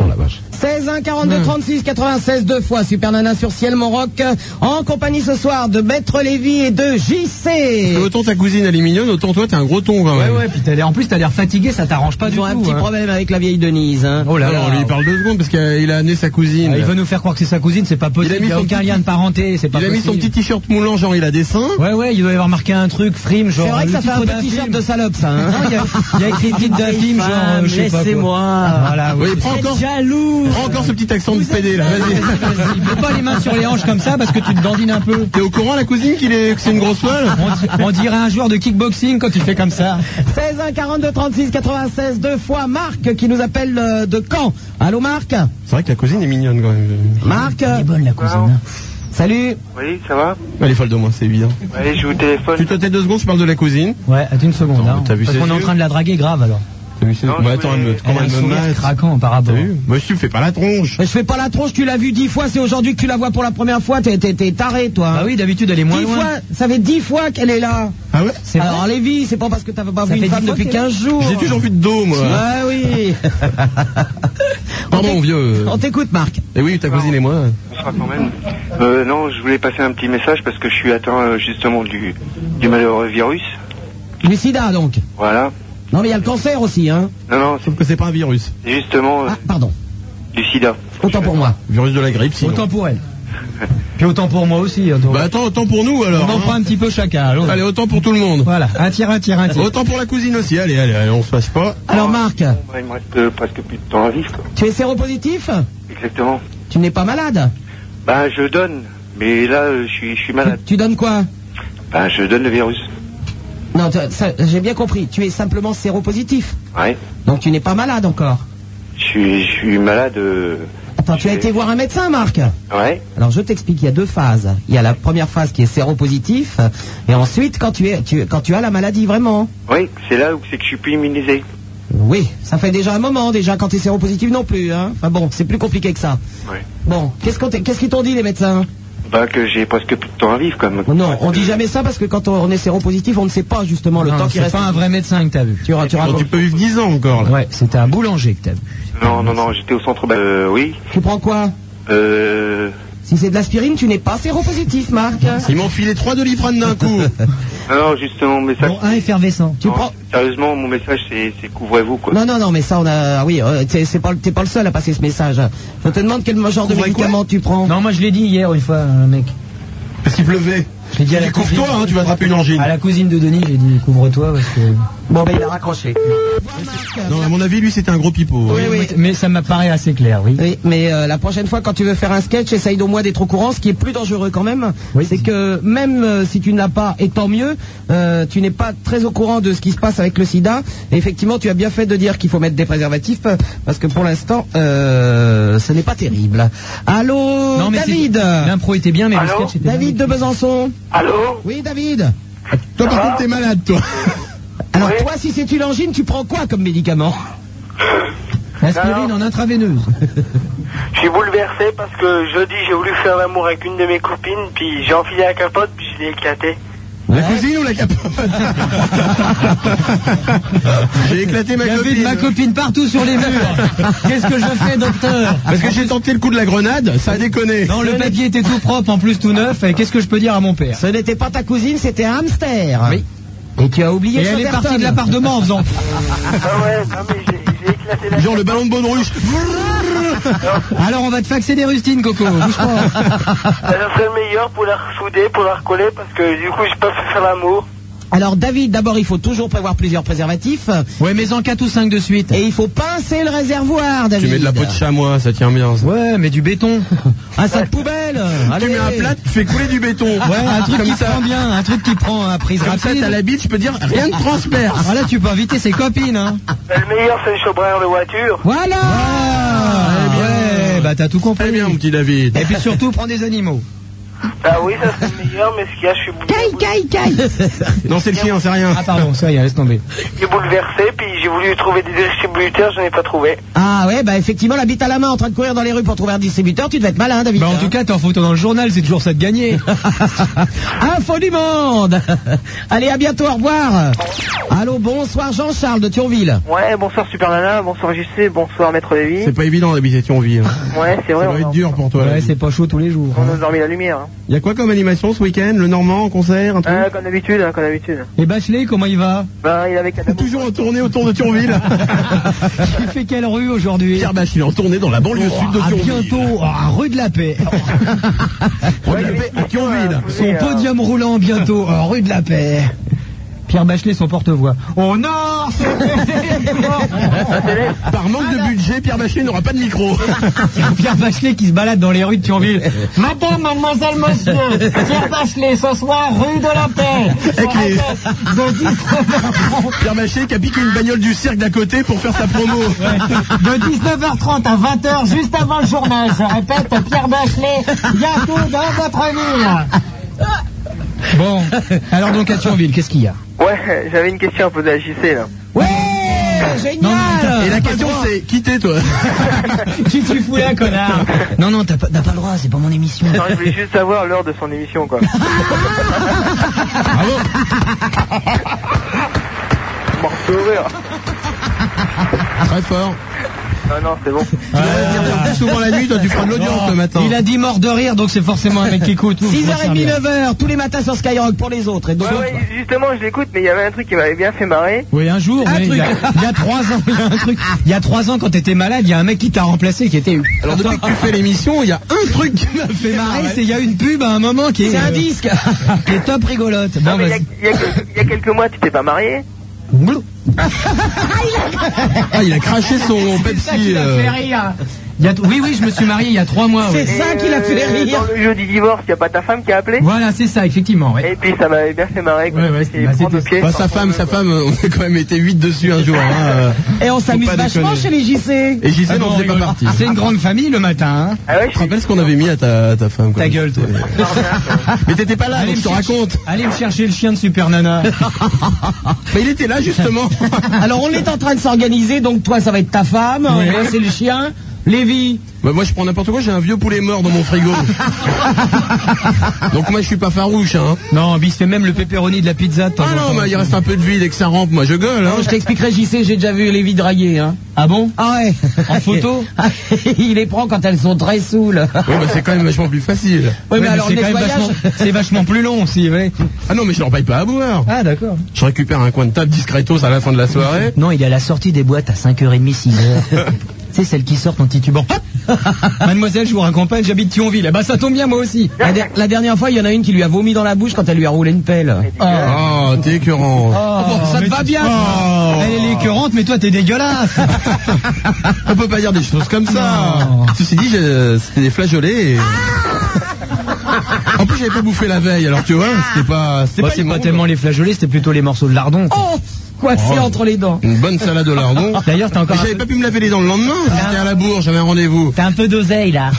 Speaker 4: Mmh.
Speaker 2: 16 1 42 36 96 deux fois Super Nana sur Ciel Maroc en compagnie ce soir de Maître Lévy et de
Speaker 3: Et
Speaker 2: JC.
Speaker 3: Autant ta cousine elle est mignonne, autant toi t'es un gros ton quand
Speaker 4: Ouais,
Speaker 3: même.
Speaker 4: ouais, puis t'as l'air- en plus t'as l'air fatigué, ça t'arrange pas du
Speaker 2: Ils
Speaker 4: tout.
Speaker 2: ont un petit
Speaker 4: hein.
Speaker 2: problème avec la vieille Denise. hein.
Speaker 4: Oh là
Speaker 3: Non,
Speaker 4: là.
Speaker 3: on lui parle deux secondes parce qu'il a amené sa cousine.
Speaker 4: Ah, il veut nous faire croire que c'est sa cousine, c'est pas
Speaker 3: Il
Speaker 4: possible.
Speaker 3: a mis
Speaker 4: y
Speaker 3: son
Speaker 4: aucun
Speaker 3: petit-
Speaker 4: lien de parenté, c'est pas
Speaker 3: Il a mis
Speaker 4: possible.
Speaker 3: son petit t-shirt moulant, genre il a des seins.
Speaker 4: Ouais, ouais, il doit y avoir marqué un truc, frime, genre.
Speaker 2: C'est vrai que
Speaker 4: le
Speaker 2: ça fait un
Speaker 4: titre d'un
Speaker 2: petit
Speaker 4: film.
Speaker 2: shirt de salope ça. hein.
Speaker 4: Non, il y a- il y a écrit le titre d'un film, genre. euh, je sais pas quoi. Ah,
Speaker 2: Laissez-moi. Ah,
Speaker 4: Voilà,
Speaker 3: Oui,
Speaker 4: ouais.
Speaker 3: prends encore,
Speaker 2: Jaloux.
Speaker 3: prends encore ce petit accent de PD là, vas-y.
Speaker 4: Vas-y, mets pas les mains sur les hanches comme ça parce que tu te dandines un peu.
Speaker 3: T'es au courant la cousine qu'il est, que c'est une grosse folle
Speaker 4: On, di- on dirait un joueur de kickboxing quand il fait comme ça.
Speaker 2: 16 1 42 36 96 deux fois Marc qui nous appelle euh, de Caen. Allô Marc
Speaker 3: C'est vrai que la cousine est mignonne quand même.
Speaker 2: Marc
Speaker 4: Elle est bonne la cousine.
Speaker 2: Salut
Speaker 10: Oui, ça va
Speaker 3: Elle est folle de moi, c'est évident.
Speaker 10: Allez, je vous téléphone.
Speaker 3: Tu te tais deux secondes, je parle de la cousine.
Speaker 4: Ouais, attends une seconde.
Speaker 3: Attends,
Speaker 4: hein.
Speaker 3: t'as vu
Speaker 4: parce
Speaker 3: ses
Speaker 4: qu'on est en
Speaker 3: yeux
Speaker 4: train de la draguer grave alors.
Speaker 3: T'as vu ça
Speaker 10: Non,
Speaker 3: Bah
Speaker 10: je
Speaker 3: attends, elle
Speaker 10: voulais-
Speaker 3: me,
Speaker 4: Elle
Speaker 3: comment
Speaker 4: a un
Speaker 3: elle me
Speaker 4: sourire
Speaker 3: mate
Speaker 4: craquant par rapport.
Speaker 3: T'as vu Bah tu me fais pas la tronche.
Speaker 2: Mais je fais pas la tronche, tu l'as vu dix fois, c'est aujourd'hui que tu la vois pour la première fois, t'es, t'es- t'es taré toi. hein.
Speaker 4: Ah oui, d'habitude elle est moins
Speaker 2: dix
Speaker 4: loin.
Speaker 2: fois, ça fait dix fois qu'elle est là.
Speaker 3: Ah ouais
Speaker 4: C'est
Speaker 2: Alors
Speaker 4: vrai
Speaker 2: Lévi, c'est pas parce que t'avais pas vu
Speaker 4: Ça fait
Speaker 2: une
Speaker 4: dix
Speaker 2: femme
Speaker 4: fois
Speaker 2: depuis
Speaker 4: qu'elle est-
Speaker 2: 15 jours.
Speaker 3: J'ai toujours envie de dos moi.
Speaker 2: Ah oui
Speaker 3: Pardon
Speaker 2: on
Speaker 3: mon
Speaker 2: t'éc-
Speaker 3: vieux.
Speaker 2: On t'écoute Marc.
Speaker 3: Et oui, ta cousine et moi.
Speaker 10: Bonsoir quand même. Euh, non, je voulais passer un petit message parce que je suis atteint euh, justement du, du malheureux virus.
Speaker 2: Du sida donc.
Speaker 10: Voilà.
Speaker 2: Non mais il y a le cancer aussi hein.
Speaker 10: Non, non,
Speaker 3: Sauf que c'est pas un virus.
Speaker 10: c'est justement euh,
Speaker 2: Ah pardon,
Speaker 10: du sida.
Speaker 2: autant pour moi.
Speaker 3: Virus de la grippe, sinon.
Speaker 4: Autant pour elle. Puis autant pour moi aussi.
Speaker 3: Bah attends, autant pour nous alors. hein.
Speaker 4: On en prend un petit peu chacun.
Speaker 3: Allez, autant pour tout le monde.
Speaker 4: Voilà, un tir, un tir, un tir.
Speaker 3: Autant pour la cousine aussi. Allez, allez, allez on se fâche pas.
Speaker 2: Alors Marc,
Speaker 8: Il me reste euh, presque plus de temps à vivre, quoi.
Speaker 2: tu es séropositif
Speaker 8: Exactement.
Speaker 2: Tu n'es pas malade
Speaker 8: Bah, je donne, mais là, euh, je suis, je suis malade.
Speaker 2: Tu donnes quoi
Speaker 8: Bah, je donne le virus.
Speaker 2: Non, tu- ça, j'ai bien compris. Tu es simplement séropositif.
Speaker 8: Ouais.
Speaker 2: Donc tu n'es pas malade encore.
Speaker 8: Je suis, je suis malade. euh,
Speaker 2: Attends, tu as été voir un médecin, Marc
Speaker 8: Ouais.
Speaker 2: Alors je t'explique, il y a deux phases. Il y a la première phase qui est séropositif, et ensuite quand tu, es, tu- quand tu as la maladie vraiment.
Speaker 8: Oui, c'est là où c'est que je suis plus immunisé.
Speaker 2: Oui, ça fait déjà un moment déjà quand tu es séropositif non plus. Hein. Enfin bon, c'est plus compliqué que ça.
Speaker 8: Ouais.
Speaker 2: Bon, qu'est-ce qu'on t- qu'est-ce qu'ils t'ont dit les médecins
Speaker 8: Bah, que j'ai presque plus de temps à vivre, comme.
Speaker 2: Oh Non, on dit jamais ça parce que quand on on est séropositif, on ne sait pas justement le
Speaker 4: Non,
Speaker 2: temps qui
Speaker 4: c'est
Speaker 2: reste.
Speaker 4: pas un vrai médecin que t'as vu.
Speaker 2: Tu, ra- tu racontes.
Speaker 3: peux vivre 10 ans encore.
Speaker 4: Ah Ouais, c'était un boulanger que t'as vu.
Speaker 8: Non, non, non, j'étais au centre. Bah, euh, oui.
Speaker 2: Tu prends quoi
Speaker 8: Euh.
Speaker 2: Si c'est de l'aspirine, tu n'es pas séropositif, Marc.
Speaker 3: Ils m'ont filé 3 de l'iprane d'un coup.
Speaker 8: Non, non, justement, mon message.
Speaker 4: un effervescent.
Speaker 2: Tu
Speaker 8: non,
Speaker 2: prends.
Speaker 8: Sérieusement, mon message, c'est c'est couvrez-vous, quoi.
Speaker 2: Non, non, non, mais ça, on a. ah Oui, euh, t'es c'est pas, le- t'es pas le seul à passer ce message. Je te demande quel genre de médicament tu prends.
Speaker 4: Non, moi je l'ai dit hier une fois, un mec.
Speaker 3: Parce qu'il pleuvait.
Speaker 4: Je l'ai dit à la cousine-
Speaker 3: Découvre-toi, hein, tu vas attraper une angine.
Speaker 4: À la cousine de Denis, j'ai dit couvre-toi parce que.
Speaker 2: Bon, ben il a raccroché.
Speaker 3: Non, à mon avis, lui, c'était un gros pipeau.
Speaker 2: Oui, oui.
Speaker 4: Mais ça m'apparaît assez clair, oui.
Speaker 2: Oui, mais euh, la prochaine fois, quand tu veux faire un sketch, essaye au moins d'être au courant. Ce qui est plus dangereux quand même, c'est que même euh, si tu ne l'as pas, et tant mieux, euh, tu n'es pas très au courant de ce qui se passe avec le sida. Et effectivement, tu as bien fait de dire qu'il faut mettre des préservatifs, euh, parce que pour l'instant, euh, ce n'est pas terrible. Allô,
Speaker 4: Non, mais c'est-
Speaker 2: David
Speaker 4: L'impro était bien, mais le sketch était
Speaker 2: David de Besançon
Speaker 8: Allô
Speaker 2: Oui, David
Speaker 3: Toi, par contre, t'es malade, toi.
Speaker 2: Alors toi, si c'est une angine, tu prends quoi comme médicament
Speaker 4: Aspirine en intraveineuse.
Speaker 11: Je suis bouleversé parce que jeudi j'ai voulu faire l'amour avec une de mes copines, puis j'ai enfilé la capote, Oh, puis je l'ai éclaté.
Speaker 3: La cousine ou la capote J'ai éclaté ma
Speaker 4: Il y avait de
Speaker 3: copine.
Speaker 4: ma copine partout sur les murs. Qu'est-ce que je fais, docteur
Speaker 3: Parce que j'ai tenté le coup de la grenade, ça a déconné.
Speaker 4: Non, le papier était tout propre, en plus tout neuf. Et Qu'est-ce que je peux dire à mon père
Speaker 2: Ce n'était pas ta cousine, c'était un hamster.
Speaker 4: Oui.
Speaker 2: Et tu as oublié
Speaker 4: Et elle est
Speaker 2: Chatterton.
Speaker 4: partie de l'appartement en faisant.
Speaker 11: Ah
Speaker 3: Genre le ballon de bonne ruche.
Speaker 4: Alors on va te faxer des rustines, Coco. Bouge pas.
Speaker 16: Ah.
Speaker 11: Ça serait le meilleur pour la ressouder, pour la recoller, parce que du coup j'ai pas pu faire l'amour.
Speaker 2: Alors David, d'abord il faut toujours prévoir plusieurs préservatifs
Speaker 4: Ouais, mais en 4 ou 5 de suite.
Speaker 2: et il faut pincer le réservoir,
Speaker 3: Tu
Speaker 2: David.
Speaker 3: mets de la peau de chamois, ça tient bien. ça.
Speaker 4: Ouais, mais du béton.
Speaker 2: Ah ça poubelle. Allez.
Speaker 3: Tu mets un plat, tu fais couler du béton.
Speaker 4: Ouais, un truc
Speaker 3: Comme
Speaker 4: qui
Speaker 3: ça.
Speaker 4: prend bien, un truc qui prend à prise
Speaker 3: Comme ça,
Speaker 4: rapide.
Speaker 3: t'as la bite, je peux dire, rien ne transperce.
Speaker 4: Ah là, tu peux inviter ses copines, hein.
Speaker 11: Le meilleur c'est le chaudron de voiture.
Speaker 2: Voilà.
Speaker 4: Ah,
Speaker 3: eh bien.
Speaker 4: ouais, bah t'as tout
Speaker 3: Très
Speaker 4: compris.
Speaker 3: bien, mon petit David.
Speaker 4: Et puis surtout, prends des animaux.
Speaker 11: Bah oui, ça serait le meilleur, mais ce qu'il y a, je suis bou-
Speaker 2: Caille, caille, caille.
Speaker 3: Non, c'est le chien, c'est rien.
Speaker 4: Eh, Ah pardon, ça y est, laisse tomber.
Speaker 11: je suis bouleversé, puis j'ai voulu trouver des distributeurs, j'en ai pas trouvé.
Speaker 2: Ah ouais, bah effectivement la bite à la main en train de courir dans les rues pour trouver un distributeur, tu devais être malin, David.
Speaker 4: Bah en tout cas, t'es en photo dans le journal, c'est toujours ça de gagner.
Speaker 2: Info du monde. Allez, à bientôt, au revoir. Allô, bonsoir Jean-Charles de Thionville.
Speaker 16: Ouais, bonsoir Super Nana, bonsoir JC, bonsoir Maître Lévy.
Speaker 3: C'est pas évident d'habiter Thionville. hein.
Speaker 16: Ouais, c'est
Speaker 3: Ça
Speaker 16: vrai, on,
Speaker 3: va être
Speaker 16: a-
Speaker 3: dur pour toi.
Speaker 4: Ouais,
Speaker 3: là.
Speaker 4: c'est pas chaud tous les jours.
Speaker 16: on a dormi la lumière. hein.
Speaker 3: Il y a quoi comme animation ce week-end Le Normand en concert un truc
Speaker 16: Euh, comme d'habitude, hein, comme d'habitude.
Speaker 2: Eh,
Speaker 4: Et Bachelet, comment il va
Speaker 16: Bah, il avait qu'à
Speaker 3: Toujours en tournée autour de Thionville.
Speaker 4: Il fait quelle rue aujourd'hui
Speaker 3: Pierre Bach, il est en tournée dans la banlieue sud de
Speaker 4: À
Speaker 3: Thionville. Ah,
Speaker 4: bientôt, oh, à rue de la paix.
Speaker 3: Rue de la Paix à
Speaker 16: euh,
Speaker 3: Thionville.
Speaker 4: Son podium roulant bientôt, oh, rue de la paix. Pierre Bachelet, son porte-voix. Oh non
Speaker 3: Par manque de budget, Pierre Bachet n'aura pas de micro.
Speaker 4: Pierre Bachelet qui se balade dans les rues de Thionville. Madame, mademoiselle, monsieur, Pierre Bachelet, ce soir, rue de la paix.
Speaker 3: Avec les- Pierre Bachet qui a piqué une bagnole du cirque d'à côté pour faire sa promo.
Speaker 4: De 19h30 à 20h, juste avant le journal, je répète, Pierre Bachelet, bientôt dans votre ville. Bon, alors donc à Thionville, qu'est-ce qu'il y a
Speaker 16: Ouais, j'avais une question à poser à JC là.
Speaker 2: Ouais, génial.
Speaker 3: Et la question c'est, qui t'es toi
Speaker 4: Qui tu fous là, connard Non, non, t'as pas, t'as pas le droit, c'est pas mon émission.
Speaker 16: Non, je voulais juste savoir l'heure de son émission quoi. Bravo Morceau rire.
Speaker 4: Ah,
Speaker 3: Très fort.
Speaker 16: Non, non, c'est bon.
Speaker 3: souvent la nuit, toi, tu prends de l'audience le matin.
Speaker 4: Il a dit mort de rire, donc c'est forcément un mec qui écoute.
Speaker 2: 6h30, 9h, tous les matins sur Skyrock pour les autres. Et donc,
Speaker 16: Ouais, ouais, justement, je l'écoute, mais il y avait un truc qui m'avait bien fait marrer.
Speaker 4: Oui, un jour,
Speaker 16: Un
Speaker 4: mais il y, a,
Speaker 16: truc.
Speaker 4: il y a trois ans, il y a un truc. Il y a trois ans, quand t'étais malade, il y a un mec qui t'a remplacé, qui était.
Speaker 3: Alors, depuis que tu fais l'émission, il y a un truc qui m'a
Speaker 4: fait marrer, c'est il y a une pub à un moment qui est.
Speaker 16: C'est un
Speaker 4: disque. qui est top rigolote.
Speaker 16: Non,
Speaker 4: Bon,
Speaker 16: mais il y a-
Speaker 4: vas-y.
Speaker 16: il y, a que- il y a quelques mois, tu t'es pas marié
Speaker 3: Ah, il a craché son Pepsi. euh,
Speaker 4: rire. Il y a t- oui, oui, je me suis marié il y a trois mois.
Speaker 16: C'est
Speaker 4: oui.
Speaker 16: ça qui l'a fait rire. Dans le jeu du divorce, il y a pas ta femme qui a appelé
Speaker 4: Voilà, c'est ça, effectivement. ouais.
Speaker 16: Et puis ça m'avait bien fait marrer. quoi. C'est prendre au pied,
Speaker 3: Bah,
Speaker 16: sans
Speaker 3: sa femme,
Speaker 16: prendre-
Speaker 3: sa femme, euh, on a quand même été 8 dessus un jour. hein, euh,
Speaker 2: Et on
Speaker 3: faut
Speaker 2: s'amuse
Speaker 3: pas
Speaker 2: vachement
Speaker 3: déconner.
Speaker 2: chez les JC.
Speaker 3: Et Gisèle
Speaker 4: Ah
Speaker 3: n'en
Speaker 4: non,
Speaker 3: faisait pas
Speaker 4: rigole.
Speaker 3: partie.
Speaker 4: C'est une grande famille le matin. hein.
Speaker 2: Ah,
Speaker 3: Tu te rappelles ce qu'on avait mis à ta, ta femme Ta gueule, toi. Mais t'étais pas là,
Speaker 4: Allez
Speaker 3: donc
Speaker 4: me
Speaker 3: je te
Speaker 4: chercher-
Speaker 3: raconte.
Speaker 4: Allez me chercher le chien de Super Nana.
Speaker 2: Ah
Speaker 3: Mais il était là, justement.
Speaker 2: Alors, on est en train de s'organiser, donc toi, ça va être ta femme,
Speaker 3: Ouais.
Speaker 2: moi, c'est le chien. Lévi.
Speaker 3: Bah, moi, je prends n'importe quoi, j'ai un vieux poulet mort dans mon frigo. donc, moi, je suis pas farouche, hein.
Speaker 4: Non, mais il se fait même le pepperoni de la pizza. de temps
Speaker 3: Ah
Speaker 4: en
Speaker 3: non,
Speaker 4: temps.
Speaker 3: bah, il reste un peu de vide et que ça rampe, moi, je gueule, hein.
Speaker 2: Non, je t'expliquerai, JC, j'ai déjà vu Lévi draguer. Hein.
Speaker 4: Ah bon
Speaker 2: Ah ouais. Ah,
Speaker 4: En photo
Speaker 2: Il les prend quand elles sont très saoules.
Speaker 3: Ouais, bah, c'est quand même vachement plus facile.
Speaker 2: Oui, mais alors,
Speaker 4: c'est
Speaker 2: le
Speaker 4: quand même
Speaker 2: nettoyage-
Speaker 4: vachement- c'est vachement plus long aussi, ouais.
Speaker 3: Ah non, mais je leur paye pas à boire.
Speaker 4: Ah d'accord.
Speaker 3: Je récupère un coin de table discretos à la fin de la soirée.
Speaker 4: Non, il y a la sortie des boîtes à 5h30, 6h. C'est celle qui sort en titubant. Hop Mademoiselle, je vous raccompagne, j'habite Thionville. Eh ben, ça tombe bien, moi aussi.
Speaker 2: La, der- la dernière fois, il y en a une qui lui a vomi dans la bouche quand elle lui a roulé une pelle.
Speaker 3: Oh, t'es écœurant. Oh,
Speaker 4: Bon, ça te va bien. toi. Elle est écœurante, mais toi, t'es dégueulasse.
Speaker 3: On peut pas dire des choses comme ça. Ceci dit, j'ai- c'était des flageolets. et- en plus, j'avais pas bouffé la veille, alors tu vois, c'était pas, c'était
Speaker 4: Bah,
Speaker 3: pas
Speaker 4: c'est pas
Speaker 3: immonde.
Speaker 4: tellement les flageolets, c'était plutôt les morceaux de lardon. quoi.
Speaker 2: Oh Quoi que c'est entre les dents
Speaker 3: Une bonne salade au lardon.
Speaker 4: D'ailleurs, t'as encore
Speaker 3: Et
Speaker 4: un Ah.
Speaker 3: J'avais
Speaker 4: peu-
Speaker 3: pas pu me laver les dents le lendemain. J'étais à la bourre, j'avais un rendez-vous.
Speaker 4: T'as un peu d'oseille, là.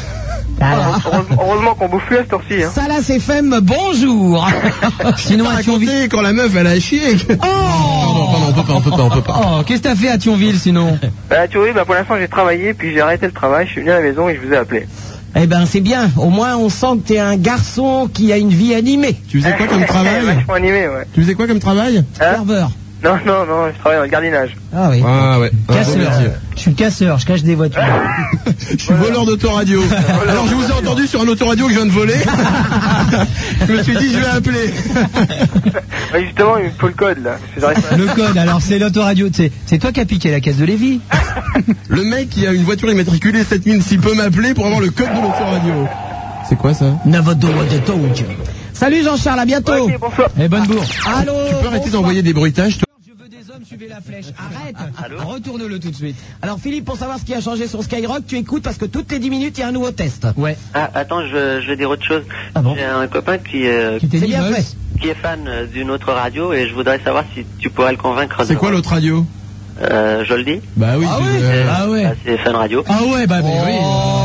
Speaker 16: Heureusement- Heureusement qu'on bouffe plus à cette heure-ci. Hein.
Speaker 2: Salas FM, bonjour
Speaker 4: Sinon, à Thionville...
Speaker 3: Raconté quand la meuf, elle a chié.
Speaker 2: Oh
Speaker 3: Pardon, pardon, on peut pas, on peut pas, on peut pas.
Speaker 4: Oh, qu'est-ce que t'as fait à Thionville, sinon
Speaker 16: Bah, tu vois, bah, pour l'instant, j'ai travaillé, puis j'ai arrêté le travail, je suis venu à la maison et je vous ai appelé.
Speaker 2: Eh ben, c'est bien. Au moins, on sent que t'es un garçon qui a une vie animée.
Speaker 3: Tu faisais quoi comme travail
Speaker 16: Vachement animé, ouais.
Speaker 3: Tu faisais quoi comme travail
Speaker 2: Serveur.
Speaker 16: Hein Non, non, non, je travaille dans le jardinage.
Speaker 2: Ah oui.
Speaker 3: Ah ouais. Ah, bon
Speaker 4: Casseur.
Speaker 3: métier.
Speaker 4: Je suis casseur, je cache des voitures.
Speaker 3: Je suis voleur d'autoradio. Alors je vous ai entendu sur un autoradio que je viens de voler. je me suis dit je vais appeler.
Speaker 16: Ouais, justement, il me faut le code, là. parce que j'arrive pas-
Speaker 4: Le code, alors c'est l'autoradio. C'est c'est toi qui as piqué la caisse de Lévis.
Speaker 3: Le mec qui a une voiture immatriculée 7000 s'il peut m'appeler pour avoir le code de l'autoradio. C'est quoi ça
Speaker 2: Salut Jean-Charles, à bientôt. Eh,
Speaker 16: Ok, bonsoir.
Speaker 4: Et bonne bourre.
Speaker 2: Allô
Speaker 3: Tu peux arrêter d'envoyer des bruitages toi
Speaker 4: Je veux des hommes, suivez la flèche. Arrête Retourne-le tout de suite.
Speaker 2: Alors Philippe, pour savoir ce qui a changé sur Skyrock, tu écoutes parce que toutes les 10 minutes, il y a un nouveau test.
Speaker 4: Ouais.
Speaker 11: Ah, attends, je, je vais dire autre chose.
Speaker 4: Ah bon
Speaker 11: J'ai un copain qui, euh,
Speaker 4: Qui t'est
Speaker 2: C'est
Speaker 4: dit,
Speaker 2: bien
Speaker 4: Boss
Speaker 2: fait.
Speaker 11: qui est fan euh, d'une autre radio et je voudrais savoir si tu pourrais le convaincre.
Speaker 3: C'est
Speaker 11: de-
Speaker 3: quoi l'autre radio
Speaker 11: euh, Je le dis,
Speaker 3: Bah oui.
Speaker 2: Ah
Speaker 3: c'est-
Speaker 2: oui
Speaker 3: euh,
Speaker 4: Ah ouais.
Speaker 11: Ah, c'est Fun Radio.
Speaker 4: Ah ouais, bah, bah
Speaker 3: Eh
Speaker 4: oui.
Speaker 2: Oh,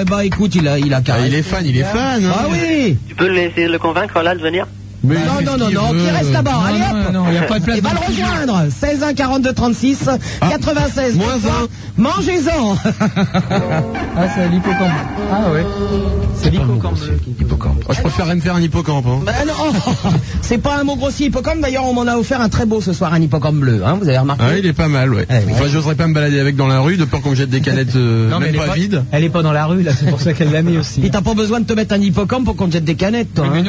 Speaker 2: eh ben écoute, il a, il a
Speaker 3: ah,
Speaker 2: carré.
Speaker 3: il est fan, il est fan. hein.
Speaker 2: Ah oui
Speaker 11: Tu peux essayer de le convaincre là de venir
Speaker 3: Mais
Speaker 2: Non,
Speaker 3: il fait
Speaker 2: non,
Speaker 3: ce
Speaker 2: non,
Speaker 3: qu'il
Speaker 2: non,
Speaker 3: veut.
Speaker 2: qui reste là-bas,
Speaker 4: Non,
Speaker 2: allez
Speaker 4: non,
Speaker 2: hop
Speaker 4: non, il n'y a pas de place.
Speaker 2: Et va le rejoindre 16 1 42 36 96
Speaker 3: Ah. Moins
Speaker 2: parfois. Mangez-en
Speaker 4: Ah, c'est l'hippocampe. Ah ouais. C'est l'hippocampe.
Speaker 3: Oh, je préférerais me faire un hippocampe. hein.
Speaker 2: Ben non, oh, C'est pas un mot grossier hippocampe, d'ailleurs on m'en a offert un très beau ce soir, un hippocampe bleu, hein, vous avez remarqué
Speaker 3: Ah, il est pas mal, ouais.
Speaker 2: Eh, ouais.
Speaker 3: Enfin, j'oserais pas me balader avec dans la rue de peur qu'on me jette des canettes euh, même
Speaker 4: elle est
Speaker 3: pas, vides.
Speaker 4: Elle est pas dans la rue, là, c'est pour ça qu'elle l'a mis aussi.
Speaker 2: Et t'as pas besoin de te mettre un hippocampe pour qu'on te jette des canettes, toi. hein.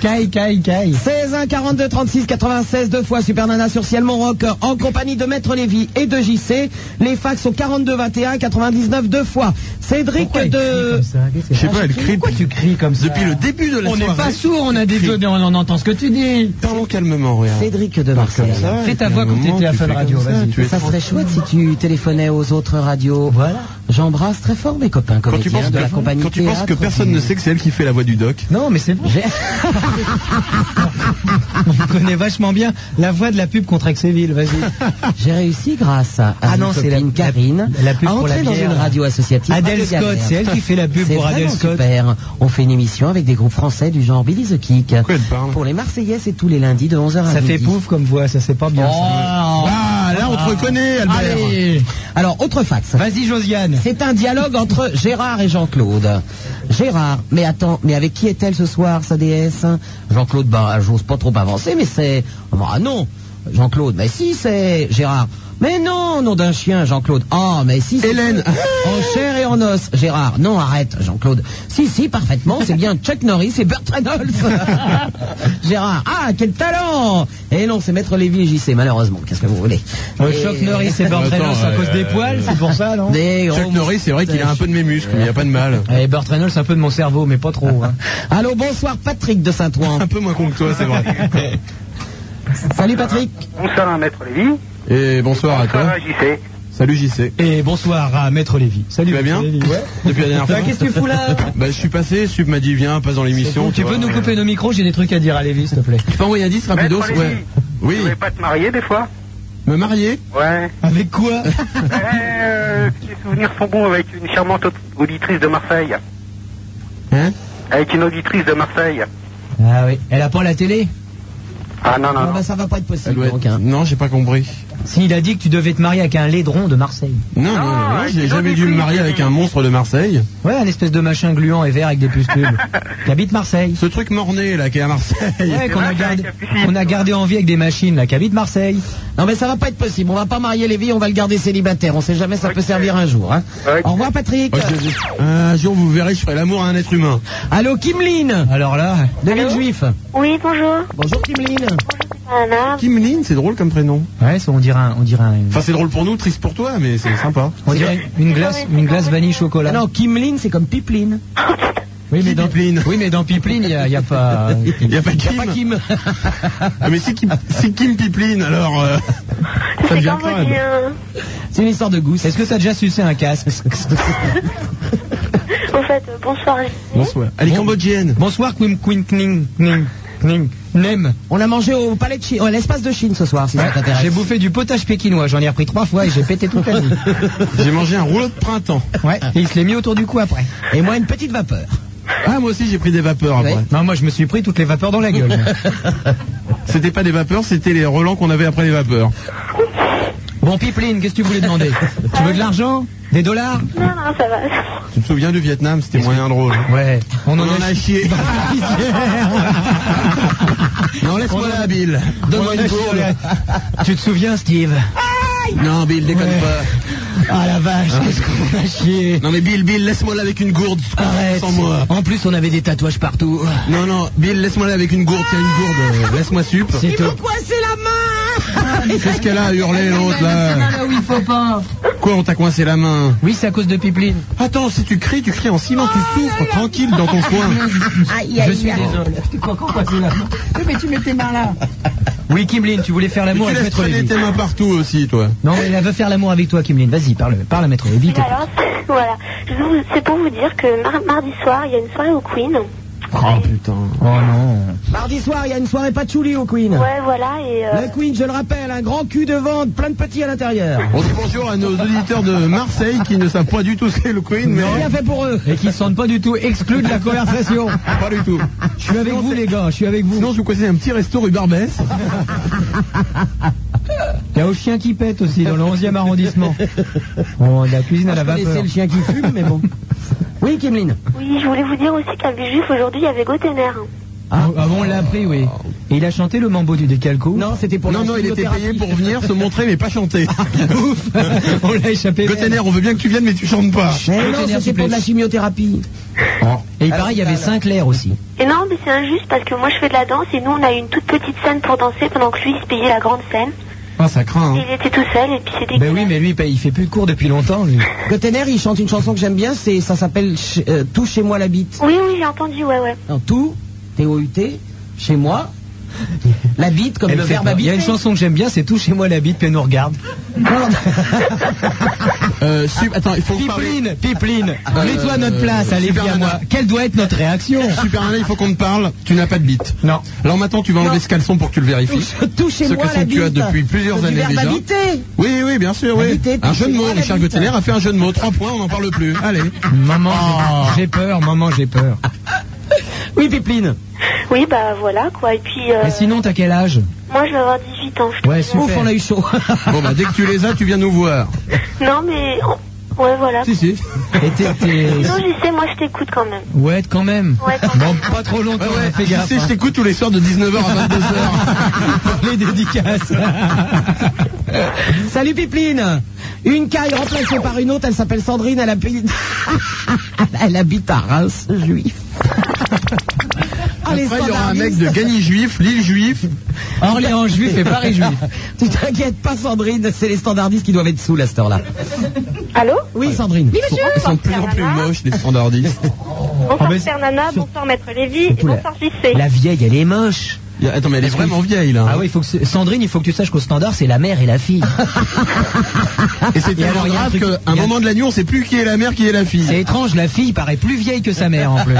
Speaker 4: Caille, caille, caille.
Speaker 2: 16 1 42 36 96 deux fois Super Nana sur Ciel Montroc en compagnie de Maître Lévy et de JC. Les fax au 42 21 99 deux fois. Cédric de
Speaker 3: Je sais pas, elle crie
Speaker 4: Pourquoi tu cries comme ça
Speaker 3: depuis le début de la
Speaker 4: On
Speaker 3: soirée.
Speaker 4: n'est pas sourd, on a des
Speaker 3: Crie.
Speaker 4: yeux, mais on en entend ce que tu dis.
Speaker 3: Parlons calmement, regarde.
Speaker 2: Cédric de Marseille.
Speaker 3: Comme ça,
Speaker 4: Fais
Speaker 3: et
Speaker 4: ta
Speaker 3: puis
Speaker 4: voix
Speaker 3: à un
Speaker 4: comme
Speaker 3: moment,
Speaker 4: t'étais à
Speaker 3: tu
Speaker 4: Fun
Speaker 3: fais
Speaker 4: Radio,
Speaker 3: comme ça,
Speaker 4: vas-y.
Speaker 3: tu es
Speaker 2: Ça serait chouette si tu téléphonais aux autres radios.
Speaker 4: Voilà.
Speaker 2: J'embrasse très fort mes copains
Speaker 3: Quand tu
Speaker 2: comédiens
Speaker 3: penses
Speaker 2: de la
Speaker 3: que,
Speaker 2: compagnie
Speaker 3: quand tu penses que
Speaker 2: théâtre.
Speaker 3: personne ne sait que c'est elle qui fait la voix du doc.
Speaker 4: Non, mais c'est bon. On connaît vachement bien la voix de la pub contre Axéville, vas-y.
Speaker 2: J'ai réussi grâce à
Speaker 4: Ah
Speaker 2: une
Speaker 4: non, c'est
Speaker 2: copine
Speaker 4: la- la-
Speaker 2: Karine
Speaker 4: la pub
Speaker 2: à
Speaker 4: pour
Speaker 2: entrer
Speaker 4: la
Speaker 2: dans
Speaker 4: bière.
Speaker 2: une radio associative.
Speaker 4: Adèle
Speaker 2: Radio
Speaker 4: Scott,
Speaker 2: Galère.
Speaker 4: c'est elle qui fait la pub
Speaker 2: C'est
Speaker 4: pour Adèle
Speaker 2: vraiment
Speaker 4: Scott.
Speaker 2: super. On fait une émission avec des groupes français du genre Billy the Kick.
Speaker 3: elle parle
Speaker 2: Pour les Marseillais, c'est tous les lundis de 11h à
Speaker 4: Ça fait
Speaker 2: midi.
Speaker 4: pouf comme voix, ça c'est pas bien. ça.
Speaker 3: Ah, là, on te reconnaît, Albert.
Speaker 4: Allez,
Speaker 2: Alors, autre fax.
Speaker 4: vas-y Josiane.
Speaker 2: C'est un dialogue entre Gérard et Jean-Claude. Gérard, mais attends, mais avec qui est-elle ce soir, sa déesse oh, bah, Jean-Claude, bah, j'ose pas trop avancer, mais c'est... Ah non Jean-Claude, mais si, c'est Gérard. Mais non, nom d'un chien, Jean-Claude. Oh, mais si. si. Hélène. En chair et en os, Gérard. Non, arrête, Jean-Claude. Si, si, parfaitement, c'est bien Chuck Norris et Burt Reynolds. Gérard. Ah, quel talent Et non, c'est Maître Lévy et JC, malheureusement. Qu'est-ce que vous voulez
Speaker 4: Euh,
Speaker 2: Et-
Speaker 4: Chuck Norris et Burt
Speaker 3: Attends,
Speaker 4: Reynolds à
Speaker 3: euh,
Speaker 4: cause des poils, c'est pour ça, non
Speaker 2: Des gros
Speaker 3: Chuck Norris, c'est vrai qu'il a un peu de mes muscles, mais il n'y a pas de mal.
Speaker 4: Et Burt Reynolds, un peu de mon cerveau, mais pas trop. hein.
Speaker 2: Allô, bonsoir, Patrick de Saint-Ouen.
Speaker 3: Un peu moins con que toi, c'est vrai.
Speaker 2: Salut, Patrick.
Speaker 17: Bonsoir à Maître Lévy.
Speaker 3: Et bonsoir à toi.
Speaker 17: JC.
Speaker 3: Salut JC.
Speaker 4: Et bonsoir à Maître Lévy. Salut.
Speaker 3: Tu vas bien Depuis la dernière
Speaker 4: Bah,
Speaker 3: fois.
Speaker 4: qu'est-ce que tu fous là
Speaker 3: Bah je suis passé, Sub m'a dit viens, passe dans l'émission.
Speaker 4: Tu peux nous couper nos micros, j'ai des trucs à dire à Lévy, s'il te plaît.
Speaker 3: Tu peux envoyer un disque rapidos
Speaker 17: Maître Lévy.
Speaker 3: Ouais. Oui.
Speaker 17: Tu voulais pas te marier des fois
Speaker 3: Me marier
Speaker 17: Ouais.
Speaker 4: Avec quoi
Speaker 17: Euh, Les souvenirs sont bons avec une charmante aud- auditrice de Marseille.
Speaker 3: Hein
Speaker 17: Avec une auditrice de Marseille.
Speaker 4: Ah oui. Elle a pas la télé
Speaker 17: Ah non, non,
Speaker 2: Ah
Speaker 17: non.
Speaker 2: bah, ça va pas être
Speaker 3: Elle
Speaker 2: possible.
Speaker 3: doit être- Non, j'ai pas compris.
Speaker 4: S'il hein. a dit que tu devais te marier avec un laidron de Marseille.
Speaker 3: Non, non, non, non, j'ai jamais dû me marier avec un monstre de Marseille.
Speaker 4: Ouais, un espèce de machin gluant et vert avec des pustules. qui habite Marseille.
Speaker 3: Ce truc morné là qui est à Marseille.
Speaker 4: Ouais, qu'on a,
Speaker 3: Ouais,
Speaker 4: gardé, qu'on a gardé en vie avec des machines, là, qui habite Marseille.
Speaker 2: Non mais ça va pas être possible, on va pas marier Lévy, on va le garder célibataire, on sait jamais ça peut servir un jour. Hein. Au revoir
Speaker 4: Oh,
Speaker 2: Patrick.
Speaker 3: je dis- Ah, Un jour vous verrez, je ferai l'amour à un être humain.
Speaker 2: Allô Kimline
Speaker 4: Alors là,
Speaker 2: de Villejuif.
Speaker 5: Oui, bonjour.
Speaker 2: Bonjour Kimline.
Speaker 5: Anna.
Speaker 3: Kimline, c'est drôle comme prénom.
Speaker 4: Ouais, ça, on dirait, un- on dirait, un-
Speaker 3: Enfin, c'est drôle pour nous, triste pour toi, mais c'est sympa.
Speaker 4: on dirait une glace, une glace vanille chocolat.
Speaker 2: Ah non, Kimline c'est comme Pipeline.
Speaker 4: oui, mais
Speaker 3: Qui
Speaker 4: dans,
Speaker 3: Pipeline
Speaker 4: oui, mais dans Pipeline, il n'y a, il y a pas.
Speaker 3: Il n'y a pas
Speaker 2: Y a
Speaker 3: Kim.
Speaker 2: pas Kim.
Speaker 3: Ah, mais c'est Kim, c'est Kim Pipeline alors. euh, ça
Speaker 5: C'est
Speaker 3: devient
Speaker 5: quand vous
Speaker 3: crade.
Speaker 5: dites, euh,
Speaker 2: c'est une histoire de goût.
Speaker 4: Est-ce que t'as déjà sucé un casque
Speaker 5: au fait, euh, bonsoir.
Speaker 3: Bonsoir. Elle est cambodgienne.
Speaker 4: Bonsoir, Quim Quim Kning Kning Kning Nem.
Speaker 2: On l'a mangé au palais de Chine, à l'espace de Chine ce soir si ça t'intéresse.
Speaker 4: J'ai bouffé du potage pékinois, j'en ai repris trois fois et j'ai pété toute la nuit.
Speaker 3: J'ai mangé un rouleau de printemps.
Speaker 4: Ouais, et il se l'est mis autour du cou après.
Speaker 2: Et moi une petite vapeur.
Speaker 3: Ah, moi aussi j'ai pris des vapeurs après.
Speaker 2: Ouais.
Speaker 4: Non, moi je me suis pris toutes les vapeurs dans la gueule.
Speaker 3: C'était pas des vapeurs, c'était les relents qu'on avait après les vapeurs.
Speaker 4: Bon, Pipeline, qu'est-ce que tu voulais demander Tu veux de l'argent Des dollars
Speaker 5: Non, non, ça va.
Speaker 3: Tu te souviens du Vietnam, c'était moyen drôle.
Speaker 4: Ouais, on
Speaker 3: On
Speaker 4: en a
Speaker 3: chié. non, laisse-moi la Bill. Donne-moi
Speaker 4: On en a
Speaker 3: une
Speaker 4: chié,
Speaker 3: gourde.
Speaker 4: ouais. Tu te souviens, Steve
Speaker 3: Non, Bill, déconne
Speaker 4: Ouais.
Speaker 3: pas.
Speaker 4: Ah la vache, qu'est-ce qu'on a chié
Speaker 3: Non, mais Bill, Bill, laisse-moi là avec une gourde. tu te concentres
Speaker 4: Arrête.
Speaker 3: Sans moi.
Speaker 4: En plus, on avait des tatouages partout.
Speaker 3: Non, non, Bill, laisse-moi là avec une gourde. Tiens, une gourde. euh, Laisse-moi sup.
Speaker 4: C'est tout.
Speaker 2: coincé la main
Speaker 3: Qu'est-ce qu'elle a à hurler, l'autre, là
Speaker 4: où il faut pas.
Speaker 3: Quoi, on t'a coincé la main
Speaker 4: Oui, c'est à cause de Pipeline.
Speaker 3: Attends, si tu cries, tu cries en silence, tu souffres, tranquille, dans ton coin.
Speaker 5: Ah,
Speaker 2: Aïe aïe aïe.
Speaker 4: Mais tu mets tes mains là. Oui, Kimlin, tu voulais faire
Speaker 3: Mais
Speaker 4: l'amour
Speaker 3: tu
Speaker 4: avec
Speaker 3: laisses
Speaker 4: Maître
Speaker 3: traîner
Speaker 4: Lévy.
Speaker 3: tes mains partout aussi, toi.
Speaker 4: Non, mais elle veut faire l'amour avec toi, Kimlin. Vas-y, parle, parle à Maître Lévy. t'es-
Speaker 5: Alors, voilà. Je vous- C'est pour vous dire que mar- mardi soir, il y a une soirée au Queen.
Speaker 3: Oh putain.
Speaker 4: Oh non.
Speaker 2: Mardi soir, il y a une soirée patchouli au Queen.
Speaker 5: Ouais, voilà, et... euh,
Speaker 2: Le Queen, je le rappelle, un grand cul de ventre, plein de petits à l'intérieur.
Speaker 3: On dit bonjour à nos auditeurs de Marseille qui ne savent pas du tout ce qu'est le Queen, mais
Speaker 2: Rien fait pour eux.
Speaker 4: Et qui se sentent pas du tout exclus de la conversation.
Speaker 3: pas du tout.
Speaker 4: Je suis avec vous, les gars, je suis avec vous.
Speaker 3: Sinon, je vous conseille un petit resto rue Barbès.
Speaker 4: Il y a au chien qui pète aussi, dans le 11e arrondissement. Bon, de la cuisine à la
Speaker 2: Moi, je connaissais
Speaker 4: vapeur.
Speaker 2: le chien qui fume, mais bon. Oui, Kimline.
Speaker 5: oui, je voulais vous dire aussi qu'à Villejuif, aujourd'hui, il y avait hein. Gauthéner.
Speaker 4: Ah, ah bon, on l'a appris, oui. Et il a chanté le mambo du décalco
Speaker 2: Non, c'était pour
Speaker 3: Non,
Speaker 2: la
Speaker 3: non, il était
Speaker 2: chimiothérapie.
Speaker 3: payé pour venir se montrer mais pas chanter.
Speaker 4: Ouf On l'a échappé.
Speaker 3: Gotener, on veut bien que tu viennes mais tu chantes pas.
Speaker 2: Mais non,
Speaker 4: Gauthéner, s'il
Speaker 2: c'était
Speaker 4: vous plaît.
Speaker 2: pour de la chimiothérapie.
Speaker 4: Et il paraît, il y avait Sinclair aussi.
Speaker 5: Et non, mais c'est injuste parce que moi, je fais de la danse et nous, on a eu une toute petite scène pour danser pendant que lui, il se payait la grande scène.
Speaker 3: Ah, ça craint.
Speaker 5: Et
Speaker 3: hein.
Speaker 5: il était tout seul et puis c'était...
Speaker 4: Ben oui, mais lui, il paye- il fait plus de cours depuis longtemps, lui.
Speaker 2: Gotener, il chante une chanson que j'aime bien, c'est ça s'appelle Ch- euh, Tout chez moi la bite.
Speaker 5: Oui, oui, j'ai entendu, ouais, ouais.
Speaker 2: Non, tout, T-O-U-T, chez moi, la bite comme
Speaker 4: Elle
Speaker 2: le
Speaker 4: me fait
Speaker 2: verbe
Speaker 4: peur. Il y a
Speaker 2: habiter.
Speaker 4: une chanson que j'aime bien, c'est Touchez-moi la bite, puis elle nous regarde.
Speaker 3: Euh, Sub- Attends, il faut parler.
Speaker 4: Pipeline, Pipeline,
Speaker 3: Euh,
Speaker 4: mets-toi à notre place, allez,
Speaker 3: Super
Speaker 4: viens à moi.
Speaker 3: Nana.
Speaker 4: Quelle doit être notre réaction
Speaker 3: Super Nana, il faut qu'on te parle. Tu n'as pas de bite.
Speaker 4: Non.
Speaker 3: Alors maintenant, tu vas enlever ce caleçon pour que tu le vérifies.
Speaker 2: Touche- Tout chez
Speaker 3: Ce
Speaker 2: moi
Speaker 3: caleçon
Speaker 2: la
Speaker 3: que tu as
Speaker 2: bite.
Speaker 3: depuis plusieurs
Speaker 2: Du
Speaker 3: années
Speaker 2: verbe
Speaker 3: déjà.
Speaker 2: habiter.
Speaker 3: Oui, oui, bien sûr, oui.
Speaker 2: Habiter,
Speaker 3: Un jeu de mots,
Speaker 2: toucher-moi la
Speaker 3: Richard
Speaker 2: bite.
Speaker 3: Gotener a fait un jeu de mots. Trois points, on n'en parle plus. Allez.
Speaker 4: Maman, j'ai-
Speaker 3: Oh.
Speaker 4: j'ai peur, maman, j'ai peur.
Speaker 2: Oui, Pipeline.
Speaker 5: Oui, bah voilà, quoi. Et puis, euh,
Speaker 4: Et sinon, t'as quel âge
Speaker 5: moi, je vais avoir 18 ans. je te
Speaker 4: Ouais,
Speaker 5: dis.
Speaker 4: super.
Speaker 2: Ouf, on a eu chaud.
Speaker 3: Bon, bah, dès que tu les as, tu viens nous voir.
Speaker 5: Non, mais en, Ouais, voilà.
Speaker 4: Si, si. Et t'es- t'es-
Speaker 5: Non, j'y sais, moi je t'écoute quand même.
Speaker 4: Ouais, quand même.
Speaker 5: Ouais, quand
Speaker 4: Bon, pas trop longtemps,
Speaker 3: Ouais, ouais,
Speaker 4: fais
Speaker 3: tu
Speaker 4: gaffe. hein.
Speaker 3: sais, je t'écoute tous les soirs de 19h à
Speaker 4: 22h. les dédicaces.
Speaker 2: Salut Pipeline Une caille remplacée par une autre, elle s'appelle Sandrine, elle habite... elle habite à Reims, juif. Ah,
Speaker 3: Après, il y aura un mec de Gagny Juif, Lille Juif.
Speaker 4: Orléans Juif et Paris Juif.
Speaker 2: Tu t'inquiètes pas Sandrine, c'est les standardistes qui doivent être sous à cette heure-là.
Speaker 9: Allô
Speaker 2: Oui Sandrine.
Speaker 9: Oui, monsieur.
Speaker 3: Ils sont de plus en plus moches, les standardistes.
Speaker 9: Bonsoir
Speaker 3: mais-
Speaker 9: Fernana, bonsoir Maître Lévy, et
Speaker 4: surtout la-
Speaker 9: bonsoir JC.
Speaker 4: La vieille, elle est moche.
Speaker 3: Attends, mais elle est vraiment vieille là.
Speaker 4: Ah oui, il faut que ce- Sandrine, il faut que tu saches qu'au standard, c'est la mère et la fille.
Speaker 3: Et c'est tellement
Speaker 4: alors, il y a un
Speaker 3: grave
Speaker 4: truc-
Speaker 3: qu'à un
Speaker 4: il y a-
Speaker 3: moment de la nuit, on sait plus qui est la mère, qui est la fille.
Speaker 4: C'est étrange, la fille paraît plus vieille que sa mère en plus.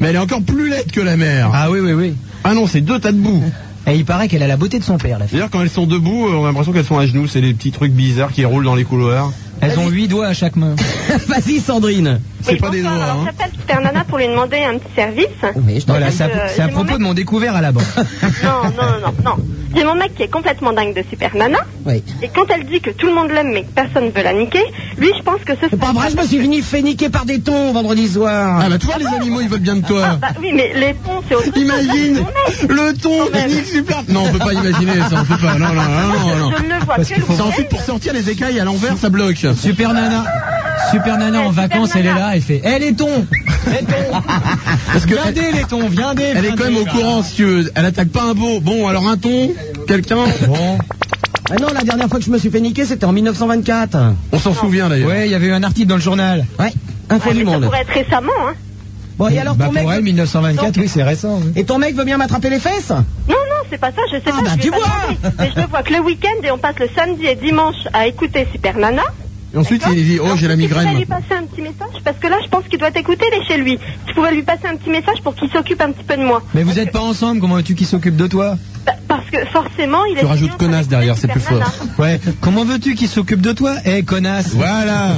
Speaker 3: Mais elle est encore plus laide que la mère.
Speaker 4: Ah oui, oui, oui.
Speaker 3: Ah non, c'est deux tas de boue.
Speaker 4: Et il paraît qu'elle a la beauté de son père, la fille.
Speaker 3: D'ailleurs, quand elles sont debout, euh, on a l'impression qu'elles sont à genoux. C'est des petits trucs bizarres qui roulent dans les couloirs.
Speaker 4: Elles ont huit doigts à chaque main.
Speaker 2: Vas-y Sandrine.
Speaker 3: C'est pas des
Speaker 9: Bonsoir,
Speaker 3: doigts,
Speaker 9: alors
Speaker 3: hein.
Speaker 9: j'appelle Fernana pour lui demander un petit service.
Speaker 4: Voilà, c'est
Speaker 9: Euh,
Speaker 4: à, c'est à
Speaker 9: j'ai mon
Speaker 4: propos de mon découvert à la banque.
Speaker 9: Non, non, non, non. J'ai mon mec qui est complètement dingue de Super Nana.
Speaker 4: Oui.
Speaker 9: Et quand elle dit que tout le monde l'aime mais que personne veut la niquer, lui, je pense que ce
Speaker 2: C'est pas vrai, je me suis venu fait niquer par des tons vendredi soir.
Speaker 3: Ah bah tu vois, les animaux, ils veulent bien de toi.
Speaker 9: Bah oui, mais les ponts, c'est autre chose.
Speaker 3: Imagine le ton technique super. Non, on peut pas imaginer ça, on peut pas. Non, non, non, non. non.
Speaker 9: Je ne le vois
Speaker 4: Parce
Speaker 9: que
Speaker 4: qu'il
Speaker 9: le
Speaker 4: faut-
Speaker 3: Ça ensuite pour sortir les écailles à l'envers, ça bloque.
Speaker 4: Super Nana. Super Nana en vacances, elle est là, elle fait Eh les tons Les tons
Speaker 3: Parce que
Speaker 4: Viendez les tons, viendez
Speaker 3: elle est
Speaker 4: viendez.
Speaker 3: quand même au courant, si tu veux. Elle attaque pas un beau. Bon, alors un ton, quelqu'un.
Speaker 4: Bon.
Speaker 2: Ah non, la dernière fois que je me suis fait niquer, c'était en 1924.
Speaker 3: On s'en souvient d'ailleurs.
Speaker 4: Ouais, il y avait eu un article dans le journal.
Speaker 2: Ouais, info
Speaker 9: Ouais,
Speaker 2: du
Speaker 9: mais ça
Speaker 2: monde.
Speaker 9: pourrait être récemment, hein.
Speaker 2: Bon, et alors
Speaker 4: bah
Speaker 2: ton
Speaker 4: pour elle,
Speaker 2: mec...
Speaker 4: 1924, oui, c'est récent. oui.
Speaker 2: Et ton mec veut bien m'attraper les fesses
Speaker 9: Non, non, c'est pas ça, je sais
Speaker 2: Ah,
Speaker 9: pas.
Speaker 2: bah,
Speaker 9: je lui ai
Speaker 2: tu
Speaker 9: pas
Speaker 2: vois.
Speaker 9: demandé. Mais je ne vois que le week-end et on passe le samedi et dimanche à écouter Super Nana.
Speaker 3: Et ensuite,
Speaker 9: D'accord
Speaker 3: il dit Oh,
Speaker 9: Alors,
Speaker 3: j'ai la
Speaker 9: si Tu
Speaker 3: migraine.
Speaker 9: pouvais lui passer un petit message parce que là, je pense qu'il doit t'écouter, il est chez lui. Tu pouvais lui passer un petit message pour qu'il s'occupe un petit peu de moi.
Speaker 4: Mais vous êtes pas ensemble, comment veux-tu qu'il s'occupe de toi
Speaker 9: Pa- Parce que forcément, il est.
Speaker 3: Tu rajoutes
Speaker 9: en train
Speaker 3: connasse
Speaker 9: d'écouter
Speaker 3: derrière, c'est plus
Speaker 9: Super
Speaker 3: fort.
Speaker 9: Nana.
Speaker 4: Ouais. Comment veux-tu qu'il s'occupe de toi Eh, connasse
Speaker 3: Voilà.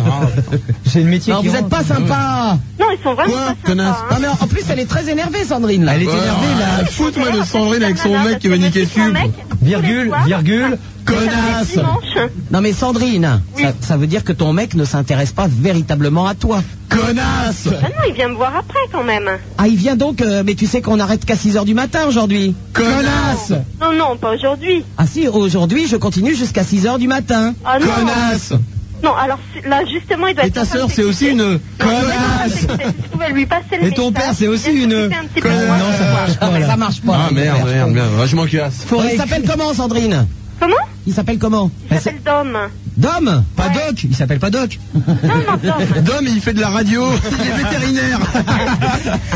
Speaker 4: C'est le métier
Speaker 2: Non,
Speaker 4: qui
Speaker 2: vous êtes
Speaker 4: rentre.
Speaker 2: pas sympa
Speaker 9: Non, ils sont vraiment.
Speaker 3: Quoi,
Speaker 9: pas sympas,
Speaker 3: connasse
Speaker 9: hein.
Speaker 2: Non mais en en plus, elle est très énervée, Sandrine, là.
Speaker 4: Elle est énervée,
Speaker 3: Ah.
Speaker 4: là.
Speaker 3: Foute-moi de
Speaker 9: D'ailleurs,
Speaker 3: Sandrine avec son
Speaker 9: Super Nana,
Speaker 3: mec qui veut
Speaker 9: parce que
Speaker 3: niquer
Speaker 9: je suis son
Speaker 3: dessus.
Speaker 9: mec, tous les
Speaker 4: Virgule,
Speaker 9: soirs,
Speaker 4: virgule,
Speaker 2: Ah
Speaker 9: samedi,
Speaker 4: connasse
Speaker 9: dimanche.
Speaker 2: Non mais Sandrine,
Speaker 9: Oui.
Speaker 2: ça, ça veut dire que ton mec ne s'intéresse pas véritablement à toi.
Speaker 3: Connasse
Speaker 9: Ah non, il vient me voir après quand même.
Speaker 2: Ah, il vient donc, euh, mais tu sais qu'on arrête qu'à 6h du matin aujourd'hui.
Speaker 3: Connasse
Speaker 9: Non, non, pas aujourd'hui.
Speaker 2: Ah si, aujourd'hui, je continue jusqu'à 6h du matin.
Speaker 9: Ah non.
Speaker 3: Connasse
Speaker 9: Non, alors si- là justement, il doit
Speaker 3: Et
Speaker 9: être
Speaker 3: ta
Speaker 9: en train
Speaker 3: sœur,
Speaker 9: de
Speaker 3: c'est aussi
Speaker 9: s'écouter.
Speaker 3: une
Speaker 9: Non, mais non,
Speaker 3: connasse
Speaker 9: c'est- c'est- Tu pouvais lui passer le
Speaker 4: Et ton
Speaker 9: message,
Speaker 4: père, c'est aussi
Speaker 9: il
Speaker 4: une-
Speaker 9: s'occupait un petit peu de
Speaker 3: connasse.
Speaker 9: moi.
Speaker 4: Non, ça marche pas.
Speaker 2: Ah, mais
Speaker 4: là.
Speaker 2: ça marche pas.
Speaker 3: Ah merde, merde, merde, Ouais, je m'en casse.
Speaker 2: Faut- Il s'appelle comment, Sandrine
Speaker 9: Comment
Speaker 2: Il s'appelle comment
Speaker 9: Il s'appelle Dom.
Speaker 2: Dom
Speaker 4: Pas Doc, il s'appelle pas Doc.
Speaker 9: Non, non, Dom.
Speaker 3: Dom, il fait de la radio, il est vétérinaire.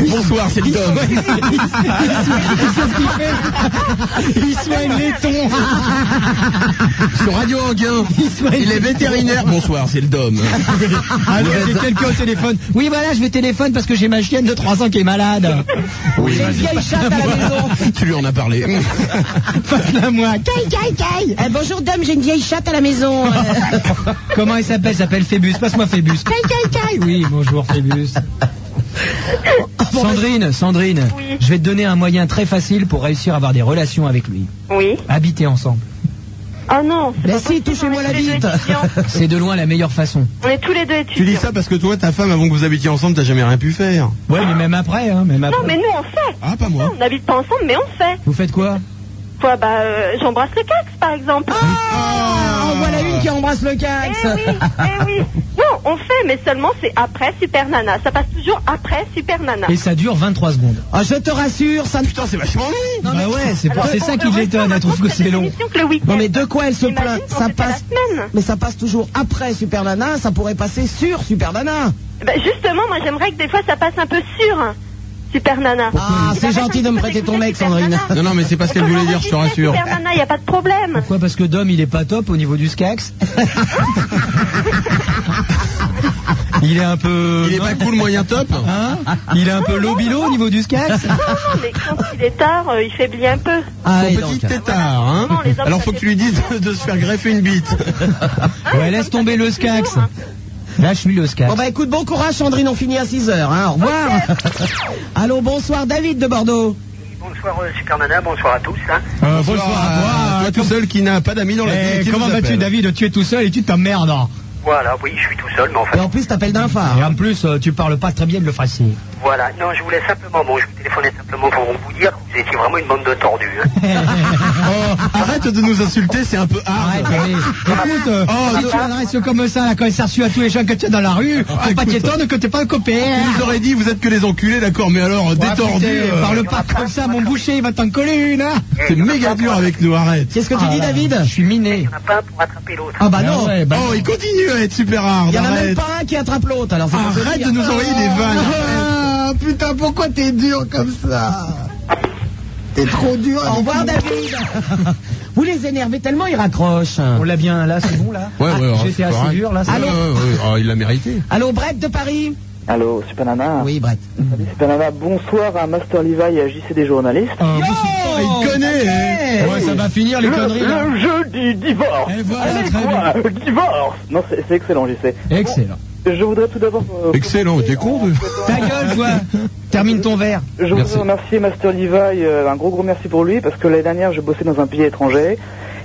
Speaker 3: Bonsoir, c'est le Dom.
Speaker 4: Il soigne les tons.
Speaker 3: Sur Radio Anguin, il est vétérinaire. Bonsoir, c'est le Dom.
Speaker 4: Allô, Ah, j'ai quelqu'un au téléphone. Oui, voilà, je vais téléphone parce que j'ai ma chienne de 3 ans qui est malade.
Speaker 3: Oui,
Speaker 2: J'ai une
Speaker 3: vas-y.
Speaker 2: vieille chatte à la maison.
Speaker 3: Tu lui en as parlé.
Speaker 4: Passe-la moi.
Speaker 2: Caille, caille, caille Eh, Bonjour Dom, j'ai une vieille chatte à la maison. Euh,
Speaker 4: Comment il s'appelle Il s'appelle Phébus. Passe-moi Phébus. Oui, bonjour Phébus. Sandrine, Sandrine,
Speaker 9: Oui.
Speaker 4: je vais te donner un moyen très facile pour réussir à avoir des relations avec lui.
Speaker 9: Oui.
Speaker 4: Habiter ensemble. Bah
Speaker 9: Ah non. c'est
Speaker 2: Mais
Speaker 9: pas
Speaker 2: si,
Speaker 9: possible,
Speaker 2: touchez-moi
Speaker 9: on est
Speaker 2: la
Speaker 9: tous les deux
Speaker 2: bite.
Speaker 9: étudiants.
Speaker 4: C'est de loin la meilleure façon.
Speaker 9: On est tous les deux étudiants.
Speaker 3: tu dis ça parce que toi, ta femme, avant que vous habitiez ensemble, t'as jamais rien pu faire.
Speaker 4: Ouais, mais même après, hein, même après.
Speaker 9: Non, mais nous on fait.
Speaker 3: Ah, pas moi.
Speaker 9: On n'habite pas ensemble, mais on fait.
Speaker 4: Vous faites quoi
Speaker 9: Quoi Bah, euh, j'embrasse le cax, par exemple.
Speaker 2: Ah, en voilà une qui embrasse le
Speaker 9: Eh
Speaker 2: cax.
Speaker 9: oui, eh oui. Non, on fait, mais seulement c'est après Super Nana. Ça passe toujours après Super Nana.
Speaker 4: Et ça dure 23 secondes.
Speaker 2: Ah, je te rassure, ça ne...
Speaker 3: Putain, c'est vachement long.
Speaker 4: bah ouais, c'est pour-
Speaker 9: Alors,
Speaker 4: c'est
Speaker 9: on
Speaker 4: ça
Speaker 9: le
Speaker 4: qui
Speaker 9: reçoit
Speaker 2: hein,
Speaker 4: l'étonne, elle
Speaker 9: maintenant,
Speaker 4: trouve que c'est
Speaker 9: des
Speaker 4: long.
Speaker 9: émissions que le week-end.
Speaker 2: Non mais de quoi elle se
Speaker 9: T'imagines
Speaker 2: plaint
Speaker 9: quand
Speaker 2: Ça
Speaker 9: c'était la
Speaker 2: passe.
Speaker 9: semaine
Speaker 2: Mais ça passe toujours après Super Nana, ça pourrait passer sur Super Nana.
Speaker 9: Bah, justement, moi j'aimerais que des fois ça passe un peu sur Super Nana.
Speaker 2: Ah, c'est gentil de me prêter ton mec, Sandrine.
Speaker 3: Non, non, mais c'est pas ce qu'elle voulait dire, je te rassure.
Speaker 9: Super Nana, y a pas de problème.
Speaker 4: Pourquoi Parce que Dom, il est pas top au niveau du skax. il est un peu.
Speaker 3: Il est pas cool, moyen top.
Speaker 4: Hein Il est un peu lobilo au niveau du skax.
Speaker 9: Non, non, mais quand il est tard, euh, il faiblit un peu.
Speaker 2: Ah,
Speaker 3: Son
Speaker 2: et
Speaker 3: petit
Speaker 2: donc.
Speaker 3: tétard,
Speaker 9: Non,
Speaker 3: hein.
Speaker 9: les hommes,
Speaker 3: Alors
Speaker 9: ça
Speaker 3: faut que
Speaker 9: fait
Speaker 3: tu lui dises de, de se faire greffer une bite.
Speaker 4: Ouais, laisse tomber le skax. Là, je suis le skax.
Speaker 2: Bon bah écoute, bon courage Sandrine, on finit à 6h, hein, au revoir Allô, bonsoir David de Bordeaux
Speaker 18: Bonsoir euh, Super Nana, bonsoir à tous. hein.
Speaker 4: Euh, Eh,
Speaker 3: Bonsoir à toi, tout seul qui n'a pas d'amis dans la vie. et qui nous appelle.
Speaker 4: David Tu es tout seul et tu t'emmerdes.
Speaker 19: Voilà, oui, je suis tout seul, mais enfin.
Speaker 2: Et en plus, t'appelles d'un phare.
Speaker 4: Et en plus, euh, tu parles pas très bien de le fasciner.
Speaker 19: Voilà, non, je voulais simplement, bon, je vous téléphonais simplement pour vous dire que vous étiez vraiment une bande de tordus. hein.
Speaker 3: Oh, arrête de nous insulter, c'est un peu hard.
Speaker 20: Écoute, euh,
Speaker 3: Oh,
Speaker 20: si
Speaker 3: non.
Speaker 20: tu adresses comme ça la concertu à tous les gens que tu as dans la rue, faut pas t'étonner que t'es pas un copain. hein.
Speaker 3: Il nous aurait dit, vous êtes que les enculés, d'accord, mais alors, détordu. euh,
Speaker 20: Parle pas comme ça, mon boucher, il va t'en coller une. hein.
Speaker 4: euh,
Speaker 3: T'es méga Ah, dur avec nous, arrête.
Speaker 20: Qu'est-ce
Speaker 4: Ah
Speaker 20: que tu dis, David
Speaker 4: Je suis miné.
Speaker 20: Ah bah non.
Speaker 3: Oh, il continue à être super hard.
Speaker 2: Il y en a
Speaker 3: arrête.
Speaker 2: même pas un qui attrape l'autre. Alors c'est pour ça
Speaker 3: Arrête
Speaker 2: dire.
Speaker 3: de
Speaker 4: hein.
Speaker 3: nous envoyer des vannes.
Speaker 2: Ah,
Speaker 3: putain, pourquoi t'es dur comme ça T'es trop dur.
Speaker 2: Au revoir David. Vous les énervez tellement ils raccrochent.
Speaker 4: On l'a bien là, c'est bon là
Speaker 3: Ouais, ouais,
Speaker 4: Ah, J'étais
Speaker 3: c'est
Speaker 4: assez
Speaker 3: correct.
Speaker 4: dur, là, c'est
Speaker 3: Ouais,
Speaker 4: bon.
Speaker 3: ouais, ouais, ah, il l'a mérité.
Speaker 2: Allô Brett de Paris.
Speaker 11: Allô, Super Nana
Speaker 2: Oui Brett.
Speaker 11: Salut, Super Nana, bonsoir à Master Levi et à JC des journalistes.
Speaker 3: Oh, il connaît. hein.
Speaker 4: Ouais, ça va finir les
Speaker 11: le,
Speaker 4: conneries. là.
Speaker 11: le jeu du divorce
Speaker 20: Et voilà,
Speaker 11: Allez,
Speaker 20: très
Speaker 11: quoi, Divorce Non, c'est c'est excellent, JC.
Speaker 20: Excellent.
Speaker 11: Je voudrais tout d'abord... euh,
Speaker 3: Excellent, t'es con. de-
Speaker 20: Ta gueule, toi. Termine ton verre.
Speaker 11: Je
Speaker 3: Merci.
Speaker 11: voudrais remercier Master Levi, euh, un gros gros merci pour lui, parce que l'année dernière je bossais dans un pays étranger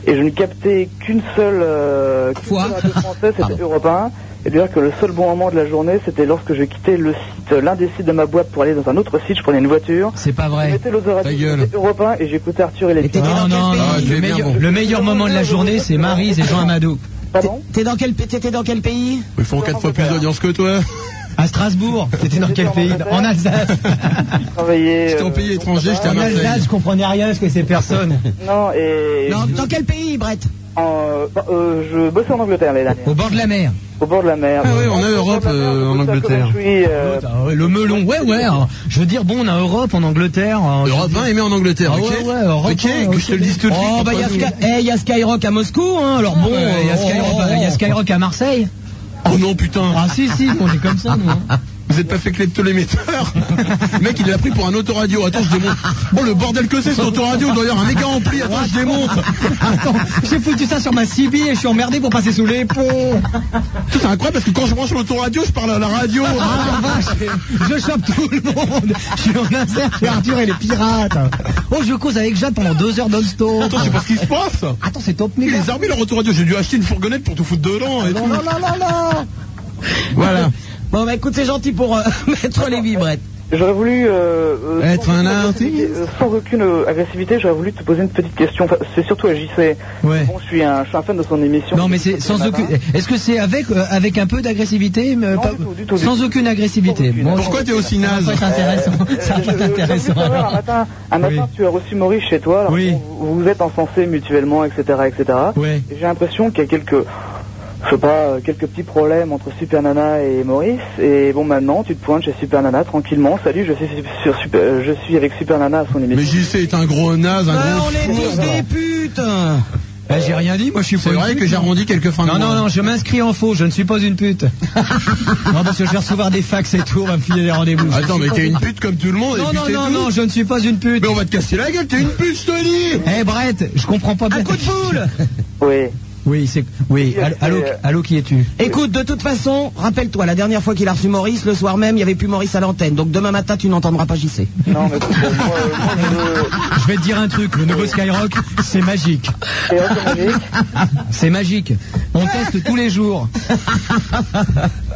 Speaker 11: et je ne captais qu'une seule, euh, qu'une
Speaker 2: Fois.
Speaker 11: seule radio française,
Speaker 2: Pardon.
Speaker 11: c'était européen. Et d'ailleurs que le seul bon moment de la journée, c'était lorsque je quittais le site, l'un des sites de ma boîte pour aller dans un autre site, je prenais une voiture,
Speaker 4: C'est pas
Speaker 11: je
Speaker 4: vrai.
Speaker 11: mettais l'autre
Speaker 3: Ta
Speaker 11: radio,
Speaker 3: gueule.
Speaker 11: c'était européen et j'écoutais Arthur et les
Speaker 2: t'étais
Speaker 11: Pirates.
Speaker 2: dans
Speaker 4: Non, non,
Speaker 2: quel
Speaker 4: non,
Speaker 2: pays
Speaker 3: tu es
Speaker 4: le, meilleur,
Speaker 3: bien bon.
Speaker 4: le meilleur moment de la journée, c'est Maryse et Jean Amadou.
Speaker 11: Pardon
Speaker 2: T'es dans quel t'étais dans quel pays
Speaker 3: Ils font 4 fois plus d'audience que toi.
Speaker 4: À Strasbourg, t'étais dans quel pays En Alsace.
Speaker 11: Je travaillais...
Speaker 3: J'étais en
Speaker 11: euh,
Speaker 3: pays
Speaker 11: donc,
Speaker 3: étranger,
Speaker 4: Ah,
Speaker 3: j'étais à
Speaker 20: En
Speaker 3: Marseille.
Speaker 20: Alsace, je comprenais rien parce que c'est personne.
Speaker 11: Non, et...
Speaker 2: Non, Dans quel pays Brett
Speaker 11: en, euh, bah, euh, je bossais en Angleterre l'année
Speaker 20: Au
Speaker 2: Oh.
Speaker 11: dernière,
Speaker 20: bord de la mer.
Speaker 11: au bord de la mer.
Speaker 3: Ah oui, on a
Speaker 11: Au bord
Speaker 3: Europe,
Speaker 11: de la mer,
Speaker 3: euh,
Speaker 11: je
Speaker 3: en
Speaker 11: bossais à
Speaker 3: Angleterre.
Speaker 11: Coventry, euh,
Speaker 4: Ah ouais, Le melon, ouais, ouais. alors, Je veux dire, bon, on a Europe en Angleterre. euh, je
Speaker 3: Europe
Speaker 4: veux
Speaker 3: 1
Speaker 4: dire-
Speaker 3: aimé en Angleterre,
Speaker 4: Ah
Speaker 3: ok
Speaker 4: ouais, ouais, Europe
Speaker 3: Ok,
Speaker 4: un,
Speaker 3: que
Speaker 4: ok.
Speaker 3: je te le dise tout de suite.
Speaker 2: Oh bah il y, a
Speaker 3: entre
Speaker 2: Sky-
Speaker 3: nous.
Speaker 2: eh, y a Skyrock à Moscou, hein, alors bon.
Speaker 4: Euh, Il y a Skyrock- il y a Skyrock à Marseille.
Speaker 3: Oh non, putain.
Speaker 4: Ah si, si, on est comme ça, nous. hein.
Speaker 3: Vous êtes pas fait kleptolémetteur Le mec, il l'a pris pour un autoradio. Attends, je démonte. Oh, le bordel que c'est, cet autoradio. Il doit y avoir un méga ampli. Attends, je démonte.
Speaker 20: Attends, j'ai foutu ça sur ma CB et je suis emmerdé pour passer sous les ponts.
Speaker 3: Putain, C'est incroyable parce que quand je branche l'autoradio, je parle à la radio.
Speaker 20: Ah la vache, je chope tout le monde. Je suis en insert chez Arthur et les pirates. Oh, je cause avec Jade pendant deux heures non-stop.
Speaker 3: Attends, je sais pas ce qui se passe.
Speaker 20: Attends, c'est top nul.
Speaker 3: Les armées, leur autoradio. J'ai dû acheter une fourgonnette pour tout foutre dedans. Et tout.
Speaker 2: Oh
Speaker 20: Non, non, non, non, non.
Speaker 3: Voilà.
Speaker 2: Bon bah écoute, c'est gentil pour euh, mettre les Brett.
Speaker 11: J'aurais voulu euh, euh,
Speaker 3: Être
Speaker 11: sans
Speaker 3: un
Speaker 11: aucune
Speaker 3: artiste.
Speaker 11: agressivité- euh, sans aucune euh, agressivité, j'aurais voulu te poser une petite question. Enfin, c'est surtout à JC.
Speaker 4: Ouais.
Speaker 11: Bon, je suis un, je suis un fan de son émission.
Speaker 4: Non, mais c'est sans
Speaker 11: Matin.
Speaker 4: aucune. Est-ce que c'est avec euh, avec un peu d'agressivité mais
Speaker 11: Non, du tout, du tout, du
Speaker 4: Sans
Speaker 11: tout.
Speaker 4: aucune agressivité.
Speaker 11: Sans aucune.
Speaker 4: Bon,
Speaker 3: Pourquoi t'es aussi
Speaker 4: ça
Speaker 3: naze
Speaker 4: va pas être intéressant. Ça va
Speaker 11: Euh, je-
Speaker 4: pas
Speaker 11: je-
Speaker 4: être intéressant.
Speaker 11: je voulais savoir, un matin, un matin,
Speaker 4: Oui.
Speaker 11: tu as reçu Maurice chez toi. Alors
Speaker 4: Oui.
Speaker 11: Vous vous vous êtes encensés mutuellement, etc., etc.
Speaker 4: Ouais.
Speaker 11: Et J'ai l'impression qu'il y a quelques, je sais pas, euh, quelques petits problèmes entre Super Nana et Maurice. Et bon, maintenant, tu te pointes chez Super Nana tranquillement. Salut, je suis sur Super- euh, je suis avec Super Nana à son émission.
Speaker 3: Mais JC est un gros naze, un
Speaker 2: Ah,
Speaker 3: gros.
Speaker 2: on est tous des putes.
Speaker 4: Eh, j'ai rien dit, moi je suis pas
Speaker 3: C'est
Speaker 4: une
Speaker 3: vrai
Speaker 4: pute.
Speaker 3: que j'arrondis quelques fins de
Speaker 4: Non,
Speaker 3: mois.
Speaker 4: non, non, je m'inscris en faux, je ne suis pas une pute. non, parce que je vais recevoir des fax et tout, on va me filer les rendez-vous.
Speaker 3: Attends, mais t'es une pute comme tout le monde.
Speaker 4: Ah, Non,
Speaker 3: et puis
Speaker 4: non,
Speaker 3: c'est
Speaker 4: non,
Speaker 3: tout.
Speaker 4: non, je ne suis pas une pute.
Speaker 3: Mais on va te casser la gueule, t'es une pute, je te dis
Speaker 4: Eh Brett, je comprends pas bien.
Speaker 2: Un coup de foule.
Speaker 11: Oui.
Speaker 4: Oui, c'est. Oui, allô, allô,
Speaker 2: euh,
Speaker 4: allô, qui es-tu
Speaker 2: Écoute, de toute façon, rappelle-toi, la dernière fois qu'il a reçu Maurice, le soir même, il n'y avait plus Maurice à l'antenne. Donc demain matin, tu n'entendras pas JC.
Speaker 11: Non, mais euh, moi, euh, moi, je veux-
Speaker 4: Je vais te dire un truc, le nouveau Skyrock, c'est magique.
Speaker 11: Et automatique.
Speaker 4: C'est magique. On teste tous les jours.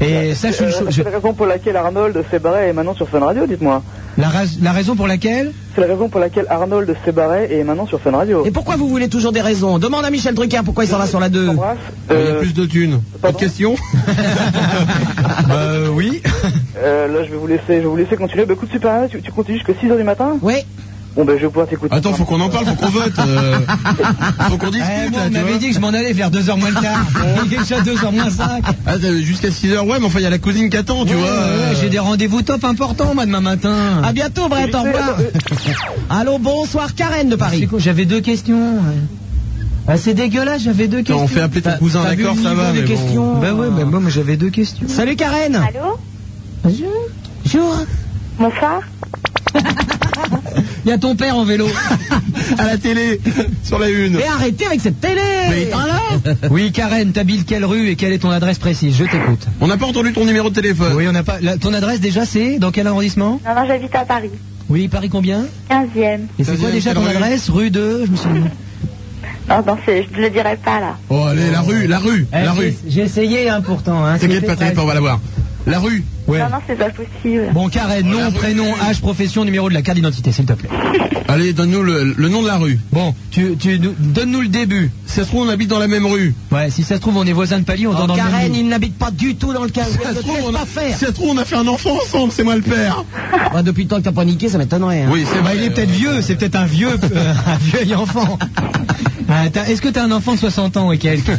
Speaker 4: Et sache une
Speaker 11: Euh,
Speaker 4: chose.
Speaker 11: C'est
Speaker 4: je-
Speaker 11: la raison pour laquelle Arnold Sébaret est maintenant sur Fun Radio, dites-moi.
Speaker 4: La, rais- la raison pour laquelle
Speaker 11: C'est la raison pour laquelle Arnold Sébaret est maintenant sur Fun Radio.
Speaker 2: Et pourquoi vous voulez toujours des raisons Demande à Michel Drucker pourquoi il s'en va sur la 2.
Speaker 11: T'embrasse,
Speaker 3: Il y a
Speaker 11: euh,
Speaker 3: plus de thunes. Pas de
Speaker 11: pardon
Speaker 3: question Ah, bah,
Speaker 4: Euh, oui.
Speaker 11: euh, là, je vais vous laisser, je vais vous laisser continuer. Bah, écoute, super, tu, tu continues jusqu'à 6h du matin
Speaker 2: Oui.
Speaker 11: Bon, ben, je vais pouvoir t'écouter.
Speaker 3: Attends, faut qu'on en parle, faut qu'on vote. euh, Faut qu'on discute,
Speaker 4: Eh, moi,
Speaker 3: là,
Speaker 4: on
Speaker 3: tu vois.
Speaker 4: m'avait dit que je m'en allais vers 2h moins le quart. Il est déjà 2h moins 5.
Speaker 3: Ah, t'as- jusqu'à 6h, ouais, mais enfin, il y a la cousine qui attend, tu
Speaker 4: Ouais,
Speaker 3: vois.
Speaker 4: ouais,
Speaker 3: euh,
Speaker 4: J'ai des rendez-vous top importants, moi, demain matin.
Speaker 2: À bientôt, Brett, au revoir. Allô, bonsoir, Karen de
Speaker 4: Ah, C'est
Speaker 2: Paris.
Speaker 4: quoi, J'avais deux questions. ouais. Ah, c'est dégueulasse, j'avais deux questions.
Speaker 3: on fait appeler ton
Speaker 4: T'as-
Speaker 3: cousin,
Speaker 4: t'as vu
Speaker 3: d'accord,
Speaker 4: le
Speaker 3: ça
Speaker 4: niveau
Speaker 3: va,
Speaker 4: des
Speaker 3: mais bon.
Speaker 4: questions Bah ouais, bah moi, moi, j'avais deux questions.
Speaker 2: Salut, Karen.
Speaker 9: Allô
Speaker 2: Bonjour. Bonjour.
Speaker 9: Bonsoir
Speaker 4: Il y a ton père en vélo.
Speaker 3: à la télé, euh, sur la une.
Speaker 2: Et arrêtez avec cette télé.
Speaker 3: Mais-
Speaker 4: oui, Karen, t'habites quelle rue et quelle est ton adresse précise Je t'écoute.
Speaker 3: On n'a pas entendu ton numéro de téléphone.
Speaker 4: Oui, on n'a pas. la- ton adresse déjà, c'est dans quel arrondissement
Speaker 9: Non, non, j'habite à Paris.
Speaker 4: Oui, Paris combien
Speaker 9: 15e.
Speaker 4: Et c'est quoi
Speaker 3: Deuxième,
Speaker 4: déjà ton
Speaker 3: quelle rue
Speaker 4: adresse Rue 2, je me souviens.
Speaker 21: Ah ben, c'est- je ne le dirai pas là.
Speaker 3: Oh, allez, la rue, la rue,
Speaker 4: Eh,
Speaker 3: la
Speaker 4: j'ai-
Speaker 3: rue.
Speaker 4: J'ai essayé hein, pourtant. Hein,
Speaker 3: T'inquiète
Speaker 4: c'était
Speaker 3: pas, t'inquiète pas, on va la voir. La rue.
Speaker 4: Ouais.
Speaker 21: Non, non, c'est pas possible.
Speaker 4: Bon, carré, nom, prénom, âge, profession, numéro de la carte d'identité, s'il te plaît.
Speaker 3: Allez, donne-nous le, le nom de la rue.
Speaker 4: Bon, tu, tu nous- donne-nous le début.
Speaker 3: Si ça se trouve, on habite dans la même rue.
Speaker 4: Ouais, si ça se trouve, on est voisins de palier, on dort dans le même
Speaker 2: Oh, Karen,
Speaker 4: lit.
Speaker 2: il n'habite pas du tout dans le cas.
Speaker 3: Ça se
Speaker 2: Ne te
Speaker 3: trouve,
Speaker 2: laisse
Speaker 3: on a-
Speaker 2: pas faire.
Speaker 3: Si ça se trouve, on a fait un enfant ensemble, c'est moi le père.
Speaker 2: Bah, depuis le temps que t'as pas niqué, ça m'étonnerait. hein.
Speaker 3: Oui, c'est
Speaker 4: Bah,
Speaker 3: vrai.
Speaker 4: il est peut-être vieux, c'est peut-être un vieux, euh, un vieil enfant. Ah, t'as- Est-ce que t'as un enfant de 60 ans et quelques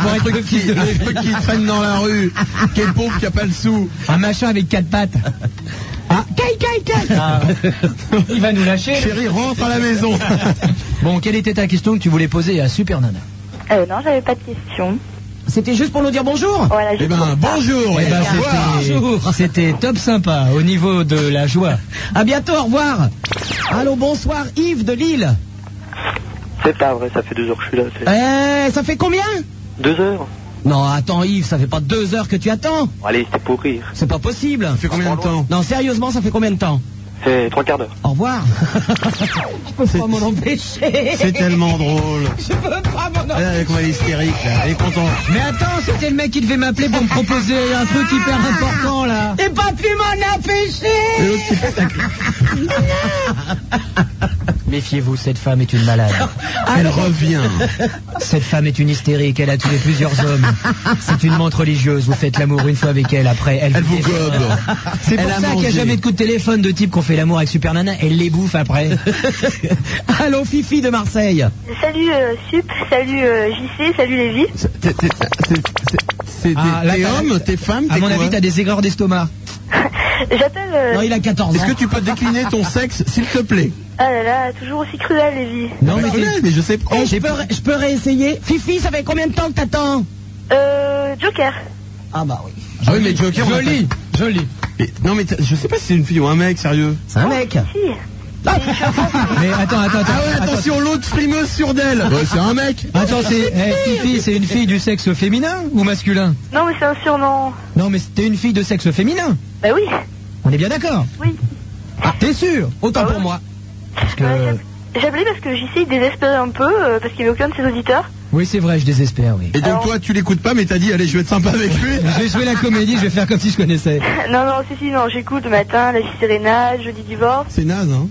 Speaker 4: Pour être le fils de
Speaker 3: Un
Speaker 4: Lévi.
Speaker 3: truc qui traîne dans la rue. Quel pauvre qui a pas le sou.
Speaker 4: Un machin avec quatre pattes. Ah, caille, caille, caille Ah, Il va nous lâcher. lui.
Speaker 3: Chérie, rentre à la maison.
Speaker 4: Bon, quelle était ta question que tu voulais poser à Super Nana
Speaker 21: Euh, non, j'avais pas de question.
Speaker 2: C'était juste pour nous dire bonjour.
Speaker 21: Voilà, je
Speaker 3: Eh ben, bonjour.
Speaker 4: Eh ben,
Speaker 3: au revoir.
Speaker 4: c'était- c'était top sympa au niveau de la joie.
Speaker 2: À bientôt, au revoir. Allô, bonsoir, Yves de Lille.
Speaker 8: C'est pas vrai, ça fait deux heures que je suis là. c'est-
Speaker 2: Eh, ça fait combien
Speaker 8: Deux heures
Speaker 2: Non, attends, Yves, ça fait pas deux heures que tu attends.
Speaker 8: Bon, Allez, c'était pour rire.
Speaker 2: C'est pas possible.
Speaker 3: Ça fait combien de temps
Speaker 2: Non, sérieusement, ça fait combien de temps
Speaker 8: C'est trois quarts d'heure.
Speaker 2: Au revoir. Je peux pas m'en empêcher.
Speaker 3: C'est tellement drôle.
Speaker 2: Je peux pas m'en
Speaker 3: Elle est
Speaker 2: empêcher.
Speaker 3: avec moi elle est hystérique, là. Elle est contente.
Speaker 4: Mais attends, c'était le mec qui devait m'appeler pour me proposer un truc hyper important là.
Speaker 2: J'ai pas pu m'en
Speaker 3: Et
Speaker 2: empêcher.
Speaker 3: l'autre qui fait sa queue.
Speaker 4: Méfiez-vous, cette femme est une malade.
Speaker 3: Elle revient.
Speaker 4: Cette femme est une hystérique, elle a tué plusieurs hommes. C'est une menthe religieuse, vous faites l'amour une fois avec elle, après elle,
Speaker 3: Elle vous
Speaker 4: défend.
Speaker 3: gobe.
Speaker 4: C'est pour
Speaker 3: Elle a
Speaker 4: ça qu'il n'y a
Speaker 3: mangé.
Speaker 4: jamais de coup de téléphone de type qu'on fait l'amour avec Super Nana, elle les bouffe après.
Speaker 2: Allô, Fifi de Marseille.
Speaker 5: Salut euh, Sup, salut euh, JC, salut Lévi.
Speaker 3: T'es- t'es- c'est- c'est- c'est
Speaker 4: Ah,
Speaker 3: des-
Speaker 4: là,
Speaker 3: T'es
Speaker 4: t'as-
Speaker 3: homme, t'es femme,
Speaker 4: À
Speaker 3: t'es
Speaker 4: mon
Speaker 3: quoi
Speaker 4: avis, t'as des aigreurs d'estomac.
Speaker 5: J'appelle. euh,
Speaker 2: Non, il a 14 ans.
Speaker 3: Est-ce que tu peux décliner ton sexe, s'il te plaît
Speaker 5: Ah là là, toujours aussi cruel Lévi.
Speaker 4: Non,
Speaker 3: Je
Speaker 4: mais
Speaker 3: connais, mais je sais pas. Oh,
Speaker 2: Eh, je peux, je peux réessayer. Fifi, ça fait combien de temps que t'attends
Speaker 5: Euh, Joker.
Speaker 2: Ah bah oui.
Speaker 3: Ah oui, mais Joker, on
Speaker 4: Joli,
Speaker 3: l'appelle.
Speaker 4: joli.
Speaker 3: Mais- Non, mais t'as- je sais pas si c'est une fille ou un mec, sérieux.
Speaker 2: C'est un Ah, mec.
Speaker 5: Si.
Speaker 4: Mais attends, attends, attends.
Speaker 3: Ah ouais,
Speaker 4: attends.
Speaker 3: attention, l'autre frimeuse sur d'elle. Ouais, c'est un mec.
Speaker 4: Attends, c'est eh, Fifi, c'est une fille du sexe féminin ou masculin
Speaker 5: Non mais c'est un surnom.
Speaker 4: Non, mais c'était une fille de sexe féminin.
Speaker 5: Bah oui.
Speaker 4: On est bien d'accord
Speaker 5: Oui.
Speaker 4: Ah, T'es sûr
Speaker 2: Autant pour moi.
Speaker 4: Parce que-
Speaker 5: J'ai appelé parce que JC il désespérait un peu, euh, parce qu'il avait aucun de ses auditeurs.
Speaker 4: Oui, c'est vrai, je désespère, oui.
Speaker 3: Et donc,
Speaker 5: Alors-
Speaker 3: toi, tu l'écoutes pas, mais t'as dit, allez, je vais être sympa avec lui.
Speaker 4: Je vais jouer la comédie, je vais faire comme si je connaissais.
Speaker 5: Non, non, si, si, non, j'écoute le matin, la vie sérénade, jeudi divorce,
Speaker 3: C'est naze, hein.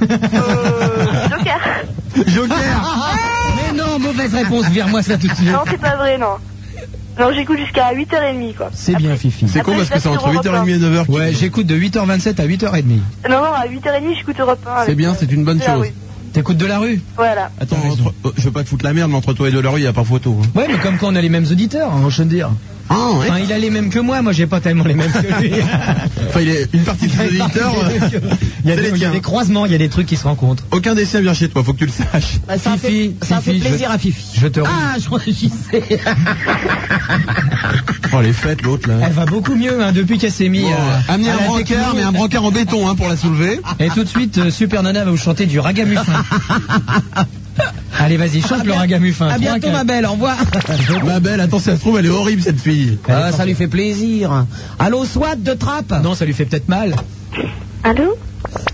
Speaker 5: euh, Joker.
Speaker 3: Joker.
Speaker 2: Ah,
Speaker 4: Mais non, mauvaise réponse, vire-moi ça tout de suite.
Speaker 5: Non, c'est pas vrai, non. Non, j'écoute jusqu'à 8h30, quoi.
Speaker 4: C'est bien, Fifi.
Speaker 3: C'est con
Speaker 5: Après,
Speaker 3: parce que c'est
Speaker 5: je
Speaker 3: entre
Speaker 5: passe sur
Speaker 3: 8h30 et 9h.
Speaker 4: Ouais, j'écoute de 8h27 à 8h30.
Speaker 5: Non, non, à 8h30, j'écoute Europe 1.
Speaker 3: C'est
Speaker 5: avec,
Speaker 3: bien,
Speaker 5: euh,
Speaker 3: c'est une bonne
Speaker 5: de la
Speaker 3: chose.
Speaker 5: rue.
Speaker 4: T'écoutes de la rue
Speaker 5: Voilà.
Speaker 3: Attends, entre- euh, je veux pas te foutre la merde, mais entre toi et Delary, il y a pas photo. hein.
Speaker 4: Ouais, mais comme quoi on a les mêmes auditeurs, hein, je veux dire.
Speaker 3: Ah, ouais.
Speaker 4: Enfin, il a les mêmes que moi, moi j'ai pas tellement les mêmes que lui.
Speaker 3: Enfin, il est une partie de ses auditeurs. euh,
Speaker 4: Il y a
Speaker 3: c'est
Speaker 4: des,
Speaker 3: les
Speaker 4: il y a
Speaker 3: tiens.
Speaker 4: des croisements, il y a des trucs qui se rencontrent.
Speaker 3: Aucun dessin vient chez toi, faut que tu le saches.
Speaker 2: Bah, ça a
Speaker 4: Fifi,
Speaker 2: fait, ça a fait
Speaker 4: Fifi, je-
Speaker 2: plaisir à Fifi.
Speaker 4: Je te rends.
Speaker 2: Ah, je réagissais.
Speaker 3: Oh, les fêtes, l'autre, là.
Speaker 4: Elle va beaucoup mieux hein, depuis qu'elle s'est mise.
Speaker 3: Bon,
Speaker 4: euh,
Speaker 3: amener
Speaker 4: à
Speaker 3: un
Speaker 4: la
Speaker 3: brancard,
Speaker 4: techno.
Speaker 3: mais un brancard en béton hein, pour la soulever.
Speaker 4: Et tout de suite, euh, Super Nana va vous chanter du ragamuffin. Allez, vas-y, chante le ragamuffin.
Speaker 2: À bientôt, ma belle. Au revoir.
Speaker 4: Bah,
Speaker 3: Ma belle, Ah, ben, attends, si ça se trouve, elle est horrible cette fille.
Speaker 2: Ah, ça lui fait plaisir. Allô, Swad de Trappe.
Speaker 4: Non, ça lui fait peut-être mal.
Speaker 5: Allô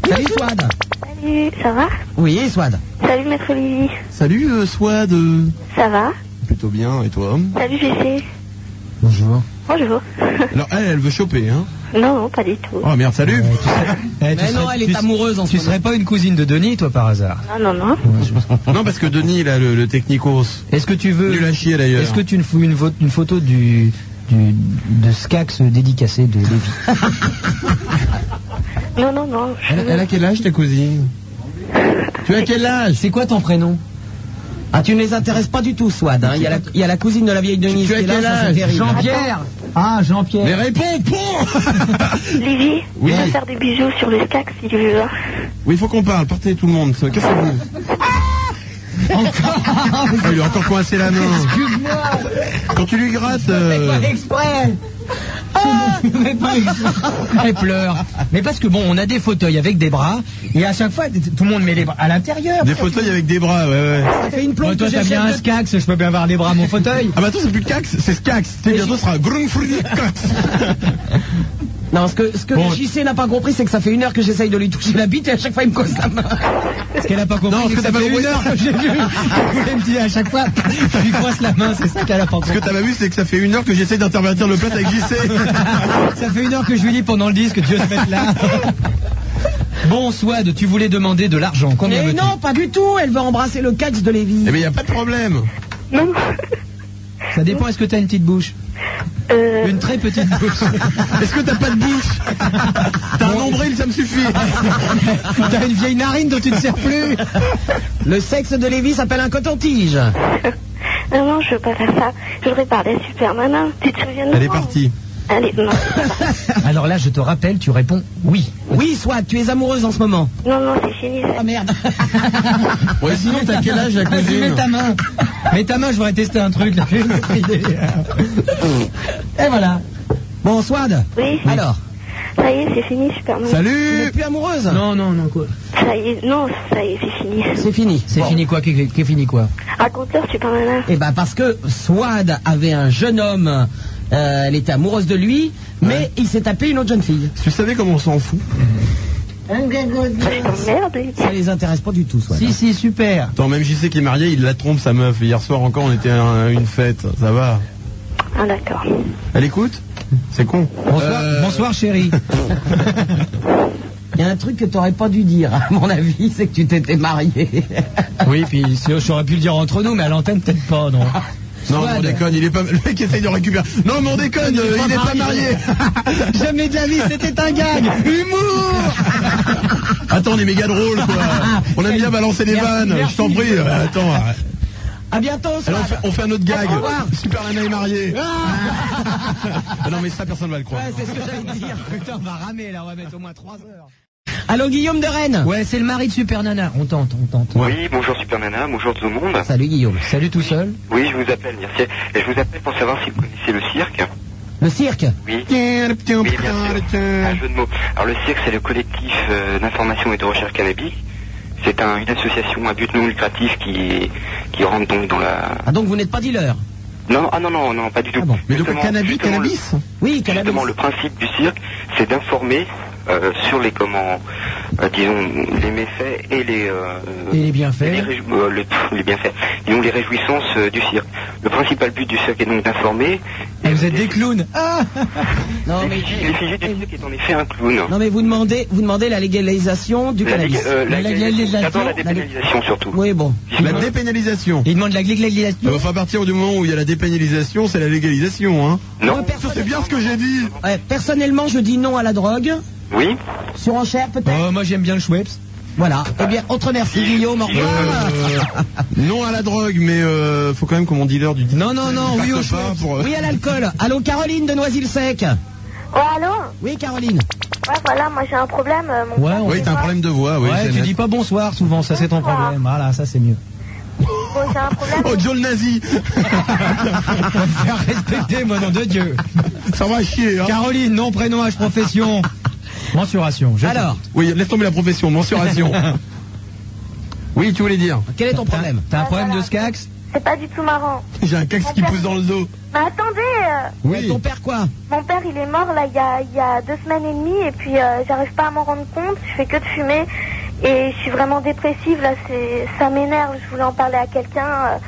Speaker 2: Salut, Swad.
Speaker 5: Salut, ça va
Speaker 2: Oui, Swad.
Speaker 5: Salut, Maître Lily.
Speaker 3: Salut euh, Swad.
Speaker 5: Ça va
Speaker 3: Plutôt bien, et toi
Speaker 5: Salut, GC.
Speaker 4: Bonjour.
Speaker 5: Bonjour.
Speaker 3: Alors elle, elle veut choper, hein
Speaker 5: non, non, pas du tout.
Speaker 3: Oh merde, salut
Speaker 2: Mais non, elle est amoureuse en ce
Speaker 4: Eh, Tu serais pas une cousine de Denis, toi, par hasard
Speaker 5: Non, non, non.
Speaker 3: Non, parce que Denis, là, le, le technicos,
Speaker 4: Est-ce que tu veux.
Speaker 3: nul à chier d'ailleurs.
Speaker 4: Est-ce que tu ne fous une, vo- une photo du, du- de Skax dédicacé de Lévi
Speaker 5: Non, non, non.
Speaker 3: elle, elle a quel âge ta cousine Tu as quel âge
Speaker 4: C'est quoi ton prénom
Speaker 2: Ah, tu ne les intéresses pas du tout, Swad. hein. Il, y a la, il y a la cousine de la vieille Denise.
Speaker 3: Tu- tu as
Speaker 2: qui est là,
Speaker 3: quel
Speaker 2: ça, c'est
Speaker 3: âge
Speaker 2: terrible.
Speaker 4: Jean-Pierre Ah, Jean-Pierre
Speaker 3: Mais réponds, pont
Speaker 5: Lévi,
Speaker 3: Oui.
Speaker 5: je vais faire des bijoux sur le stack si tu veux. hein.
Speaker 3: Oui, il faut qu'on parle, partez tout le monde. ça. Qu'est-ce que vous Encore Ah Il lui a encore coincé la main. Quand tu lui grattes... euh,
Speaker 4: exprès mais pas exprès. Elle pleure. Mais parce que bon, on a des fauteuils avec des bras, et à chaque fois, tout le monde met les bras à l'intérieur.
Speaker 3: Des fauteuils avec des bras, ouais, ouais.
Speaker 2: Ça fait une plombe
Speaker 4: Bon, Bah, toi,
Speaker 2: que
Speaker 4: t'as bien
Speaker 2: j'achète
Speaker 4: un
Speaker 2: de-
Speaker 4: Skax, je peux bien avoir les bras à mon fauteuil.
Speaker 3: Ah bah attends, c'est plus Cax, c'est Scax. Tu sais, bientôt, ce sera Grunfridi Cax.
Speaker 2: Non, ce que, ce que
Speaker 4: Bon.
Speaker 2: le JC n'a pas compris, c'est que ça fait une heure que j'essaye de lui toucher la bite et à chaque fois il me cause la main.
Speaker 4: Ce qu'elle a pas compris,
Speaker 2: Non, ce
Speaker 4: c'est
Speaker 2: que
Speaker 4: que ça
Speaker 2: t'as pas
Speaker 4: fait
Speaker 2: compris,
Speaker 4: une heure que j'ai vu. Elle me dit à chaque fois, je lui croise la main, c'est ça qu'elle a pas compris.
Speaker 3: Ce que t'as pas vu, c'est que ça fait une heure que j'essaie d'intervertir le plat avec Eh JC.
Speaker 4: Ça fait une heure que je lui dis pendant le disque, Dieu se mette là. Bon, Swad, tu voulais demander de l'argent. Combien
Speaker 2: Mais
Speaker 4: veux-tu
Speaker 2: Eh non, pas du tout, elle veut embrasser le catch de Lévi.
Speaker 3: Eh bien, y a pas de problème.
Speaker 4: Ça dépend, est-ce que t'as une petite bouche Une très petite bouche.
Speaker 3: Est-ce que t'as pas de bouche T'as un nombril, ça me suffit.
Speaker 4: T'as une vieille narine dont tu ne sers plus.
Speaker 2: Le sexe de Lévi s'appelle un coton-tige.
Speaker 5: Non, non, je veux pas faire ça. Je voudrais parler à Super Nana. Tu te souviens de moi
Speaker 2: Elle est partie.
Speaker 5: Allez, non.
Speaker 4: Alors là, je te rappelle, tu réponds oui.
Speaker 2: Oui, Swad, tu es amoureuse en ce moment.
Speaker 5: Non, non, c'est fini.
Speaker 2: Ah merde.
Speaker 3: Ouais, sinon, t'as quel âge, la
Speaker 4: Vas-y, mets
Speaker 3: cousine
Speaker 4: ta main. Mets ta main, je voudrais tester un truc. là. J'ai une autre idée. Et voilà.
Speaker 2: Bon, Swad.
Speaker 5: Oui.
Speaker 2: Alors.
Speaker 5: Ça y est, c'est fini, Super Nana.
Speaker 2: Tu n'es plus amoureuse
Speaker 4: Non, non, non, quoi
Speaker 5: Ça y est, non, ça y est, c'est fini.
Speaker 2: C'est fini.
Speaker 4: C'est fini quoi Qu'est qu'est fini quoi
Speaker 5: Raconte-leur, Super Nana.
Speaker 2: Eh ben parce que Swad avait un jeune homme, euh, elle était amoureuse de lui, mais il s'est tapé une autre jeune fille.
Speaker 3: Tu savais comment on s'en fout
Speaker 5: Ah, Merde.
Speaker 2: Ça les intéresse pas du tout, Swad.
Speaker 4: Si, si, super.
Speaker 3: Attends, même JC qui est marié, il la trompe, sa meuf. Hier soir encore, on était à un- une fête. Ça va.
Speaker 5: Ah, d'accord.
Speaker 3: Elle écoute C'est con.
Speaker 4: Bonsoir, bonsoir chérie.
Speaker 2: Il y a un truc que t'aurais pas dû dire, à mon avis, c'est que tu t'étais marié.
Speaker 4: Oui, puis c'est- oh, j'aurais pu le dire entre nous, mais à l'antenne peut-être pas, non.
Speaker 3: Non, mais on déconne, il est pas. Le mec essaye de récupérer. Non, mais on déconne, euh, il est pas marié.
Speaker 2: Jamais de la vie, c'était un gag. Humour
Speaker 3: Attends, on est méga drôle, quoi. On aime bien balancer les
Speaker 2: Merci,
Speaker 3: vannes,
Speaker 2: merci.
Speaker 3: je t'en prie. euh, Attends.
Speaker 2: À bientôt, Swad.
Speaker 3: Alors, on fait, on fait un autre gag.
Speaker 2: Au revoir.
Speaker 3: Super Nana est mariée. Ah non, mais ça, personne va le croire.
Speaker 2: c'est ce que j'allais dire.
Speaker 4: Putain, on va ramer là, on va mettre au moins 3 heures.
Speaker 2: Allô, Guillaume de Rennes
Speaker 4: Ouais, c'est le mari de Super Nana. On tente, on tente.
Speaker 8: Oui, bonjour Super Nana, bonjour tout le monde.
Speaker 2: Salut, Guillaume.
Speaker 4: Salut tout seul.
Speaker 8: Oui, je vous appelle, merci. Et je vous appelle pour savoir si vous connaissez le cirque.
Speaker 2: Le cirque
Speaker 8: Oui. Oui, bien sûr.
Speaker 3: euh,
Speaker 8: Un jeu de mots. Alors le cirque, c'est le collectif euh, d'information et de recherche cannabis. C'est un- une association à but non lucratif qui, qui rentre donc dans la...
Speaker 2: Ah, donc vous n'êtes pas dealer
Speaker 8: Non, ah non, non, non, pas du tout.
Speaker 3: Mais le
Speaker 8: Justement-
Speaker 3: cannabis,
Speaker 8: justement, le-
Speaker 3: cannabis
Speaker 2: Oui, cannabis.
Speaker 8: Justement, le principe du cirque, c'est d'informer euh, sur les comment, euh, disons, les méfaits et les euh,
Speaker 4: Et les bienfaits.
Speaker 8: et les, réjou- euh, le- pff, les bienfaits, disons les réjouissances euh, du cirque. Le principal but du cirque est donc d'informer.
Speaker 4: Et vous êtes des clowns. Ah
Speaker 2: Non, mais...
Speaker 8: L'effigie l'effigie du cirque est en effet un clown.
Speaker 2: Non, mais vous demandez, vous demandez la légalisation du
Speaker 8: La,
Speaker 2: cannabis.
Speaker 8: euh,
Speaker 2: La
Speaker 8: la- d'abord la
Speaker 2: légalisation- la-
Speaker 8: dépénalisation surtout.
Speaker 2: Oui, bon.
Speaker 3: La dépénalisation.
Speaker 4: Il demande la glégalisation.
Speaker 3: Enfin, à partir du moment où il y a la dépénalisation, c'est la légalisation, hein.
Speaker 8: Non.
Speaker 2: Moi, perso-
Speaker 3: C'est bien ce que j'ai dit.
Speaker 2: Euh, ouais, personnellement, je dis non à la drogue.
Speaker 8: Oui.
Speaker 2: Sur enchère, peut-être
Speaker 4: Oh, moi j'aime bien le Schweppes.
Speaker 2: Voilà. Eh bien, on te remercie, Guillaume. Au revoir.
Speaker 3: Euh, non à la drogue, mais euh, faut quand même que mon dealer du
Speaker 4: Non, non, non, oui, au
Speaker 3: parte pas
Speaker 4: Schweppes.
Speaker 3: pour. euh,
Speaker 2: Oui, à l'alcool. Allô, Caroline de Noisy-le-Sec.
Speaker 5: Oh, allô
Speaker 2: Oui, Caroline.
Speaker 5: Ouais, voilà, moi j'ai un problème. euh, mon
Speaker 4: Ouais, on-
Speaker 3: Oui, t'as un problème de voix, oui.
Speaker 4: ouais,
Speaker 3: c'est
Speaker 4: tu
Speaker 3: net.
Speaker 4: dis pas bonsoir souvent, ça c'est ton problème. Voilà, ça c'est mieux.
Speaker 5: bon, j'ai un problème.
Speaker 3: Oh, Joe le nazi
Speaker 4: Faire respecter, Ah, mon nom de Dieu.
Speaker 3: Ça va chier, hein
Speaker 4: Caroline, nom, prénom, âge, profession. Mensuration. je
Speaker 2: Alors,
Speaker 3: Oui, laisse tomber la profession, mensuration. Oui, tu voulais dire
Speaker 2: quel est ton
Speaker 4: t'écoute.
Speaker 2: problème
Speaker 4: T'as un problème de Skax
Speaker 5: C'est pas du tout marrant.
Speaker 3: J'ai un cax qui pousse dans le dos.
Speaker 5: Mais attendez, euh,
Speaker 2: Ouais, Ton père, quoi
Speaker 5: mon père il est mort là il y a, il y a deux semaines et demie et puis euh, j'arrive pas à m'en rendre compte. Je fais que de fumer et je suis vraiment dépressive là. C'est, ça m'énerve. Je voulais en parler à quelqu'un. euh,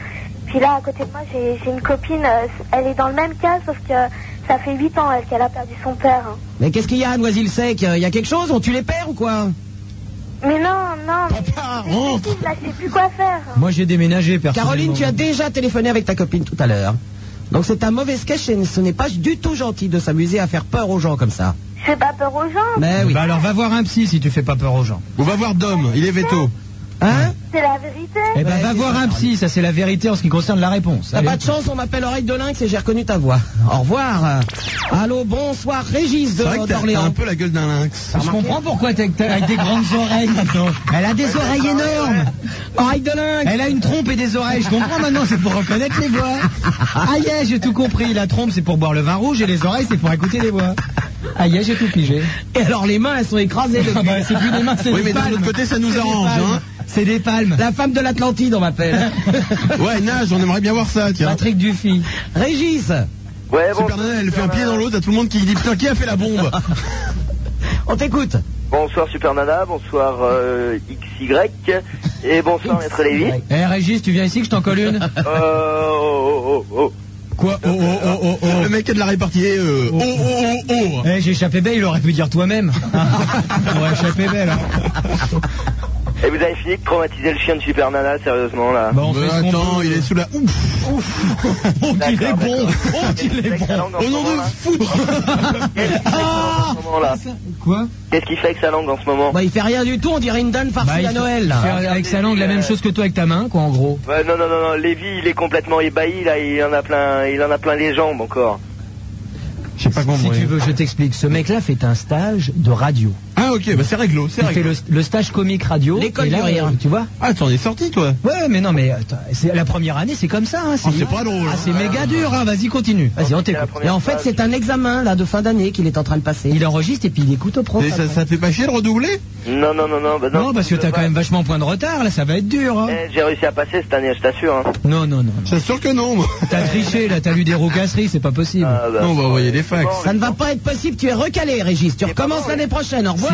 Speaker 5: puis là à côté de moi j'ai, j'ai une copine. euh, elle est dans le même cas sauf que ça fait huit ans elle qu'elle a perdu son père. hein.
Speaker 2: Mais qu'est-ce qu'il y a à Noisy-le-Sec Il Euh, y a quelque chose On tue les pères ou quoi
Speaker 5: Mais non, non. mais-
Speaker 3: Papa,
Speaker 5: mais
Speaker 3: rentre.
Speaker 5: c'est qui, Là je sais plus quoi faire. hein.
Speaker 4: Moi j'ai déménagé, personnellement.
Speaker 2: Caroline, tu as déjà téléphoné avec ta copine tout à l'heure. Donc c'est un mauvais sketch et ce n'est pas du tout gentil de s'amuser à faire peur aux gens comme ça.
Speaker 5: Je fais pas peur aux gens.
Speaker 2: Mais oui.
Speaker 4: Bah alors va voir un psy si tu fais pas peur aux gens.
Speaker 3: On va voir Dom, il est veto.
Speaker 2: Hein
Speaker 5: C'est la vérité.
Speaker 4: Eh ben
Speaker 2: Ouais,
Speaker 4: va
Speaker 2: c'est
Speaker 4: voir
Speaker 2: ça,
Speaker 4: un psy, ça c'est la vérité en ce qui concerne la réponse.
Speaker 2: T'as
Speaker 4: Allez.
Speaker 2: pas de chance, on m'appelle Oreille de Lynx et j'ai reconnu ta voix. Au revoir. Allô, bonsoir, Régis de
Speaker 3: C'est vrai que t'as- t'as un
Speaker 2: d'Orléans.
Speaker 3: peu la gueule d'un lynx.
Speaker 4: Je comprends pourquoi t'es t'es avec des grandes oreilles maintenant. Elle a des oreilles énormes.
Speaker 2: Oreille de Lynx
Speaker 4: Elle a une trompe et des oreilles. Je comprends maintenant, c'est pour reconnaître les voix. Aïe, j'ai tout compris. La trompe c'est pour boire le vin rouge et les oreilles c'est pour écouter les voix. Aïe, j'ai tout pigé.
Speaker 2: Et alors les mains, elles sont écrasées.
Speaker 4: Ah
Speaker 2: depuis.
Speaker 4: bah, c'est plus des mains, c'est
Speaker 3: Oui,
Speaker 4: des
Speaker 3: mais d'un
Speaker 4: palmes.
Speaker 3: autre côté, ça nous
Speaker 4: C'est des
Speaker 3: arrange,
Speaker 4: palmes.
Speaker 3: hein.
Speaker 4: C'est des palmes.
Speaker 2: La femme de l'Atlantide, on m'appelle.
Speaker 3: hein. Ouais, nage, on aimerait bien voir ça, tiens.
Speaker 4: Patrick Dufy.
Speaker 2: Régis,
Speaker 16: Ouais,
Speaker 3: bon, Super Nana, elle fait un pied dans l'autre, t'as tout le monde qui dit putain, qui a fait la bombe
Speaker 2: On t'écoute.
Speaker 16: Bonsoir Super Nana, bonsoir euh, XY et bonsoir Maître Lévy.
Speaker 4: Eh Régis, tu viens ici que je t'en colle une
Speaker 16: Euh, oh, oh, oh,
Speaker 4: Quoi Oh oh oh oh oh
Speaker 3: Le mec est de la répartie. euh, oh oh oh oh
Speaker 4: Eh, j'ai échappé belle, il aurait pu dire toi-même. On va échapper belle. hein.
Speaker 16: oh. Et vous avez fini de traumatiser le chien de Super Nana, sérieusement là.
Speaker 4: Bah, on fait
Speaker 3: Mais
Speaker 4: ce qu'on
Speaker 3: attends,
Speaker 4: peut.
Speaker 3: il est sous la. Ouf Oh qu'il est bon Oh qu'il est bon
Speaker 4: Eh,
Speaker 3: Au nom de foutre
Speaker 16: En ce moment, là.
Speaker 4: Quoi
Speaker 16: Qu'est-ce qu'il fait avec sa langue en ce moment
Speaker 2: Bah, il fait rien du tout, on dirait une dame farcie
Speaker 4: Bah, il
Speaker 2: à
Speaker 4: fait-
Speaker 2: Noël. Ah,
Speaker 4: faire
Speaker 2: là.
Speaker 4: avec sa langue la même chose que toi avec ta main, quoi, en gros.
Speaker 16: Ouais, Non, non, non, non, Lévy il est complètement ébahi là, il en a plein, il en a plein les jambes encore.
Speaker 3: Je sais pas comment.
Speaker 4: Si tu veux, je t'explique. Ce mec-là fait un stage de radio.
Speaker 3: Ah ok, bah c'est réglo, c'est
Speaker 4: Il fait
Speaker 3: réglo.
Speaker 4: le, le stage comique radio.
Speaker 2: L'école
Speaker 4: et là,
Speaker 2: du rire.
Speaker 4: euh, Tu vois
Speaker 3: Ah, t'en es sorti toi
Speaker 4: Ouais, mais non, mais attends, c'est la première année, c'est comme ça. Hein,
Speaker 3: Oh, c'est pas drôle.
Speaker 4: Ah, c'est méga dur, hein, vas-y, continue. Vas-y, on t'écoute.
Speaker 2: Et en fait, c'est un examen là de fin d'année qu'il est en train de passer.
Speaker 4: Il enregistre et puis il écoute au prof.
Speaker 3: Et ça,
Speaker 4: après.
Speaker 3: ça te fait pas chier de redoubler
Speaker 16: Non, non, non, non, bah non.
Speaker 4: Non, parce que t'as quand même vachement point de retard, là, ça va être dur. Hein.
Speaker 16: Eh, J'ai réussi à passer cette année, je t'assure. hein.
Speaker 4: Non, non, non. non.
Speaker 3: C'est sûr que non. moi.
Speaker 4: T'as triché, là, t'as lu des rocasseries, c'est pas possible.
Speaker 16: Ah, bah,
Speaker 3: Non, on va envoyer des
Speaker 16: c'est
Speaker 3: fax.
Speaker 16: bon,
Speaker 2: Ça ne va pas être possible, tu es recalé, Régis. Tu recommences l'année prochaine, au revoir.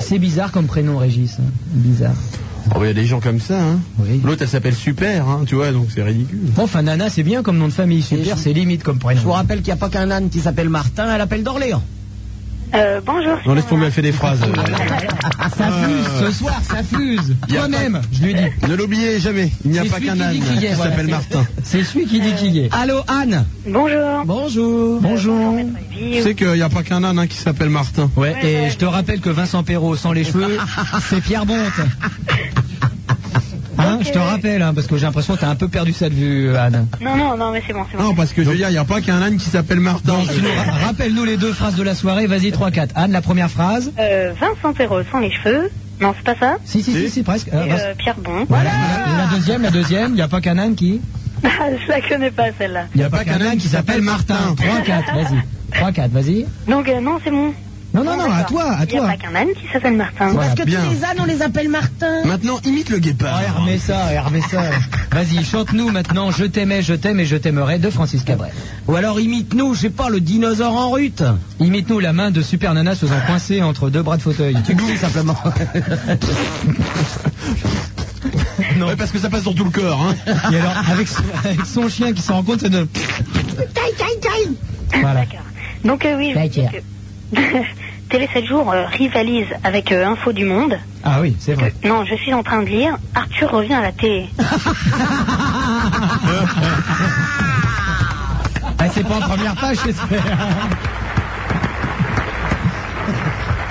Speaker 4: C'est bizarre comme prénom, Régis. hein. Bizarre.
Speaker 3: Oh, bah, y a des gens comme ça. Hein.
Speaker 4: Oui.
Speaker 3: L'autre, elle s'appelle Super, hein, tu vois, donc c'est ridicule.
Speaker 4: Bon, enfin, Nana, c'est bien comme nom de famille. Super, c'est limite comme
Speaker 2: Je vous
Speaker 4: prénom.
Speaker 2: rappelle qu'il n'y a pas qu'un âne qui s'appelle Martin, elle appelle d'Orléans.
Speaker 21: Euh, bonjour.
Speaker 3: Non, laisse tomber, elle fait des phrases.
Speaker 4: Ça fuse, ce soir, ça fuse.
Speaker 3: Y a
Speaker 4: Toi-même, je lui dis.
Speaker 3: ne l'oubliez jamais, il n'y a
Speaker 4: C'est
Speaker 3: pas
Speaker 4: celui
Speaker 3: qu'un
Speaker 4: qui
Speaker 3: âne
Speaker 4: dit qu'il y est,
Speaker 3: qui
Speaker 4: voilà,
Speaker 3: s'appelle
Speaker 4: c'est-
Speaker 3: Martin.
Speaker 4: C'est celui qui dit qui est.
Speaker 2: Euh, Allô, Anne
Speaker 21: Bonjour.
Speaker 2: Bonjour.
Speaker 4: Bonjour.
Speaker 3: Tu sais qu'il n'y a pas qu'un âne hein, qui s'appelle Martin.
Speaker 4: Ouais, et je te rappelle que Vincent Perrault sans les cheveux, c'est Pierre Bonte. Hein, je te rappelle, hein, parce que j'ai l'impression que t'as un peu perdu ça de vue, Anne.
Speaker 21: Non, non, non, mais c'est bon, c'est bon.
Speaker 3: Non, parce que je veux dire, il n'y a pas qu'un âne qui s'appelle Martin.
Speaker 4: Donc, tu nous ra- rappelle-nous les deux phrases de la soirée, vas-y, 3-4. Anne, la première phrase.
Speaker 21: Euh, Vincent Perrault sans les cheveux. Non, c'est pas ça.
Speaker 4: Si, si, si, si, presque. Euh,
Speaker 21: Et,
Speaker 4: Vincent-
Speaker 21: euh, Pierre Bon.
Speaker 4: Voilà, et la, et la deuxième, la deuxième, il n'y a pas qu'un âne qui
Speaker 5: Euh,
Speaker 21: je la connais pas celle-là.
Speaker 4: Il n'y
Speaker 3: a pas qu'un âne qui s'appelle Martin.
Speaker 4: 3-4, vas-y. 3-4, vas-y.
Speaker 21: Donc, euh, non, c'est bon.
Speaker 4: Non, non, non, à
Speaker 21: d'accord.
Speaker 4: toi, à
Speaker 21: Il n'y a
Speaker 4: toi.
Speaker 21: pas qu'un âne qui s'appelle Martin.
Speaker 3: Voilà,
Speaker 2: Parce que
Speaker 3: Ah, bien.
Speaker 2: tous les ânes, on les appelle Martin.
Speaker 3: Maintenant, imite le guépard.
Speaker 4: Ouais, remets ça, remets ça. Vas-y, chante-nous maintenant Je t'aimais, je t'aime et je t'aimerai de Francis Cabrel.
Speaker 2: Ou alors imite-nous, je sais pas, le dinosaure en rute.
Speaker 4: Imite-nous la main de Super Nana se faisant coincer entre deux bras de fauteuil. Tu glisses simplement.
Speaker 3: Ouais, parce que ça passe dans tout le corps. Hein.
Speaker 4: Et alors, avec son, avec son chien qui s'en rend compte, ça donne. Voilà.
Speaker 21: Donc, euh, oui.
Speaker 4: D'accord.
Speaker 21: donc, euh, Télé 7 jours euh, rivalise avec euh, Info du Monde.
Speaker 4: Ah oui, c'est vrai.
Speaker 21: Non, je suis en train de lire. Arthur revient à la télé.
Speaker 4: Ah, c'est pas en première page, j'espère.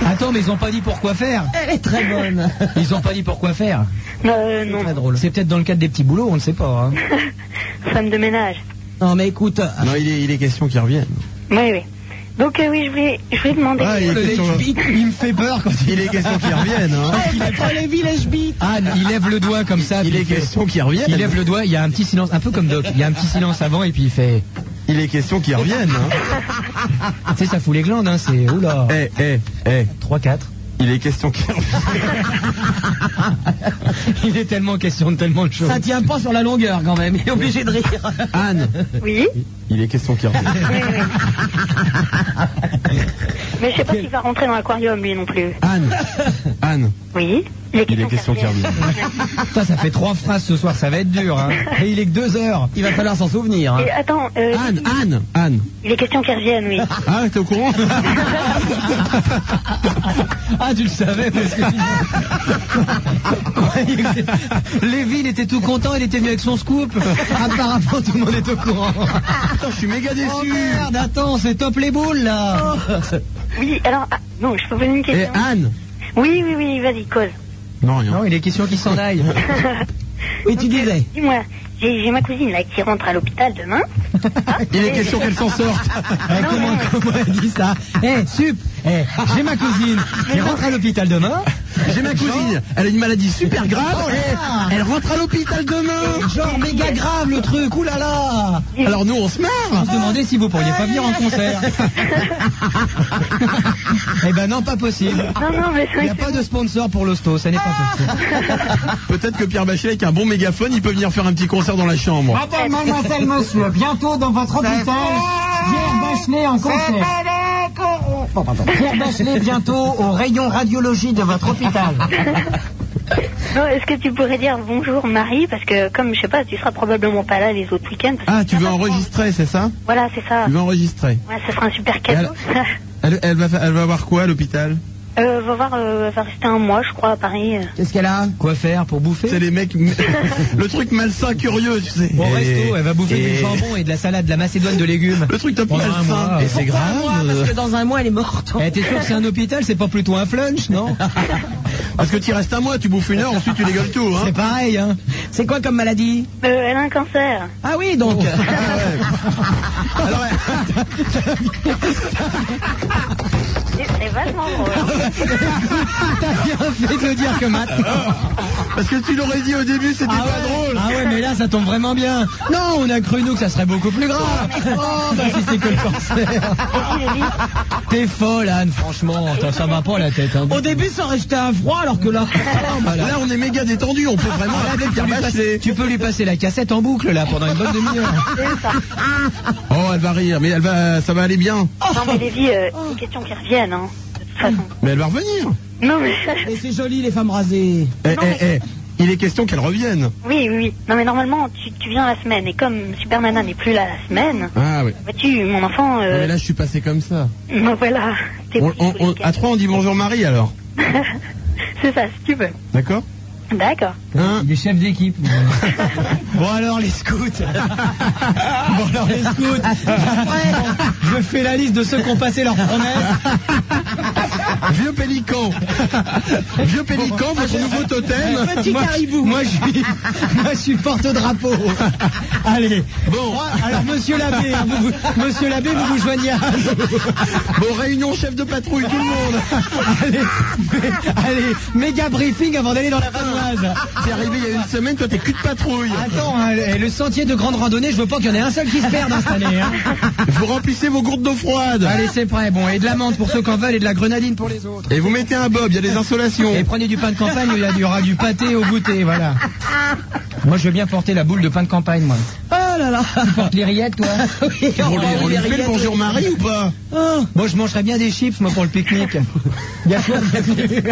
Speaker 4: Attends, mais ils ont pas dit pour quoi faire.
Speaker 2: Elle est très bonne.
Speaker 4: Ils ont pas dit pour quoi faire.
Speaker 21: Euh, non,
Speaker 2: très drôle.
Speaker 4: C'est peut-être dans le cadre des petits boulots, on ne sait pas. hein.
Speaker 21: femme de ménage.
Speaker 2: Non, mais écoute,
Speaker 3: Non, il est, il est question qu'il revienne.
Speaker 21: Oui, oui. Donc, euh, oui, je voulais, je voulais demander.
Speaker 3: Ah, il est
Speaker 4: Le
Speaker 3: question,
Speaker 4: mec, il il me fait peur quand il
Speaker 3: il est question qu'il revienne. Hein.
Speaker 2: entre Ah, les villes, je bite.
Speaker 4: Anne, il lève le doigt comme ça.
Speaker 3: Il
Speaker 4: puis
Speaker 3: est
Speaker 4: fait-
Speaker 3: question qu'il revienne.
Speaker 4: Il lève le doigt, il y a un petit silence, un peu comme Doc. Il y a un petit silence avant et puis il fait.
Speaker 3: Il est question qu'il revienne. Hein.
Speaker 4: Tu sais, ça fout les glandes, hein, c'est. Oula.
Speaker 3: Eh, eh, eh.
Speaker 4: 3-4.
Speaker 3: Il est question qu'il revienne.
Speaker 4: Il est tellement question de tellement de choses.
Speaker 2: Ça tient pas sur la longueur quand même, il est obligé de rire.
Speaker 3: Anne.
Speaker 21: Oui,
Speaker 3: Il est question qu'il revienne.
Speaker 21: mais je sais pas s'il va rentrer dans l'aquarium, lui non plus.
Speaker 3: Anne. Anne.
Speaker 21: Oui. Il est
Speaker 3: Il est question qu'il revienne.
Speaker 4: Putain, ça fait trois phrases ce soir, ça va être dur. Hein. Et il est que deux heures.
Speaker 2: Il va falloir s'en souvenir. hein.
Speaker 21: Et attends, euh,
Speaker 4: Ah.
Speaker 3: Anne, Anne, Anne.
Speaker 21: il est question qu'il revienne, oui.
Speaker 3: Ah, t'es au courant
Speaker 4: Ah, tu le savais parce que. Lévi, il était tout content, il était venu avec son scoop. Apparemment, tout le monde est au courant.
Speaker 3: Putain, je suis méga
Speaker 4: Oh
Speaker 3: déçu.
Speaker 4: merde, attends, c'est top les boules là.
Speaker 21: Oui, alors, ah, non, je peux poser une
Speaker 3: Eh,
Speaker 21: question.
Speaker 3: Anne.
Speaker 21: Oui, oui, oui, vas-y, cause.
Speaker 3: Non, rien.
Speaker 4: Non, il est question qu'il s'en aille.
Speaker 2: Et tu disais,
Speaker 21: Dis-moi, j'ai j'ai ma cousine là qui rentre à l'hôpital demain.
Speaker 3: Il est question qu'elle s'en sorte.
Speaker 4: Eh, comment, comment elle dit ça Eh, sup Eh, j'ai ma cousine qui rentre à l'hôpital demain.
Speaker 3: J'ai ma cousine. Elle a une maladie super grave. Eh, Elle rentre à l'hôpital demain.
Speaker 4: Genre méga grave le truc, oulala
Speaker 3: Alors nous, on se marre.
Speaker 4: On se demandait si vous pourriez pas venir en concert. eh ben non, pas possible.
Speaker 21: Non, non, mais
Speaker 4: Il
Speaker 21: c'est
Speaker 4: n'y a pas de sponsor pour l'hosto, ça n'est pas possible.
Speaker 3: Peut-être que Pierre Bachelet, avec un bon mégaphone, il peut venir faire un petit concert dans la chambre.
Speaker 22: Madame, mademoiselle, monsieur, bientôt dans votre hôpital,
Speaker 23: Pierre Bachelet en concert. Bon, pardon. Pierre Bachelet bientôt au rayon radiologie de votre hôpital.
Speaker 5: Non, est-ce que tu pourrais dire bonjour Marie Parce que comme je sais pas, tu seras probablement pas là les autres week-ends. parce que-
Speaker 3: Ah, tu veux enregistrer, c'est ça
Speaker 5: Voilà, c'est ça.
Speaker 3: Tu veux enregistrer.
Speaker 5: Ouais, ça sera un super cadeau.
Speaker 3: Elle, elle va, fa- elle va voir quoi à l'hôpital
Speaker 5: Euh, va voir, euh, va rester un mois, je crois, à Paris. euh.
Speaker 2: Qu'est-ce qu'elle a
Speaker 3: Quoi faire pour bouffer C'est les mecs. le truc malsain, curieux, tu sais.
Speaker 4: Bon, resto, elle va bouffer
Speaker 3: et-
Speaker 4: du jambon et de la salade, de la macédoine de légumes.
Speaker 3: Le truc top
Speaker 4: Pendant un
Speaker 3: malsain.
Speaker 4: mois.
Speaker 3: Et c'est
Speaker 4: Pourquoi
Speaker 3: grave
Speaker 4: un mois
Speaker 2: Parce que dans un mois, elle est morte.
Speaker 4: Eh, t'es sûr que c'est un hôpital, c'est pas plutôt un flunch, non
Speaker 3: Parce que tu restes un mois, tu bouffes une heure, ensuite tu dégueules tout. Hein.
Speaker 4: C'est pareil, hein.
Speaker 2: C'est quoi comme maladie
Speaker 5: Euh, elle a un cancer.
Speaker 2: Ah oui, donc.
Speaker 5: C'est c'est vachement drôle.
Speaker 4: T'as bien fait de le dire que maintenant.
Speaker 3: Parce que tu l'aurais dit au début, c'était
Speaker 4: pas drôle. Ah ouais, mais là, ça tombe vraiment bien. Non, on a cru, nous, que ça serait beaucoup plus grave. Oh, bah si c'est que le cancer. T'es folle, Anne, franchement. Attends, Ça va pas la tête. Hein. bah,
Speaker 2: Au début, ça aurait jeté un froid, alors que là.
Speaker 3: Là, on est méga détendu, on peut vraiment
Speaker 4: Ah,
Speaker 3: appeler
Speaker 4: tu, peux
Speaker 3: Pierre
Speaker 4: lui
Speaker 3: Bachelet.
Speaker 4: passer, tu peux lui passer la cassette en boucle, là, pendant une bonne demi-heure.
Speaker 3: Oh, elle va rire, mais elle va, ça va aller bien.
Speaker 5: Non, mais Lévi, euh,
Speaker 3: Oh.
Speaker 5: c'est une question qui revienne, hein. De toute façon.
Speaker 3: Mais elle va revenir.
Speaker 5: Non, mais.
Speaker 2: Mais c'est joli, les femmes rasées.
Speaker 3: Eh, eh, eh, il est question qu'elle revienne.
Speaker 5: Oui, oui, oui. Non, mais normalement, tu, tu viens la semaine. Et comme Super Nana n'est plus là la semaine,
Speaker 3: Ah oui.
Speaker 5: vois-tu, mon enfant.
Speaker 3: Non, mais
Speaker 5: Euh...
Speaker 3: là, je suis passé comme ça.
Speaker 5: non, voilà. T'es
Speaker 3: On- on- on- à trois, on dit bonjour Marie alors.
Speaker 5: C'est ça, si tu veux.
Speaker 3: D'accord
Speaker 5: D'accord.
Speaker 3: Hein
Speaker 4: Des chefs d'équipe. bon alors les scouts. bon alors les scouts. je fais la liste de ceux qui ont passé leur promesse.
Speaker 3: Vieux Pélican. Vieux Pélican, votre nouveau totem.
Speaker 2: Petit caribou.
Speaker 4: Moi je suis, moi, je suis porte-drapeau. Allez. Bon. Alors monsieur l'abbé, hein, vous, vous- monsieur l'abbé, vous vous joignez à nous.
Speaker 3: Bon, réunion chef de patrouille, tout le monde.
Speaker 4: Allez, mais- allez, méga briefing avant d'aller dans la vanoise.
Speaker 3: T'es arrivé il y a une semaine, toi t'es cul de patrouille.
Speaker 4: Attends, hein, le- le sentier de grande randonnée, je veux pas qu'il y en ait un seul qui se perde hein, cette année. hein.
Speaker 3: Vous remplissez vos gourdes d'eau froide.
Speaker 4: Bah, Allez, c'est prêt. Bon, et de la menthe pour ceux qui en veulent et de la grenadine pour les autres.
Speaker 3: Et vous mettez un bob, il y a des insolations.
Speaker 4: Et prenez du pain de campagne, il y a- il y aura du pâté au goûter, voilà. Moi, je veux bien porter la boule de pain de campagne, moi.
Speaker 2: Oh là là.
Speaker 4: Tu portes les rillettes, toi
Speaker 2: Oui,
Speaker 3: On lui, on lui fait le
Speaker 2: rillettes,
Speaker 3: bonjour
Speaker 2: oui.
Speaker 3: Marie ou pas
Speaker 2: Oh.
Speaker 4: Moi, je mangerais bien des chips, moi, pour le pique-nique. Il y a quoi de-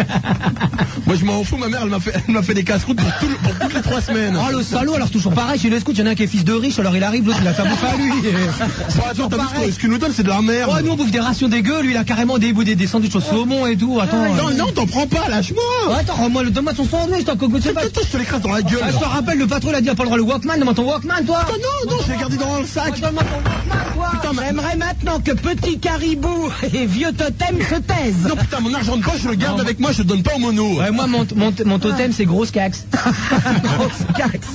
Speaker 3: Moi je m'en fous, ma mère elle m'a fait, elle m'a fait des casse-croûtes pour, tout le- pour toutes les trois semaines.
Speaker 4: Oh, le salaud, alors toujours pareil, chez les scouts, il y en a un qui est fils de riche, alors il arrive, l'autre, il a sa bouffe à lui.
Speaker 3: Bon, attends, t'as vu ce qu'on- ce qu'il nous donne, c'est de la merde.
Speaker 4: Oh, nous, on bouffe des rations dégueu, lui, il a carrément des bouts, des, des sandwichs au saumon et tout, attends.
Speaker 3: Ah, non,
Speaker 4: euh,
Speaker 3: non, t'en prends pas, lâche-moi.
Speaker 4: Attends, rends-moi le donne-moi ton sandwich, t'en cocotte pas.
Speaker 3: Attends, je te l'écrase dans la gueule.
Speaker 4: Ah, je te rappelle, le patron, il a dit, pas le droit le Walkman, demande ton Walkman, toi.
Speaker 3: Ah non, non, je l'ai gardé dans le sac.
Speaker 2: Putain, mais J'aimerais maintenant que petit caribou et vieux totem se taisent.
Speaker 3: Non, putain, mon argent de poche, je le garde avec moi, je le donne pas au mono.
Speaker 4: Ouais, moi, mon, mon, mon totem, c'est grosse cax.
Speaker 2: Grosse caxe.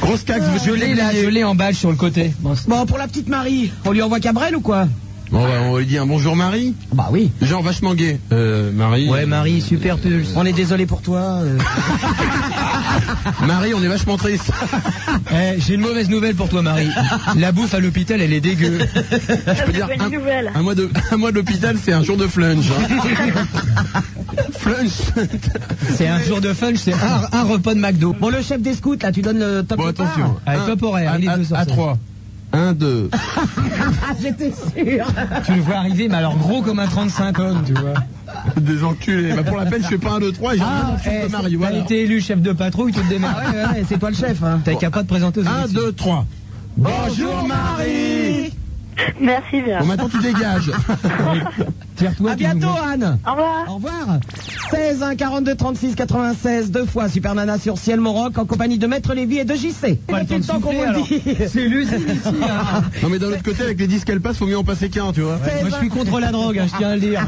Speaker 3: Grosse caxe,
Speaker 4: Je l'ai là, je l'ai en balle sur le côté. Bon, c'est-
Speaker 2: Bon, pour la petite Marie, on lui envoie Cabrel ou quoi
Speaker 3: Bon, bah, on lui dit un bonjour Marie.
Speaker 2: Bah oui.
Speaker 3: Genre vachement gay. Euh, Marie.
Speaker 4: Ouais, Marie, super pulse.
Speaker 2: On est désolé pour toi. euh.
Speaker 3: Marie, on est vachement triste.
Speaker 4: Eh, j'ai une mauvaise nouvelle pour toi, Marie. La bouffe à l'hôpital, elle est dégueu.
Speaker 3: Je peux dire,
Speaker 5: bonne
Speaker 3: un,
Speaker 5: nouvelle.
Speaker 3: un mois de, un mois de l'hôpital, c'est un jour de flunch. hein. flunch.
Speaker 4: C'est un jour de fun, c'est un, un repas de McDo.
Speaker 2: Bon, le chef des scouts, là, tu donnes le top
Speaker 3: Bon,
Speaker 2: départ.
Speaker 3: attention.
Speaker 4: Allez,
Speaker 3: Un-
Speaker 4: top horaire,
Speaker 3: à,
Speaker 4: il Ah, est
Speaker 3: à-
Speaker 4: 2
Speaker 3: à trois. Un, deux.
Speaker 2: Ah, j'étais sûr.
Speaker 4: Tu le vois arriver, mais alors gros comme un 35 hommes, tu vois.
Speaker 3: Des enculés. Bah, pour la peine, je fais pas un, deux, trois et j'ai un
Speaker 4: eh,
Speaker 3: de Marie.
Speaker 4: t'as
Speaker 3: Voilà.
Speaker 4: été élu chef de patrouille, tu te démarres.
Speaker 2: Ah ouais, ouais, ouais, c'est toi le chef. Hein.
Speaker 4: T'as qu'à pas te présenter aux
Speaker 3: Un,
Speaker 4: élections.
Speaker 3: deux, trois. Bonjour Marie.
Speaker 5: Merci bien.
Speaker 3: Bon, maintenant, tu dégages.
Speaker 4: Tire-toi,
Speaker 2: À
Speaker 4: tu nous
Speaker 2: bientôt, hein.
Speaker 4: vois.
Speaker 2: Anne.
Speaker 5: Au revoir.
Speaker 2: Au revoir. 16 1 42 36 96 deux fois Super Nana sur ciel Moroc en compagnie de Maître Lévy et de JC.
Speaker 4: Pas le temps de
Speaker 2: Depuis qu'on vous le
Speaker 4: souffler,
Speaker 2: dit.
Speaker 4: C'est l'usine ici. hein.
Speaker 3: Non, mais d'un autre côté, avec les 10 qu'elle passe, faut mieux en passer qu'un, tu vois.
Speaker 4: Moi, je suis contre la drogue, hein, je tiens à le dire.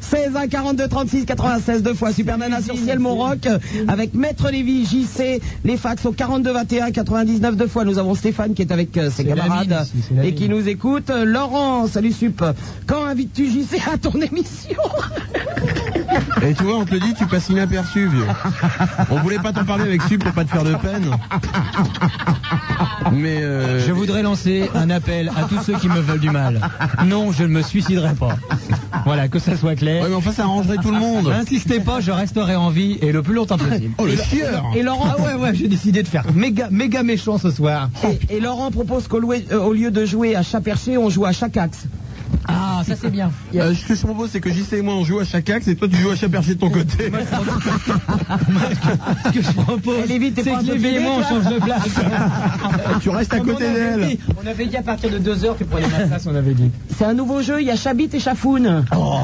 Speaker 2: 16 1 42 36 96 deux fois Super Nana sur ciel Moroc euh, avec Maître Lévy, JC, les fax au 42 21 99 deux fois. Nous avons Stéphane qui est avec euh, ses
Speaker 4: C'est la mine
Speaker 2: camarades
Speaker 4: ici, c'est la
Speaker 2: et
Speaker 4: mine.
Speaker 2: qui nous écoute. Euh, Laurent, salut Sup. Quand invites-tu JC à ton émission
Speaker 3: Et tu vois, on te le dit, tu passes inaperçu, vieux. On voulait pas t'en parler avec Sup pour pas te faire de peine. Mais euh,
Speaker 4: Je voudrais lancer un appel à tous ceux qui me veulent du mal. Non, je ne me suiciderai pas. Voilà, que ça soit clair.
Speaker 3: Ouais, mais enfin, ça arrangerait tout le monde.
Speaker 4: N'insistez Hein pas, je resterai en vie et le plus longtemps possible.
Speaker 3: Oh, le
Speaker 4: Et la-
Speaker 3: chieur
Speaker 4: Et Laurent, ah ouais, ouais, j'ai décidé de faire méga, méga méchant ce soir.
Speaker 2: Et, et Laurent propose qu'au loué- euh, au lieu de jouer à chat perché, on joue à chaque axe.
Speaker 4: Ah, ça c'est bien.
Speaker 3: Euh, ce que je propose, c'est que JC et moi, on joue à chaque axe et toi, tu joues à chat perché de ton côté.
Speaker 4: Ce Ah, que je propose,
Speaker 2: Elle évite, t'es
Speaker 4: c'est
Speaker 2: pas un
Speaker 4: que
Speaker 2: peu
Speaker 4: les
Speaker 2: gêné,
Speaker 4: véhéments
Speaker 2: toi
Speaker 4: changent de place.
Speaker 3: tu restes à
Speaker 4: Comme
Speaker 3: côté
Speaker 4: on avait
Speaker 3: d'elle.
Speaker 4: dit, On avait dit à partir de 2h, tu prenais ma place, on avait dit.
Speaker 2: C'est un nouveau jeu, il y a Chabit et Chafoun.
Speaker 4: Oh.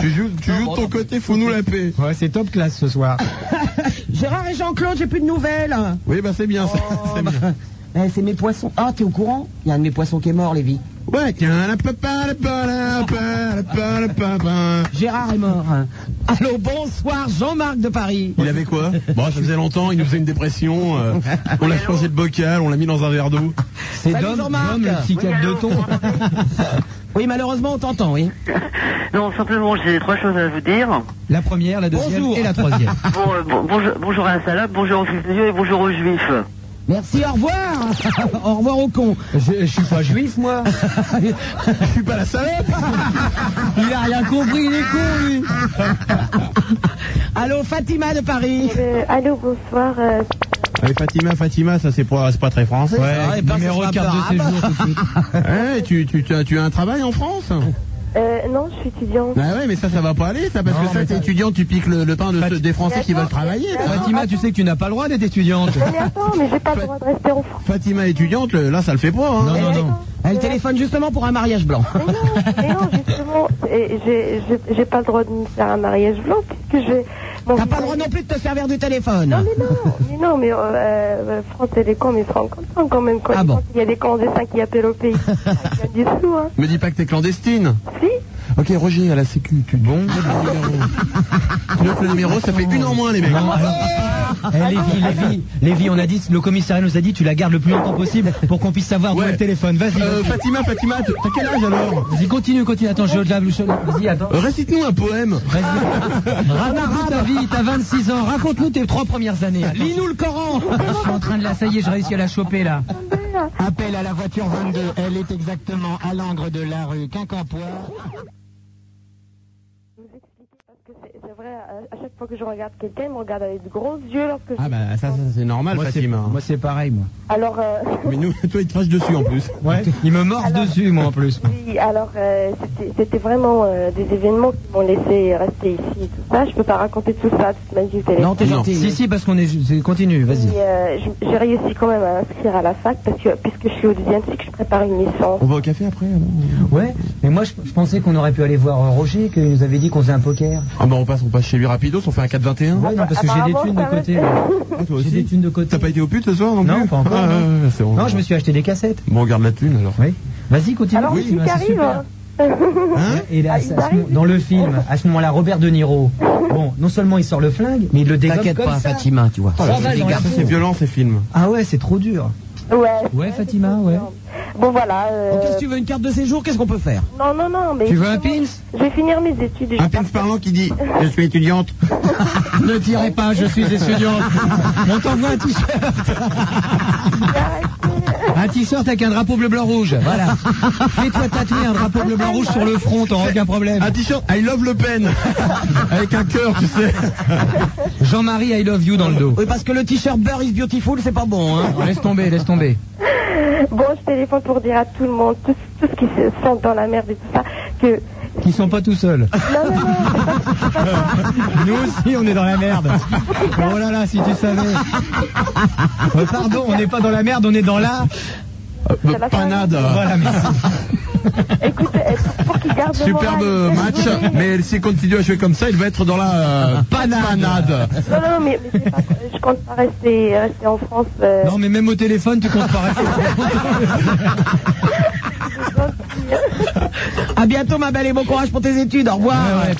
Speaker 3: Tu joues, tu joues de ton côté, fous-nous la paix.
Speaker 4: Ouais, c'est top classe ce soir.
Speaker 2: Gérard et Jean-Claude, j'ai plus de nouvelles.
Speaker 3: Oui, bah c'est bien ça. C'est bien.
Speaker 2: Eh, c'est mes poissons. Ah, t'es au courant Il y a un de mes poissons qui est mort, Lévi.
Speaker 3: Ouais, tiens, la papa, la pa, la pa, la pa, la pa, pa.
Speaker 2: Gérard est mort. Allô, bonsoir, Jean-Marc de Paris.
Speaker 3: Il avait quoi Bon, ça faisait longtemps, il nous faisait une dépression. euh, on l'a changé de bocal, on l'a mis dans un verre d'eau.
Speaker 4: C'est
Speaker 2: Salut,
Speaker 4: Dom,
Speaker 2: Jean-Marc.
Speaker 4: Dom, le psychiatre de ton.
Speaker 2: Oui, malheureusement, on t'entend, oui.
Speaker 24: Non, simplement, j'ai trois choses à vous dire.
Speaker 4: La première, la deuxième
Speaker 2: Bonjour.
Speaker 4: et la troisième.
Speaker 24: Bon, euh, bon- bonjour, bonjour à la salope, bonjour aux fils de Dieu et bonjour aux juifs.
Speaker 2: Merci, au revoir. au revoir au con.
Speaker 4: Je, je suis pas juif, moi.
Speaker 3: Je suis pas la salope
Speaker 4: Il a rien compris, il est con, lui.
Speaker 2: Allô, Fatima de Paris.
Speaker 5: allô, bonsoir. euh,
Speaker 3: Allez, Fatima, Fatima, ça c'est pas, c'est pas très français.
Speaker 4: Ouais,
Speaker 2: Ah, et ben,
Speaker 4: numéro
Speaker 2: ça sera
Speaker 4: 4 de
Speaker 2: pas
Speaker 4: séjour tout de suite.
Speaker 3: Ouais, tu, tu, tu as, tu as un travail en France
Speaker 4: Ah
Speaker 5: euh, non, je suis étudiante.
Speaker 3: Bah ouais, mais ça, ça va pas aller, ça, parce
Speaker 4: Non,
Speaker 3: que ça,
Speaker 4: mais
Speaker 3: t'es
Speaker 4: ça-
Speaker 3: étudiant, tu piques le, le pain de
Speaker 4: Fat-
Speaker 3: ceux- des Français qui veulent travailler. ça.
Speaker 4: Fatima, tu sais que tu n'as pas le droit d'être étudiante.
Speaker 5: Mais attends, mais j'ai pas le droit de rester en France.
Speaker 3: Fatima étudiante, le- là, ça le fait pas. Hein.
Speaker 4: Non, non, non.
Speaker 2: Elle téléphone justement pour un mariage blanc.
Speaker 5: Mais non, mais non, justement, et j'ai- j'ai j'ai pas le droit de me faire un mariage blanc puisque j'ai. mon
Speaker 2: T'as pas le
Speaker 5: visage-
Speaker 2: droit non plus de te servir du téléphone.
Speaker 5: Mais non, mais non, mais euh, euh, France Télécom, ils se rendent compte quand même. Quand
Speaker 2: Ah
Speaker 5: ils
Speaker 2: bon.
Speaker 5: pensent qu'il y a des clandestins qui appellent au pays, ils gagnent des sous, hein.
Speaker 3: Me dis pas que t'es clandestine.
Speaker 5: Si
Speaker 3: Ok, Roger, à la sécu, tu bon note le numéro. Note le numéro, ça fait une en moins, les mecs.
Speaker 4: Non, alors- Eh, Lévi, Lévi, Lévi, on a dit, le commissariat nous a dit, tu la gardes le plus longtemps possible pour qu'on puisse savoir où
Speaker 3: Ouais.
Speaker 4: est le téléphone. Vas-y.
Speaker 3: Euh, Fatima, Fatima, t'as quel âge alors
Speaker 4: Vas-y, continue, continue. Attends, je la Vas-y, attends.
Speaker 3: Euh, Récite-nous un poème.
Speaker 4: Vas-y. Raconte-nous ta vie, t'as 26 ans. Raconte-nous tes trois premières années. Lis-nous le Coran. Je suis en train de la, ça y est, je réussis à la choper là.
Speaker 25: Appel à la voiture 22. Elle est exactement à l'angle de la rue Quincampoix.
Speaker 5: Je vais vous expliquer parce que c'est- c'est vrai, à, à chaque fois que je regarde quelqu'un, il me regarde avec de gros yeux lorsque je.
Speaker 3: Ah bah ça, ça, c'est normal, Fatima.
Speaker 4: c'est pareil, moi.
Speaker 5: Alors, euh,
Speaker 3: Mais nous, toi, il te crache dessus en plus.
Speaker 4: Ouais. Il me mord
Speaker 5: Alors-
Speaker 4: dessus, moi en plus.
Speaker 5: oui, alors, euh, c'était- c'était vraiment euh, des événements qui m'ont laissé rester ici et tout ça. Je peux pas raconter tout ça, toute ma vie au téléphone.
Speaker 2: Non, t'es
Speaker 3: Non.
Speaker 2: gentil.
Speaker 4: Si, si, parce qu'on est, c'est- continue, vas-y.
Speaker 5: Et, euh, je- j'ai réussi quand même à inscrire à la fac parce que puisque je suis au deuxième cycle, je prépare une licence.
Speaker 3: On va au café après alors
Speaker 4: Ouais, mais moi je, je pensais qu'on aurait pu aller voir euh, Roger, qu'il nous avait dit qu'on faisait un poker.
Speaker 3: Ah bah on passe, on passe chez lui rapidos, on fait un 4-21.
Speaker 4: Ouais, non, parce que j'ai des thunes de côté. là.
Speaker 3: Ah, toi
Speaker 4: J'ai des thunes de côté.
Speaker 3: T'as pas été au pute ce soir non plus
Speaker 4: Non, pas encore,
Speaker 3: Ah,
Speaker 4: non.
Speaker 3: ouais, ouais, c'est bon.
Speaker 4: Non, je me suis acheté des cassettes.
Speaker 3: Bon, garde la thune alors.
Speaker 4: Oui. Vas-y, continue.
Speaker 5: Alors,
Speaker 4: Oui,
Speaker 5: c'est qui
Speaker 4: bah, c'est
Speaker 5: arrive
Speaker 4: super.
Speaker 5: hein
Speaker 4: Et là,
Speaker 5: Ah,
Speaker 4: à
Speaker 5: il
Speaker 4: ce- à ce
Speaker 5: arrive.
Speaker 4: moment- dans le film, à ce moment-là, Robert De Niro, bon, non seulement il sort le flingue, mais il le dégomme
Speaker 2: T'inquiète
Speaker 4: comme
Speaker 2: pas,
Speaker 4: ça.
Speaker 2: Fatima, tu vois.
Speaker 3: Oh là
Speaker 4: Ça
Speaker 3: là,
Speaker 4: va,
Speaker 3: c'est-
Speaker 4: j'en ai
Speaker 3: ça, c'est
Speaker 4: tout.
Speaker 3: violent ces films.
Speaker 4: Ah ouais, c'est trop dur.
Speaker 5: Ouais.
Speaker 4: Ouais, Fatima, ouais.
Speaker 5: Bon voilà. euh,
Speaker 2: Qu'est-ce que tu veux une carte de séjour Qu'est-ce qu'on peut faire
Speaker 5: Non non non mais.
Speaker 4: Tu veux un
Speaker 5: justement, Je vais finir mes études. et je
Speaker 3: Un pins parlant qui dit Je suis étudiante.
Speaker 4: Ne tirez pas, je suis étudiante. On t'envoie un t-shirt. Un t-shirt avec un drapeau bleu blanc rouge. Voilà. Fais-toi tatouer un drapeau bleu blanc rouge sur le front, t'auras aucun problème.
Speaker 3: Un t-shirt I love Le Pen Avec un cœur, tu sais.
Speaker 4: Jean-Marie, I love you dans le dos.
Speaker 2: Oui, parce que le t-shirt Beurre is Beautiful, c'est pas bon, hein.
Speaker 4: Laisse tomber, laisse tomber.
Speaker 5: Bon, je téléphone pour dire à tout le monde, tous, tous ceux qui se sentent dans la merde et tout ça, que.
Speaker 4: Qui sont pas tout seuls.
Speaker 5: Non, non, non, c'est pas- c'est pas ça.
Speaker 4: Nous aussi, on est dans la merde. Oh là là, si tu savais. Euh, pardon, on n'est pas dans la merde, on est dans la.
Speaker 5: Ça va
Speaker 3: Panade.
Speaker 4: Voilà, merci.
Speaker 5: Écoute, euh, pour qu'ils gardent le
Speaker 3: Superbe
Speaker 5: moral.
Speaker 3: match,
Speaker 5: Oui, oui, oui.
Speaker 3: mais s'il continue à jouer comme ça, il va être dans la euh, panade.
Speaker 5: Non, non, mais, mais c'est pas, je compte pas rester, rester en France. euh,
Speaker 4: Non, mais même au téléphone, tu comptes pas
Speaker 3: Ah,
Speaker 4: rester.
Speaker 2: À bientôt, ma belle, et bon courage pour tes études. Au revoir.
Speaker 4: Ouais, ouais.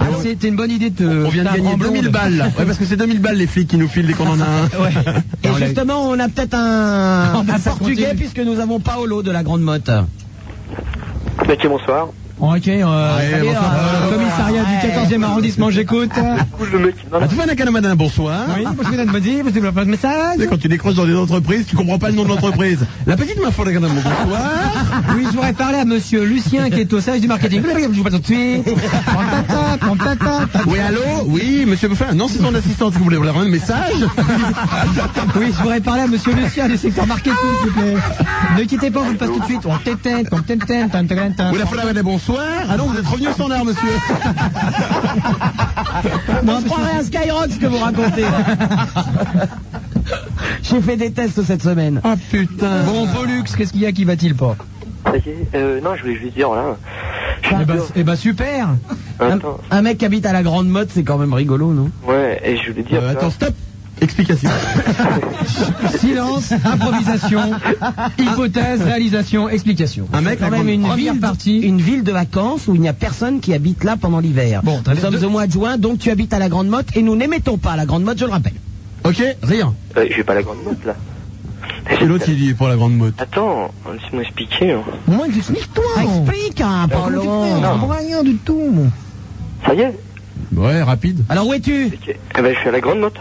Speaker 4: Ah, C'était une bonne idée de te.
Speaker 3: On vient de
Speaker 4: faire
Speaker 3: gagner
Speaker 4: en blonde.
Speaker 3: 2000 balles. là. Ouais, parce que c'est 2000 balles les flics qui nous filent dès qu'on en a un.
Speaker 4: Ouais.
Speaker 2: Et
Speaker 4: Non, on l'a-
Speaker 2: justement, on a peut-être un,
Speaker 4: Oh, mais
Speaker 2: un
Speaker 4: ça
Speaker 2: portugais
Speaker 4: continue.
Speaker 2: puisque nous avons Paolo de la Grande Motte.
Speaker 24: Ok, bonsoir.
Speaker 4: Ok,
Speaker 3: Ouais,
Speaker 4: euh, ça y est,
Speaker 3: bonsoir.
Speaker 4: euh, commissariat du 14e arrondissement, j'écoute.
Speaker 3: Antoine Akanamadin, bonsoir.
Speaker 4: Oui, bonjour, madame Bozzi, vous avez pas de message
Speaker 3: Quand tu décroches dans des entreprises, tu comprends pas le nom de l'entreprise. La petite main folle Akanamadin, bonsoir.
Speaker 4: Oui, je voudrais parler à monsieur Lucien qui est au service du marketing. Je vous parle tout de suite. Tantata, tantata, tantata.
Speaker 3: Oui, allô Oui, monsieur Buffin. Non, c'est son assistante qui voulait vous rendre un message.
Speaker 4: Oui, je voudrais parler à monsieur Lucien du secteur marketing, s'il vous plaît. Ne quittez pas, on vous le passe tout de suite. On tétin, on tétin, on tétin.
Speaker 3: Oui, la folle Akanamadin, bonsoir. Ah non, vous êtes revenu au standard, monsieur.
Speaker 2: On se croirait à Skyrock ce que vous racontez. J'ai fait des tests cette semaine.
Speaker 4: Ah putain. Bon, Pollux, qu'est-ce qu'il y a qui va-t-il pas
Speaker 11: Ça y est, euh, non, je voulais juste dire, là.
Speaker 4: Eh ben, eh ben, super.
Speaker 2: Un, un mec qui habite à la Grande Motte, c'est quand même rigolo, non
Speaker 11: Ouais, et je voulais dire.
Speaker 3: Euh,
Speaker 11: ça.
Speaker 3: attends, stop. Explication.
Speaker 4: Silence, improvisation, hypothèse, réalisation, explication.
Speaker 3: Un mec,
Speaker 4: quand
Speaker 2: Quand
Speaker 4: même une
Speaker 2: ville,
Speaker 4: ville
Speaker 2: de-
Speaker 4: partie.
Speaker 2: une ville de vacances où il n'y a personne qui habite là pendant l'hiver.
Speaker 4: Bon, t'as
Speaker 2: nous sommes
Speaker 4: deux-
Speaker 2: au mois de juin, donc tu habites à la Grande Motte et nous n'émettons pas à la Grande Motte, je le rappelle.
Speaker 3: Ok, rien.
Speaker 11: Euh, je vais pas la grande motte, là.
Speaker 3: Et l'autre, il dit pour la grande mode.
Speaker 11: Attends, laisse-moi expliquer. hein.
Speaker 4: Moi, explique-toi.
Speaker 2: Explique,
Speaker 4: Euh,
Speaker 2: hein, Paolo.
Speaker 4: rien du tout, moi.
Speaker 11: Ça y est
Speaker 3: Ouais, rapide.
Speaker 2: Alors où es-tu
Speaker 11: Eh ben, je suis à la grande motte.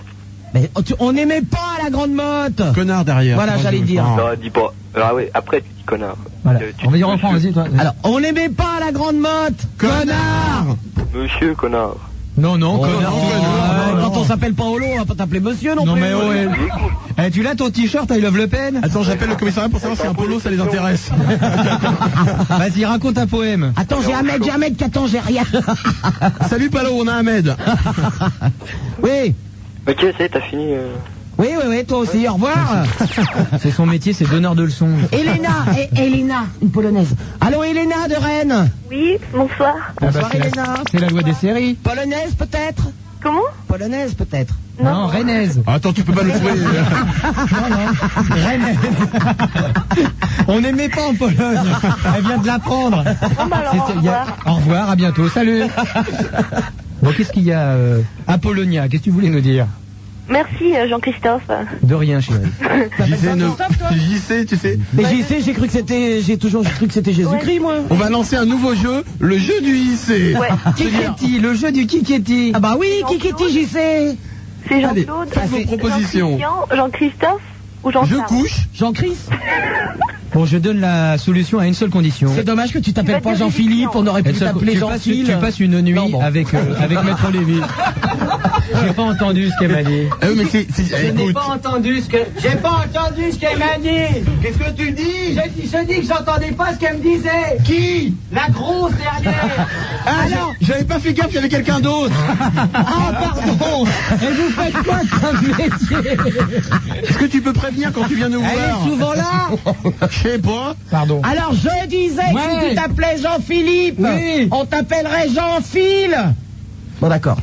Speaker 2: Mais, oh, tu- On n'aimait pas à la Grande Motte.
Speaker 3: Connard derrière.
Speaker 2: Voilà, j'allais dire.
Speaker 11: Non, dis pas. Ah ouais, après, tu dis connard. Euh, tu
Speaker 4: On va
Speaker 11: dis
Speaker 4: dire en France, vas-y, toi.
Speaker 2: Alors, on n'aimait pas à la Grande Motte. Connard
Speaker 11: monsieur connard.
Speaker 4: Non, non, connard.
Speaker 2: Oh,
Speaker 4: connard.
Speaker 2: ouais, Quand on s'appelle Paolo, on va pas t'appeler monsieur non,
Speaker 4: Non,
Speaker 2: plus.
Speaker 4: mais oh, ouais. Eh, tu l'as ton t-shirt, I love Le Pen
Speaker 3: Attends, j'appelle le commissariat pour savoir si un polo ça les intéresse.
Speaker 4: Vas-y, raconte un poème.
Speaker 2: Attends, j'ai Ahmed, j'ai Ahmed qui attend, j'ai rien.
Speaker 3: Salut Palo, on a Ahmed.
Speaker 2: Oui,
Speaker 11: Ok, ça y est, t'as fini. euh.
Speaker 2: oui, oui, oui, toi aussi, au revoir.
Speaker 4: Ah. C'est son métier, c'est donneur de leçons.
Speaker 2: Elena, eh, Elena, une polonaise. Allô, Elena de Rennes.
Speaker 5: Oui, bonsoir.
Speaker 2: Bonsoir,
Speaker 4: bah, c'est la-
Speaker 2: Elena.
Speaker 4: C'est la loi des séries.
Speaker 2: Polonaise peut-être
Speaker 5: Comment
Speaker 2: Polonaise peut-être.
Speaker 4: Non, rennaise.
Speaker 3: Ah, Attends, tu peux pas le trouver.
Speaker 4: Rennaise. On n'aimait pas en Pologne. Elle vient de l'apprendre. C'est- il y a- Ah, bah, Au revoir, à bientôt. Salut. Bon, qu'est-ce qu'il y a euh, Apollonia, qu'est-ce que tu voulais nous dire
Speaker 21: Merci euh, Jean-Christophe.
Speaker 4: De rien, chérie.
Speaker 3: JC, ne- JC, tu sais.
Speaker 2: Mais j'y sais, j'ai cru que c'était, j'ai toujours cru que c'était Jésus-Christ, moi.
Speaker 3: On va lancer un nouveau jeu, le jeu du JC.
Speaker 21: Ouais,
Speaker 4: Kiketi, le jeu du Kiketi.
Speaker 2: Ah bah oui, qui qui j'y sais.
Speaker 21: c'est
Speaker 3: Allez,
Speaker 21: Jean-Claude.
Speaker 3: faites vos propositions.
Speaker 21: Jean-Christian, Jean-Christophe ou
Speaker 3: Je
Speaker 21: Jean-Charles
Speaker 3: couche.
Speaker 2: Jean-Christ.
Speaker 4: Bon, je donne la solution à une seule condition.
Speaker 2: C'est dommage que tu t'appelles
Speaker 21: Tu vas
Speaker 2: pas
Speaker 21: dire
Speaker 2: Jean-Philippe,
Speaker 21: Jésus-Christ,
Speaker 2: on aurait pu
Speaker 4: Elle s'appelle-
Speaker 2: t'appeler
Speaker 4: tu, passes,
Speaker 2: Jean-Philippe.
Speaker 4: tu passes une nuit
Speaker 2: Non, bon.
Speaker 4: avec, euh, avec Maître Lévy. J'ai pas entendu ce qu'elle m'a dit.
Speaker 3: Eh oui, mais c'est- c'est- eh, écoute.
Speaker 4: entendu ce que. J'ai pas entendu ce qu'elle m'a dit.
Speaker 3: Qu'est-ce que tu dis
Speaker 4: Je, dis que j'entendais pas ce qu'elle me disait.
Speaker 3: Qui
Speaker 4: La grosse derrière.
Speaker 3: Ah non, j'avais pas fait gaffe, il y avait quelqu'un d'autre.
Speaker 4: Ah pardon. Et vous faites quoi comme métier
Speaker 3: Est-ce que tu peux prévenir quand tu viens nous
Speaker 4: Elle est
Speaker 3: voir
Speaker 4: souvent là.
Speaker 3: Je sais pas.
Speaker 4: Pardon.
Speaker 2: Alors je disais que
Speaker 4: Ouais.
Speaker 2: si tu t'appelais Jean-Philippe,
Speaker 4: Oui.
Speaker 2: on t'appellerait Jean-Phil. Bon d'accord.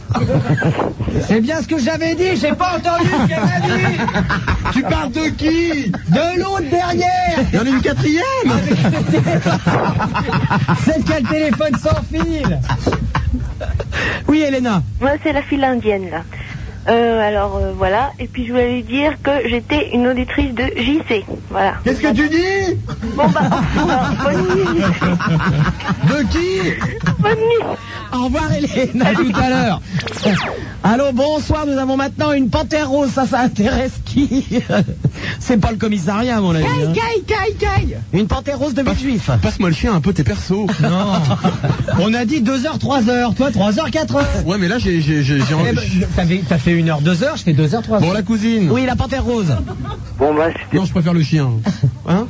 Speaker 4: C'est bien ce que j'avais dit. J'ai pas entendu ce qu'elle m'a dit.
Speaker 3: Tu parles de qui
Speaker 4: De l'autre derrière.
Speaker 3: Il y en a une quatrième
Speaker 4: Celle qui a le téléphone sans fil.
Speaker 2: Oui, Elena.
Speaker 21: Moi, c'est la file indienne, là. Euh, alors, euh, voilà. Et puis, je voulais lui dire que j'étais une auditrice de JC. Voilà.
Speaker 3: Qu'est-ce que tu dis
Speaker 21: Bon, bah, alors, bonne nuit.
Speaker 3: De qui
Speaker 21: Bonne nuit.
Speaker 2: Au revoir, Elena.
Speaker 4: À tout à l'heure.
Speaker 2: Allô, bonsoir, nous avons maintenant une panthère rose, ça, ça intéresse qui C'est pas le commissariat, à mon ami. hein.
Speaker 4: Caille, caille, caille.
Speaker 2: Une panthère rose de Villejuif.
Speaker 3: Passe-moi le chien un peu tes persos.
Speaker 4: Non. On a dit 2h, 3h. Toi, 3h, 4h.
Speaker 3: Ouais, mais là, j'ai... j'ai- j'ai- j'ai-
Speaker 4: Eh ben, T'as fait- t'as fait une heure, deux heures, je fais deux heures, trois
Speaker 3: Bon,
Speaker 4: heures.
Speaker 3: la cousine.
Speaker 2: Oui, la panthère rose.
Speaker 11: Bon, bah, c'était.
Speaker 3: Non, je préfère le chien. Hein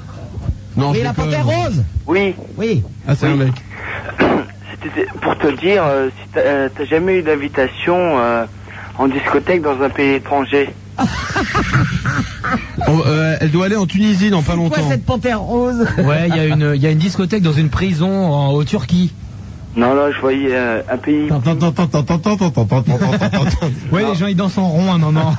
Speaker 3: Non,
Speaker 2: Oui,
Speaker 3: je
Speaker 2: la
Speaker 3: déconne.
Speaker 2: panthère rose.
Speaker 11: Oui,
Speaker 2: Oui.
Speaker 3: Ah, c'est un mec.
Speaker 11: c'était pour te le dire, euh, si t'as euh, t'as jamais eu d'invitation euh, en discothèque dans un pays étranger.
Speaker 3: On- euh, elle doit aller en Tunisie dans pas
Speaker 2: Quoi,
Speaker 3: longtemps.
Speaker 2: cette panthère rose
Speaker 4: Ouais, il y, a une- il y a une discothèque dans une prison en, au Turquie.
Speaker 9: Non, là, je voyais euh, un pays.
Speaker 4: Ouais, les gens ils dansent en rond un moment.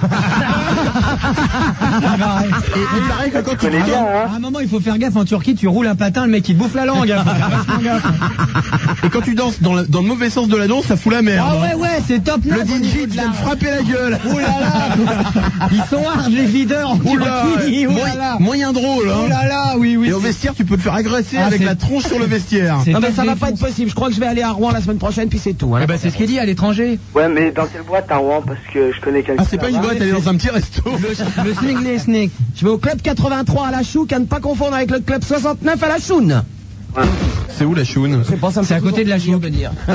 Speaker 4: et, il paraît que quand tu
Speaker 26: connais bien,
Speaker 4: à un moment il faut faire gaffe en Turquie, tu roules un patin, le mec il te bouffe la langue. hein. Faut faire vachement gaffe.
Speaker 3: Et quand tu danses dans, la- dans le mauvais sens de la danse, ça fout la merde.
Speaker 4: Ah
Speaker 3: hein.
Speaker 4: ouais ouais, c'est top
Speaker 3: Le
Speaker 4: notch au niveau
Speaker 3: DJ
Speaker 4: de
Speaker 3: vient
Speaker 4: la-
Speaker 3: me frapper la gueule.
Speaker 4: Oh là là Ils sont hard les videurs en
Speaker 3: Oula,
Speaker 4: Turquie. Oh là
Speaker 3: moyen-
Speaker 4: là.
Speaker 3: moyen drôle. Hein.
Speaker 4: Oh là là, oui oui.
Speaker 3: Et au vestiaire, tu peux te faire agresser
Speaker 4: Ah,
Speaker 3: avec
Speaker 4: c'est-
Speaker 3: la tronche sur le vestiaire.
Speaker 4: C'est
Speaker 2: Non,
Speaker 4: pas
Speaker 2: mais ça
Speaker 4: des
Speaker 2: va pas être possible. Je crois que je vais aller à Rouen la semaine prochaine, puis c'est tout. hein.
Speaker 4: Eh ben c'est ce qu'il dit à l'étranger.
Speaker 9: Ouais, mais dans quelle boîte à Rouen Parce que je connais quelqu'un.
Speaker 3: Ah, c'est pas une
Speaker 9: là-bas.
Speaker 3: boîte, elle est dans un petit resto.
Speaker 4: Le, le sneak les sneak.
Speaker 2: Je vais au club 83 à la Chouque, à ne pas confondre avec le club 69 à la Choune.
Speaker 3: C'est où la choune
Speaker 2: C'est pas ça me
Speaker 4: C'est
Speaker 2: fait
Speaker 4: à côté de la
Speaker 2: toujours
Speaker 4: Chine.
Speaker 2: plaisir de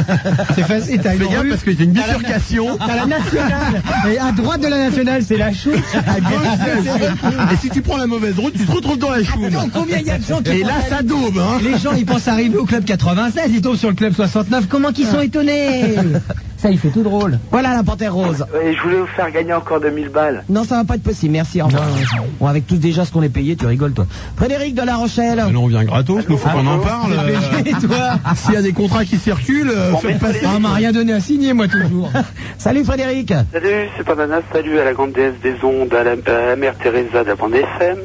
Speaker 4: C'est facile, t'as
Speaker 3: Fais
Speaker 4: une
Speaker 3: gaffe
Speaker 4: rue,
Speaker 3: parce qu'il y a une
Speaker 4: t'as la-
Speaker 3: bifurcation.
Speaker 4: T'as la nationale Et à droite de la nationale, c'est la chou.
Speaker 3: À gauche, c'est la choune. Et si tu prends la mauvaise route, tu te retrouves dans la choune.
Speaker 4: Attends, combien il y a de gens qui
Speaker 3: Et
Speaker 4: font
Speaker 3: là,
Speaker 4: la-
Speaker 3: ça daube, hein.
Speaker 4: Les gens, ils pensent arriver au club 96, ils tombent sur le club 69. Comment qu'ils sont étonnés Ça, il fait tout drôle.
Speaker 2: Voilà la panthère rose.
Speaker 9: Ouais, je voulais vous faire gagner encore 2000 balles.
Speaker 2: Non, ça va pas être possible. Merci, au revoir. Bon, avec tous déjà ce qu'on est payé, tu rigoles, toi. Frédéric de La Rochelle.
Speaker 3: Mais non, on vient gratos, nous faut qu'on en parle. euh,
Speaker 4: Et toi
Speaker 3: S'il y a des contrats qui circulent, euh, faites passer.
Speaker 4: On m'a rien donné à signer, moi, toujours.
Speaker 2: Salut, Frédéric.
Speaker 8: Salut, c'est Pananas, salut à la grande déesse des ondes, à la, à la mère Teresa de la bande FM.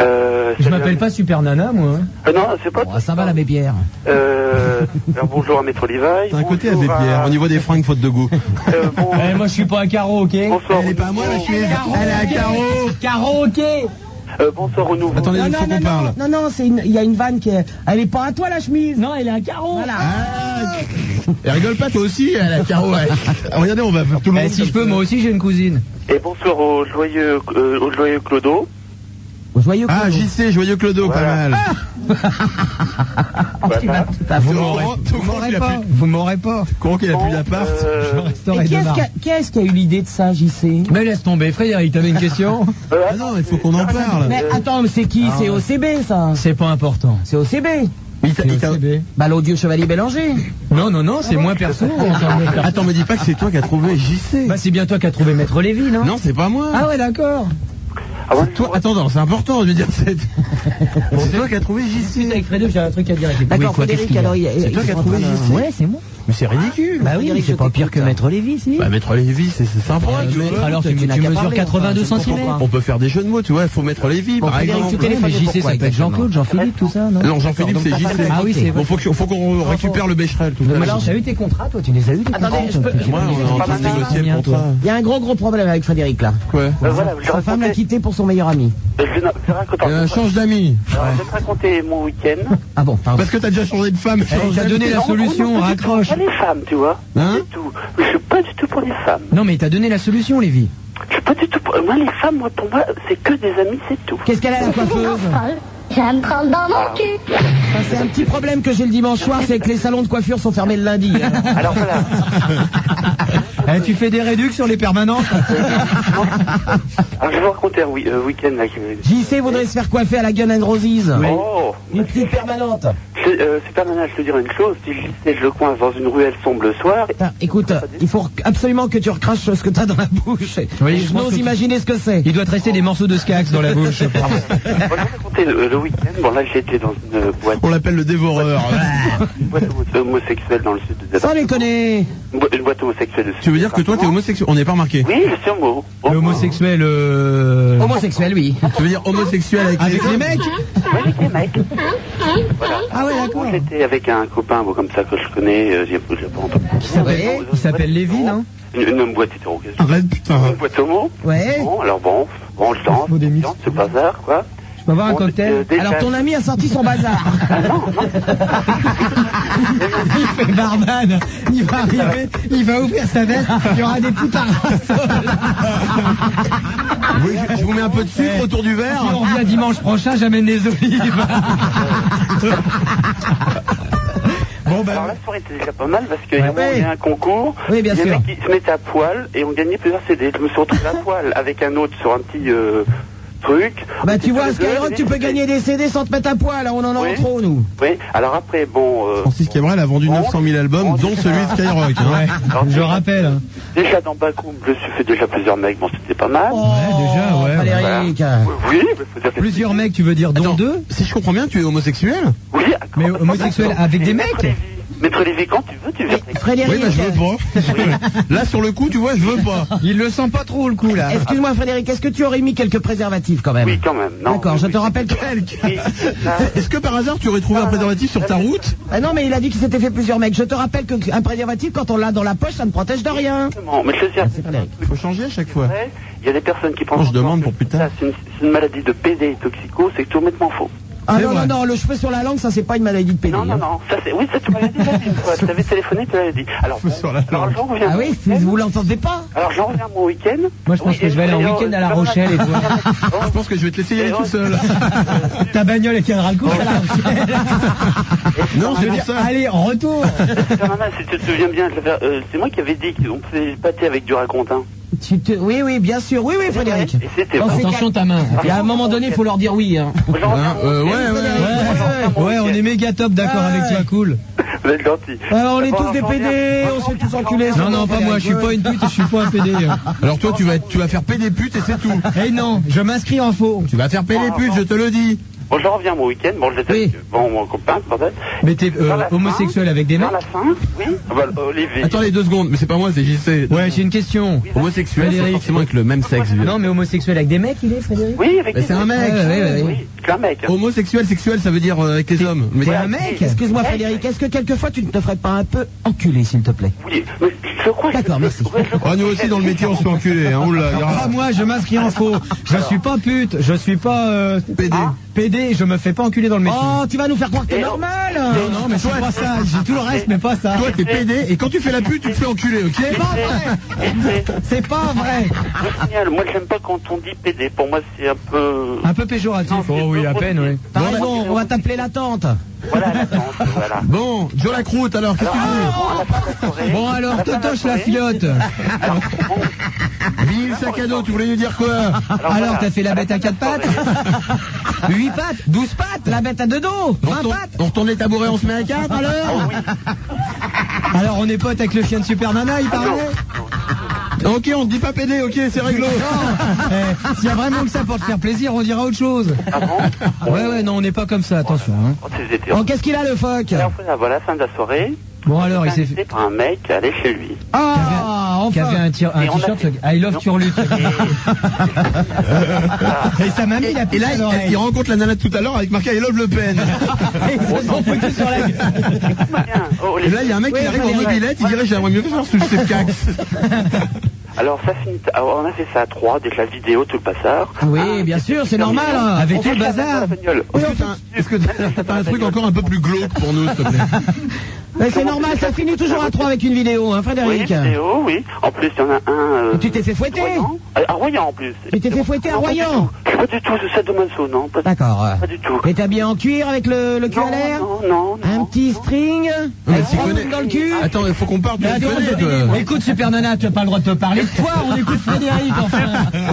Speaker 8: Euh,
Speaker 26: Je
Speaker 8: salut à-
Speaker 26: m'appelle pas Super Nana, moi.
Speaker 8: Euh, non, c'est pas.
Speaker 2: Oh, ça va, l'abbé Pierre.
Speaker 8: Euh, alors bonjour à Maître Levi.
Speaker 3: T'as un côté
Speaker 8: bonjour
Speaker 3: avec Pierre, au niveau des fringues faute de goût.
Speaker 8: euh, bon,
Speaker 26: Eh, moi, je suis pas un carreau, ok
Speaker 2: Oh.
Speaker 8: bonsoir,
Speaker 3: Elle est pas à moi, la
Speaker 8: Oh,
Speaker 3: chemise. Elle est à carreau.
Speaker 26: Carreau, ok
Speaker 8: euh, bonsoir au nouveau.
Speaker 3: Attendez,
Speaker 2: Non,
Speaker 3: il
Speaker 2: non,
Speaker 3: faut
Speaker 2: non,
Speaker 3: qu'on
Speaker 2: non,
Speaker 3: parle.
Speaker 2: non, non, c'est une- il y a une vanne qui est. Elle est pas à toi, la chemise.
Speaker 26: Non, il est un carreau
Speaker 2: Voilà.
Speaker 3: Ah, Elle rigole pas, toi aussi, elle est à carreau. ouais. Ah, Regardez, on va faire tout le
Speaker 26: Eh,
Speaker 3: monde.
Speaker 2: Ah,
Speaker 26: si je peux, moi aussi, j'ai une cousine.
Speaker 8: Et bonsoir au joyeux, euh, au joyeux Clodo.
Speaker 2: Joyeux
Speaker 3: Ah,
Speaker 2: Clodo.
Speaker 3: JC, joyeux Clodo, pas mal.
Speaker 8: Voilà.
Speaker 3: Vous
Speaker 4: m'aurez-
Speaker 3: Tout le
Speaker 4: Vous
Speaker 3: monde,
Speaker 4: m'aurez
Speaker 3: il a
Speaker 4: pas.
Speaker 3: pu-
Speaker 4: Vous m'aurez pas.
Speaker 3: Con qu'il a plus d'appart.
Speaker 8: Euh,
Speaker 4: Je resterai
Speaker 2: Mais qui est-ce
Speaker 4: demain.
Speaker 2: qui a, qui est-ce qui a eu l'idée de ça, JC
Speaker 4: Mais laisse tomber, Frédéric, t'avais une question
Speaker 8: euh,
Speaker 3: Ah non, il faut qu'on en parle.
Speaker 2: Mais attends, mais c'est qui C'est OCB, ça.
Speaker 4: C'est pas important.
Speaker 2: C'est OCB.
Speaker 3: Il t'a- il t'a-
Speaker 4: OCB.
Speaker 2: Bah, l'odieux chevalier Bélanger.
Speaker 4: Non, non, non, c'est moins perso. en termes de perso.
Speaker 3: Attends, me dis pas que c'est toi qui as trouvé JC.
Speaker 4: Bah, c'est bien toi qui as trouvé Maître Lévy, non
Speaker 3: Non, c'est pas moi.
Speaker 4: Ah ouais, d'accord.
Speaker 3: C'est toi. Attends, non, c'est important, je veux dire, c'est. C'est toi qui as trouvé JC.
Speaker 26: Avec Fredo, j'ai un truc à dire. avec lui.
Speaker 2: D'accord,
Speaker 4: quoi,
Speaker 2: Frédéric,
Speaker 4: qu'est-ce qu'il y a
Speaker 2: alors il y a-
Speaker 3: C'est
Speaker 2: il
Speaker 3: toi
Speaker 2: est
Speaker 3: qui as
Speaker 2: en
Speaker 3: trouvé
Speaker 2: train de-
Speaker 3: JC.
Speaker 26: Ouais, c'est moi.
Speaker 3: Mais c'est ridicule.
Speaker 2: Bah oui, mais
Speaker 26: Frédéric,
Speaker 2: c'est
Speaker 26: je
Speaker 2: pas pire que
Speaker 26: t'écoute.
Speaker 2: Maître Lévy, si.
Speaker 3: Bah, mettre les vies, c'est c'est sympa. tu vois.
Speaker 4: alors,
Speaker 2: toi,
Speaker 4: tu,
Speaker 2: tu
Speaker 4: tu
Speaker 2: n'as qu'à
Speaker 4: mesures
Speaker 2: parler,
Speaker 4: 82
Speaker 2: enfin, je
Speaker 4: cm.
Speaker 3: On peut faire des jeux de mots, tu vois, il faut mettre les vies,
Speaker 2: Bon,
Speaker 3: par
Speaker 2: Frédéric,
Speaker 3: exemple.
Speaker 2: tu téléphones
Speaker 4: Mais
Speaker 2: pour quoi,
Speaker 4: JC, ça peut être
Speaker 2: exactement
Speaker 4: Jean-Claude, Jean-Philippe, tout ça, non
Speaker 3: Non, Jean-Philippe, c'est
Speaker 2: D'accord, donc,
Speaker 3: JC.
Speaker 2: t'as pas
Speaker 4: Ah oui, c'est-
Speaker 3: Bon, faut que- faut qu'on récupère le Becherel tout à
Speaker 2: Mais
Speaker 3: l'heure.
Speaker 2: Bah, alors,
Speaker 26: T'as eu tes contrats, toi Tu les as eu, tes
Speaker 2: Attendez, je
Speaker 26: contrats
Speaker 2: peux-
Speaker 3: Moi, on est en train de négocier le
Speaker 4: Combien, toi
Speaker 3: contrat.
Speaker 2: Il y a un gros gros problème avec Frédéric là.
Speaker 3: Quoi
Speaker 8: euh, voilà, je
Speaker 2: Sa femme l'a
Speaker 8: racontais,
Speaker 2: quitté pour son meilleur ami.
Speaker 8: je vais je vais raconter-
Speaker 3: Euh, Change d'amis.
Speaker 8: Alors, je vais te raconter mon week-end.
Speaker 2: Ah bon, pardon.
Speaker 3: Parce que t'as déjà changé de femme. change
Speaker 4: T'as
Speaker 3: d'amis.
Speaker 4: donné la solution, raccroche.
Speaker 8: Pas les femmes, tu vois.
Speaker 3: Hein
Speaker 8: C'est tout. Je suis pas du tout pour les femmes.
Speaker 4: Non, mais t'as donné la solution, Lévy.
Speaker 8: Je suis pas du tout pour. Moi, les femmes, moi, pour moi, c'est que des amis, c'est tout.
Speaker 2: Qu'est-ce qu'elle a la coiffeuse
Speaker 1: J'aime prendre dans mon cul.
Speaker 2: Ça, C'est un petit problème que j'ai le dimanche soir, c'est que les salons de coiffure sont fermés le lundi. hein.
Speaker 8: Alors voilà.
Speaker 4: Eh, tu fais des réductions sur les permanents
Speaker 8: Alors, je vais vous raconter un oui- euh, week-end là qui me.
Speaker 2: JC voudrait se faire coiffer à la Gun and Roses.
Speaker 8: Oh
Speaker 2: Une petite permanente.
Speaker 8: C'est, euh, Super Nana, je te dire une chose, si je laissais le coin dans une ruelle sombre le soir,
Speaker 2: Putain, écoute, il faut absolument que tu recraches ce que t'as dans la bouche.
Speaker 4: Oui, je
Speaker 2: je
Speaker 4: pense
Speaker 2: n'ose
Speaker 4: que-
Speaker 2: imaginer ce que c'est.
Speaker 4: Il doit te rester des morceaux de skax dans la bouche, je pense.
Speaker 8: moi, je vais vous raconter le, le week-end, bon là j'étais dans une euh, boîte,
Speaker 3: On l'appelle le dévoreur.
Speaker 8: une boîte homo- homosexuelle dans le sud de
Speaker 2: Sans les connaître.
Speaker 8: Une bo- une boîte homosexuelle du sud
Speaker 3: Tu veux dire que toi, t'es
Speaker 8: homosexuel
Speaker 3: homosexuel On n'est pas remarqué.
Speaker 8: Oui, je suis homo.
Speaker 4: Le homosexuel. euh,
Speaker 2: Homosexuel, oui.
Speaker 3: Tu veux dire homosexuel avec,
Speaker 4: Avec les
Speaker 3: hommes
Speaker 4: mecs
Speaker 8: Oui, avec les mecs. Voilà.
Speaker 2: Ah ouais, d'accord.
Speaker 8: Bon, j'étais avec un copain bon, comme ça que je connais, euh, j'ai j'ai pas entendu.
Speaker 4: Qui s'appelle-
Speaker 2: Ouais.
Speaker 4: qui s'appelle Lévy, non
Speaker 8: Une, une boîte hétéro. qu'est-ce que-
Speaker 3: Arrête, putain.
Speaker 8: Une boîte homo
Speaker 3: eh.
Speaker 2: Ouais.
Speaker 8: Bon, alors bon, bon, je danse,
Speaker 4: Faut des
Speaker 8: je
Speaker 4: mythes.
Speaker 8: danse, c'est bazar, quoi.
Speaker 4: Je peux avoir un
Speaker 8: Bon, euh,
Speaker 4: cocktail
Speaker 8: déjà-
Speaker 2: Alors ton ami a sorti son bazar.
Speaker 4: Il fait barman. Il va arriver, il va ouvrir sa veste, il y aura des petits parasols.
Speaker 3: Vous voulez que Je vous mets un peu de sucre
Speaker 4: Eh.
Speaker 3: autour du verre.
Speaker 4: Si on revient dimanche prochain, j'amène les olives.
Speaker 3: Bon,
Speaker 2: Bah,
Speaker 3: ben.
Speaker 8: Alors la soirée était déjà pas mal parce qu'il y
Speaker 2: Ouais.
Speaker 8: avait un concours,
Speaker 2: Bah Oui, bien
Speaker 8: il y
Speaker 2: sûr.
Speaker 8: avait qui se mettaient à poil et on gagnait plusieurs CD. Je me suis retrouvé à poil avec un autre sur un petit euh, truc.
Speaker 2: Bah
Speaker 8: On
Speaker 2: tu
Speaker 8: était
Speaker 2: vois,
Speaker 8: tous les deux,
Speaker 2: Skyrock,
Speaker 8: et-
Speaker 2: tu peux gagner des CD sans te mettre à poil, hein, on en a
Speaker 8: Oui.
Speaker 2: trop nous.
Speaker 8: Oui, alors après, bon... euh,
Speaker 3: Francis Cabrel a vendu
Speaker 8: bon,
Speaker 3: 900 000 albums,
Speaker 8: bon,
Speaker 3: dont
Speaker 8: déjà-
Speaker 3: celui de Skyrock. hein.
Speaker 4: Ouais,
Speaker 8: Alors,
Speaker 4: je
Speaker 8: déjà-
Speaker 4: rappelle. hein.
Speaker 8: Déjà dans Bakoum, je me suis fait déjà plusieurs mecs, bon c'était pas mal.
Speaker 2: Oh.
Speaker 4: Ouais, déjà, ouais,
Speaker 2: Valérie,
Speaker 8: Oui, mais faut dire que-
Speaker 4: Plusieurs mecs, tu veux dire, dont
Speaker 3: Attends,
Speaker 4: deux
Speaker 3: si je comprends bien, tu es homosexuel
Speaker 8: Oui, ah,
Speaker 4: Mais homosexuel avec des mecs
Speaker 8: Maître Lévy. Mettre les écrans, tu veux, tu veux.
Speaker 2: Frédéric.
Speaker 4: bah,
Speaker 3: Oui, mais je veux pas. Là, sur le coup, tu vois, je veux pas. Eh,
Speaker 4: Il le sent pas trop le coup là.
Speaker 2: Excuse-moi Frédéric, est-ce que tu aurais mis quelques préservatifs quand même
Speaker 8: Oui, quand même. Non.
Speaker 2: D'accord, je te rappelle que...
Speaker 3: Est-ce que par hasard tu aurais trouvé un préservatif sur ta route
Speaker 2: Ah non, mais il a dit qu'il s'était fait plusieurs mecs. Je te rappelle qu'un préservatif, quand on l'a dans la poche, ça ne protège de rien.
Speaker 8: Non, mais je veux
Speaker 2: Ah,
Speaker 8: dire,
Speaker 3: Il faut changer à chaque fois.
Speaker 8: il y a des personnes qui pensent.
Speaker 3: je demande pour plus
Speaker 8: Ça, c'est une, c'est une maladie de PD et toxico, c'est complètement faux.
Speaker 2: Ah non, non, non, le cheveu sur la langue, ça c'est pas une maladie de pédé.
Speaker 8: Non, non, non, ça c'est. Oui, ça tu m'avais dit la vie, une fois. Tu avais téléphoné, tu l'avais dit. Alors, bon, alors j'en reviens.
Speaker 2: Ah oui, c'est- vous l'entendez pas
Speaker 8: Alors j'en reviens à mon week-end.
Speaker 27: Moi, je pense que je vais aller en week-end à La Rochelle et toi.
Speaker 3: Je pense que je vais te laisser y aller tout seul.
Speaker 27: Ta bagnole, elle tiendra le coup. à La Rochelle.
Speaker 3: Non,
Speaker 27: Je veux dire, allez, en retour.
Speaker 8: Supermana, si tu te souviens bien, je l'avais- euh, c'est moi qui avais dit qu'on faisait le pâté avec du racontin.
Speaker 2: Tu te- Oui, oui, bien sûr. Oui, oui, Frédéric.
Speaker 8: Et c'était
Speaker 2: On
Speaker 8: vrai.
Speaker 2: s'est
Speaker 4: Attention ta main.
Speaker 2: Et à un moment donné, il faut leur dire oui. hein.
Speaker 3: ouais, euh, ouais,
Speaker 4: ouais, ouais, on est méga top d'accord avec toi, cool.
Speaker 8: Vous êtes gentils.
Speaker 2: Alors, Euh, on est tous des PD, on s'est tous enculés.
Speaker 4: Non, non, pas moi, je suis pas une pute et je suis pas un hein. PD.
Speaker 3: Alors toi, tu vas, tu vas faire pédé pute et c'est tout.
Speaker 4: Eh non, je m'inscris en faux.
Speaker 3: Tu vas faire pédé pute, je te le dis.
Speaker 8: Bon, j'en reviens à mon week-end. Bon, j'étais avec bon, mon copain, bordel.
Speaker 4: Mais t'es euh,
Speaker 8: Dans la
Speaker 4: homosexuel avec des mecs
Speaker 8: Vers la fin, oui. Ah, bah, Olivier.
Speaker 3: Attendez deux secondes, mais c'est pas moi, c'est JC.
Speaker 4: Ouais, j'ai une question.
Speaker 3: Homosexuel, c'est
Speaker 4: Valérie.
Speaker 3: forcément avec le même sexe. vieux.
Speaker 4: Non, mais homosexuel avec des mecs, il est, Frédéric
Speaker 8: Oui, avec
Speaker 3: Bah, c'est un mec.
Speaker 4: Ouais, ouais, ouais.
Speaker 8: Oui, c'est un
Speaker 3: Oh,
Speaker 8: mec.
Speaker 3: Homosexuel, sexuel, ça veut dire euh, avec les hommes. Mais
Speaker 4: T'es un mec
Speaker 2: Excuse-moi, Frédéric, est-ce que quelquefois tu ne te ferais pas un peu enculer, s'il te plaît
Speaker 8: Oui, mais je crois que.
Speaker 2: D'accord, merci.
Speaker 8: Ouais, je crois
Speaker 3: Ah, nous
Speaker 8: que-
Speaker 3: aussi dans le métier, on se fait enculer. Hein. Oula, il y
Speaker 4: Ah,
Speaker 3: aura-
Speaker 4: moi, je m'inscris en faux. Je suis pas pute, je suis pas euh,
Speaker 3: PD.
Speaker 4: PD, je me fais pas enculer dans le métier.
Speaker 2: Oh, tu vas nous faire croire que t'es
Speaker 8: Et-
Speaker 2: normal
Speaker 4: non, non, mais je suis pas ça. J'ai tout le reste, mais pas ça.
Speaker 3: Toi, t'es pédé et quand tu fais la pute, tu te fais enculer, ok
Speaker 4: C'est pas vrai
Speaker 8: Et c'est-
Speaker 4: C'est pas vrai
Speaker 8: Je signale, moi j'aime pas quand on dit PD. Pour moi, c'est un peu.
Speaker 4: Un peu péjoratif.
Speaker 8: Non, c'est peu
Speaker 4: Oh oui.
Speaker 2: T'as raison, on va t'appeler la tante.
Speaker 8: Voilà, l'attente, voilà.
Speaker 3: Bon, Joe la croûte, alors, qu'est-ce que tu veux
Speaker 8: à la fin de la soirée-
Speaker 4: Bon,
Speaker 8: à
Speaker 4: alors,
Speaker 8: fin de
Speaker 4: Totoche la
Speaker 8: soirée-
Speaker 4: fiotte.
Speaker 3: Bill, sac à dos, tu voulais nous dire quoi
Speaker 4: Alors, t'as fait la bête à quatre pattes
Speaker 2: 8 pattes, 12 pattes, la bête à deux dos, 20 pattes.
Speaker 3: On retourne les tabourets, on se met à quatre, alors
Speaker 4: Alors, on est potes avec le chien de Super Nana,
Speaker 2: Ah
Speaker 4: il parlait
Speaker 3: Ok, on te dit pas pédé, ok, c'est réglo.
Speaker 4: Eh, S'il y a vraiment que ça pour te faire plaisir, on dira autre chose.
Speaker 8: Ah bon
Speaker 4: Ouais, ouais, non, on n'est pas comme ça, attention. hein.
Speaker 8: Oh, c'est zété.
Speaker 2: Oh, qu'est-ce qu'il a, le phoque
Speaker 8: Alors, voilà, voilà, fin de la soirée.
Speaker 4: Bon, alors, il s'est fait.
Speaker 8: invité par un mec à aller chez lui.
Speaker 2: Ah,
Speaker 4: Qui
Speaker 2: enfin
Speaker 4: avait un tir- un
Speaker 8: Et on a
Speaker 4: t-shirt,
Speaker 8: fait-
Speaker 4: I love Turluc. Et sa mamie, il a
Speaker 3: Et
Speaker 4: pissé
Speaker 3: là,
Speaker 4: dans
Speaker 3: il- il
Speaker 4: l'oreille.
Speaker 3: rencontre la nana de tout à l'heure avec marqué I love Le Pen.
Speaker 4: Et ils se sont foutus sur la gueule.
Speaker 8: Bien. Oh,
Speaker 3: Et
Speaker 8: les-
Speaker 3: là, il y a un mec qui
Speaker 8: Ouais,
Speaker 3: arrive en
Speaker 8: ouais, ouais.
Speaker 3: mobilette, il dirait j'aimerais mieux faire sous le cax.
Speaker 8: Alors, ça finit. alors, on a fait ça à trois, donc la vidéo, tout le passard.
Speaker 2: Oui, bien sûr, c'est normal. hein.
Speaker 4: Avec
Speaker 8: On
Speaker 4: tout le
Speaker 8: fait la
Speaker 4: bazar.
Speaker 8: même bagnole.
Speaker 3: Est-ce que t'as- Est-ce que t'as t'as un truc encore un peu plus glauque pour nous, s'il te plaît
Speaker 2: Mais c'est normal, ça finit toujours à 3 avec une vidéo, hein,
Speaker 8: Oui,
Speaker 2: Frédéric.
Speaker 8: vidéo, oui. En plus, il y en a un. euh,
Speaker 2: Et tu t'es fait fouetter
Speaker 8: Royan. À Royan, en plus.
Speaker 2: Tu t'es fait fouetter à
Speaker 8: Non, pas du
Speaker 2: Royan
Speaker 8: tout. Pas du tout, c'est ça de Manso, non pas du-
Speaker 2: D'accord.
Speaker 8: Pas du tout.
Speaker 2: Et t'es habillé en cuir avec le, le cul à l'air
Speaker 8: Non, non, non.
Speaker 2: Un
Speaker 8: non.
Speaker 2: petit string
Speaker 3: mais
Speaker 2: Un
Speaker 3: tu connais-
Speaker 2: string dans le cul
Speaker 3: Attends, il faut qu'on parle de
Speaker 4: Mais attends,
Speaker 3: connais,
Speaker 4: Frédéric,
Speaker 3: toi.
Speaker 4: Écoute Super Nana, tu n'as pas le droit de te parler de toi, on écoute Frédéric enfin.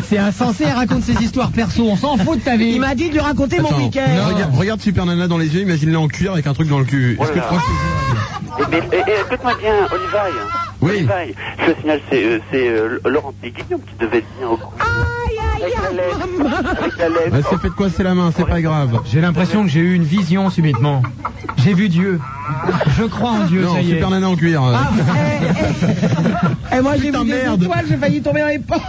Speaker 4: C'est insensé, raconte ses histoires perso, on s'en fout de ta vie.
Speaker 2: Il m'a dit de lui raconter
Speaker 3: Attends,
Speaker 2: mon
Speaker 3: non,
Speaker 2: week-end.
Speaker 3: regarde, regarde Super Nana dans les yeux, imagine-le en cuir avec un truc dans le cul. Est-ce que tu
Speaker 8: Voilà.
Speaker 3: crois que c'est-
Speaker 8: Eh, mais- eh, eh, écoute-moi bien, Olivaille.
Speaker 3: Oui.
Speaker 8: Olivaille. Je signale, c'est, euh, c'est euh, Laurent Péguillon qui devait être bien au coup.
Speaker 2: Aïe, aïe, aïe, maman.
Speaker 8: Avec la lèvre.
Speaker 3: Ouais, c'est fait de quoi c'est la main, c'est pas grave.
Speaker 4: J'ai l'impression que j'ai eu une vision subitement. J'ai vu Dieu. Je crois en Dieu,
Speaker 3: Non,
Speaker 4: ça y est. Ah.
Speaker 3: Super Nana en cuir. euh.
Speaker 2: Et Eh, moi j'ai
Speaker 3: Putain,
Speaker 2: vu des
Speaker 3: merde.
Speaker 2: étoiles, j'ai failli tomber dans les pommes.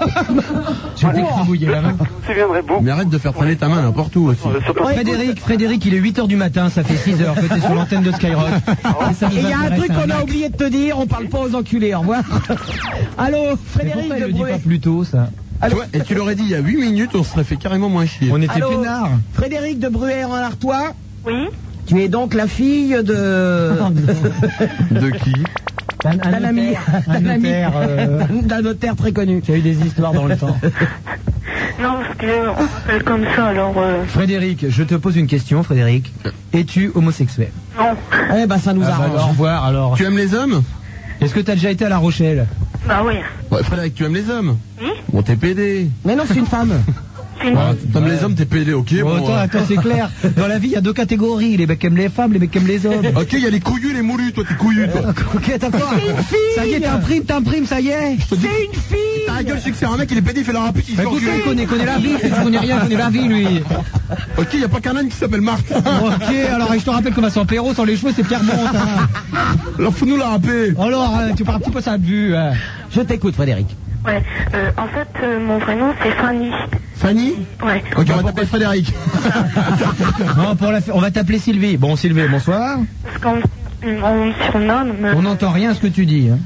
Speaker 4: Je vais t'écrabouiller la main.
Speaker 8: Je me souviendrai beaucoup.
Speaker 3: Mais arrête de faire traîner ta main n'importe où aussi.
Speaker 8: Sauf que-
Speaker 4: Frédéric, Frédéric, il est 8h du matin, ça fait 6h que t'es sur l'antenne de Skyrock. Et ça nous
Speaker 2: Et il y a un
Speaker 4: intéresse, hein.
Speaker 2: truc qu'on a
Speaker 4: mec.
Speaker 2: oublié de te dire, on parle pas aux enculés, au revoir. Allô,
Speaker 4: Mais
Speaker 2: Frédéric
Speaker 4: pourquoi il le dit
Speaker 2: Debrouet.
Speaker 4: pas plus tôt, ça
Speaker 3: Tu vois, et tu l'aurais dit il y a 8 minutes, on serait fait carrément moins chier.
Speaker 4: On était
Speaker 2: Allô
Speaker 4: peinards.
Speaker 2: Frédéric de Bruer en Artois,
Speaker 28: Oui
Speaker 2: tu es donc la fille de
Speaker 3: De qui
Speaker 4: Un, un
Speaker 2: d'un ami,
Speaker 4: notaire, un
Speaker 2: d'un ami-
Speaker 4: notaire, euh,
Speaker 2: d'un notaire très connu.
Speaker 4: qui a eu des histoires dans le temps.
Speaker 29: Non, parce qu'on m'appelle comme ça, alors... euh,
Speaker 4: Frédéric, je te pose une question, Frédéric. Es-tu homosexuel
Speaker 29: non.
Speaker 2: Eh ben ça nous
Speaker 4: Ah bah,
Speaker 2: arrange.
Speaker 4: Au revoir alors.
Speaker 3: Tu aimes les hommes
Speaker 4: Est-ce que t'as déjà été à La Rochelle
Speaker 29: Bah oui.
Speaker 3: Ouais, Frédéric, tu aimes les hommes
Speaker 29: Oui.
Speaker 3: Bon, t'es pédé.
Speaker 2: Mais non, c'est une femme.
Speaker 3: Ah, T'aimes les hommes, t'es pédé, ok
Speaker 4: Bon,
Speaker 3: bon,
Speaker 4: Oh, attends,
Speaker 3: euh.
Speaker 4: attends, c'est clair. Dans la vie, il y a deux catégories. Les mecs qui aiment les femmes, les mecs qui aiment les hommes.
Speaker 3: euh. Ok, il y a les couillus, les moulus, toi t'es couillu, toi.
Speaker 4: ok, t'as quoi
Speaker 3: C'est une fille
Speaker 4: Ça y est, t'imprimes, t'imprimes, ça y est.
Speaker 3: C'est une
Speaker 4: fille
Speaker 3: Ta gueule, c'est que c'est un mec, il est pédé, il fait la rapide, il se
Speaker 4: Bah,
Speaker 3: fait
Speaker 4: écoute,
Speaker 3: enculer.
Speaker 4: il connaît- connaît la vie, tu connais rien, il connaît la vie, lui.
Speaker 3: Ok, il n'y a pas qu'un âne qui s'appelle Marc.
Speaker 4: Ok, alors et je te rappelle que Vincent Perrault, sans les cheveux, c'est Pierre Monte. hein.
Speaker 3: Alors faut nous la rappeler.
Speaker 4: Alors, euh, tu parles un petit peu ça de vue. euh.
Speaker 2: Je t'écoute, Frédéric.
Speaker 30: Ouais, euh, en fait, euh, mon vrai nom c'est Fanny.
Speaker 3: Fanny
Speaker 4: Bah,
Speaker 30: Ouais.
Speaker 3: Ok, on va t'appeler Frédéric.
Speaker 4: Bon, pour la f- On va t'appeler Sylvie. Bon, Sylvie, bonsoir.
Speaker 30: Parce qu'on on me surnomme.
Speaker 4: On n'entend rien à ce que tu dis. hein.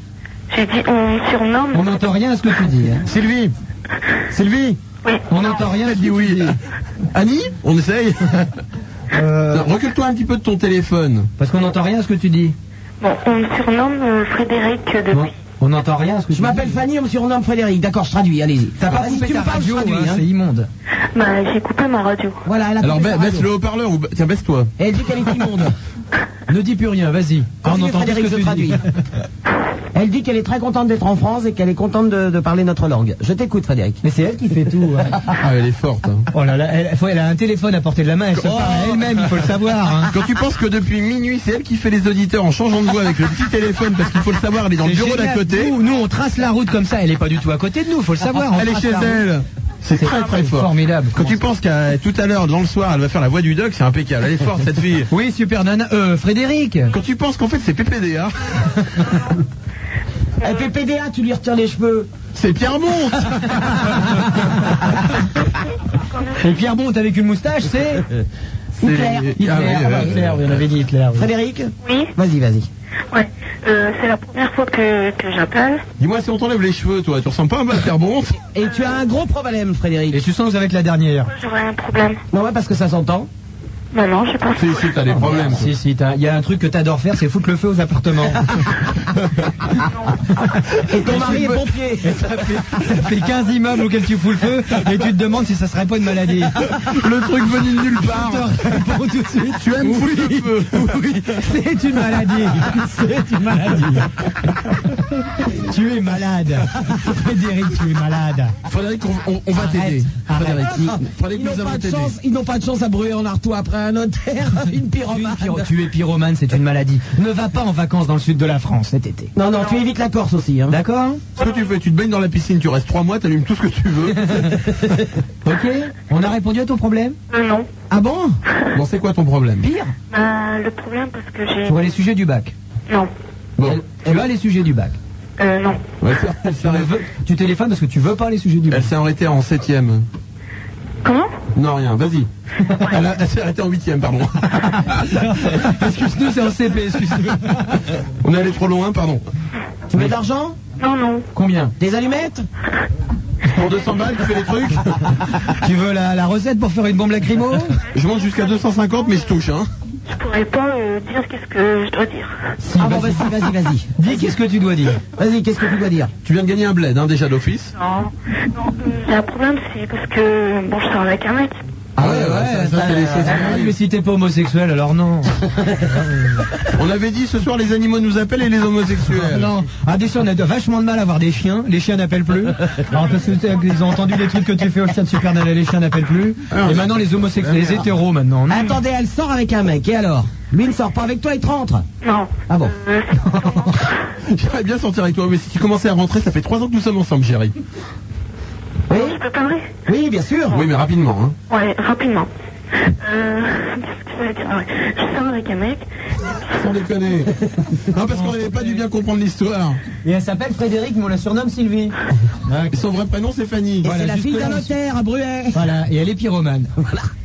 Speaker 30: J'ai dit on me surnomme.
Speaker 4: On n'entend rien à ce que tu dis. hein.
Speaker 3: Sylvie Sylvie
Speaker 4: On n'entend rien,
Speaker 3: elle dit oui. Annie On essaye
Speaker 4: Euh,
Speaker 3: Non, Recule-toi un petit peu de ton téléphone.
Speaker 4: Parce qu'on n'entend rien à ce que tu dis.
Speaker 30: Bon, on me surnomme euh, Frédéric depuis.
Speaker 4: On n'entend rien à ce que Ah,
Speaker 2: Je m'appelle Fanny, on me surnomme Frédéric. D'accord, je traduis, allez-y.
Speaker 4: T'as pas
Speaker 2: Vas-y,
Speaker 4: coupé
Speaker 2: tu
Speaker 4: ta
Speaker 2: me parles, je
Speaker 4: radio,
Speaker 2: traduis,
Speaker 4: hein,
Speaker 2: hein.
Speaker 4: c'est immonde.
Speaker 30: Bah, j'ai coupé ma radio.
Speaker 2: Voilà, elle a
Speaker 3: Alors
Speaker 2: coupé
Speaker 3: ba-
Speaker 2: sa
Speaker 3: baisse
Speaker 2: radio.
Speaker 3: le haut-parleur ou ba- tiens baisse-toi.
Speaker 2: Elle dit qu'elle est immonde.
Speaker 4: Ne dis plus rien, vas-y.
Speaker 2: Continue,
Speaker 4: on entend plus ce
Speaker 2: Frédéric,
Speaker 4: que
Speaker 2: je
Speaker 4: tu
Speaker 2: traduis.
Speaker 4: dis.
Speaker 2: Elle dit qu'elle est très contente d'être en France et qu'elle est contente de, de parler notre langue. Je t'écoute, Frédéric.
Speaker 4: Mais c'est elle qui fait tout. hein.
Speaker 3: Ah, elle est forte. hein.
Speaker 4: Oh là là, elle, faut- elle a un téléphone à portée de la main, elle se parle à elle-même, il faut le savoir. hein.
Speaker 3: Quand tu penses que depuis minuit, c'est elle qui fait les auditeurs en changeant de voix avec le petit téléphone, parce qu'il faut le savoir, elle est dans le
Speaker 4: C'est
Speaker 3: bureau d'à
Speaker 4: génial.
Speaker 3: côté.
Speaker 4: Nous, nous, on trace la route comme ça. Elle est pas du tout à côté de nous, faut le savoir. on
Speaker 3: Elle est
Speaker 4: trace
Speaker 3: chez
Speaker 4: la route.
Speaker 3: elle. C'est très très fort.
Speaker 4: Formidable.
Speaker 3: Quand tu penses qu'à tout à l'heure, dans le soir, elle va faire la voix du doc, c'est impeccable. Elle est forte cette fille.
Speaker 4: Oui, super nana. Euh, Frédéric.
Speaker 3: Quand tu penses qu'en fait c'est PPDA,
Speaker 2: Eh, PPDA, tu lui retires les cheveux.
Speaker 3: c'est Pierre Monte
Speaker 4: Et Pierre Bonte avec une moustache, c'est
Speaker 3: C'est-
Speaker 2: Hitler.
Speaker 4: Hitler.
Speaker 3: Ah oui,
Speaker 4: Ah bah,
Speaker 3: euh,
Speaker 4: Hitler, oui, on avait dit Hitler. oui.
Speaker 2: Frédéric
Speaker 30: Oui,
Speaker 2: Vas-y, vas-y.
Speaker 30: ouais. Euh, c'est la première fois que, que j'appelle.
Speaker 3: Dis-moi si on t'enlève les cheveux, toi, tu ressembles pas un peu à Pierre Monte
Speaker 2: Et tu as un gros problème, Frédéric.
Speaker 4: Et tu sens que vous avez que la dernière.
Speaker 30: J'aurais un problème.
Speaker 2: Non,
Speaker 3: Ah
Speaker 2: ouais, parce que ça s'entend.
Speaker 30: Bah non, j'ai pas.
Speaker 3: Si, si, t'as des problèmes.
Speaker 4: Ah, Si, si, t'as- il y a un truc que t'adores faire, c'est foutre le feu aux appartements.
Speaker 2: Et ton mari est pompier.
Speaker 4: ça, fait, ça fait 15 immeubles auxquels tu fous le feu et tu te demandes si ça serait pas une maladie.
Speaker 3: Le truc venu de nulle part.
Speaker 4: Réponds tout de suite.
Speaker 3: Tu aimes foutre le feu.
Speaker 4: Oui, c'est une maladie. C'est une maladie. Tu es malade. Frédéric, tu es malade.
Speaker 3: Frédéric, on, on- on va t'aider. Frédéric, il- Frédéric,
Speaker 2: Ils n'ont pas
Speaker 3: nous allons
Speaker 2: de
Speaker 3: t'aider.
Speaker 2: chance, ils n'ont pas de chance à brûler en artois après un notaire, une pyromane.
Speaker 4: Pyro- tu es pyromane, c'est une maladie. Ne va pas en vacances dans le sud de la France cet été.
Speaker 2: Non, non, tu évites la Corse aussi. Hein.
Speaker 4: D'accord
Speaker 3: Ce que tu fais, tu te baignes dans la piscine, tu restes trois mois, t'allumes tout ce que tu veux.
Speaker 4: Ok On a répondu à ton problème
Speaker 30: Euh, non.
Speaker 4: Ah bon
Speaker 3: Bon, c'est quoi ton problème
Speaker 4: Pire
Speaker 30: Bah, le problème parce que j'ai.
Speaker 4: Pour les sujets du bac.
Speaker 30: Non.
Speaker 3: Bon,
Speaker 4: Tu as les sujets du bac.
Speaker 30: Euh, non.
Speaker 3: ouais, ça- elle
Speaker 4: Tu,
Speaker 3: s'est
Speaker 4: ne veux- tu téléphones parce que tu veux pas les sujets du bac.
Speaker 3: elle s'est arrêtée en septième.
Speaker 30: Comment
Speaker 3: Non, rien, vas-y. Elle, a- elle s'est arrêtée en huitième, pardon.
Speaker 4: Excuse-nous, c'est en CP, excuse-nous.
Speaker 3: On est allé trop loin, pardon.
Speaker 2: Tu veux de l'argent
Speaker 30: Non, non.
Speaker 4: Combien
Speaker 2: Des allumettes
Speaker 3: Pour 200 balles, tu fais des trucs.
Speaker 4: Tu veux la, la recette pour faire une bombe lacrymo
Speaker 3: Je monte jusqu'à 250, mais je touche, hein.
Speaker 30: Je pourrais pas euh, dire qu'est-ce que je dois dire.
Speaker 4: Si,
Speaker 2: Ah bon,
Speaker 4: vas-y.
Speaker 2: vas-y, vas-y, vas-y.
Speaker 4: Dis qu'est-ce que tu dois dire.
Speaker 2: Vas-y, qu'est-ce que tu dois dire
Speaker 3: Tu viens de gagner un bled, hein, déjà d'office.
Speaker 30: Non. Non, euh, j'ai un problème, c'est parce que. Bon, je sors avec un mec.
Speaker 3: Ah ouais, ouais, ça, ça, c'est les choses qui
Speaker 2: Euh,
Speaker 4: Ah oui,
Speaker 3: arrivent.
Speaker 4: mais si t'es pas homosexuel, alors non.
Speaker 3: On avait dit ce soir les animaux nous appellent et les homosexuels.
Speaker 4: non. Ah, déjà, on a vachement de mal à avoir des chiens. Les chiens n'appellent plus. Alors, parce que t'as- ils ont entendu les trucs que tu fais au chien de Supernana, les chiens n'appellent plus. Et maintenant, les homosexuels, les hétéros, maintenant.
Speaker 2: Attendez, elle sort avec un mec, et alors Lui ne sort pas avec toi, il te rentre.
Speaker 30: Non.
Speaker 2: Ah bon
Speaker 30: Euh,
Speaker 3: J'aimerais bien sortir avec toi, mais si tu commençais à rentrer, ça fait trois ans que nous sommes ensemble, chérie.
Speaker 30: je peux parler
Speaker 2: Oui, bien sûr.
Speaker 3: Oui, mais rapidement, hein.
Speaker 30: Ouais, rapidement. Euh, qu'est-ce que je voulais dire Ah ouais, Je sors avec un mec.
Speaker 3: Sans déconner. Non, parce qu'on n'avait pas dû bien comprendre l'histoire.
Speaker 4: Et elle s'appelle Frédéric, mais on la surnomme Sylvie.
Speaker 3: Et son vrai prénom, c'est Fanny.
Speaker 2: Et
Speaker 4: Voilà,
Speaker 2: c'est la fille
Speaker 4: jusque-là,
Speaker 2: d'un
Speaker 4: on-
Speaker 2: notaire à Bruet.
Speaker 4: Voilà, et elle est pyromane.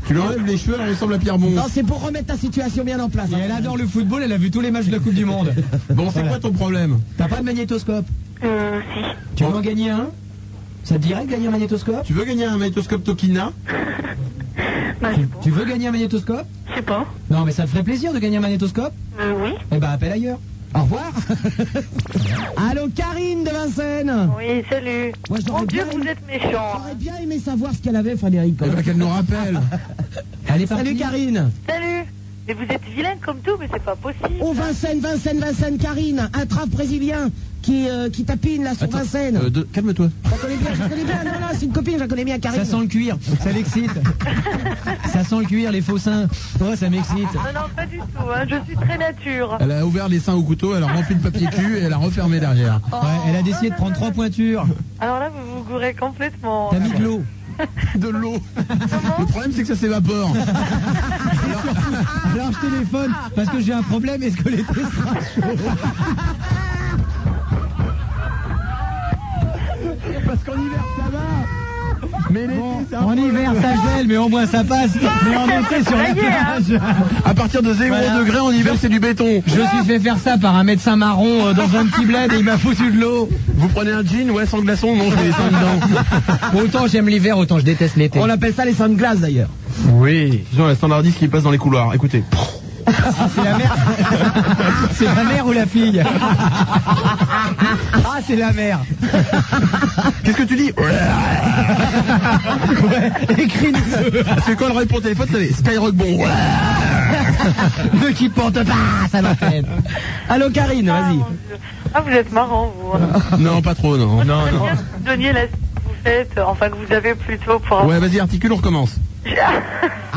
Speaker 3: Tu lui enlèves les cheveux, elle ressemble à Pierre Bon.
Speaker 2: Non, c'est pour remettre ta situation bien en place.
Speaker 4: Et
Speaker 2: hein.
Speaker 4: elle adore le football, elle a vu tous les matchs de la Coupe du Monde.
Speaker 3: Bon, c'est quoi ton problème
Speaker 4: T'as pas de magnétoscope
Speaker 30: Euh, si.
Speaker 4: Tu veux en gagner un Ça te dirait de gagner un magnétoscope
Speaker 3: Tu veux gagner un magnétoscope Tokina
Speaker 30: Bah, je sais pas.
Speaker 4: Tu veux gagner un magnétoscope
Speaker 30: Je sais pas.
Speaker 4: Non, mais ça te ferait plaisir de gagner un magnétoscope
Speaker 30: Euh, oui.
Speaker 4: Eh ben, appelle ailleurs. Au revoir.
Speaker 2: Allô, Karine de Vincennes
Speaker 9: Oui, salut.
Speaker 4: Oh,
Speaker 2: Moi, je
Speaker 9: Mon
Speaker 2: l'aurais
Speaker 9: Dieu,
Speaker 2: bien
Speaker 9: vous
Speaker 2: aimé-
Speaker 9: êtes méchant.
Speaker 2: j'aurais bien
Speaker 4: Euh,
Speaker 2: aimé savoir ce qu'elle avait, Frédéric. quand
Speaker 3: Eh
Speaker 2: même.
Speaker 3: ben, qu'elle nous rappelle.
Speaker 4: Elle est partie.
Speaker 2: Salut, Karine.
Speaker 9: Salut.
Speaker 12: Mais vous êtes vilain comme tout, mais c'est pas possible.
Speaker 2: Oh, Vincennes, Vincennes, Vincennes, Karine, un trave brésilien qui, euh, qui tapine là sur Vincennes.
Speaker 3: Euh, de- Calme-toi.
Speaker 2: Je la connais bien, je la connais bien. Non, non, c'est une copine, je la connais bien, Karine.
Speaker 4: Ça sent le cuir, ça l'excite. ça sent le cuir, les faux seins. Oh, ça m'excite.
Speaker 12: Non, non, pas du tout. hein. Je suis très nature.
Speaker 3: Elle a ouvert les seins au couteau, elle a rempli le papier cul et elle a refermé derrière.
Speaker 4: Ouais, elle a décidé de prendre trois pointures.
Speaker 12: Alors là, vous vous gourrez complètement.
Speaker 4: T'as mis de l'eau.
Speaker 3: De l'eau. Le problème, c'est que ça s'évapore.
Speaker 4: Alors je téléphone parce que j'ai un problème. Est-ce que l'été sera chaud
Speaker 3: Parce qu'en hiver, ça va. Mais l'été, c'est un
Speaker 4: En
Speaker 3: problème.
Speaker 4: hiver ça gèle, mais au moins ça passe. Mais en été sur la plage.
Speaker 3: À partir de 0
Speaker 4: Voilà.
Speaker 3: degré en hiver, c'est du béton.
Speaker 4: Je me suis fait faire ça par un médecin marron euh, dans un petit bled et il m'a foutu de l'eau.
Speaker 3: Vous prenez un jean, ouais, sans glaçon, non, je mets les seins dedans.
Speaker 4: Autant j'aime l'hiver, autant je déteste l'été.
Speaker 2: On appelle ça les seins de glace d'ailleurs.
Speaker 3: Oui. Ils ont la standardiste qui passe dans les couloirs. Écoutez.
Speaker 4: Ah, c'est la mère. c'est la mère ou la fille Ah, c'est la mère.
Speaker 3: Qu'est-ce que tu dis
Speaker 4: Ouais, écris
Speaker 3: Parce que quand elle répond au téléphone, ça fait Skyrock bon. Ouais.
Speaker 4: le qui porte pas, ça l'antenne.
Speaker 2: Allô, Karine, vas-y.
Speaker 12: Ah, vous êtes marrant, vous.
Speaker 3: Non, pas trop, non. Non, non.
Speaker 12: Vous donniez la que vous faites, enfin que vous avez plutôt pour. avoir-
Speaker 3: Ouais, vas-y, articule, on recommence.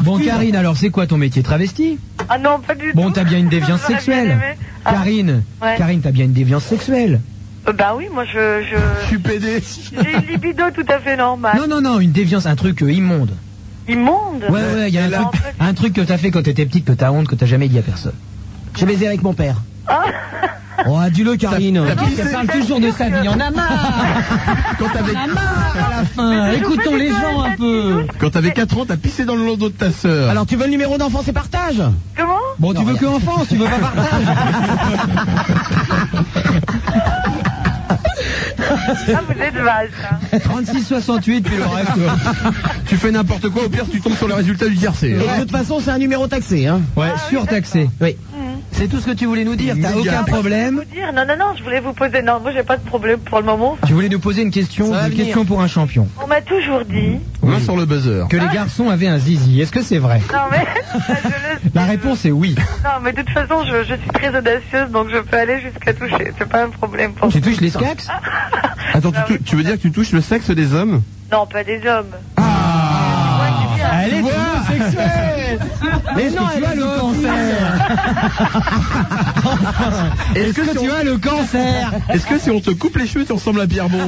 Speaker 4: Bon, Karine, alors c'est quoi ton métier Travesti
Speaker 12: Ah non, pas du tout.
Speaker 4: Bon, t'as bien une déviance
Speaker 12: J'aurais bien
Speaker 4: sexuelle.
Speaker 12: aimé. Ah.
Speaker 4: Karine,
Speaker 12: Ouais.
Speaker 4: Karine, t'as bien une déviance sexuelle.
Speaker 12: Euh, Bah oui, moi je.
Speaker 3: Je
Speaker 12: je-
Speaker 3: suis pédé.
Speaker 12: J'ai une libido tout à fait normale.
Speaker 4: Non, non, non, une déviance, un truc euh, immonde.
Speaker 12: Immonde
Speaker 4: Ouais, ouais, il y a un
Speaker 12: Alors,
Speaker 4: truc,
Speaker 12: en fait,
Speaker 4: un truc que t'as fait quand t'étais petite, que t'as honte, que t'as jamais dit à personne.
Speaker 2: J'ai baisé avec mon père.
Speaker 12: Ah.
Speaker 2: Oh, dis-le, Karine.
Speaker 4: T'as qu'elle parle toujours de sa vie, on en a marre
Speaker 3: Quand t'avais,
Speaker 4: à la fin.
Speaker 12: Mais je vous
Speaker 4: Écoutons
Speaker 12: fais
Speaker 4: les
Speaker 12: des
Speaker 4: gens un peu.
Speaker 3: quand t'avais 4 ans, t'as pissé dans le landau de ta sœur.
Speaker 2: Alors, tu veux le numéro d'enfance et partage
Speaker 12: Comment
Speaker 4: Bon, tu veux que enfance, tu veux pas partage.
Speaker 12: Ah, vous êtes vache. hein. Ah
Speaker 4: 36 68 puis le reste. euh,
Speaker 3: Tu fais n'importe quoi, au pire, tu tombes sur le résultat du tiercé.
Speaker 2: Et de toute façon, c'est un numéro taxé. Hein.
Speaker 4: Ouais, surtaxé.
Speaker 2: Oui.
Speaker 4: C'est tout ce que tu voulais nous dire, t'as
Speaker 3: Méga.
Speaker 4: aucun problème.
Speaker 12: Vous dire, non, non, non, je voulais vous poser. Non, moi j'ai pas de problème pour le moment.
Speaker 4: Tu voulais nous poser une question,
Speaker 2: va
Speaker 4: une
Speaker 2: venir.
Speaker 4: question pour un champion.
Speaker 12: On m'a toujours dit.
Speaker 3: Main sur le buzzer.
Speaker 4: Que les garçons avaient un zizi, est-ce que c'est vrai
Speaker 12: Non, mais. je le-
Speaker 4: La réponse est oui.
Speaker 12: Non, mais de toute façon, je, je suis très audacieuse, donc je peux aller jusqu'à toucher. C'est pas un problème
Speaker 3: Oh.
Speaker 12: pour moi.
Speaker 4: Tu touches les skax
Speaker 3: Ah. Attends,
Speaker 12: Bah
Speaker 3: tu, tou- tu veux dire que tu touches le sexe des hommes
Speaker 12: Non, pas des hommes.
Speaker 4: Elle est homosexuelle Est-ce que tu as le cancer
Speaker 3: Est-ce que, si
Speaker 4: Tu
Speaker 3: on-
Speaker 4: as le cancer
Speaker 3: est-ce que si on te coupe les cheveux, tu ressembles à Pierre Bon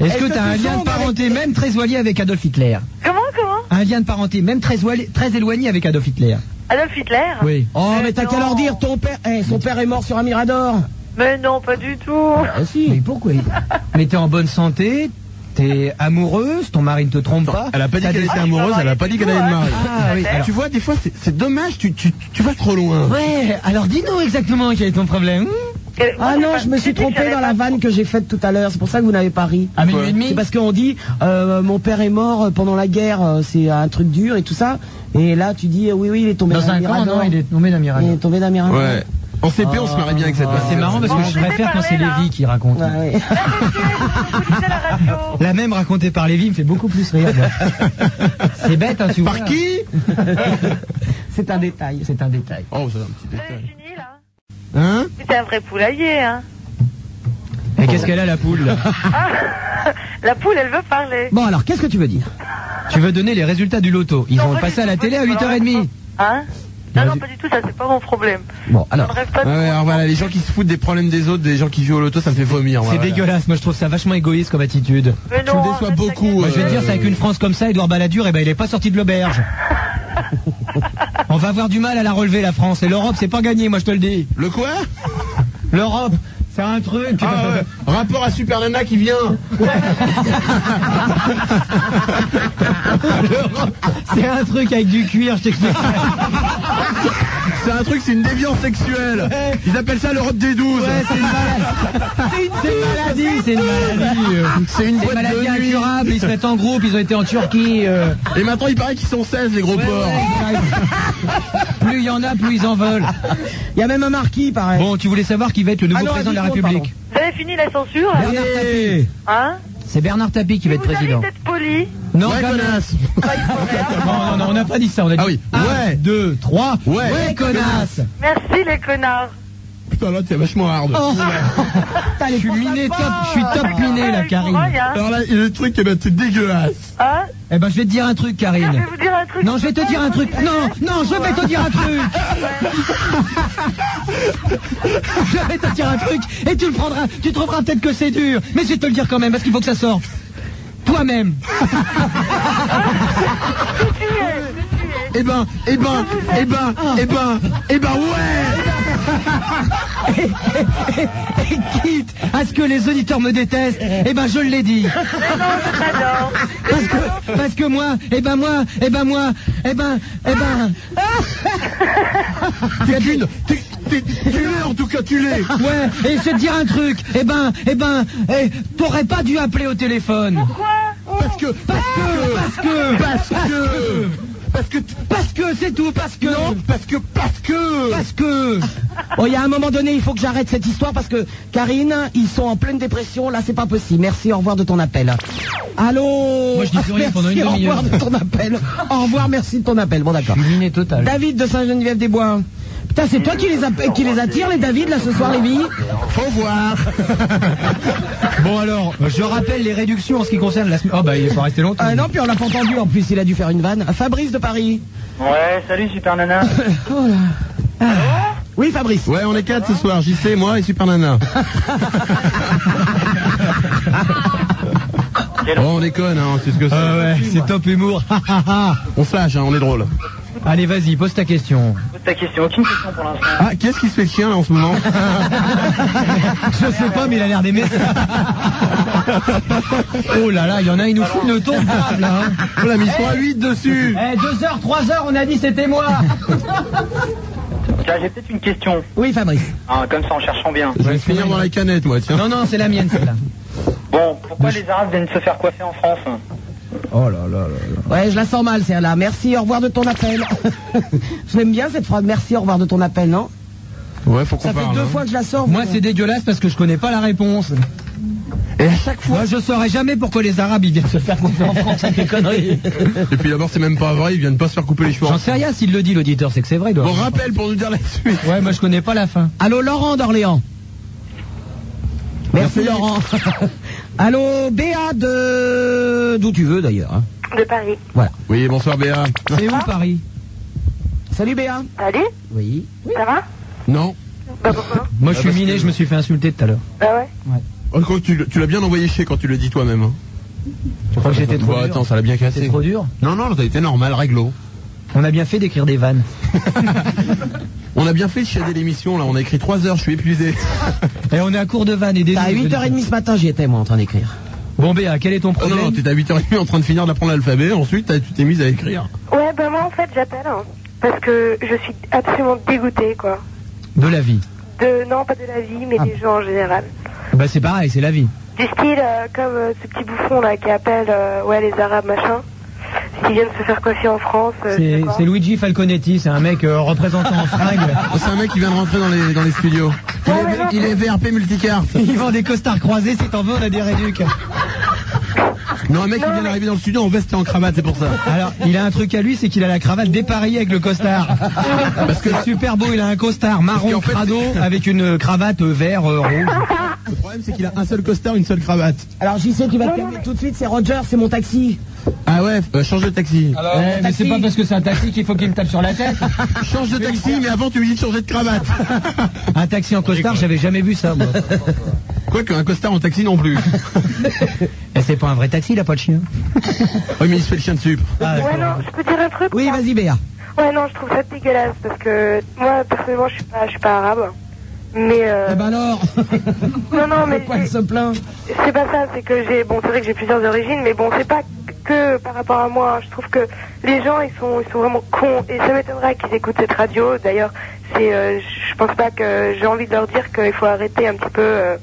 Speaker 4: Est-ce que t'as un lien de parenté même très éloigné avec Adolf Hitler
Speaker 12: Comment, comment
Speaker 4: Un lien de parenté même très, oil- très éloigné avec Adolf Hitler
Speaker 12: Adolf Hitler
Speaker 4: Oui.
Speaker 2: Oh, mais t'as
Speaker 12: non.
Speaker 2: qu'à leur dire, ton père, eh, son père est mort sur un mirador.
Speaker 12: Mais non, pas du tout.
Speaker 4: Ah si. Mais pourquoi il- Mais t'es en bonne santé, t'es amoureuse, ton mari ne te trompe pas.
Speaker 3: Elle a pas dit
Speaker 4: t'as
Speaker 3: qu'elle
Speaker 4: des-
Speaker 3: était amoureuse, elle a pas dit qu'elle allait le marier.
Speaker 4: Ah oui. alors-
Speaker 3: Tu vois, des fois, c'est- c'est dommage, tu, tu, tu vas trop loin.
Speaker 4: Ouais, alors dis-nous exactement quel est ton problème.
Speaker 12: Quel-
Speaker 2: Ah
Speaker 12: moi,
Speaker 2: non,
Speaker 12: j'ai
Speaker 2: je
Speaker 12: pas-
Speaker 2: me suis
Speaker 12: j'ai dit que
Speaker 2: trompé
Speaker 12: j'avais
Speaker 2: dans la
Speaker 12: pas-
Speaker 2: vanne que j'ai faite tout à l'heure. C'est pour ça que vous n'avez pas ri.
Speaker 4: À minuit Ah, et demi
Speaker 2: C'est parce qu'on dit, euh, mon père est mort pendant la guerre, euh, c'est un truc dur et tout ça. Et là, tu dis, euh, oui, oui, il est tombé
Speaker 4: Dans
Speaker 2: d'un
Speaker 4: un camp,
Speaker 2: mirador.
Speaker 4: non, il est tombé
Speaker 2: Il
Speaker 4: d'un
Speaker 2: est
Speaker 4: mirador.
Speaker 2: tombé d'un mirador.
Speaker 3: Ouais. Ah, En CP, on se marie bien avec cette
Speaker 4: C'est marrant parce
Speaker 12: Bon,
Speaker 4: que
Speaker 12: je
Speaker 4: je
Speaker 12: vais
Speaker 4: préfère quand
Speaker 12: parler,
Speaker 4: c'est
Speaker 12: là.
Speaker 4: Lévi qui raconte.
Speaker 2: Ouais, ouais.
Speaker 12: Vous disiez à la radio.
Speaker 4: La même racontée par Lévi me fait beaucoup plus rire. moi. c'est bête, hein, tu vois.
Speaker 3: Par qui
Speaker 2: C'est un détail.
Speaker 4: C'est un détail.
Speaker 3: Oh, c'est un petit
Speaker 12: Vous avez
Speaker 3: détail.
Speaker 12: fini, là
Speaker 3: Hein
Speaker 12: Mais C'est un vrai poulailler, hein.
Speaker 4: Et qu'est-ce qu'elle a la poule là
Speaker 12: La poule, elle veut parler.
Speaker 2: Bon, alors, qu'est-ce que tu veux dire
Speaker 4: Tu veux donner les résultats du loto. Ils
Speaker 12: Non,
Speaker 4: ont
Speaker 12: pas
Speaker 4: passé
Speaker 12: du
Speaker 4: à la
Speaker 12: tout,
Speaker 4: télé à
Speaker 12: parce que
Speaker 4: 8h30.
Speaker 12: Hein
Speaker 4: Vas-y.
Speaker 12: Non, non, pas du tout, ça, c'est pas mon problème.
Speaker 2: Bon,
Speaker 12: Je ne
Speaker 2: alors.
Speaker 12: rêve pas de
Speaker 3: Ouais, alors voilà, les gens qui se foutent des problèmes des autres, des gens qui jouent au loto, ça me fait vomir.
Speaker 4: C'est dégueulasse, moi je trouve ça vachement égoïste comme attitude.
Speaker 12: Mais
Speaker 3: Tu me
Speaker 12: non,
Speaker 3: déçois
Speaker 12: arrête,
Speaker 3: beaucoup, euh,
Speaker 12: t'inquiète.
Speaker 4: Moi, je vais te dire, c'est avec une France comme ça, Edouard Balladur, eh ben, il est pas sorti de l'auberge. On va avoir du mal à la relever, la France. Et l'Europe, c'est pas gagné, moi, je te le dis.
Speaker 3: Le quoi
Speaker 4: L'Europe, c'est un truc.
Speaker 3: Ah ouais, rapport à Super Nana qui vient.
Speaker 4: C'est un truc avec du cuir, je t'explique.
Speaker 3: C'est un truc, c'est une déviance sexuelle. Ils appellent ça l'Europe des 12.
Speaker 4: Ouais, c'est une maladie. C'est une maladie, c'est une maladie. euh.
Speaker 3: c'est une
Speaker 4: C'est une
Speaker 3: boîte
Speaker 4: maladie
Speaker 3: de nuit.
Speaker 4: incurable, ils se mettent en groupe, ils ont été en Turquie. euh.
Speaker 3: Et maintenant, il paraît qu'ils sont 16, les gros porcs.
Speaker 4: Plus il y en a, plus ils en veulent.
Speaker 2: Il y a même un marquis, pareil.
Speaker 4: Bon, tu voulais savoir qui va être le nouveau
Speaker 2: Ah non,
Speaker 4: président de la
Speaker 2: Adolphe,
Speaker 4: République.
Speaker 12: Vous avez fini la censure
Speaker 4: Bernard Tapie.
Speaker 12: Hein
Speaker 4: C'est Bernard Tapie qui va être
Speaker 12: Vous allez
Speaker 4: président.
Speaker 12: être poli.
Speaker 4: Non,
Speaker 3: Ouais,
Speaker 4: connasse. non, non, non, on n'a pas dit ça. On a dit
Speaker 3: Ah oui.
Speaker 4: un,
Speaker 3: Ouais.
Speaker 4: deux, trois.
Speaker 3: Ouais.
Speaker 4: connasse.
Speaker 9: Merci les connards.
Speaker 3: Putain, là, t'es vachement hard.
Speaker 4: Je suis miné top, je suis top miné là, Karine.
Speaker 3: Alors là, le truc, eh ben, c'est dégueulasse.
Speaker 4: Eh ben, je vais te dire un truc, Karine.
Speaker 3: Je vais vous dire un truc.
Speaker 4: Non, je vais te dire un truc. Non, non, je vais te dire un truc. je vais te dire un truc et tu le prendras. Tu trouveras peut-être que c'est dur, mais je vais te le dire quand même parce qu'il faut que ça sorte. Toi-même.
Speaker 3: Eh ben, eh ben, eh ben, eh ben, eh ben, ouais
Speaker 4: Et quitte à ce que les auditeurs me détestent, eh ben je l'ai dit. Parce que, parce que moi, eh ben moi, eh ben moi, eh ben, eh ben.
Speaker 3: T'es qu'une, t'es- t'es- tu l'es en tout cas, tu l'es.
Speaker 4: Ouais, et je vais te dire un truc, eh ben, eh ben, eh, t'aurais pas dû appeler au téléphone.
Speaker 3: Parce que, parce que,
Speaker 4: Parce que,
Speaker 3: parce que, parce que,
Speaker 4: parce que c'est tout, parce que.
Speaker 3: Non, parce que, parce que.
Speaker 4: Parce que.
Speaker 2: Bon, Oh, il y a un moment donné, il faut que j'arrête cette histoire parce que Karine, ils sont en pleine dépression. Là, c'est pas possible. Merci, au revoir de ton appel. Allô
Speaker 31: Moi, je dis plus rien
Speaker 2: Merci,
Speaker 31: pendant une
Speaker 2: Au revoir de
Speaker 31: demi-heure.
Speaker 2: ton appel. Au revoir, merci de ton appel. Bon, d'accord.
Speaker 4: Miné total.
Speaker 2: David de Saint-Geneviève-des-Bois. Putain, c'est toi qui les, app- qui les attire, les David, là, ce soir, les billes
Speaker 3: Faut voir.
Speaker 4: Bon alors, je rappelle les réductions en ce qui concerne la semaine. Oh bah il est pas resté longtemps.
Speaker 2: Ah non, puis on l'a pas entendu, en plus, il a dû faire une vanne. Fabrice de Paris.
Speaker 11: Ouais, salut Super Nana.
Speaker 2: Oh là. Ah. Oui, Fabrice.
Speaker 3: Ouais, on est quatre ce soir. JC, moi et Super Nana. Bon, on déconne, hein, c'est ce que c'est.
Speaker 4: Ah ouais, c'est top humour.
Speaker 3: On se lâche, hein, on est drôle.
Speaker 4: Allez, vas-y, pose ta question.
Speaker 11: Pose ta question, aucune question pour l'instant.
Speaker 3: Ah, qu'est-ce qui se fait le chien là en ce moment
Speaker 4: Je sais pas, mais il a l'air d'aimer ça. Oh là là, il y en a, il nous fout le tombe grave là. hein.
Speaker 3: On Oh, l'a mis 3-8 dessus.
Speaker 4: Eh, 2h, 3h, on a dit c'était moi.
Speaker 11: Tiens, j'ai peut-être une question.
Speaker 2: Oui, Fabrice.
Speaker 11: Ah, comme ça, en cherchant bien.
Speaker 3: Je vais finir dans la canette, moi, tiens.
Speaker 4: Non, non, c'est la mienne celle-là.
Speaker 11: Bon, pourquoi les Arabes viennent se faire coiffer en France hein
Speaker 4: Oh là là là.
Speaker 2: Ouais, je la sens mal, celle-là. Merci, au revoir de ton appel. je l'aime bien, cette phrase. Merci, au revoir de ton appel, non
Speaker 3: Ouais, faut
Speaker 2: Ça
Speaker 3: qu'on
Speaker 2: fait
Speaker 3: parle.
Speaker 2: deux
Speaker 3: hein.
Speaker 2: fois que je la sors.
Speaker 4: Moi,
Speaker 2: vous-
Speaker 4: c'est dégueulasse parce que je connais pas la réponse.
Speaker 3: Et à chaque fois.
Speaker 4: Moi, je saurais jamais pourquoi les Arabes ils viennent se faire coiffer en France avec des conneries.
Speaker 3: Et puis d'abord, c'est même pas vrai, ils viennent pas se faire couper les cheveux.
Speaker 4: J'en sais rien s'il le dit l'auditeur, c'est que c'est vrai. il doit-
Speaker 3: Bon, rappel pour nous dire la suite.
Speaker 4: Ouais, moi je connais pas la fin.
Speaker 2: Allô, Laurent d'Orléans. Merci,
Speaker 3: Merci.
Speaker 2: Laurent. Allô, Béa de... D'où tu veux, d'ailleurs. hein.
Speaker 9: De Paris.
Speaker 2: Voilà.
Speaker 3: Oui, bonsoir Béa.
Speaker 4: C'est où Paris
Speaker 2: Salut, Béa.
Speaker 9: Allez
Speaker 2: Oui.
Speaker 9: Ça va
Speaker 3: Non
Speaker 9: Bah pourquoi
Speaker 4: Moi je
Speaker 3: Ah,
Speaker 4: suis
Speaker 3: parce
Speaker 4: miné,
Speaker 3: que-
Speaker 4: je me suis fait insulter tout à l'heure.
Speaker 9: Bah ouais.
Speaker 3: Oh, quand tu, le- tu l'as bien envoyé chez quand tu le dis toi-même. hein.
Speaker 4: Tu crois que j'étais trop
Speaker 3: Bah,
Speaker 4: dur
Speaker 3: attends, ça l'a bien
Speaker 4: J'étais
Speaker 3: cassé.
Speaker 4: trop dur
Speaker 3: Non, non, t'as été normal, réglo.
Speaker 4: On a bien fait d'écrire des vannes.
Speaker 3: On a bien fait de chiader l'émission, là. On a écrit 3 heures, je suis épuisé.
Speaker 4: Et Eh, on est à court de vannes et des.
Speaker 2: T'as à 8h30 ce matin, j'y étais, moi, en train d'écrire.
Speaker 4: Bon Béa, quel est ton
Speaker 3: Oh, non,
Speaker 4: problème
Speaker 3: non, t'étais à 8h30 en train de finir d'apprendre l'alphabet. Ensuite, t'as- tu t'es mise à écrire.
Speaker 9: Ouais, bah moi en fait j'appelle. hein, parce que je suis absolument dégoûtée quoi.
Speaker 4: De la vie.
Speaker 9: De, non, pas de la vie, mais des gens en général.
Speaker 4: Bah c'est pareil, c'est la vie.
Speaker 9: Du style euh, comme euh, ce petit bouffon là qui appelle euh, ouais les arabes machin. Qui viennent se faire coiffer en France. euh, je sais
Speaker 4: C'est
Speaker 9: pas.
Speaker 4: c'est Luigi Falconetti, c'est un mec euh, représentant en fringues.
Speaker 3: Oh, c'est un mec qui vient de rentrer dans les, dans les studios. Il
Speaker 9: Ouais, mais non.
Speaker 3: est, il est VRP multicarte.
Speaker 4: Il vend des costards croisés, si t'en veux, on a des réducs.
Speaker 3: Non, un mec qui vient d'arriver dans le studio en veste et en cravate, c'est pour ça.
Speaker 4: Alors, il a un truc à lui, c'est qu'il a la cravate dépareillée avec le costard. Parce que super beau, il a un costard marron
Speaker 3: qu'en fait,
Speaker 4: crado avec une cravate euh, vert euh, rouge.
Speaker 3: Le problème, c'est qu'il a un seul costard, une seule cravate.
Speaker 2: Alors, j'y sais qui va te calmer tout de suite, c'est Roger, c'est mon taxi.
Speaker 3: Ah ouais, euh, change de taxi.
Speaker 2: mais Taxi. c'est pas parce
Speaker 4: que c'est un taxi qu'il faut qu'il me tape sur la tête.
Speaker 3: Change de taxi, mais avant, tu lui dis de changer de cravate.
Speaker 4: Un taxi en costard, j'avais jamais vu ça. Moi.
Speaker 3: Quoique, un costard en taxi non plus.
Speaker 4: Et c'est pas un vrai taxi, il a pas de chien.
Speaker 3: Oui, mais il se fait le chien dessus.
Speaker 9: Ouais, non, je peux dire un truc
Speaker 2: Oui,
Speaker 9: ou pas
Speaker 2: vas-y, Béa.
Speaker 9: Ouais, non, je trouve ça dégueulasse parce que moi, personnellement, je suis pas, je suis pas arabe. Mais euh,
Speaker 2: Eh ben alors,
Speaker 9: non, non, mais
Speaker 2: Eh ben, pourquoi elle
Speaker 9: j'ai-
Speaker 2: se plaint
Speaker 9: c'est pas ça. C'est que j'ai, bon, c'est vrai que j'ai plusieurs origines, mais bon, c'est pas que par rapport à moi. hein. Je trouve que les gens, ils sont, ils sont vraiment cons. Et ça m'étonnerait qu'ils écoutent cette radio. D'ailleurs, c'est, euh, je pense pas que j'ai envie de leur dire qu'il faut arrêter un petit peu. euh,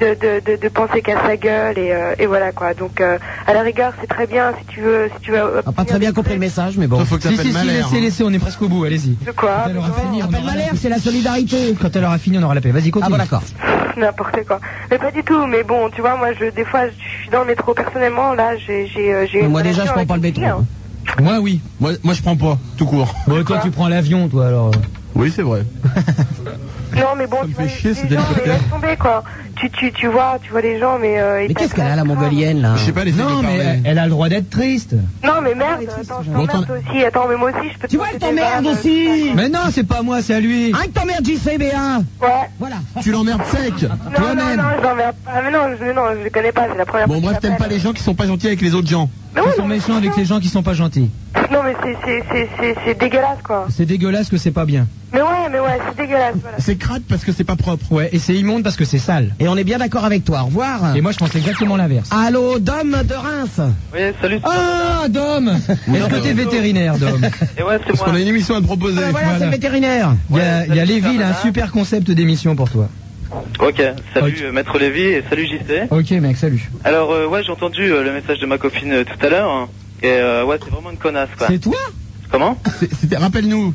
Speaker 9: de, de, de, de penser qu'à sa gueule et, euh, et voilà quoi donc euh, à la rigueur c'est très bien si tu veux si tu veux euh,
Speaker 2: On n'a Ah, pas très bien compris le message, mais bon.
Speaker 3: Toi, faut que
Speaker 4: Si, si,
Speaker 3: t'appelles
Speaker 4: si,
Speaker 3: Malher.
Speaker 4: laissez, laissez, on est presque au bout, allez-y.
Speaker 9: de quoi
Speaker 4: Quand elle aura
Speaker 9: non.
Speaker 4: fini, on
Speaker 2: Appelle
Speaker 4: aura la
Speaker 2: Malher,
Speaker 4: paix.
Speaker 2: c'est la solidarité.
Speaker 4: Quand elle aura fini, on aura la paix. Vas-y,
Speaker 2: Ah
Speaker 4: continue.
Speaker 2: bon, d'accord.
Speaker 9: N'importe quoi. Mais pas du tout, mais bon, tu vois, moi, je, des fois, je, suis dans le métro. Personnellement, là, j'ai j'ai, euh, j'ai
Speaker 2: Mais
Speaker 9: une
Speaker 2: moi, déjà,
Speaker 9: relation
Speaker 2: je prends pas le
Speaker 9: avec
Speaker 2: métro.
Speaker 9: une fille, hein.
Speaker 3: Moi, oui. Moi, moi, je prends pas, tout court.
Speaker 4: Bon, toi, tu prends l'avion, toi, alors.
Speaker 3: Oui, c'est vrai.
Speaker 9: Non, mais bon, tu vois,
Speaker 3: chier,
Speaker 9: les
Speaker 3: ce
Speaker 9: gens, mais
Speaker 3: hélicoptère.
Speaker 9: laisse tomber, quoi. Tu, tu, tu vois, tu vois les gens, mais... euh, ils
Speaker 2: Mais qu'est-ce
Speaker 9: passent
Speaker 2: qu'elle a, la mongolienne, là
Speaker 3: Je sais pas, les
Speaker 4: Non, mais elle, elle a le droit d'être triste.
Speaker 9: Non, mais merde, attends, je t'emmerde toi aussi. Attends, mais moi aussi, je peux te Tu vois, elle
Speaker 2: t'emmerde aussi
Speaker 4: Mais non, c'est pas moi, c'est à lui.
Speaker 2: Hein, que t'emmerdes JCB1
Speaker 9: Ouais.
Speaker 2: Voilà.
Speaker 3: euh, Tu l'emmerdes sec,
Speaker 9: Non, non,
Speaker 3: toi-même.
Speaker 9: non, je l'emmerde pas. Ah, Mais non, je, non, je le connais pas, c'est la première
Speaker 3: Bon,
Speaker 9: fois
Speaker 3: bref,
Speaker 9: que
Speaker 3: t'aimes pas les gens qui sont pas gentils avec les autres gens.
Speaker 4: Ils sont méchants avec les gens qui sont pas gentils.
Speaker 9: j'appelle. Non, mais c'est- c'est- c'est- c'est- c'est dégueulasse, quoi.
Speaker 4: C'est dégueulasse que c'est pas bien.
Speaker 9: Mais ouais, mais ouais, c'est dégueulasse, voilà.
Speaker 3: C'est crade parce que c'est pas propre.
Speaker 4: Ouais, et c'est immonde parce que c'est sale.
Speaker 2: Et on est bien d'accord avec toi, au revoir.
Speaker 3: Ah.
Speaker 4: Et moi, je pense exactement l'inverse.
Speaker 2: Allô, Dom de Reims
Speaker 8: Oui, salut.
Speaker 4: Ah, Dom Est-ce que t'es vétérinaire, Dom
Speaker 8: Et ouais, c'est
Speaker 3: Parce
Speaker 8: moi.
Speaker 3: qu'on a une émission à te proposer.
Speaker 2: Voilà, c'est le vétérinaire.
Speaker 4: Il y a,
Speaker 8: Ouais,
Speaker 4: il y a
Speaker 8: salut,
Speaker 4: Lévi, il a un
Speaker 8: Superman.
Speaker 4: super concept d'émission pour toi.
Speaker 8: Ok, salut euh, Maître Lévy et salut JC.
Speaker 4: Ok, mec, salut.
Speaker 8: Alors, euh, ouais, j'ai entendu euh, le message de ma copine euh, tout à l'heure. hein. Et euh, ouais, c'est vraiment une connasse, quoi.
Speaker 4: C'est toi
Speaker 8: Comment
Speaker 3: C'est- c'était- Rappelle-nous.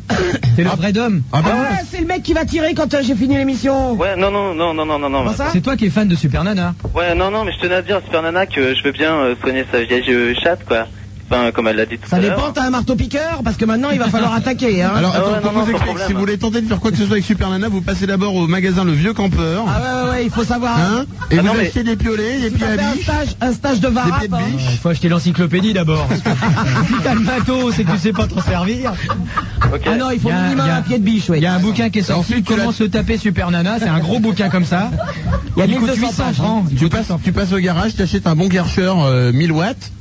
Speaker 4: T'es le vrai Dom
Speaker 3: Ah, bah,
Speaker 2: Ah, c'est le mec qui va tirer quand euh, j'ai fini l'émission.
Speaker 8: Ouais, non, non, non, non, non, non, non.
Speaker 2: Comment
Speaker 3: Ah,
Speaker 2: ça
Speaker 4: C'est toi qui es fan de Super Nana.
Speaker 8: Ouais, non, non, mais je tenais à dire à Super Nana que je veux bien euh, soigner sa vieille euh, chatte, quoi. Enfin, comme elle l'a dit tout
Speaker 2: Ça
Speaker 8: à
Speaker 2: dépend,
Speaker 8: l'heure.
Speaker 2: t'as un marteau-piqueur Parce que maintenant, il va falloir attaquer. Hein.
Speaker 3: Alors, attends,
Speaker 8: ouais,
Speaker 3: pour
Speaker 8: non, non,
Speaker 3: vous
Speaker 8: sans
Speaker 3: explique,
Speaker 8: problème.
Speaker 3: si vous voulez tenter de faire quoi que ce soit avec Super Nana, vous passez d'abord au magasin Le Vieux Campeur.
Speaker 2: Ah ouais, ouais, ouais, il faut savoir.
Speaker 3: Hein et
Speaker 8: Ah
Speaker 3: vous
Speaker 8: non, mais-
Speaker 3: achetez des piolets, des
Speaker 2: Si
Speaker 3: pieds
Speaker 2: t'as
Speaker 3: à
Speaker 2: fait un
Speaker 3: biche,
Speaker 2: stage, un stage de
Speaker 3: des
Speaker 2: varap.
Speaker 3: pieds de
Speaker 2: hein.
Speaker 3: biche.
Speaker 4: Il faut acheter l'encyclopédie d'abord. parce que si t'as le matos et que tu sais pas t'en servir.
Speaker 8: Ok.
Speaker 2: Ah non, il faut
Speaker 4: Y a-
Speaker 2: minimum
Speaker 4: y a-
Speaker 2: un pied de biche, oui.
Speaker 4: Il y a un bouquin qui est
Speaker 3: Bah,
Speaker 4: sorti,
Speaker 3: Ensuite, tu
Speaker 4: Comment
Speaker 3: l'as-
Speaker 4: se taper Super Nana. C'est un gros bouquin comme ça.
Speaker 2: Il y a
Speaker 4: Il coûte
Speaker 2: 1200
Speaker 4: 800
Speaker 2: pages, hein.
Speaker 4: francs. Il
Speaker 3: Tu
Speaker 4: coûte
Speaker 3: passes, tu passes au garage, t'achètes un bon Karcher euh, 1000 watts.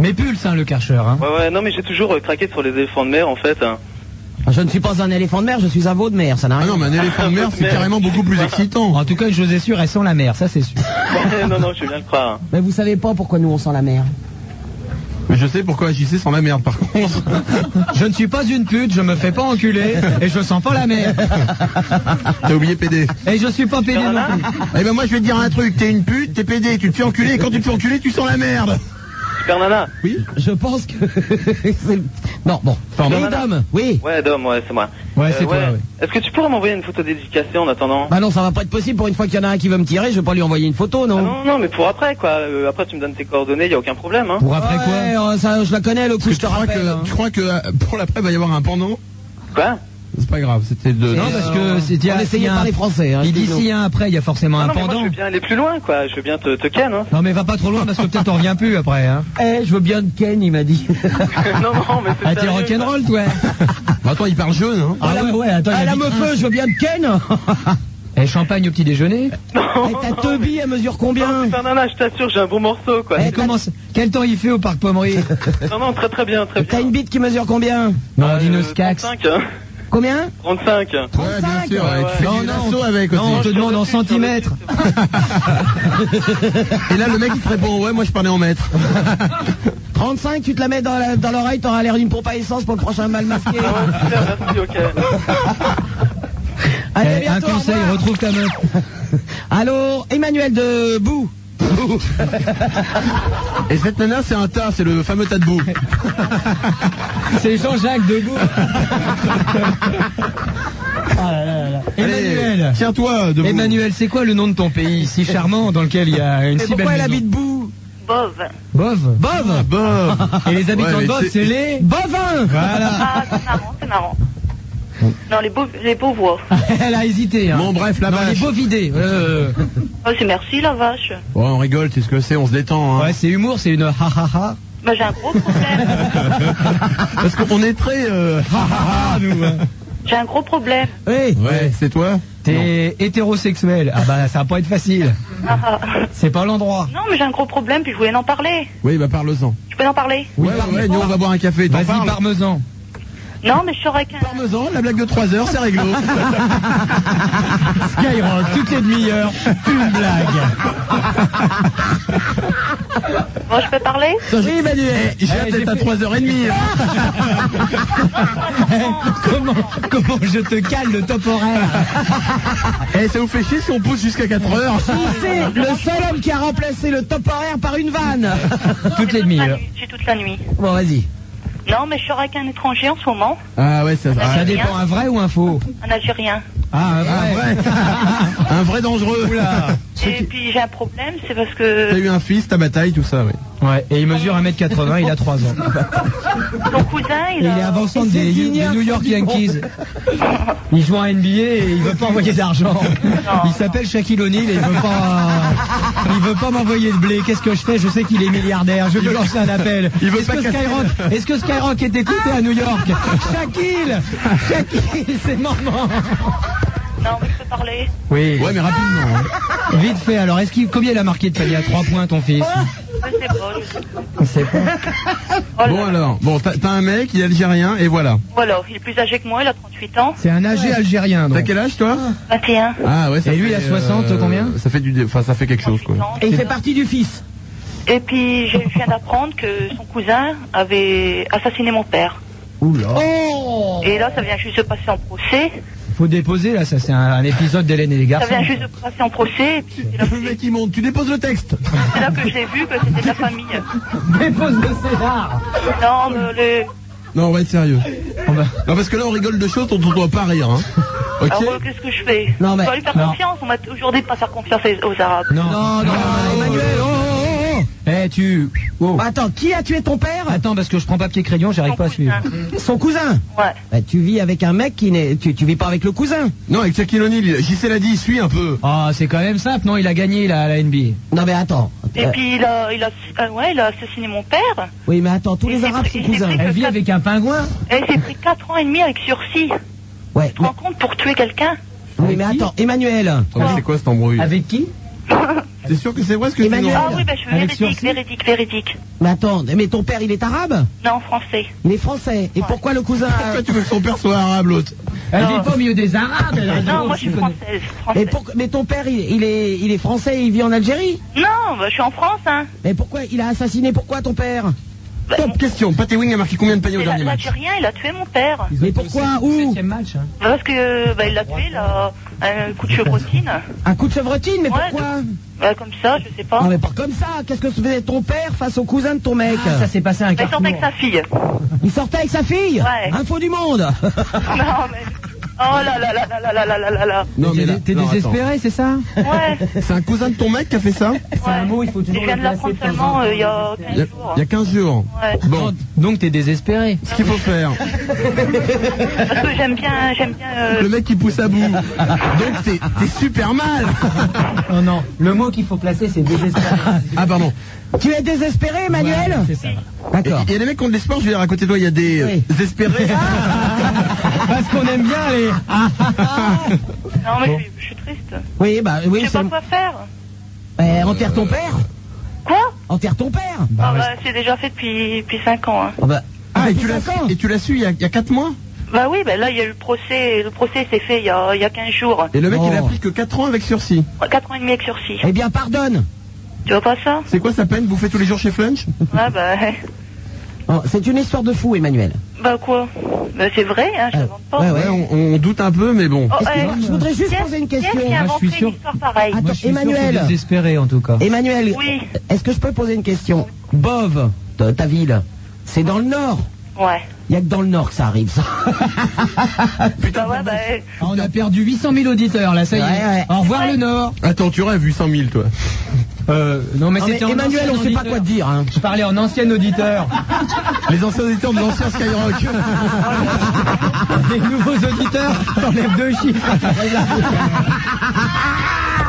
Speaker 4: Mais pulse, hein, le Karcher. Hein.
Speaker 8: Bah Ouais, ouais, non, mais j'ai toujours euh, craqué sur les éléphants de mer, en fait. hein.
Speaker 2: Ah, Je ne suis pas un éléphant de mer, je suis un veau de mer, ça n'a
Speaker 3: Ah
Speaker 2: rien.
Speaker 3: non, mais un éléphant de mer, c'est carrément beaucoup plus excitant.
Speaker 4: En tout cas, une chose est sûre, elle sent la mer, ça c'est sûr.
Speaker 8: Ouais, non, non, je veux bien le croire. hein.
Speaker 2: Mais vous savez pas pourquoi nous on sent la mer.
Speaker 3: Mais je sais pourquoi agissez sans la merde, par contre.
Speaker 4: Je ne suis pas une pute, je me fais pas enculer et je sens pas la mer.
Speaker 3: T'as oublié PD.
Speaker 4: Et je suis pas pédé non plus.
Speaker 3: Eh ben moi, je vais te dire un truc. T'es une pute, t'es PD, tu te fais enculer, et quand tu te fais enculer, tu sens la merde.
Speaker 8: Super Nana
Speaker 2: Je pense que. c'est le- non, bon.
Speaker 3: Pardon.
Speaker 2: Oui, Dom, oui.
Speaker 8: Ouais, Dom, ouais, c'est moi.
Speaker 4: Ouais, c'est toi, ouais.
Speaker 8: Euh, Est-ce que tu pourrais m'envoyer une photo dédicacée en attendant
Speaker 2: Bah non, ça va pas être possible pour une fois qu'il y en a un qui veut me tirer, je vais pas lui envoyer une photo,
Speaker 8: Ah
Speaker 2: non
Speaker 8: Non, non, mais pour après, quoi. Euh, après, tu me donnes tes coordonnées, y a aucun problème, hein.
Speaker 4: Pour après quoi
Speaker 2: Ouais, euh, ça, je la connais, le coup, je te
Speaker 3: crois
Speaker 2: rappelle.
Speaker 3: que,
Speaker 2: hein.
Speaker 3: tu crois que euh, pour l'après, va y avoir un pendant
Speaker 8: Quoi
Speaker 3: C'est pas grave, c'était de...
Speaker 4: Non, parce que c'est
Speaker 2: On
Speaker 4: d'ici
Speaker 2: essayait
Speaker 4: un...
Speaker 2: par les Français. Hein,
Speaker 4: Il dit
Speaker 2: dis-nous.
Speaker 4: s'il y a un après, il y a forcément
Speaker 8: Ah
Speaker 4: un
Speaker 8: non, mais moi,
Speaker 4: pendant.
Speaker 8: je veux bien aller plus loin, quoi. Je veux bien te, te ken, hein.
Speaker 4: Non mais va pas trop loin parce que peut-être on revient plus après. Hein.
Speaker 2: Eh, je veux bien de Ken, il m'a dit.
Speaker 8: non, non, mais Ah, c'est
Speaker 4: Ah t'es
Speaker 8: sérieux, quoi.
Speaker 4: rock'n'roll toi.
Speaker 3: Bah, attends, il parle jaune, hein
Speaker 4: Ah ouais, ouais, attends, il
Speaker 2: ah,
Speaker 4: a
Speaker 2: la
Speaker 4: dit
Speaker 2: meufeux, je veux bien de Ken.
Speaker 4: Et Eh, champagne au petit déjeuner.
Speaker 2: Eh, ta teubie, elle mesure combien
Speaker 8: Super Nana, je t'assure, j'ai un bon morceau, quoi.
Speaker 4: Et Eh, comment ça- Quel temps il fait au parc Pommery
Speaker 8: Euh, Non, non, très très bien, très bien.
Speaker 2: T'as une bite qui mesure combien
Speaker 4: Non,
Speaker 8: Euh,
Speaker 4: Dinoskax.
Speaker 8: 35, hein.
Speaker 2: Combien
Speaker 8: 35.
Speaker 3: Ouais, bien
Speaker 2: 35,
Speaker 3: sûr,
Speaker 8: ouais,
Speaker 3: ouais, tu fais
Speaker 4: ouais.
Speaker 3: du
Speaker 4: Non, non,
Speaker 3: lasso avec aussi.
Speaker 4: Non, on te
Speaker 8: sur
Speaker 4: demande
Speaker 8: le
Speaker 4: en
Speaker 8: dessus, sur le
Speaker 4: centimètres.
Speaker 3: Et là, le mec, il te répond, ouais, moi, je parlais en mètres.
Speaker 2: 35, tu te la mets dans la- dans l'oreille, t'auras l'air d'une pompe à essence pour le prochain mal masqué.
Speaker 8: Ah ouais, super, merci, ok.
Speaker 2: Allez, à
Speaker 4: Eh, un
Speaker 2: bientôt, au
Speaker 4: conseil,
Speaker 2: revoir.
Speaker 4: retrouve ta meuf.
Speaker 2: Allô, Emmanuel de Bou.
Speaker 3: Et cette nana, c'est un tas, c'est le fameux tas de boue.
Speaker 4: C'est Jean-Jacques Debout. Ah Emmanuel.
Speaker 3: Allez, Tiens-toi, debout.
Speaker 4: Emmanuel, c'est quoi le nom de ton pays si charmant dans lequel il y a une
Speaker 2: Et
Speaker 4: si belle
Speaker 2: pourquoi elle
Speaker 4: maison
Speaker 2: habite Bou
Speaker 32: Bove.
Speaker 4: Bove.
Speaker 2: Bove
Speaker 3: Bob.
Speaker 4: Et les habitants
Speaker 3: Ah, Ouais, mais
Speaker 4: de Bove,
Speaker 3: c'est-
Speaker 4: c'est les
Speaker 2: Bovin
Speaker 4: Voilà.
Speaker 32: Ah, c'est marrant, c'est marrant. Non, les beaux, les beaux voix.
Speaker 4: Elle a hésité. Hein.
Speaker 3: Bon, bref, la
Speaker 4: Non, les
Speaker 3: vache.
Speaker 4: bovidés. Euh,
Speaker 32: Oh, c'est merci la vache.
Speaker 3: Ouais, on rigole, tu sais ce que c'est, on se détend. Hein.
Speaker 4: ouais, c'est humour, c'est une ha ha ha.
Speaker 32: Bah, j'ai un gros problème.
Speaker 3: Parce qu'on est très. euh,
Speaker 4: Ah, nous. hein.
Speaker 32: J'ai un gros problème.
Speaker 2: Oui
Speaker 3: Ouais, c'est toi
Speaker 4: T'es hétérosexuel. Ah bah ça va pas être facile.
Speaker 32: Ah, ah.
Speaker 4: C'est pas l'endroit.
Speaker 32: Non, mais j'ai un gros problème, puis je voulais en parler.
Speaker 3: Oui, bah parle-en.
Speaker 32: Je peux en parler
Speaker 3: ouais, ouais, ouais, nous on va boire un café. T'en
Speaker 4: Vas-y,
Speaker 3: parles
Speaker 4: parmesan.
Speaker 32: Non, mais je sors avec un...
Speaker 3: Parmesan, la blague de 3 heures, c'est réglo.
Speaker 4: Skyrock, toutes les demi-heures, une blague.
Speaker 32: Moi, je peux parler
Speaker 2: Oui,
Speaker 4: Eh,
Speaker 2: Emmanuel
Speaker 3: J'ai hâte d'être à 3h30. hein.
Speaker 4: Eh, Comment, comment je te cale le top horaire
Speaker 3: Eh, ça vous fait chier si on pousse jusqu'à
Speaker 4: Oh,
Speaker 3: 4h
Speaker 2: C'est le seul homme qui a remplacé le top horaire par une vanne
Speaker 32: J'ai toute
Speaker 4: Toutes les
Speaker 32: la
Speaker 4: demi-heures.
Speaker 32: nuit, J'ai toute la nuit.
Speaker 2: Bon, vas-y.
Speaker 32: Non, mais je sors avec un étranger en ce moment,
Speaker 3: Ah ouais, ça
Speaker 4: Ça dépend un vrai ou un faux.
Speaker 32: un Algérien.
Speaker 3: Ah, un vrai. un vrai dangereux.
Speaker 9: Et puis j'ai un problème, c'est parce que
Speaker 3: T'as eu un fils, ta bataille, tout ça, oui.
Speaker 4: Ouais, et il mesure 1m80, il a 3 ans.
Speaker 9: mon cousin,
Speaker 4: Et il
Speaker 9: il
Speaker 4: est
Speaker 9: a...
Speaker 4: avançant des, des New York Yankees. Il joue à NBA et il veut pas envoyer d'argent. Il s'appelle Shaquille O'Neal et il veut pas, euh, il veut pas m'envoyer de blé. Qu'est-ce que je fais Je sais qu'il est milliardaire. Je veux lancer un appel.
Speaker 3: Il veut
Speaker 4: Est-ce
Speaker 3: pas
Speaker 4: que
Speaker 3: casser-
Speaker 4: Skyrock, est-ce que Skyrock est écouté à New York Shaquille, Shaquille, c'est maman.
Speaker 9: Non, mais je peux parler.
Speaker 4: Oui.
Speaker 3: Ouais, mais rapidement.
Speaker 4: hein. Vite fait. Alors, est-ce qu'il, combien il a marqué de panier à 3 points ton fils
Speaker 9: Je sais pas, je sais pas.
Speaker 4: C'est pas. Oh
Speaker 3: Bon alors, bon, t'as t'as un mec, il est algérien, et voilà.
Speaker 9: Voilà, il est plus âgé que moi, il a 38 ans.
Speaker 4: C'est un âgé algérien.
Speaker 3: T'as
Speaker 4: Donc.
Speaker 3: quel âge toi
Speaker 9: 21.
Speaker 3: Ah ouais. euh,
Speaker 4: Et lui, il a 60, combien
Speaker 3: Ça fait du, enfin ça fait quelque chose quoi.
Speaker 2: Et il fait partie du fils.
Speaker 9: Et puis je viens d'apprendre que son cousin avait assassiné mon père.
Speaker 3: Oula.
Speaker 9: Et là, ça vient juste de passer en procès.
Speaker 4: Faut déposer là. Ça, c'est un, un épisode d'Hélène et les
Speaker 9: Ça
Speaker 4: garçons.
Speaker 9: vient juste de passer en procès. Et puis c'est là,
Speaker 3: Le mec il monte, tu déposes le texte.
Speaker 9: c'est là que j'ai vu que c'était de la famille.
Speaker 4: Dépose le César.
Speaker 9: Non, mais le...
Speaker 3: Non, on va être sérieux. Non parce que là on rigole de choses dont on doit pas rire. Hein. Ok.
Speaker 9: Alors euh, qu'est-ce que je fais
Speaker 4: Non, mais-
Speaker 9: On va lui faire
Speaker 4: non.
Speaker 9: confiance. On m'a toujours dit de pas faire confiance aux- aux Arabes.
Speaker 4: Non. Ah, Non, non, Emmanuel. Eh tu. oh.
Speaker 2: Attends, qui a tué ton père
Speaker 4: Attends parce que je prends papier crayon, j'arrive pas à suivre.
Speaker 2: Son cousin
Speaker 9: Ouais.
Speaker 2: Bah, tu vis avec un mec qui n'est. Tu, tu vis pas avec le cousin
Speaker 3: Non, avec Shaquille O'Neal, il- JC l'a dit, il suit un peu.
Speaker 4: Ah c'est quand même simple, non Il a gagné là, à la NBA.
Speaker 2: Non, mais attends.
Speaker 9: Et
Speaker 2: Euh,
Speaker 9: puis il a, il a, ah ouais, il a assassiné mon père.
Speaker 2: oui, mais attends, tous
Speaker 9: il
Speaker 2: les
Speaker 9: s'est
Speaker 2: Arabes
Speaker 9: pris-
Speaker 2: sont
Speaker 9: il s'est
Speaker 2: cousins.
Speaker 9: pris que quatre-
Speaker 4: avec un pingouin
Speaker 9: Et il s'est pris 4 ans et demi avec sursis.
Speaker 2: Ouais.
Speaker 9: Tu te rends compte pour tuer quelqu'un
Speaker 2: Oui, mais attends, Emmanuel.
Speaker 3: Attends, Ah, mais C'est quoi cet embrouille
Speaker 4: Avec qui
Speaker 3: T'es sûr que c'est vrai ce que tu dis
Speaker 2: Emmanuel.
Speaker 3: non
Speaker 9: Ah oui, bah, je suis
Speaker 4: Avec
Speaker 9: véridique,
Speaker 4: sursis
Speaker 9: véridique, véridique.
Speaker 2: Mais attends, mais ton père, il est arabe
Speaker 9: Non, français.
Speaker 2: Il est français. Et pourquoi le cousin a-
Speaker 3: Ah, Pourquoi tu veux que son père soit arabe l'autre
Speaker 4: Elle vit pas au milieu des Arabes. elle a-
Speaker 9: Non, moi je suis française.
Speaker 2: Et
Speaker 9: française.
Speaker 2: pour- Mais ton père, il, il est, il est français et il vit en Algérie
Speaker 9: Non, bah, je suis en France, hein.
Speaker 2: Mais pourquoi Il a assassiné pourquoi ton père
Speaker 3: Top question, Paté Wing a marqué combien de paniers au
Speaker 9: C'est la-
Speaker 3: dernier match
Speaker 9: L'Algérien, il a tué mon père.
Speaker 2: Mais pourquoi Où
Speaker 4: Septième match. hein.
Speaker 9: Bah, Parce que bah, il l'a tué, là, un coup de chevrotine.
Speaker 2: Un coup de chevrotine Mais
Speaker 9: Ouais,
Speaker 2: pourquoi
Speaker 9: Bah, comme ça, je sais pas.
Speaker 2: Non, mais pas comme ça. Qu'est-ce que faisait ton père face au cousin de ton mec
Speaker 4: Ah, ça s'est passé un
Speaker 9: Il
Speaker 4: quart
Speaker 9: sortait avec sa fille.
Speaker 2: Il sortait avec sa fille
Speaker 9: Ouais.
Speaker 2: Info du monde
Speaker 9: non, mais. Oh là là là là là là là là là là.
Speaker 3: Non mais là-
Speaker 4: T'es
Speaker 3: non,
Speaker 4: désespéré, c'est ça
Speaker 9: Ouais.
Speaker 3: attends. C'est un cousin de ton mec qui a fait ça
Speaker 4: C'est un mot, il faut
Speaker 9: Je
Speaker 4: toujours
Speaker 9: viens de
Speaker 4: le
Speaker 9: l'apprendre
Speaker 4: placer
Speaker 9: seulement
Speaker 4: dans un-
Speaker 9: euh, il y a
Speaker 3: Il y a-
Speaker 9: 15 jours.
Speaker 3: il y a 15 jours.
Speaker 9: Ouais.
Speaker 3: Bon,
Speaker 4: Donc t'es désespéré.
Speaker 3: ce qu'il faut faire,
Speaker 9: Parce que j'aime bien, j'aime bien. euh,
Speaker 3: le mec qui pousse à bout. Donc t'es t'es super mal.
Speaker 4: Ah, Non, non. Le mot qu'il faut placer, c'est désespéré.
Speaker 3: Ah pardon.
Speaker 2: Tu es désespéré, Emmanuel
Speaker 4: Voilà, c'est ça.
Speaker 2: D'accord.
Speaker 3: Il y a des mecs qui ont de l'espoir, je veux dire, à côté de toi, il y a des euh, désespérés.
Speaker 4: Parce qu'on aime bien les.
Speaker 9: Non, mais je, suis, je suis triste.
Speaker 2: Oui, bah oui,
Speaker 9: je
Speaker 2: c'est-
Speaker 9: sais pas
Speaker 2: Eh,
Speaker 9: quoi faire.
Speaker 2: enterre ton père
Speaker 9: Quoi
Speaker 2: Enterre ton père
Speaker 9: Ah bah, c'est déjà fait depuis, depuis 5 ans. hein.
Speaker 2: Ah bah,
Speaker 3: Ah, et tu
Speaker 2: depuis
Speaker 3: l'as su,
Speaker 2: cinq ans.
Speaker 3: et tu l'as su il y a- il y a 4 mois
Speaker 9: Bah oui, bah là, il y a eu le procès. Le procès s'est fait il y a, il y a 15 jours.
Speaker 3: Et le mec,
Speaker 2: Oh.
Speaker 3: il a pris que 4 ans avec sursis.
Speaker 9: 4 ans et demi avec sursis.
Speaker 2: Eh bien, pardonne
Speaker 9: Tu vois pas ça
Speaker 3: C'est quoi sa peine Vous faites tous les jours chez Flunch
Speaker 9: Ah bah...
Speaker 2: Oh, C'est une histoire de fou, Emmanuel.
Speaker 9: Bah quoi Bah c'est vrai, hein, je
Speaker 2: Ah,
Speaker 9: l'invente pas.
Speaker 2: ouais,
Speaker 3: Ouais, on, on doute un peu, mais bon.
Speaker 9: Oh,
Speaker 2: Excuse-moi,
Speaker 9: eh,
Speaker 2: je voudrais juste
Speaker 9: qui est-ce-
Speaker 2: poser une
Speaker 9: qui est-ce
Speaker 2: question.
Speaker 9: qui a
Speaker 4: Moi, je
Speaker 9: inventé
Speaker 4: suis sûr-
Speaker 9: une histoire pareille
Speaker 2: Attends,
Speaker 4: Moi, je suis
Speaker 2: Emmanuel.
Speaker 4: sûr que t'es désespéré en tout cas.
Speaker 2: Emmanuel,
Speaker 9: Oui.
Speaker 2: est-ce que je peux poser une question Bove, ta ta ville, c'est dans le nord
Speaker 9: Ouais.
Speaker 2: Il n'y a que dans le nord que ça arrive, ça.
Speaker 9: bah ouais, bah... eh,
Speaker 4: Ah, on a perdu 800 000 auditeurs là, ça y est.
Speaker 2: Ouais, ouais.
Speaker 4: Au revoir le Nord.
Speaker 3: Attends, tu rêves 800 000, toi.
Speaker 4: Euh, non mais
Speaker 2: Non, mais
Speaker 4: c'était en
Speaker 2: Emmanuel,
Speaker 4: ancien
Speaker 2: on sait pas
Speaker 4: auditeur.
Speaker 2: quoi te dire. Hein.
Speaker 4: Je parlais en ancien auditeur.
Speaker 3: Les anciens auditeurs de l'ancien Skyrock.
Speaker 4: Les nouveaux auditeurs, t'enlèves deux chiffres.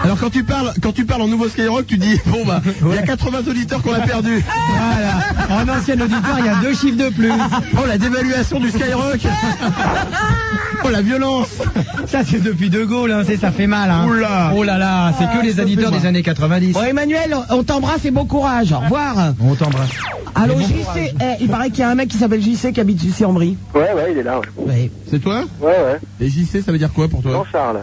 Speaker 3: Alors quand tu parles, quand tu parles en nouveau Skyrock, tu dis bon bah, il y a 80 auditeurs qu'on a perdu.
Speaker 4: Voilà. En ancien auditeur, il y a deux chiffres de plus.
Speaker 3: Oh la dévaluation du Skyrock. Oh la violence.
Speaker 4: Ça c'est depuis De Gaulle, hein, c'est- ça fait mal. Hein.
Speaker 3: Oula.
Speaker 4: Oh là là, c'est que les auditeurs des années 90.
Speaker 2: Bon, Emmanuel, on t'embrasse et bon courage. Au revoir.
Speaker 4: On t'embrasse.
Speaker 2: Allons, JC. Eh, il paraît qu'il y a un mec qui s'appelle JC qui habite ici en Brie.
Speaker 11: Ouais,
Speaker 3: Ah,
Speaker 11: ouais, il est là. Ouais,
Speaker 2: Ouais.
Speaker 3: C'est toi
Speaker 11: ouais. ouais.
Speaker 3: Et JC, ça veut dire quoi pour toi
Speaker 11: Jean-Charles.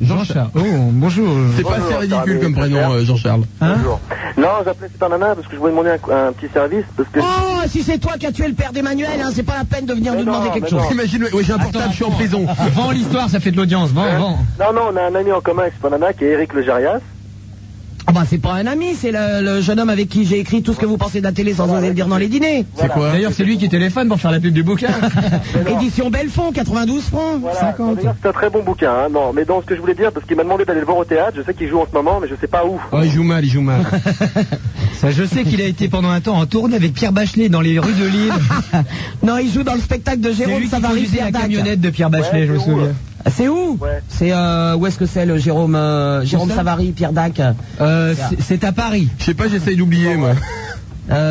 Speaker 4: Jean-Charles. Oh, bonjour.
Speaker 3: C'est pas assez
Speaker 11: Bonjour,
Speaker 3: ridicule
Speaker 11: Charles.
Speaker 3: comme prénom, euh, Jean-Charles.
Speaker 4: Hein
Speaker 11: Bonjour. Non, j'appelais Super Nana parce que je voulais demander un, un petit service parce que.
Speaker 2: Oh, si c'est toi qui as tué le père d'Emmanuel, hein, c'est pas la peine de venir
Speaker 11: Mais
Speaker 2: nous
Speaker 11: non,
Speaker 2: demander quelque
Speaker 11: mais
Speaker 2: chose.
Speaker 11: non.
Speaker 3: Imagine, oui, j'ai un portable, je suis en prison.
Speaker 4: Vends l'histoire, ça fait de l'audience. Vends, vends.
Speaker 11: Non, non, on a un ami en commun avec Super Nana qui est Eric Le Jarias.
Speaker 2: Ah bah c'est pas un ami, c'est le, le jeune homme avec qui j'ai écrit tout ce que vous pensez de la télé sans oser le dire dans les dîners.
Speaker 4: C'est quoi D'ailleurs, c'est lui qui téléphone pour faire la pub du bouquin.
Speaker 2: Édition Belfond, 92 francs, 50.
Speaker 3: D'ailleurs, c'est un très bon bouquin. hein. Non, mais dans ce que je voulais dire, parce qu'il m'a demandé d'aller le voir au théâtre, je sais qu'il joue en ce moment, mais je sais pas où.
Speaker 4: Oh, il joue mal, il joue mal. Ça, je sais qu'il a été pendant un temps en tournée avec Pierre Bachelet dans les rues de Lille.
Speaker 2: non, il joue dans le spectacle de
Speaker 4: C'est
Speaker 2: Jérôme
Speaker 4: lui qui
Speaker 2: Savary.
Speaker 4: conduisait la
Speaker 2: Pierre Dac.
Speaker 4: camionnette de Ah, Pierre Bachelet, je me souviens.
Speaker 2: Ah, C'est où C'est euh, où est-ce que c'est le Jérôme euh, Jérôme
Speaker 4: Où ça
Speaker 2: Savary, Pierre Dac
Speaker 4: Euh, c'est- c'est à Paris.
Speaker 2: Je sais pas, j'essaye d'oublier moi.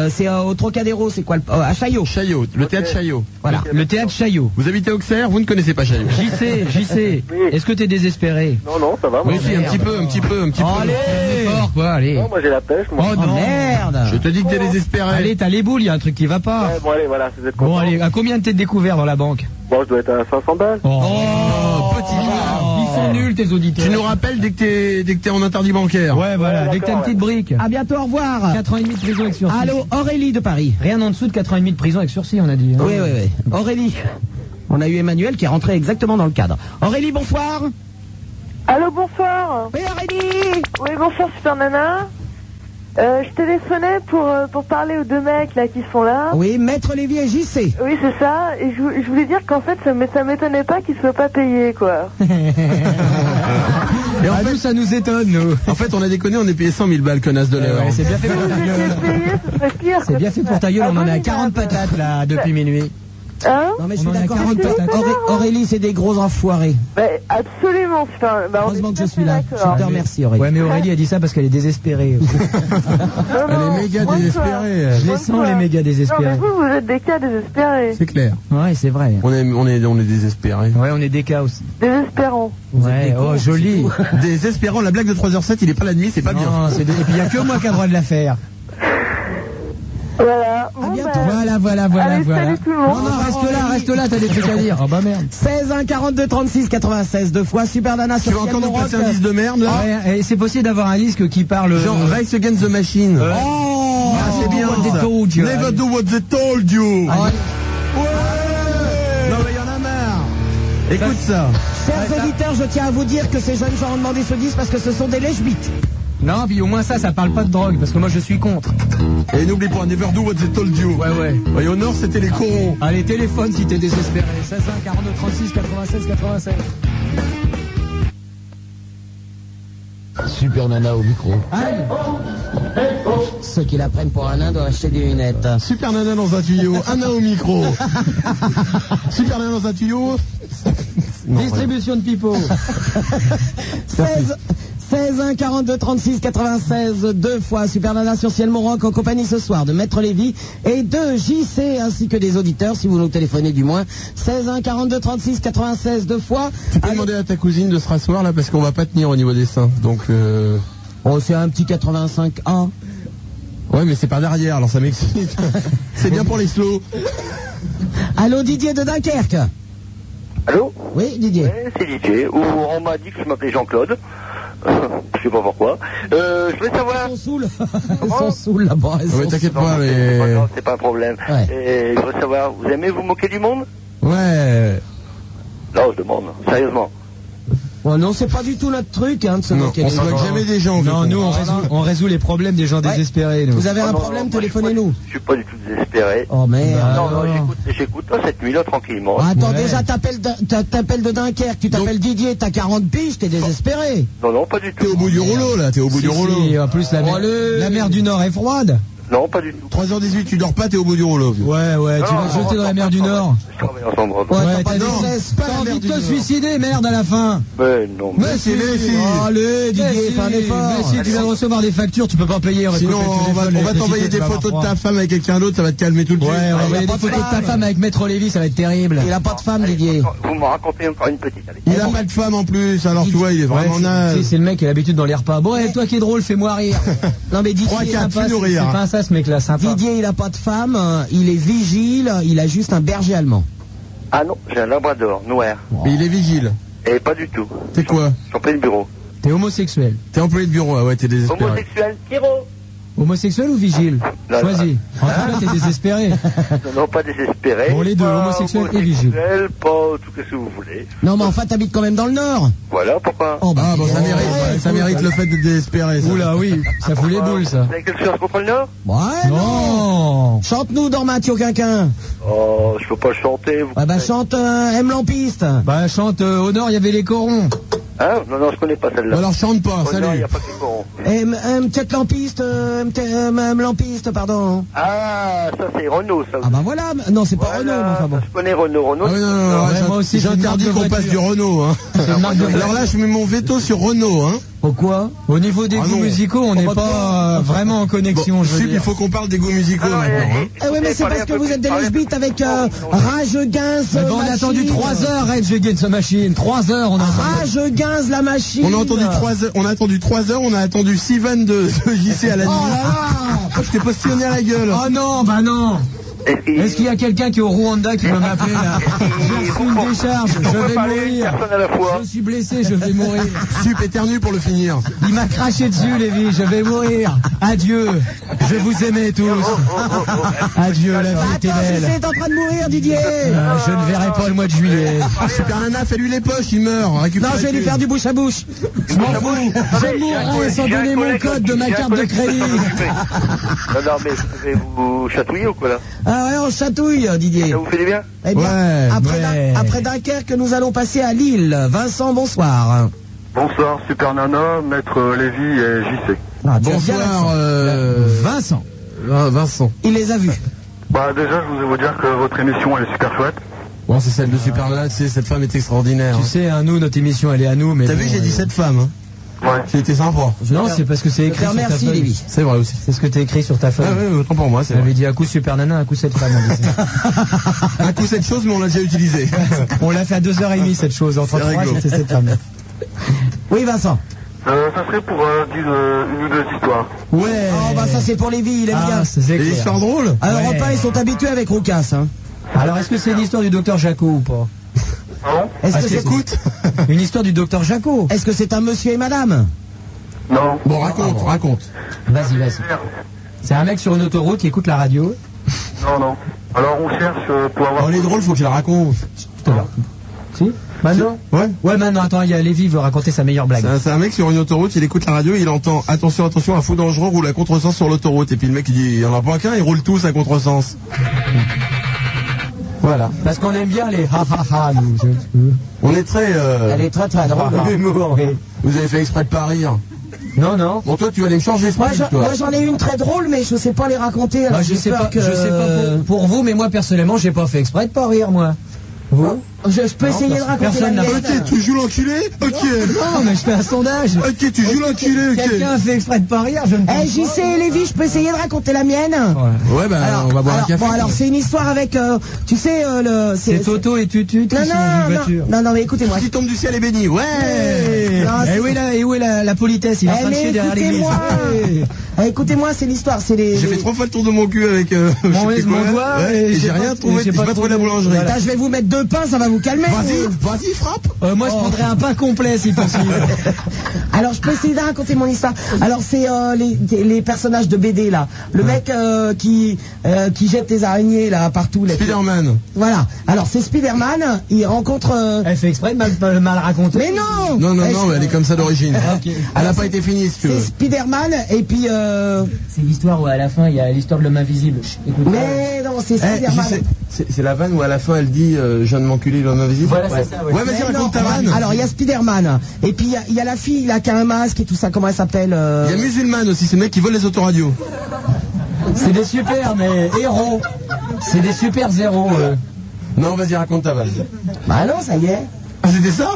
Speaker 2: c'est euh, au Trocadéro, c'est quoi le... euh, À Chaillot.
Speaker 3: Chaillot,
Speaker 4: le théâtre Chaillot.
Speaker 2: Voilà.
Speaker 4: Le théâtre Chaillot.
Speaker 3: Vous habitez Auxerre, vous ne connaissez pas Chaillot.
Speaker 4: J'y sais, j'y sais. Est-ce que t'es désespéré
Speaker 3: Non, non, ça va.
Speaker 4: Oui,
Speaker 3: moi.
Speaker 4: si, un petit peu, un petit peu, un petit peu. Fais Fort, quoi, allez.
Speaker 3: Non, moi j'ai la pêche, moi.
Speaker 4: Oh non.
Speaker 3: Je te dis que t'es désespéré.
Speaker 4: Allez, t'as les boules, il y a un truc qui va pas.
Speaker 3: Ouais, bah, bon, allez, voilà, si vous êtes
Speaker 4: Bon,
Speaker 3: content.
Speaker 4: allez, à combien de têtes découvertes dans la banque
Speaker 3: Bon, je dois être à 500 balles.
Speaker 4: Oh, petit Ils sont nuls, tes auditeurs.
Speaker 3: Ah. Tu nous rappelles dès que t'es, dès que t'es en interdit bancaire.
Speaker 4: Ouais, voilà, dès que t'as une petite brique.
Speaker 2: À bientôt, au revoir.
Speaker 4: 80 de prison avec sursis.
Speaker 2: Ah. Allô, Aurélie de Paris.
Speaker 4: Rien en dessous de 80 de prison avec sursis, on a dit. hein.
Speaker 2: Oui, oui, oui. Aurélie. On a eu Emmanuel qui est rentré exactement dans le cadre. Aurélie, bonsoir.
Speaker 5: Allô, bonsoir.
Speaker 2: Oui, Aurélie.
Speaker 5: Oui, bonsoir, Super Nana. Euh, je téléphonais pour, euh, pour parler aux deux mecs là qui sont là.
Speaker 2: Oui, Maître Lévy et JC.
Speaker 5: Oui, c'est ça. Et je, vou- je voulais dire qu'en fait, ça m'é- ça m'étonnait pas qu'ils soient pas payés, quoi.
Speaker 4: Et en fait, ça nous étonne, nous.
Speaker 3: En fait, on a déconné, on est payé 100 000 balles, connasse de l'heure.
Speaker 4: Eh Ouais, c'est bien fait pour ta gueule. C'est bien fait pour ta gueule, on en a
Speaker 5: Abominable.
Speaker 4: 40 patates là depuis minuit.
Speaker 2: Non, mais je
Speaker 4: On
Speaker 2: suis
Speaker 4: en a
Speaker 2: d'accord.
Speaker 4: 40 patates.
Speaker 2: Auré- Aurélie, c'est des gros enfoirés.
Speaker 5: Ben, absolument, Super. Ben, on est
Speaker 2: Heureusement que
Speaker 5: tout à
Speaker 2: je suis
Speaker 5: fait
Speaker 2: là.
Speaker 5: d'accord.
Speaker 2: Je te remercie, Aurélie.
Speaker 4: Ouais, mais Aurélie a dit ça parce qu'elle est désespérée.
Speaker 5: Non, non,
Speaker 4: Elle est méga
Speaker 5: moins que
Speaker 4: désespérée,
Speaker 5: toi.
Speaker 4: elle. Je les
Speaker 5: Moins que
Speaker 4: sens,
Speaker 5: toi.
Speaker 4: les méga désespérés.
Speaker 5: Non, mais vous, vous êtes des cas désespérés.
Speaker 3: C'est clair.
Speaker 4: Ouais, c'est vrai.
Speaker 3: On est, on est, on est désespéré.
Speaker 4: Ouais, on est des cas aussi.
Speaker 5: Désespérants.
Speaker 4: Ouais, oh, joli.
Speaker 3: Désespérant, la blague de 3h07, il est pas la nuit, c'est pas
Speaker 4: Non,
Speaker 3: bien.
Speaker 4: c'est des- Et puis, il n'y a que moi qui a le droit de la faire.
Speaker 5: Voilà. Bon, ben,
Speaker 4: Voilà, voilà, voilà,
Speaker 5: Allez,
Speaker 4: voilà.
Speaker 5: salut tout le monde.
Speaker 4: Non, non, reste là, reste là, t'as des trucs à dire. Oh bah merde.
Speaker 2: 16 1 42 36 96 deux fois Super Nana sur
Speaker 3: vas encore
Speaker 2: Ciel
Speaker 3: nous passer
Speaker 2: Maroc.
Speaker 3: un disque de merde, là
Speaker 4: Ouais, et c'est possible d'avoir un disque qui parle.
Speaker 3: Genre,
Speaker 4: euh,
Speaker 3: Race Against the Machine.
Speaker 4: Euh,
Speaker 2: Oh
Speaker 3: Ah, c'est bien.
Speaker 4: What they
Speaker 3: ça.
Speaker 4: told you.
Speaker 3: Never do what they told you.
Speaker 4: Ah,
Speaker 3: Ouais. Non, mais y en a marre. Écoute ça.
Speaker 2: Chers auditeurs, je tiens à vous dire que ces jeunes gens ont demandé ce disque parce que ce sont des lèche-bites.
Speaker 4: Non, puis au moins ça, ça parle pas de drogue, parce que moi je suis contre.
Speaker 3: Et n'oublie pas, never do what they told you.
Speaker 4: Ouais, ouais.
Speaker 3: Ouais, au nord, c'était les corons.
Speaker 4: Allez, téléphone Ah, si t'es désespéré. 16 1 42 36 96 96.
Speaker 33: Super Nana au micro.
Speaker 2: Ceux qui la prennent pour un nain doivent acheter des lunettes.
Speaker 3: Super nana dans un tuyau, Anna au micro. Super nana dans un tuyau. Non,
Speaker 4: Distribution de pipeaux.
Speaker 2: 16 16 1 42 36 96 deux fois Super Nana sur Ciel Mont-Roc en compagnie ce soir de Maître Lévy et de JC ainsi que des auditeurs si vous nous téléphonez du moins 16 1 42 36 96 deux fois
Speaker 3: Tu peux demander à ta cousine de se rasseoir là parce qu'on va pas tenir au niveau des seins. Donc euh...
Speaker 2: Oh c'est un petit 85 1
Speaker 3: ouais mais c'est par derrière alors ça m'excite. c'est bien pour les slow.
Speaker 2: Allô Didier de Dunkerque
Speaker 8: Allô
Speaker 2: Oui Didier
Speaker 8: Ouais, C'est Didier. Ou on m'a dit que je m'appelais Jean-Claude. je sais pas pourquoi. Euh, je voulais savoir.
Speaker 2: Ils sont saouls Ils sont saouls là-bas ils
Speaker 3: Ah ouais,
Speaker 2: sont
Speaker 3: t'inquiète
Speaker 2: saouls.
Speaker 3: pas mais.
Speaker 8: C'est pas grave, c'est pas un problème.
Speaker 2: Ouais.
Speaker 8: Et je voulais savoir, vous aimez vous moquer du monde
Speaker 3: Ouais.
Speaker 8: Non, je demande, sérieusement.
Speaker 2: Oh non c'est pas du tout notre truc hein, de se
Speaker 3: Non,
Speaker 2: moquer
Speaker 3: on
Speaker 2: des
Speaker 3: se
Speaker 2: gens.
Speaker 3: moque jamais des gens.
Speaker 4: Non, nous on résout, on résout les problèmes des gens
Speaker 2: Ouais.
Speaker 4: désespérés. Nous.
Speaker 2: Vous avez un
Speaker 8: Oh non,
Speaker 2: problème
Speaker 8: non, moi, je
Speaker 2: téléphonez-nous
Speaker 8: Je suis pas du tout désespéré.
Speaker 2: Oh merde
Speaker 8: non,
Speaker 4: non.
Speaker 8: non, j'écoute, j'écoute pas cette nuit-là tranquillement.
Speaker 2: Attends,
Speaker 4: Ouais.
Speaker 2: déjà, t'appelles de, t'a- t'appelles de Dunkerque, tu t'appelles Didier, t'as 40 piges, t'es désespéré.
Speaker 8: Non, non, pas du
Speaker 3: T'es
Speaker 8: tout.
Speaker 3: au bout du rouleau là, t'es au bout
Speaker 4: Si, euh.
Speaker 3: du rouleau.
Speaker 4: si, en plus la mer,
Speaker 2: Allez.
Speaker 4: la mer du Nord est froide.
Speaker 8: Non, pas du tout.
Speaker 3: 3h18, tu dors pas, t'es au bout du rouleau.
Speaker 4: Ouais, ouais, tu
Speaker 8: Non,
Speaker 4: vas te
Speaker 8: on
Speaker 4: jeter dans la
Speaker 8: rentre
Speaker 4: mer
Speaker 8: pas
Speaker 4: du
Speaker 8: dans-
Speaker 4: Nord.
Speaker 8: Je travaille en chambre.
Speaker 2: Ouais,
Speaker 4: Ouais,
Speaker 2: t'as pas
Speaker 4: t'as
Speaker 2: de
Speaker 4: non.
Speaker 2: cesse,
Speaker 4: T'as
Speaker 2: pas la
Speaker 4: envie
Speaker 2: merde
Speaker 4: de
Speaker 2: du
Speaker 4: te
Speaker 2: Nord.
Speaker 4: suicider, merde, à la fin.
Speaker 8: Mais non, mais.
Speaker 3: Mais si, mais si.
Speaker 4: Allez,
Speaker 2: Mais
Speaker 4: Didier,
Speaker 2: si,
Speaker 4: fais un effort.
Speaker 2: mais
Speaker 4: si tu vas recevoir des factures, tu peux pas payer.
Speaker 3: Sinon on va, on va t'envoyer des photos de ta femme avec quelqu'un d'autre, ça va te calmer tout de
Speaker 4: Ouais,
Speaker 3: suite.
Speaker 4: on va
Speaker 2: Il a
Speaker 4: envoyer des
Speaker 2: pas de
Speaker 4: photos de ta
Speaker 2: femme.
Speaker 4: femme avec Maître Lévy, ça va être terrible.
Speaker 2: Il a pas de femme,
Speaker 8: Allez,
Speaker 2: Didier.
Speaker 8: encore- Vous me racontez encore une petite. Allez.
Speaker 3: Il a pas de femme en plus, alors tu vois, il est
Speaker 4: Ouais,
Speaker 3: vraiment
Speaker 4: c'est-
Speaker 3: naze.
Speaker 4: tu sais, C'est le mec qui a l'habitude dans les repas. Bon, et toi qui es drôle, fais-moi rire.
Speaker 2: Non, mais Didier,
Speaker 4: Trois,
Speaker 2: il
Speaker 4: quatre,
Speaker 2: a
Speaker 4: tu
Speaker 2: pas,
Speaker 4: nous
Speaker 2: c'est-
Speaker 4: rires. C'est pas ça ce mec-là, sympa.
Speaker 2: Didier, il a pas de femme, euh, il est vigile, il a juste un berger allemand.
Speaker 8: Ah non, j'ai un labrador noir.
Speaker 3: Mais il est vigile.
Speaker 8: Et pas du tout.
Speaker 3: T'es quoi
Speaker 8: J'en fais le bureau.
Speaker 4: T'es homosexuel.
Speaker 3: T'es employé de bureau, ah ouais, t'es désespéré.
Speaker 8: Homosexuel, tiro
Speaker 4: Homosexuel ou vigile
Speaker 8: Là, là.
Speaker 4: Choisis. En tout cas, t'es désespéré.
Speaker 8: Non, pas désespéré.
Speaker 4: Bon, les deux,
Speaker 8: pas
Speaker 4: homosexuel et vigile.
Speaker 8: homosexuel, Pas tout ce que vous voulez.
Speaker 2: Non, mais enfin, t'habites quand même dans le Nord.
Speaker 8: Voilà, pourquoi
Speaker 2: Oh, bah,
Speaker 3: Ah, bon, ça mérite, ça mérite le fait de désespérer. ça.
Speaker 4: Oula, oui, ça fout les boules, ça.
Speaker 8: Vous avez quelque chose contre le Nord
Speaker 2: Ouais, non. Chante-nous dans Mathieu Quinquin.
Speaker 8: Oh, je peux pas le chanter. Vous...
Speaker 2: Ouais, bah, chante euh, M. Lampiste.
Speaker 4: Bah, chante euh, Au Nord, il y avait les corons.
Speaker 8: Hein Non, non, je connais pas celle-là.
Speaker 3: Alors, chante pas,
Speaker 8: Oh, non, il
Speaker 3: salut.
Speaker 8: n'y a pas que les corons.
Speaker 2: M. M. Tête Lampiste, euh, M. Tête- euh, M. Lampiste, pardon.
Speaker 8: Ah, ça c'est Renault, ça.
Speaker 2: Ah, bah voilà. Non, c'est pas Renaud, mais enfin bon.
Speaker 8: Je connais Renault. Renault,
Speaker 3: Ah oui, non, non, non,
Speaker 4: Ouais,
Speaker 3: j'in-
Speaker 4: moi aussi, c'est
Speaker 3: j'interdis
Speaker 4: une marque
Speaker 3: qu'on
Speaker 4: de
Speaker 3: passe du
Speaker 4: voiture.
Speaker 3: Renault. hein.
Speaker 4: C'est une marque de
Speaker 3: Alors là, je mets mon veto sur Renault. Hein.
Speaker 4: Pourquoi Au niveau des
Speaker 3: Ah
Speaker 4: goûts
Speaker 3: non.
Speaker 4: musicaux, on n'est pas euh, vraiment en connexion,
Speaker 3: Bon,
Speaker 4: je veux
Speaker 3: Sup, il
Speaker 4: dire.
Speaker 3: faut qu'on parle des goûts musicaux
Speaker 8: Ah,
Speaker 3: maintenant.
Speaker 8: eh,
Speaker 3: hein.
Speaker 2: Eh ouais, mais c'est
Speaker 8: Parlez
Speaker 2: parce
Speaker 8: un
Speaker 2: que
Speaker 8: peu
Speaker 2: vous
Speaker 8: plus,
Speaker 2: êtes des
Speaker 8: parlez un peu
Speaker 2: lesbites
Speaker 8: plus.
Speaker 2: avec euh, Rage Guinz.
Speaker 4: Eh ben,
Speaker 2: euh,
Speaker 4: on a
Speaker 2: machine.
Speaker 4: attendu 3 heures, Red Against the Machine. 3 heures, on a attendu.
Speaker 2: Rage Guinz, la machine.
Speaker 3: On a entendu trois heures, on a attendu trois heures, on a attendu six vannes de, de JC à la nuit.
Speaker 4: Oh là là
Speaker 3: je t'ai postillonné à la gueule.
Speaker 4: Oh non, bah non
Speaker 8: Est-ce qu'il-
Speaker 4: Est-ce qu'il y a quelqu'un qui est au Rwanda qui peut m'appeler là J'ai reçu une décharge, je
Speaker 8: peut
Speaker 4: vais
Speaker 8: parler une
Speaker 4: mourir.
Speaker 8: personne à la fois.
Speaker 4: Je suis blessé, je vais mourir.
Speaker 3: Sup éternue pour le finir.
Speaker 4: Il m'a craché dessus, Lévi, je vais mourir. Adieu, je vous aimais tous. Adieu, la vie était
Speaker 2: Attends, JC
Speaker 4: belle.
Speaker 2: est Ah, en train de mourir, Didier.
Speaker 4: Euh, je ne verrai pas le mois de juillet.
Speaker 3: Super Nana, fais-lui les poches, il meurt.
Speaker 2: Non, je vais lui faire du bouche à bouche.
Speaker 4: Je m'en fous, je mourrai sans donner mon code de ma carte de crédit.
Speaker 8: Non, non, mais vous vais vous chatouiller ou quoi là
Speaker 2: Ah ouais, on chatouille, Didier.
Speaker 8: Ça vous fait du bien
Speaker 2: Eh bien,
Speaker 4: Ouais,
Speaker 2: après,
Speaker 4: ouais.
Speaker 2: Dun- après Dunkerque, nous allons passer à Lille. Vincent, bonsoir.
Speaker 11: Bonsoir, Super Nana, Maître Lévy et
Speaker 2: Ah,
Speaker 11: JC.
Speaker 2: tu as bien
Speaker 3: Bonsoir,
Speaker 2: raison.
Speaker 3: euh,
Speaker 4: Vincent.
Speaker 3: Vin- Vincent.
Speaker 2: Il les a vus.
Speaker 11: Bah, déjà, je voulais vous dire que votre émission, elle est super chouette.
Speaker 3: Bon, c'est celle de Super Nana, tu sais, cette femme est extraordinaire.
Speaker 4: Tu sais, hein, nous, notre émission, elle est à nous, mais.
Speaker 3: T'as
Speaker 4: bon,
Speaker 3: vu, j'ai
Speaker 4: euh,
Speaker 3: dit cette femme. hein.
Speaker 11: Ouais.
Speaker 3: C'était sympa.
Speaker 4: Non, c'est parce que c'est
Speaker 2: Je te
Speaker 4: écrit sur ta
Speaker 2: remercie,
Speaker 4: feuille.
Speaker 2: Lévi.
Speaker 3: C'est vrai aussi.
Speaker 4: C'est ce que t'as écrit sur ta
Speaker 3: Ah
Speaker 4: feuille.
Speaker 3: ouais, autant pour moi, c'est
Speaker 4: On avait
Speaker 3: vrai.
Speaker 4: dit à coup super nana, à coup cette femme. On, disait.
Speaker 3: Un coup cette chose, mais on l'a déjà utilisé.
Speaker 4: On l'a fait à 2h30 cette chose. Entre
Speaker 3: C'est
Speaker 4: trois,
Speaker 3: rigolo.
Speaker 4: c'était cette femme.
Speaker 2: Oui, Vincent.
Speaker 11: Euh, ça serait pour euh, dire euh, une ou deux histoires.
Speaker 4: Ouais.
Speaker 2: Oh, bah ça, c'est pour les vies, il aime bien.
Speaker 4: ah, c'est
Speaker 3: Des
Speaker 4: clair.
Speaker 3: histoires drôles
Speaker 2: À
Speaker 4: ouais.
Speaker 2: Europe 1, ils sont habitués avec Roucas. Hein.
Speaker 4: Alors, est-ce que c'est une histoire du docteur Jaco ou pas
Speaker 11: Non
Speaker 2: Est-ce
Speaker 4: Ah,
Speaker 2: que
Speaker 4: c'est
Speaker 2: c'est
Speaker 4: cool.
Speaker 3: Écoute.
Speaker 4: Une histoire du docteur Jaco.
Speaker 2: est-ce que c'est un monsieur et madame
Speaker 11: Non.
Speaker 3: Bon, raconte, raconte.
Speaker 4: Vas-y, vas-y. C'est un mec sur une autoroute qui écoute la radio.
Speaker 11: Non, non. Alors, on cherche euh, pour avoir...
Speaker 3: Oh, les drôles, faut que je la raconte.
Speaker 4: Tout à l'heure. Si Maintenant
Speaker 3: Ouais.
Speaker 4: Ouais, maintenant, attends, il y a Lévi, il veut raconter sa meilleure blague.
Speaker 3: C'est un, c'est un mec sur une autoroute, il écoute la radio, il entend attention, attention, un fou dangereux roule à contresens sur l'autoroute. Et puis le mec il dit il y en a pas qu'un, ils roulent tous à contresens.
Speaker 4: Voilà. Parce qu'on aime bien les ha ha ha, nous. je-
Speaker 3: On est très. euh,
Speaker 4: Elle est très très drôle.
Speaker 3: Ah,
Speaker 4: L'humour, oui.
Speaker 3: Vous avez fait exprès de pas rire.
Speaker 4: Non, non.
Speaker 3: Bon, toi tu vas aller me changer ce
Speaker 2: Moi,
Speaker 3: truc,
Speaker 2: je-
Speaker 3: toi.
Speaker 2: moi, j'en ai une très drôle, mais je sais pas les raconter. alors
Speaker 4: Moi, Bah, je
Speaker 2: j'ai
Speaker 4: sais
Speaker 2: peur
Speaker 4: pas,
Speaker 2: que-
Speaker 4: je sais pas pour, Euh, pour vous, mais moi personnellement, j'ai pas fait exprès de pas rire, moi. Vous
Speaker 2: Je, je peux essayer de
Speaker 4: parce que
Speaker 2: raconter.
Speaker 4: personne
Speaker 2: la
Speaker 4: n'a-
Speaker 2: mienne.
Speaker 3: Ok, tu joues l'enculé Ok.
Speaker 4: Non, mais je fais un sondage.
Speaker 3: Ok, tu joues l'enculé,
Speaker 4: Quelqu'un
Speaker 3: ok.
Speaker 4: a fait exprès de pas rire, je ne pense
Speaker 2: Eh, JC et Lévi, je peux essayer de raconter la mienne
Speaker 4: pas. Ouais.
Speaker 3: Ouais, bah on va boire
Speaker 2: alors,
Speaker 3: un café.
Speaker 2: bon, alors c'est une histoire avec, euh, tu sais, euh, le.
Speaker 4: C'est Toto et Tutu qui
Speaker 2: Non,
Speaker 4: sont dans une
Speaker 2: non, non,
Speaker 4: voiture.
Speaker 2: non, non, mais écoutez-moi.
Speaker 3: Qui tombe du ciel est béni, ouais
Speaker 2: Non,
Speaker 4: et,
Speaker 2: c'est-
Speaker 4: eh, où est la, et où est la, la politesse Il est en
Speaker 2: Eh,
Speaker 4: train de
Speaker 2: mais
Speaker 4: chier derrière l'église.
Speaker 2: écoutez-moi. Eh, Écoutez-moi, c'est l'histoire, c'est les.
Speaker 3: J'ai
Speaker 2: les-
Speaker 3: fait trois fois le tour de mon cul avec euh, je sais
Speaker 4: Mon-
Speaker 3: plus
Speaker 4: mon
Speaker 3: quoi.
Speaker 4: doigt,
Speaker 3: Ouais,
Speaker 4: et
Speaker 3: et
Speaker 4: j'ai
Speaker 3: j'ai
Speaker 4: pas-
Speaker 3: rien trouvé,
Speaker 4: j'ai
Speaker 3: j'ai
Speaker 4: pas
Speaker 3: pas trouvé la
Speaker 4: trouvé.
Speaker 3: boulangerie.
Speaker 4: Voilà.
Speaker 2: Putain, je vais vous mettre deux pains, ça va vous calmer.
Speaker 3: Vas-y,
Speaker 2: vous.
Speaker 3: vas-y, frappe
Speaker 4: Euh, moi, je prendrais un pain complet si possible.
Speaker 2: Alors, je peux essayer de raconter mon histoire. Alors, c'est euh, les, des- les personnages de BD là. Le mec euh, qui euh, qui jette les araignées là partout. les-
Speaker 3: Spider-Man.
Speaker 2: Voilà. Alors, c'est Spider-Man. Il rencontre. euh,
Speaker 4: Elle fait exprès de mal, mal- mal raconter.
Speaker 2: Mais non.
Speaker 3: Eh. Non, non,
Speaker 2: Eh,
Speaker 3: non,
Speaker 2: je-
Speaker 3: elle est comme ça d'origine.
Speaker 4: ok.
Speaker 3: Elle a pas été finie, si tu
Speaker 2: C'est
Speaker 3: veux.
Speaker 2: Spider-Man et puis. euh,
Speaker 4: C'est l'histoire où à la fin, il y a l'histoire de l'homme invisible. Chut, écoute.
Speaker 2: Mais non, c'est
Speaker 3: Eh,
Speaker 2: Spider-Man.
Speaker 3: je sais, c'est c'est la vanne où à la fin elle dit euh, Je viens de m'enculer l'homme invisible.
Speaker 4: Voilà, c'est
Speaker 3: ouais.
Speaker 4: ça, ouais.
Speaker 3: Ouais, vas-y,
Speaker 2: Mais non,
Speaker 3: raconte ta
Speaker 2: on va-
Speaker 3: vanne.
Speaker 2: Alors, il y a Spider-Man. Et puis, il y a- il y, a la fille, là, qui a un masque et tout ça. Comment elle s'appelle euh,
Speaker 3: Il y a Musulman aussi, c'est le mec qui vole les autoradios.
Speaker 4: C'est des super, mais héros. C'est des super zéros. eux.
Speaker 3: Non, vas-y, raconte ta vanne.
Speaker 2: Bah non, ça y est.
Speaker 3: Ah, c'était ça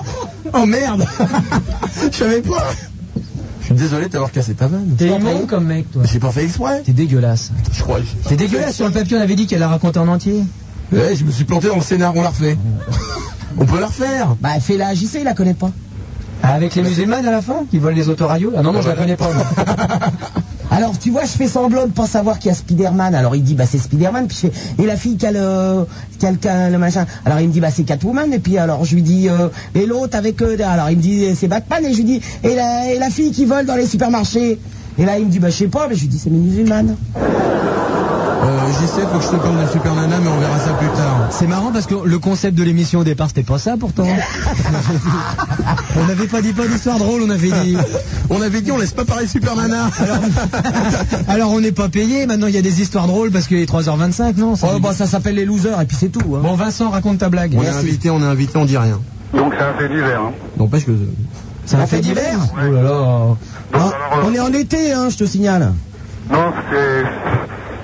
Speaker 3: Oh merde Je savais pas Je suis désolé de t'avoir cassé ta vanne.
Speaker 4: T'es immonde comme mec, toi.
Speaker 3: J'ai pas fait exprès,
Speaker 4: T'es dégueulasse.
Speaker 3: je crois.
Speaker 4: T'es dégueulasse sur le papier, on avait dit qu'elle la racontait en entier.
Speaker 3: Ouais, je me suis planté dans le scénar, on la refait. On peut la refaire
Speaker 2: Bah, fais-la à JC, il la connaît pas.
Speaker 4: Ah, Avec les musulmans à la fin, qui volent les autoradios. Ah non, non, je la connais pas. moi.
Speaker 2: Alors, tu vois, je fais semblant de pas savoir qu'il y a Spider-Man. Alors, il dit, bah, c'est Spider-Man. Puis, je fais, et la fille qui a le, qui a le, qui a le machin. Alors, il me dit, bah, c'est Catwoman. Et puis, alors, je lui dis, euh, et l'autre avec eux. Alors, il me dit, c'est Batman. Et je lui dis, et la, et la fille qui vole dans les supermarchés. Et là, il me dit, bah, je sais pas, mais je lui dis, c'est mes musulmanes.
Speaker 3: Euh, JC, faut que je te parle de Super Nana, mais on verra ça plus tard.
Speaker 4: C'est marrant parce que le concept de l'émission au départ, c'était pas ça pourtant. on n'avait pas dit pas d'histoire drôle, on avait dit.
Speaker 3: On avait dit on laisse pas parler Super Nana.
Speaker 4: Alors, alors on n'est pas payé, maintenant il y a des histoires drôles parce qu'il est 3h25, non
Speaker 2: Oh, bah, ça s'appelle les losers, et puis c'est tout. hein.
Speaker 4: Bon, Vincent, raconte ta blague.
Speaker 3: On est invité, on est invité, on dit rien.
Speaker 8: Donc c'est un fait divers. Hein.
Speaker 3: N'empêche que. euh,
Speaker 2: C'est un fait divers Oh là là.
Speaker 4: Hein?
Speaker 2: Ah, on est en été, hein, je te signale.
Speaker 8: Non, c'est.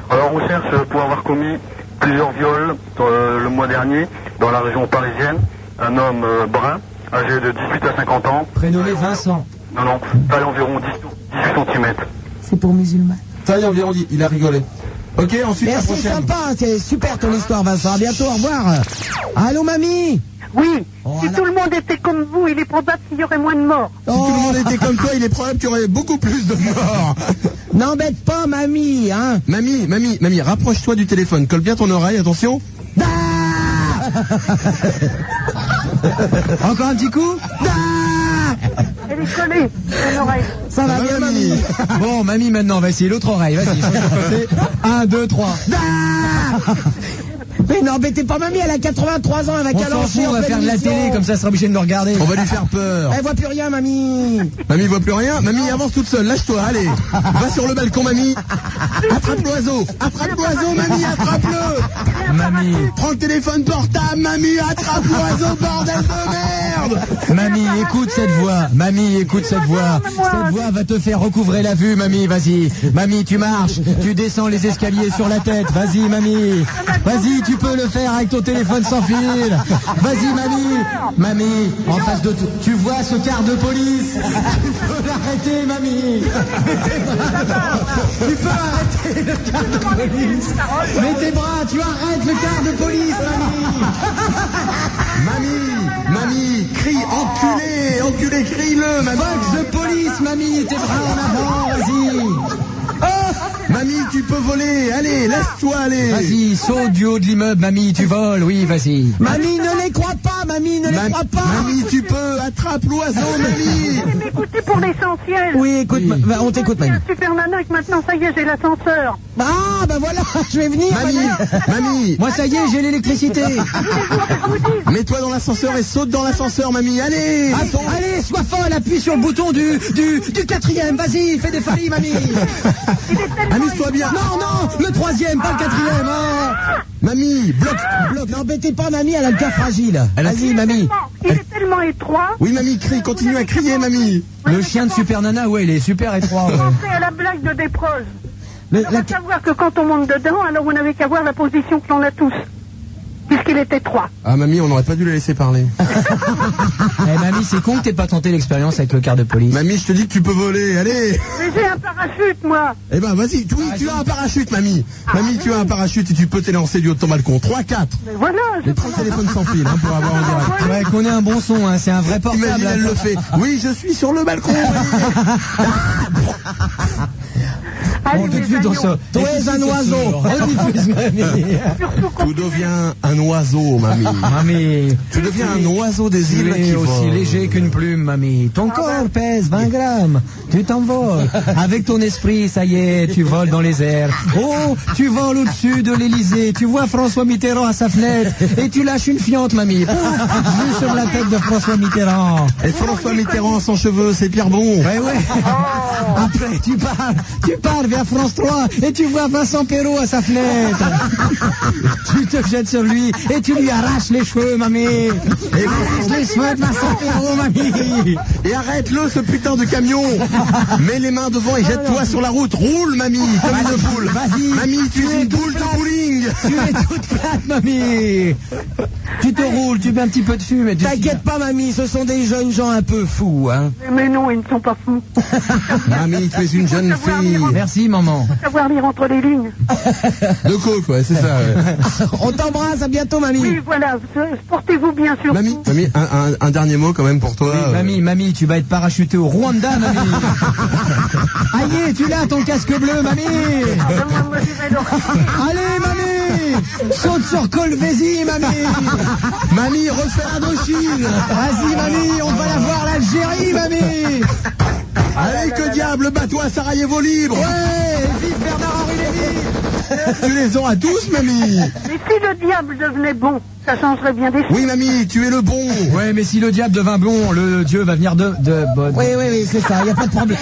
Speaker 8: Alors on cherche pour avoir commis plusieurs viols euh, le mois dernier dans la région parisienne. Un homme euh, brun, âgé de 18 à 50 ans.
Speaker 4: Prénommé Vincent.
Speaker 8: Non, non, taille environ 10, 18 cm.
Speaker 2: C'est pour musulmans.
Speaker 3: Ça y est, environ dit, il a rigolé. Ok, ensuite la
Speaker 2: Merci,
Speaker 3: prochaine.
Speaker 2: sympa, hein, c'est super ton histoire, Vincent. À bientôt, au revoir. Allô, mamie
Speaker 5: Oui, si tout le monde était comme vous, il est probable qu'il y aurait moins de morts.
Speaker 3: Si tout le monde
Speaker 2: Oh.
Speaker 3: était comme toi, il est probable qu'il y aurait beaucoup plus de morts.
Speaker 2: N'embête pas, mamie, hein.
Speaker 3: Mamie, mamie, mamie, rapproche-toi du téléphone, colle bien ton oreille, attention.
Speaker 2: Ah
Speaker 4: Encore un petit coup
Speaker 5: Elle est collée, son oreille.
Speaker 2: Ça va bien, mamie
Speaker 4: Bah, Bon, mamie, maintenant, on va essayer l'autre oreille. Vas-y, change de côté. 1, 2, 3.
Speaker 2: Mais n'embêtez pas, mamie, elle a 83 ans, elle va
Speaker 4: On s'en
Speaker 2: calancher
Speaker 4: fout, on
Speaker 2: en
Speaker 4: va
Speaker 2: pleine
Speaker 4: faire de la
Speaker 2: émission.
Speaker 4: télé, comme ça, elle sera obligée de nous regarder.
Speaker 3: On va lui faire peur.
Speaker 2: Elle voit plus rien, mamie.
Speaker 3: Mamie voit plus rien. Mamie avance toute seule. Lâche-toi. Allez. Va sur le balcon, mamie. Attrape l'oiseau. Attrape l'oiseau, mamie. Attrape-le.
Speaker 4: Mamie,
Speaker 3: Prends le téléphone portable, mamie. Attrape l'oiseau, bordel de merde.
Speaker 4: mamie, écoute cette voix. Mamie, écoute cette voix. Cette voix va te faire recouvrer la vue, mamie, vas-y. Mamie, tu marches, tu descends les escaliers sur la tête. Vas-y, mamie. Vas-y, tu peux le faire avec ton téléphone sans fil. Vas-y, mamie. Mamie, en face de toi. Tu vois ce quart de police Tu peux l'arrêter, mamie. Tu peux arrêter le quart de police. Mets tes bras, tu arrêtes le quart de police, mamie.
Speaker 3: Mamie. Mamie. Crie. Enculé. Enculé. Crie-le, mamie.
Speaker 4: Box de police, mamie. Tes bras en avant, vas-y.
Speaker 3: Ah, Mamie, tu peux voler. Allez. Laisse-toi aller.
Speaker 4: Vas-y, saute du haut de l'immeuble, mamie, tu voles, oui, vas-y.
Speaker 2: Mamie, ne les crois pas, mamie, ne les
Speaker 3: Ma-
Speaker 2: crois pas.
Speaker 3: Mamie, tu peux. Attrape l'oiseau, mamie.
Speaker 5: Eh, Mais m'écoutez pour l'essentiel.
Speaker 2: Oui, écoute, ma- va- on t'écoute,
Speaker 5: Il y a
Speaker 2: mamie.
Speaker 5: un Super Nana que maintenant, ça y est, j'ai l'ascenseur.
Speaker 2: Ah, ben voilà, je vais venir.
Speaker 3: Mamie. Mamie.
Speaker 4: Moi, ça y est, j'ai l'électricité.
Speaker 3: Mets-toi dans l'ascenseur et saute dans l'ascenseur, mamie. Allez.
Speaker 4: Ah, Allez, sois folle, appuie sur le bouton du, du, du quatrième, vas-y, fais des folies, mamie.
Speaker 3: Amuse-toi bien.
Speaker 4: Non, non, le troisième, pas le quatrième. hein.
Speaker 3: Mamie. Bloque.
Speaker 2: Bloc, n'embêtez pas, mamie, elle a le cœur fragile.
Speaker 4: Elle a-
Speaker 2: Vas-y, mamie.
Speaker 5: Il est tellement étroit.
Speaker 3: Oui, mamie. Crie. Continue à crier, mamie.
Speaker 4: Le chien de Super Nana, ouais, il est super étroit. ouais.
Speaker 5: Pensez à la blague de Desproges.
Speaker 2: Le-
Speaker 5: On va
Speaker 2: la-
Speaker 5: savoir que quand on monte dedans, alors vous n'avez qu'à voir la position que l'on a tous. Puisqu'il est étroit.
Speaker 3: Ah, mamie, on n'aurait pas dû la laisser parler.
Speaker 4: Eh, mamie, c'est con que t'aies pas tenté l'expérience avec le quart de police.
Speaker 3: Mamie, je te dis que tu peux voler, allez
Speaker 5: Mais j'ai un parachute, moi.
Speaker 3: Eh ben vas-y, tu- oui, tu as un parachute, mamie Mamie, tu as un parachute et tu peux t'élancer du haut de ton balcon. 3, 4
Speaker 5: Mais voilà, je
Speaker 3: Et prends le téléphone sans fil hein, pour avoir en direct.
Speaker 4: Ouais, qu'on ait un bon son, hein, c'est un vrai portable.
Speaker 3: Imagine, elle
Speaker 4: hein.
Speaker 3: le fait. Oui, je suis sur le balcon
Speaker 4: Bon, tout de suite, on se...
Speaker 2: Toi, es un oiseau.
Speaker 4: Rediffuse, mamie.
Speaker 3: Tu deviens un oiseau, mamie.
Speaker 4: Mamie.
Speaker 3: Tu deviens un oiseau des
Speaker 4: Tu
Speaker 3: îles qui
Speaker 4: es aussi
Speaker 3: vole.
Speaker 4: léger qu'une plume, mamie. Ton corps pèse 20 grammes. Tu t'envoles. Avec ton esprit, ça y est, tu voles dans les airs. Oh, tu voles au-dessus de l'Elysée. Tu vois François Mitterrand à sa fenêtre. Et tu lâches une fiente, mamie. Pouf, Juste sur la tête de François Mitterrand.
Speaker 3: Et François Mitterrand sans cheveux, c'est Pierre Bon
Speaker 4: Ouais, ouais.
Speaker 3: Oh.
Speaker 4: Après, tu pars, tu pars vers France 3 et tu vois Vincent Perrault à sa fenêtre. tu te jettes sur lui et tu lui arraches les cheveux, mamie. Arrache les cheveux de Vincent Perrault, mamie.
Speaker 3: Et arrête-le, ce putain de camion Mets les mains devant et jette-toi sur la route. Roule, mamie, comme une boule
Speaker 4: Vas-y.
Speaker 3: Mamie, tu
Speaker 4: Tu
Speaker 3: es
Speaker 4: es
Speaker 3: une boule
Speaker 4: toute
Speaker 3: de bowling
Speaker 4: Tu es toute plate, mamie. Tu te roules, tu mets un petit peu de fume et tu...
Speaker 2: T'inquiète pas, mamie, ce sont des jeunes gens un peu fous, hein.
Speaker 5: Mais- Mais non, ils ne sont pas fous.
Speaker 3: Mamie, tu es une jeune fille
Speaker 4: Merci, maman.
Speaker 5: Faut savoir lire entre les lignes.
Speaker 3: De coke, ouais, c'est ça. ouais.
Speaker 2: On t'embrasse, à bientôt, mamie.
Speaker 5: Oui, voilà, se- portez-vous bien sûr.
Speaker 3: Mamie, mamie un, un- un dernier mot quand même pour toi.
Speaker 4: Oui, mamie, mamie, tu vas être parachutée au Rwanda, mamie. Aïe, tu l'as, ton casque bleu, mamie.
Speaker 5: Ah, ben, moi, moi, j'y vais, donc.
Speaker 4: Allez, mamie Saute sur Colvézi, mamie Mamie, refais Indochine Vas-y, mamie, on va la voir, l'Algérie, mamie
Speaker 3: Allez, que diable Formidable bateau à Sarajevo libre
Speaker 34: Ouais Vive Bernard-Henri
Speaker 3: Lévy Tu les auras tous, mamie
Speaker 5: Mais si le diable devenait bon, ça changerait bien des choses.
Speaker 3: Oui, mamie, tu es le bon
Speaker 4: Ouais, mais si le diable devint bon, le dieu va venir de, de bon.
Speaker 2: Oui, oui, oui, c'est ça, il n'y a pas de problème.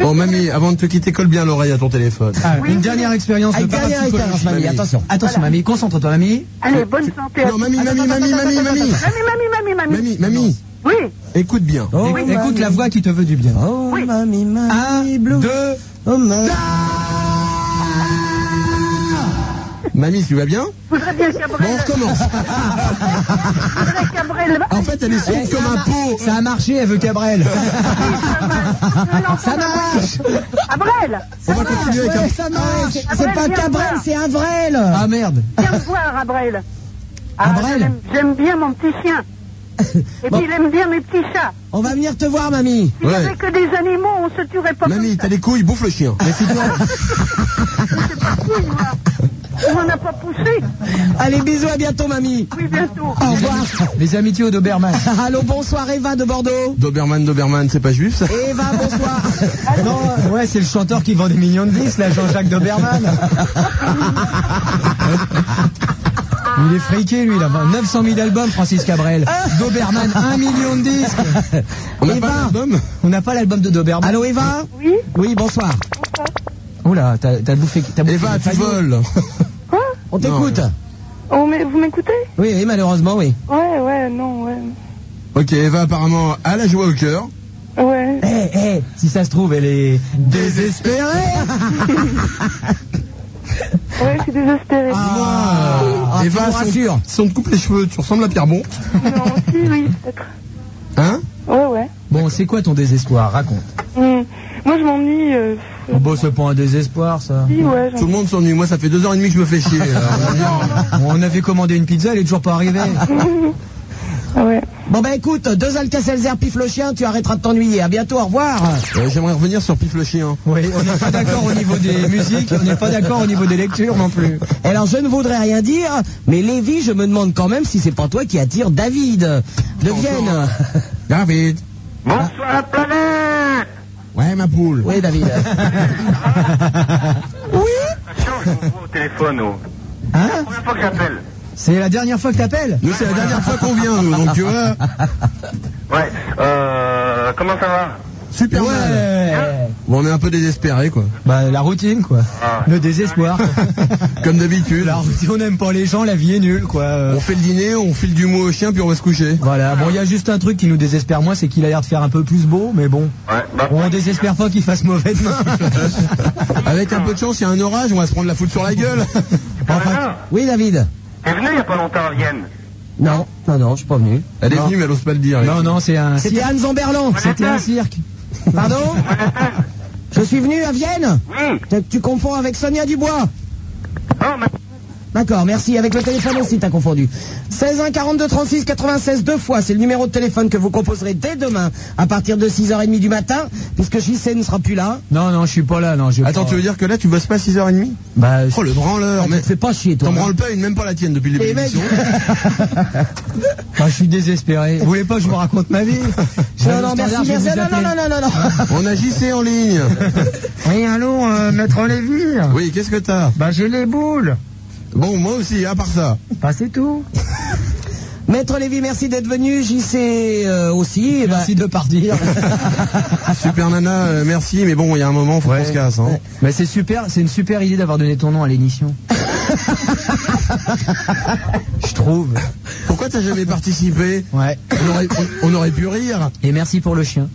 Speaker 3: Bon, mamie, avant de te quitter, colle bien l'oreille à ton téléphone.
Speaker 4: Ah, une dernière expérience de
Speaker 2: Une dernière
Speaker 4: parapsychologie,
Speaker 2: expérience, mamie, attention.
Speaker 4: Attention, mamie, concentre-toi, mamie.
Speaker 5: Allez, bonne santé. à
Speaker 3: Non,
Speaker 5: tous.
Speaker 3: mamie,
Speaker 5: Attends,
Speaker 3: mamie,
Speaker 5: attends,
Speaker 3: mamie,
Speaker 5: attends,
Speaker 3: mamie,
Speaker 5: attends,
Speaker 3: mamie.
Speaker 5: attends. Mamie, mamie, mamie, mamie.
Speaker 3: Mamie, mamie,
Speaker 5: Oui.
Speaker 3: écoute bien.
Speaker 4: Éc-
Speaker 5: oui,
Speaker 4: écoute
Speaker 5: mamie.
Speaker 4: la voix qui te veut du bien.
Speaker 2: Oh, mamie, mamie, blue.
Speaker 4: Deux.
Speaker 2: Oh, mamie.
Speaker 5: Ah.
Speaker 3: Mamie, tu vas bien
Speaker 5: Je voudrais bien
Speaker 3: Bon,
Speaker 5: Cabrel.
Speaker 3: on recommence.
Speaker 5: Je voudrais Cabrel.
Speaker 3: En fait, elle est sourde comme un pot.
Speaker 4: Ça a marché, elle veut Cabrel.
Speaker 2: Ça marche
Speaker 5: Cabrel,
Speaker 3: On va continuer avec un...
Speaker 2: Ouais, ça marche
Speaker 5: Avrel,
Speaker 2: Ah, C'est pas
Speaker 5: viens
Speaker 2: Cabrel,
Speaker 5: voir.
Speaker 2: c'est Avrel
Speaker 4: Ah merde.
Speaker 5: viens me voir, Abrel. Ah,
Speaker 2: Abrel
Speaker 5: j'aime- J'aime bien mon petit chien. Et puis, il aime bien mes petits chats.
Speaker 2: On va venir te voir, mamie
Speaker 5: Si
Speaker 3: Ouais.
Speaker 5: j'avais que des animaux, on se tuerait pas
Speaker 3: Mamie, t'as
Speaker 5: comme ça.
Speaker 3: des couilles, bouffe le chien. Mais si toi-
Speaker 5: Oui, moi. On m'en a pas poussé.
Speaker 2: Allez, bisous, à bientôt, mamie
Speaker 5: Oui, bientôt.
Speaker 2: Au revoir
Speaker 4: Les amitiés au Doberman.
Speaker 2: Allô, bonsoir, Eva de Bordeaux
Speaker 3: Doberman, Doberman, c'est pas juif ça
Speaker 2: Eva, bonsoir
Speaker 4: Non, euh, ouais, c'est le chanteur qui vend des millions de disques, là, Jean-Jacques Doberman. Il est friqué, lui, là. 900 000 albums, Francis Cabrel. Doberman, 1 million de disques.
Speaker 3: On n'a
Speaker 4: Eva.
Speaker 3: pas d'album
Speaker 4: On n'a pas l'album de Doberman.
Speaker 2: Allô, Eva
Speaker 5: Oui,
Speaker 2: Oui, bonsoir
Speaker 4: Oula, t'as t'as bouffé. t'as bouffé
Speaker 3: Eva,
Speaker 4: des
Speaker 3: tu
Speaker 4: fagots.
Speaker 3: voles
Speaker 5: quoi
Speaker 2: On t'écoute
Speaker 35: Oh, mais vous m'écoutez
Speaker 2: Oui, oui, malheureusement, oui.
Speaker 35: Ouais, ouais, non, ouais.
Speaker 3: Ok, Eva, apparemment, a la joie au cœur.
Speaker 35: Ouais.
Speaker 4: Eh, eh, si ça se trouve, elle est désespérée.
Speaker 35: Ouais, je suis désespérée.
Speaker 2: Ah, tu
Speaker 3: Eva,
Speaker 2: me
Speaker 3: si
Speaker 2: rassures.
Speaker 3: on, si on te coupe les cheveux, tu ressembles à Pierre Bon.
Speaker 35: Non, si, oui, peut-être.
Speaker 3: Hein
Speaker 35: Ouais, ouais.
Speaker 4: Bon, c'est quoi ton désespoir Raconte.
Speaker 35: Hmm. Moi, je m'ennuie. Euh,
Speaker 4: Oh, bon, c'est pas un désespoir, ça.
Speaker 35: si, ouais,
Speaker 3: Tout le monde s'ennuie. Moi, ça fait deux heures et demie que je me fais chier. là.
Speaker 4: On avait commandé une pizza, elle est toujours pas arrivée.
Speaker 35: j'en- ouais.
Speaker 2: Bon, bah écoute, deux Alka-Seltzer, pif le chien, tu arrêteras de t'ennuyer. À bientôt, au revoir
Speaker 3: Euh, J'aimerais revenir sur Pif le chien.
Speaker 4: Oui, on n'est pas d'accord au niveau des musiques, on n'est pas d'accord au niveau des lectures non plus.
Speaker 2: Et Eh, Alors je ne voudrais rien dire, mais Lévi, je me demande quand même si c'est pas toi qui attire David de Vienne.
Speaker 3: David
Speaker 8: Bonsoir la planète
Speaker 3: Ouais, ma poule.
Speaker 2: Oui, David.
Speaker 8: Attention, je vous vois au téléphone. oh. C'est la première fois que j'appelle.
Speaker 4: Hein? C'est la dernière fois que t'appelles
Speaker 3: Nous, c'est la dernière fois qu'on vient, nous, donc tu vois.
Speaker 8: Ouais, euh, comment ça va
Speaker 3: Super mal.
Speaker 4: Ouais
Speaker 3: Bon, on est un peu désespérés, quoi.
Speaker 4: Bah la routine quoi.
Speaker 8: Ah.
Speaker 4: Le désespoir.
Speaker 3: Comme d'habitude.
Speaker 4: la routine, on n'aime pas les gens, la vie est nulle quoi. Euh,
Speaker 3: On fait le dîner, on file du mou au chien, puis on va se coucher.
Speaker 4: Voilà, bon il y a juste un truc qui nous désespère moins, c'est qu'il a l'air de faire un peu plus beau, mais bon.
Speaker 8: Ouais, bah,
Speaker 4: On désespère pas qu'il fasse mauvais demain.
Speaker 3: Avec un peu de chance, il y a un orage, on va se prendre la foudre sur la gueule.
Speaker 8: Carolina,
Speaker 2: Oui, David.
Speaker 8: T'es venu il y a pas longtemps à Vienne.
Speaker 2: Non, non, non, je suis pas venu.
Speaker 3: Elle est
Speaker 4: Non.
Speaker 3: venue, mais elle ose pas le dire.
Speaker 4: non non c'est un
Speaker 2: C'était Anne Zamberlan.
Speaker 4: c'était un cirque.
Speaker 2: Pardon Je suis venu à Vienne
Speaker 8: Oui.
Speaker 2: Peut-être que Tu confonds avec Sonia Dubois.
Speaker 8: Non, mais
Speaker 2: D'accord, merci. Avec le téléphone aussi, t'as confondu. 16 1 42 36 96 deux fois, c'est le numéro de téléphone que vous composerez dès demain à partir de 6h30 du matin, puisque JC ne sera plus là.
Speaker 4: Non non je suis pas là non je.
Speaker 3: Attends, tu veux dire que là, tu bosses pas 6h30
Speaker 4: Bah
Speaker 3: Oh, le branleur, mais.
Speaker 2: C'est pas chier, toi.
Speaker 3: T'en
Speaker 2: hein.
Speaker 3: branles pas Eh, une, même pas la tienne depuis le début
Speaker 2: Et
Speaker 3: de
Speaker 2: mec-
Speaker 3: l'émission.
Speaker 4: Ah, je suis désespéré. Vous voulez pas que je vous raconte ma vie
Speaker 2: Non, non, merci, merci. Non, non, non, non, non, non.
Speaker 3: On a JC en ligne.
Speaker 4: Oui, allô, maître Lévy
Speaker 3: Oui, qu'est-ce que t'as
Speaker 4: Bah, j'ai les boules.
Speaker 3: Bon, moi aussi, à part ça.
Speaker 4: Bah, c'est tout.
Speaker 2: Maître Lévy, merci d'être venu. JC euh, aussi. Et bah,
Speaker 4: Merci de partir.
Speaker 3: Super Nana, euh, merci, mais bon, il y a un moment, faut qu'on se casse. Hein.
Speaker 4: Mais Bah, c'est super, c'est une super idée d'avoir donné ton nom à l'émission. je trouve.
Speaker 3: Pourquoi t'as jamais participé
Speaker 4: Ouais.
Speaker 3: on aurait, on- on aurait pu rire.
Speaker 4: Et merci pour le chien.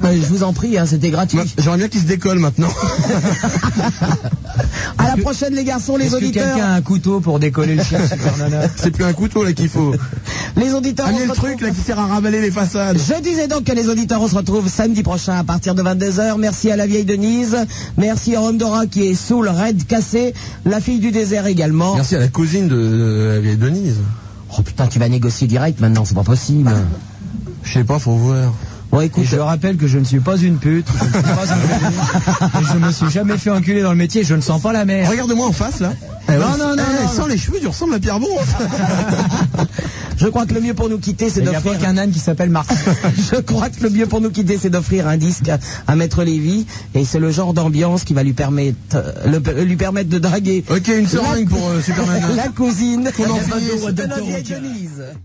Speaker 2: bah, je vous en prie, hein, c'était gratuit.
Speaker 3: Ma- J'aimerais bien qu'il se décolle maintenant.
Speaker 2: À la prochaine, les garçons, les
Speaker 4: Est-ce que quelqu'un
Speaker 2: auditeurs.
Speaker 4: a un couteau pour décoller le chien Super Nana
Speaker 3: C'est plus un couteau là qu'il faut. Ah,
Speaker 2: Les auditeurs. on
Speaker 3: Amenez
Speaker 2: se
Speaker 3: le
Speaker 2: retrouve-
Speaker 3: truc là qui sert à ravaler les façades.
Speaker 2: Je disais donc que les auditeurs, on se retrouve samedi prochain à partir de 22h. Merci à la vieille Denise. Merci à Rondora qui est sous le raid cassé. La fille du désert également.
Speaker 3: Merci à la cousine de, de la vieille Denise.
Speaker 2: Oh putain, tu vas négocier direct maintenant, c'est pas possible.
Speaker 3: Je sais pas, faut voir.
Speaker 2: Bon,
Speaker 4: Et
Speaker 2: écoute.
Speaker 4: je rappelle que je ne suis pas une pute, je ne suis pas un bébé, et je me suis jamais fait enculer dans le métier, je ne sens pas la merde.
Speaker 3: Regarde-moi en face là.
Speaker 4: Non, non, non,
Speaker 3: Eh,
Speaker 4: non,
Speaker 3: Sans les cheveux, tu ressembles à Pierre Bon.
Speaker 2: Je crois que le mieux pour nous quitter, c'est
Speaker 4: Mais y a
Speaker 2: d'offrir.
Speaker 4: pas qu'un
Speaker 2: âne qui s'appelle Martin. Je crois que le mieux pour nous quitter, c'est d'offrir un disque à Maître Lévy. Et c'est le genre d'ambiance qui va lui permettre, euh, le- lui permettre de draguer.
Speaker 7: Ok, une seringue
Speaker 2: la-
Speaker 7: pour, euh, Superman.
Speaker 2: La cousine.
Speaker 7: Qu'on en finisse.
Speaker 2: de notre vieille Denise.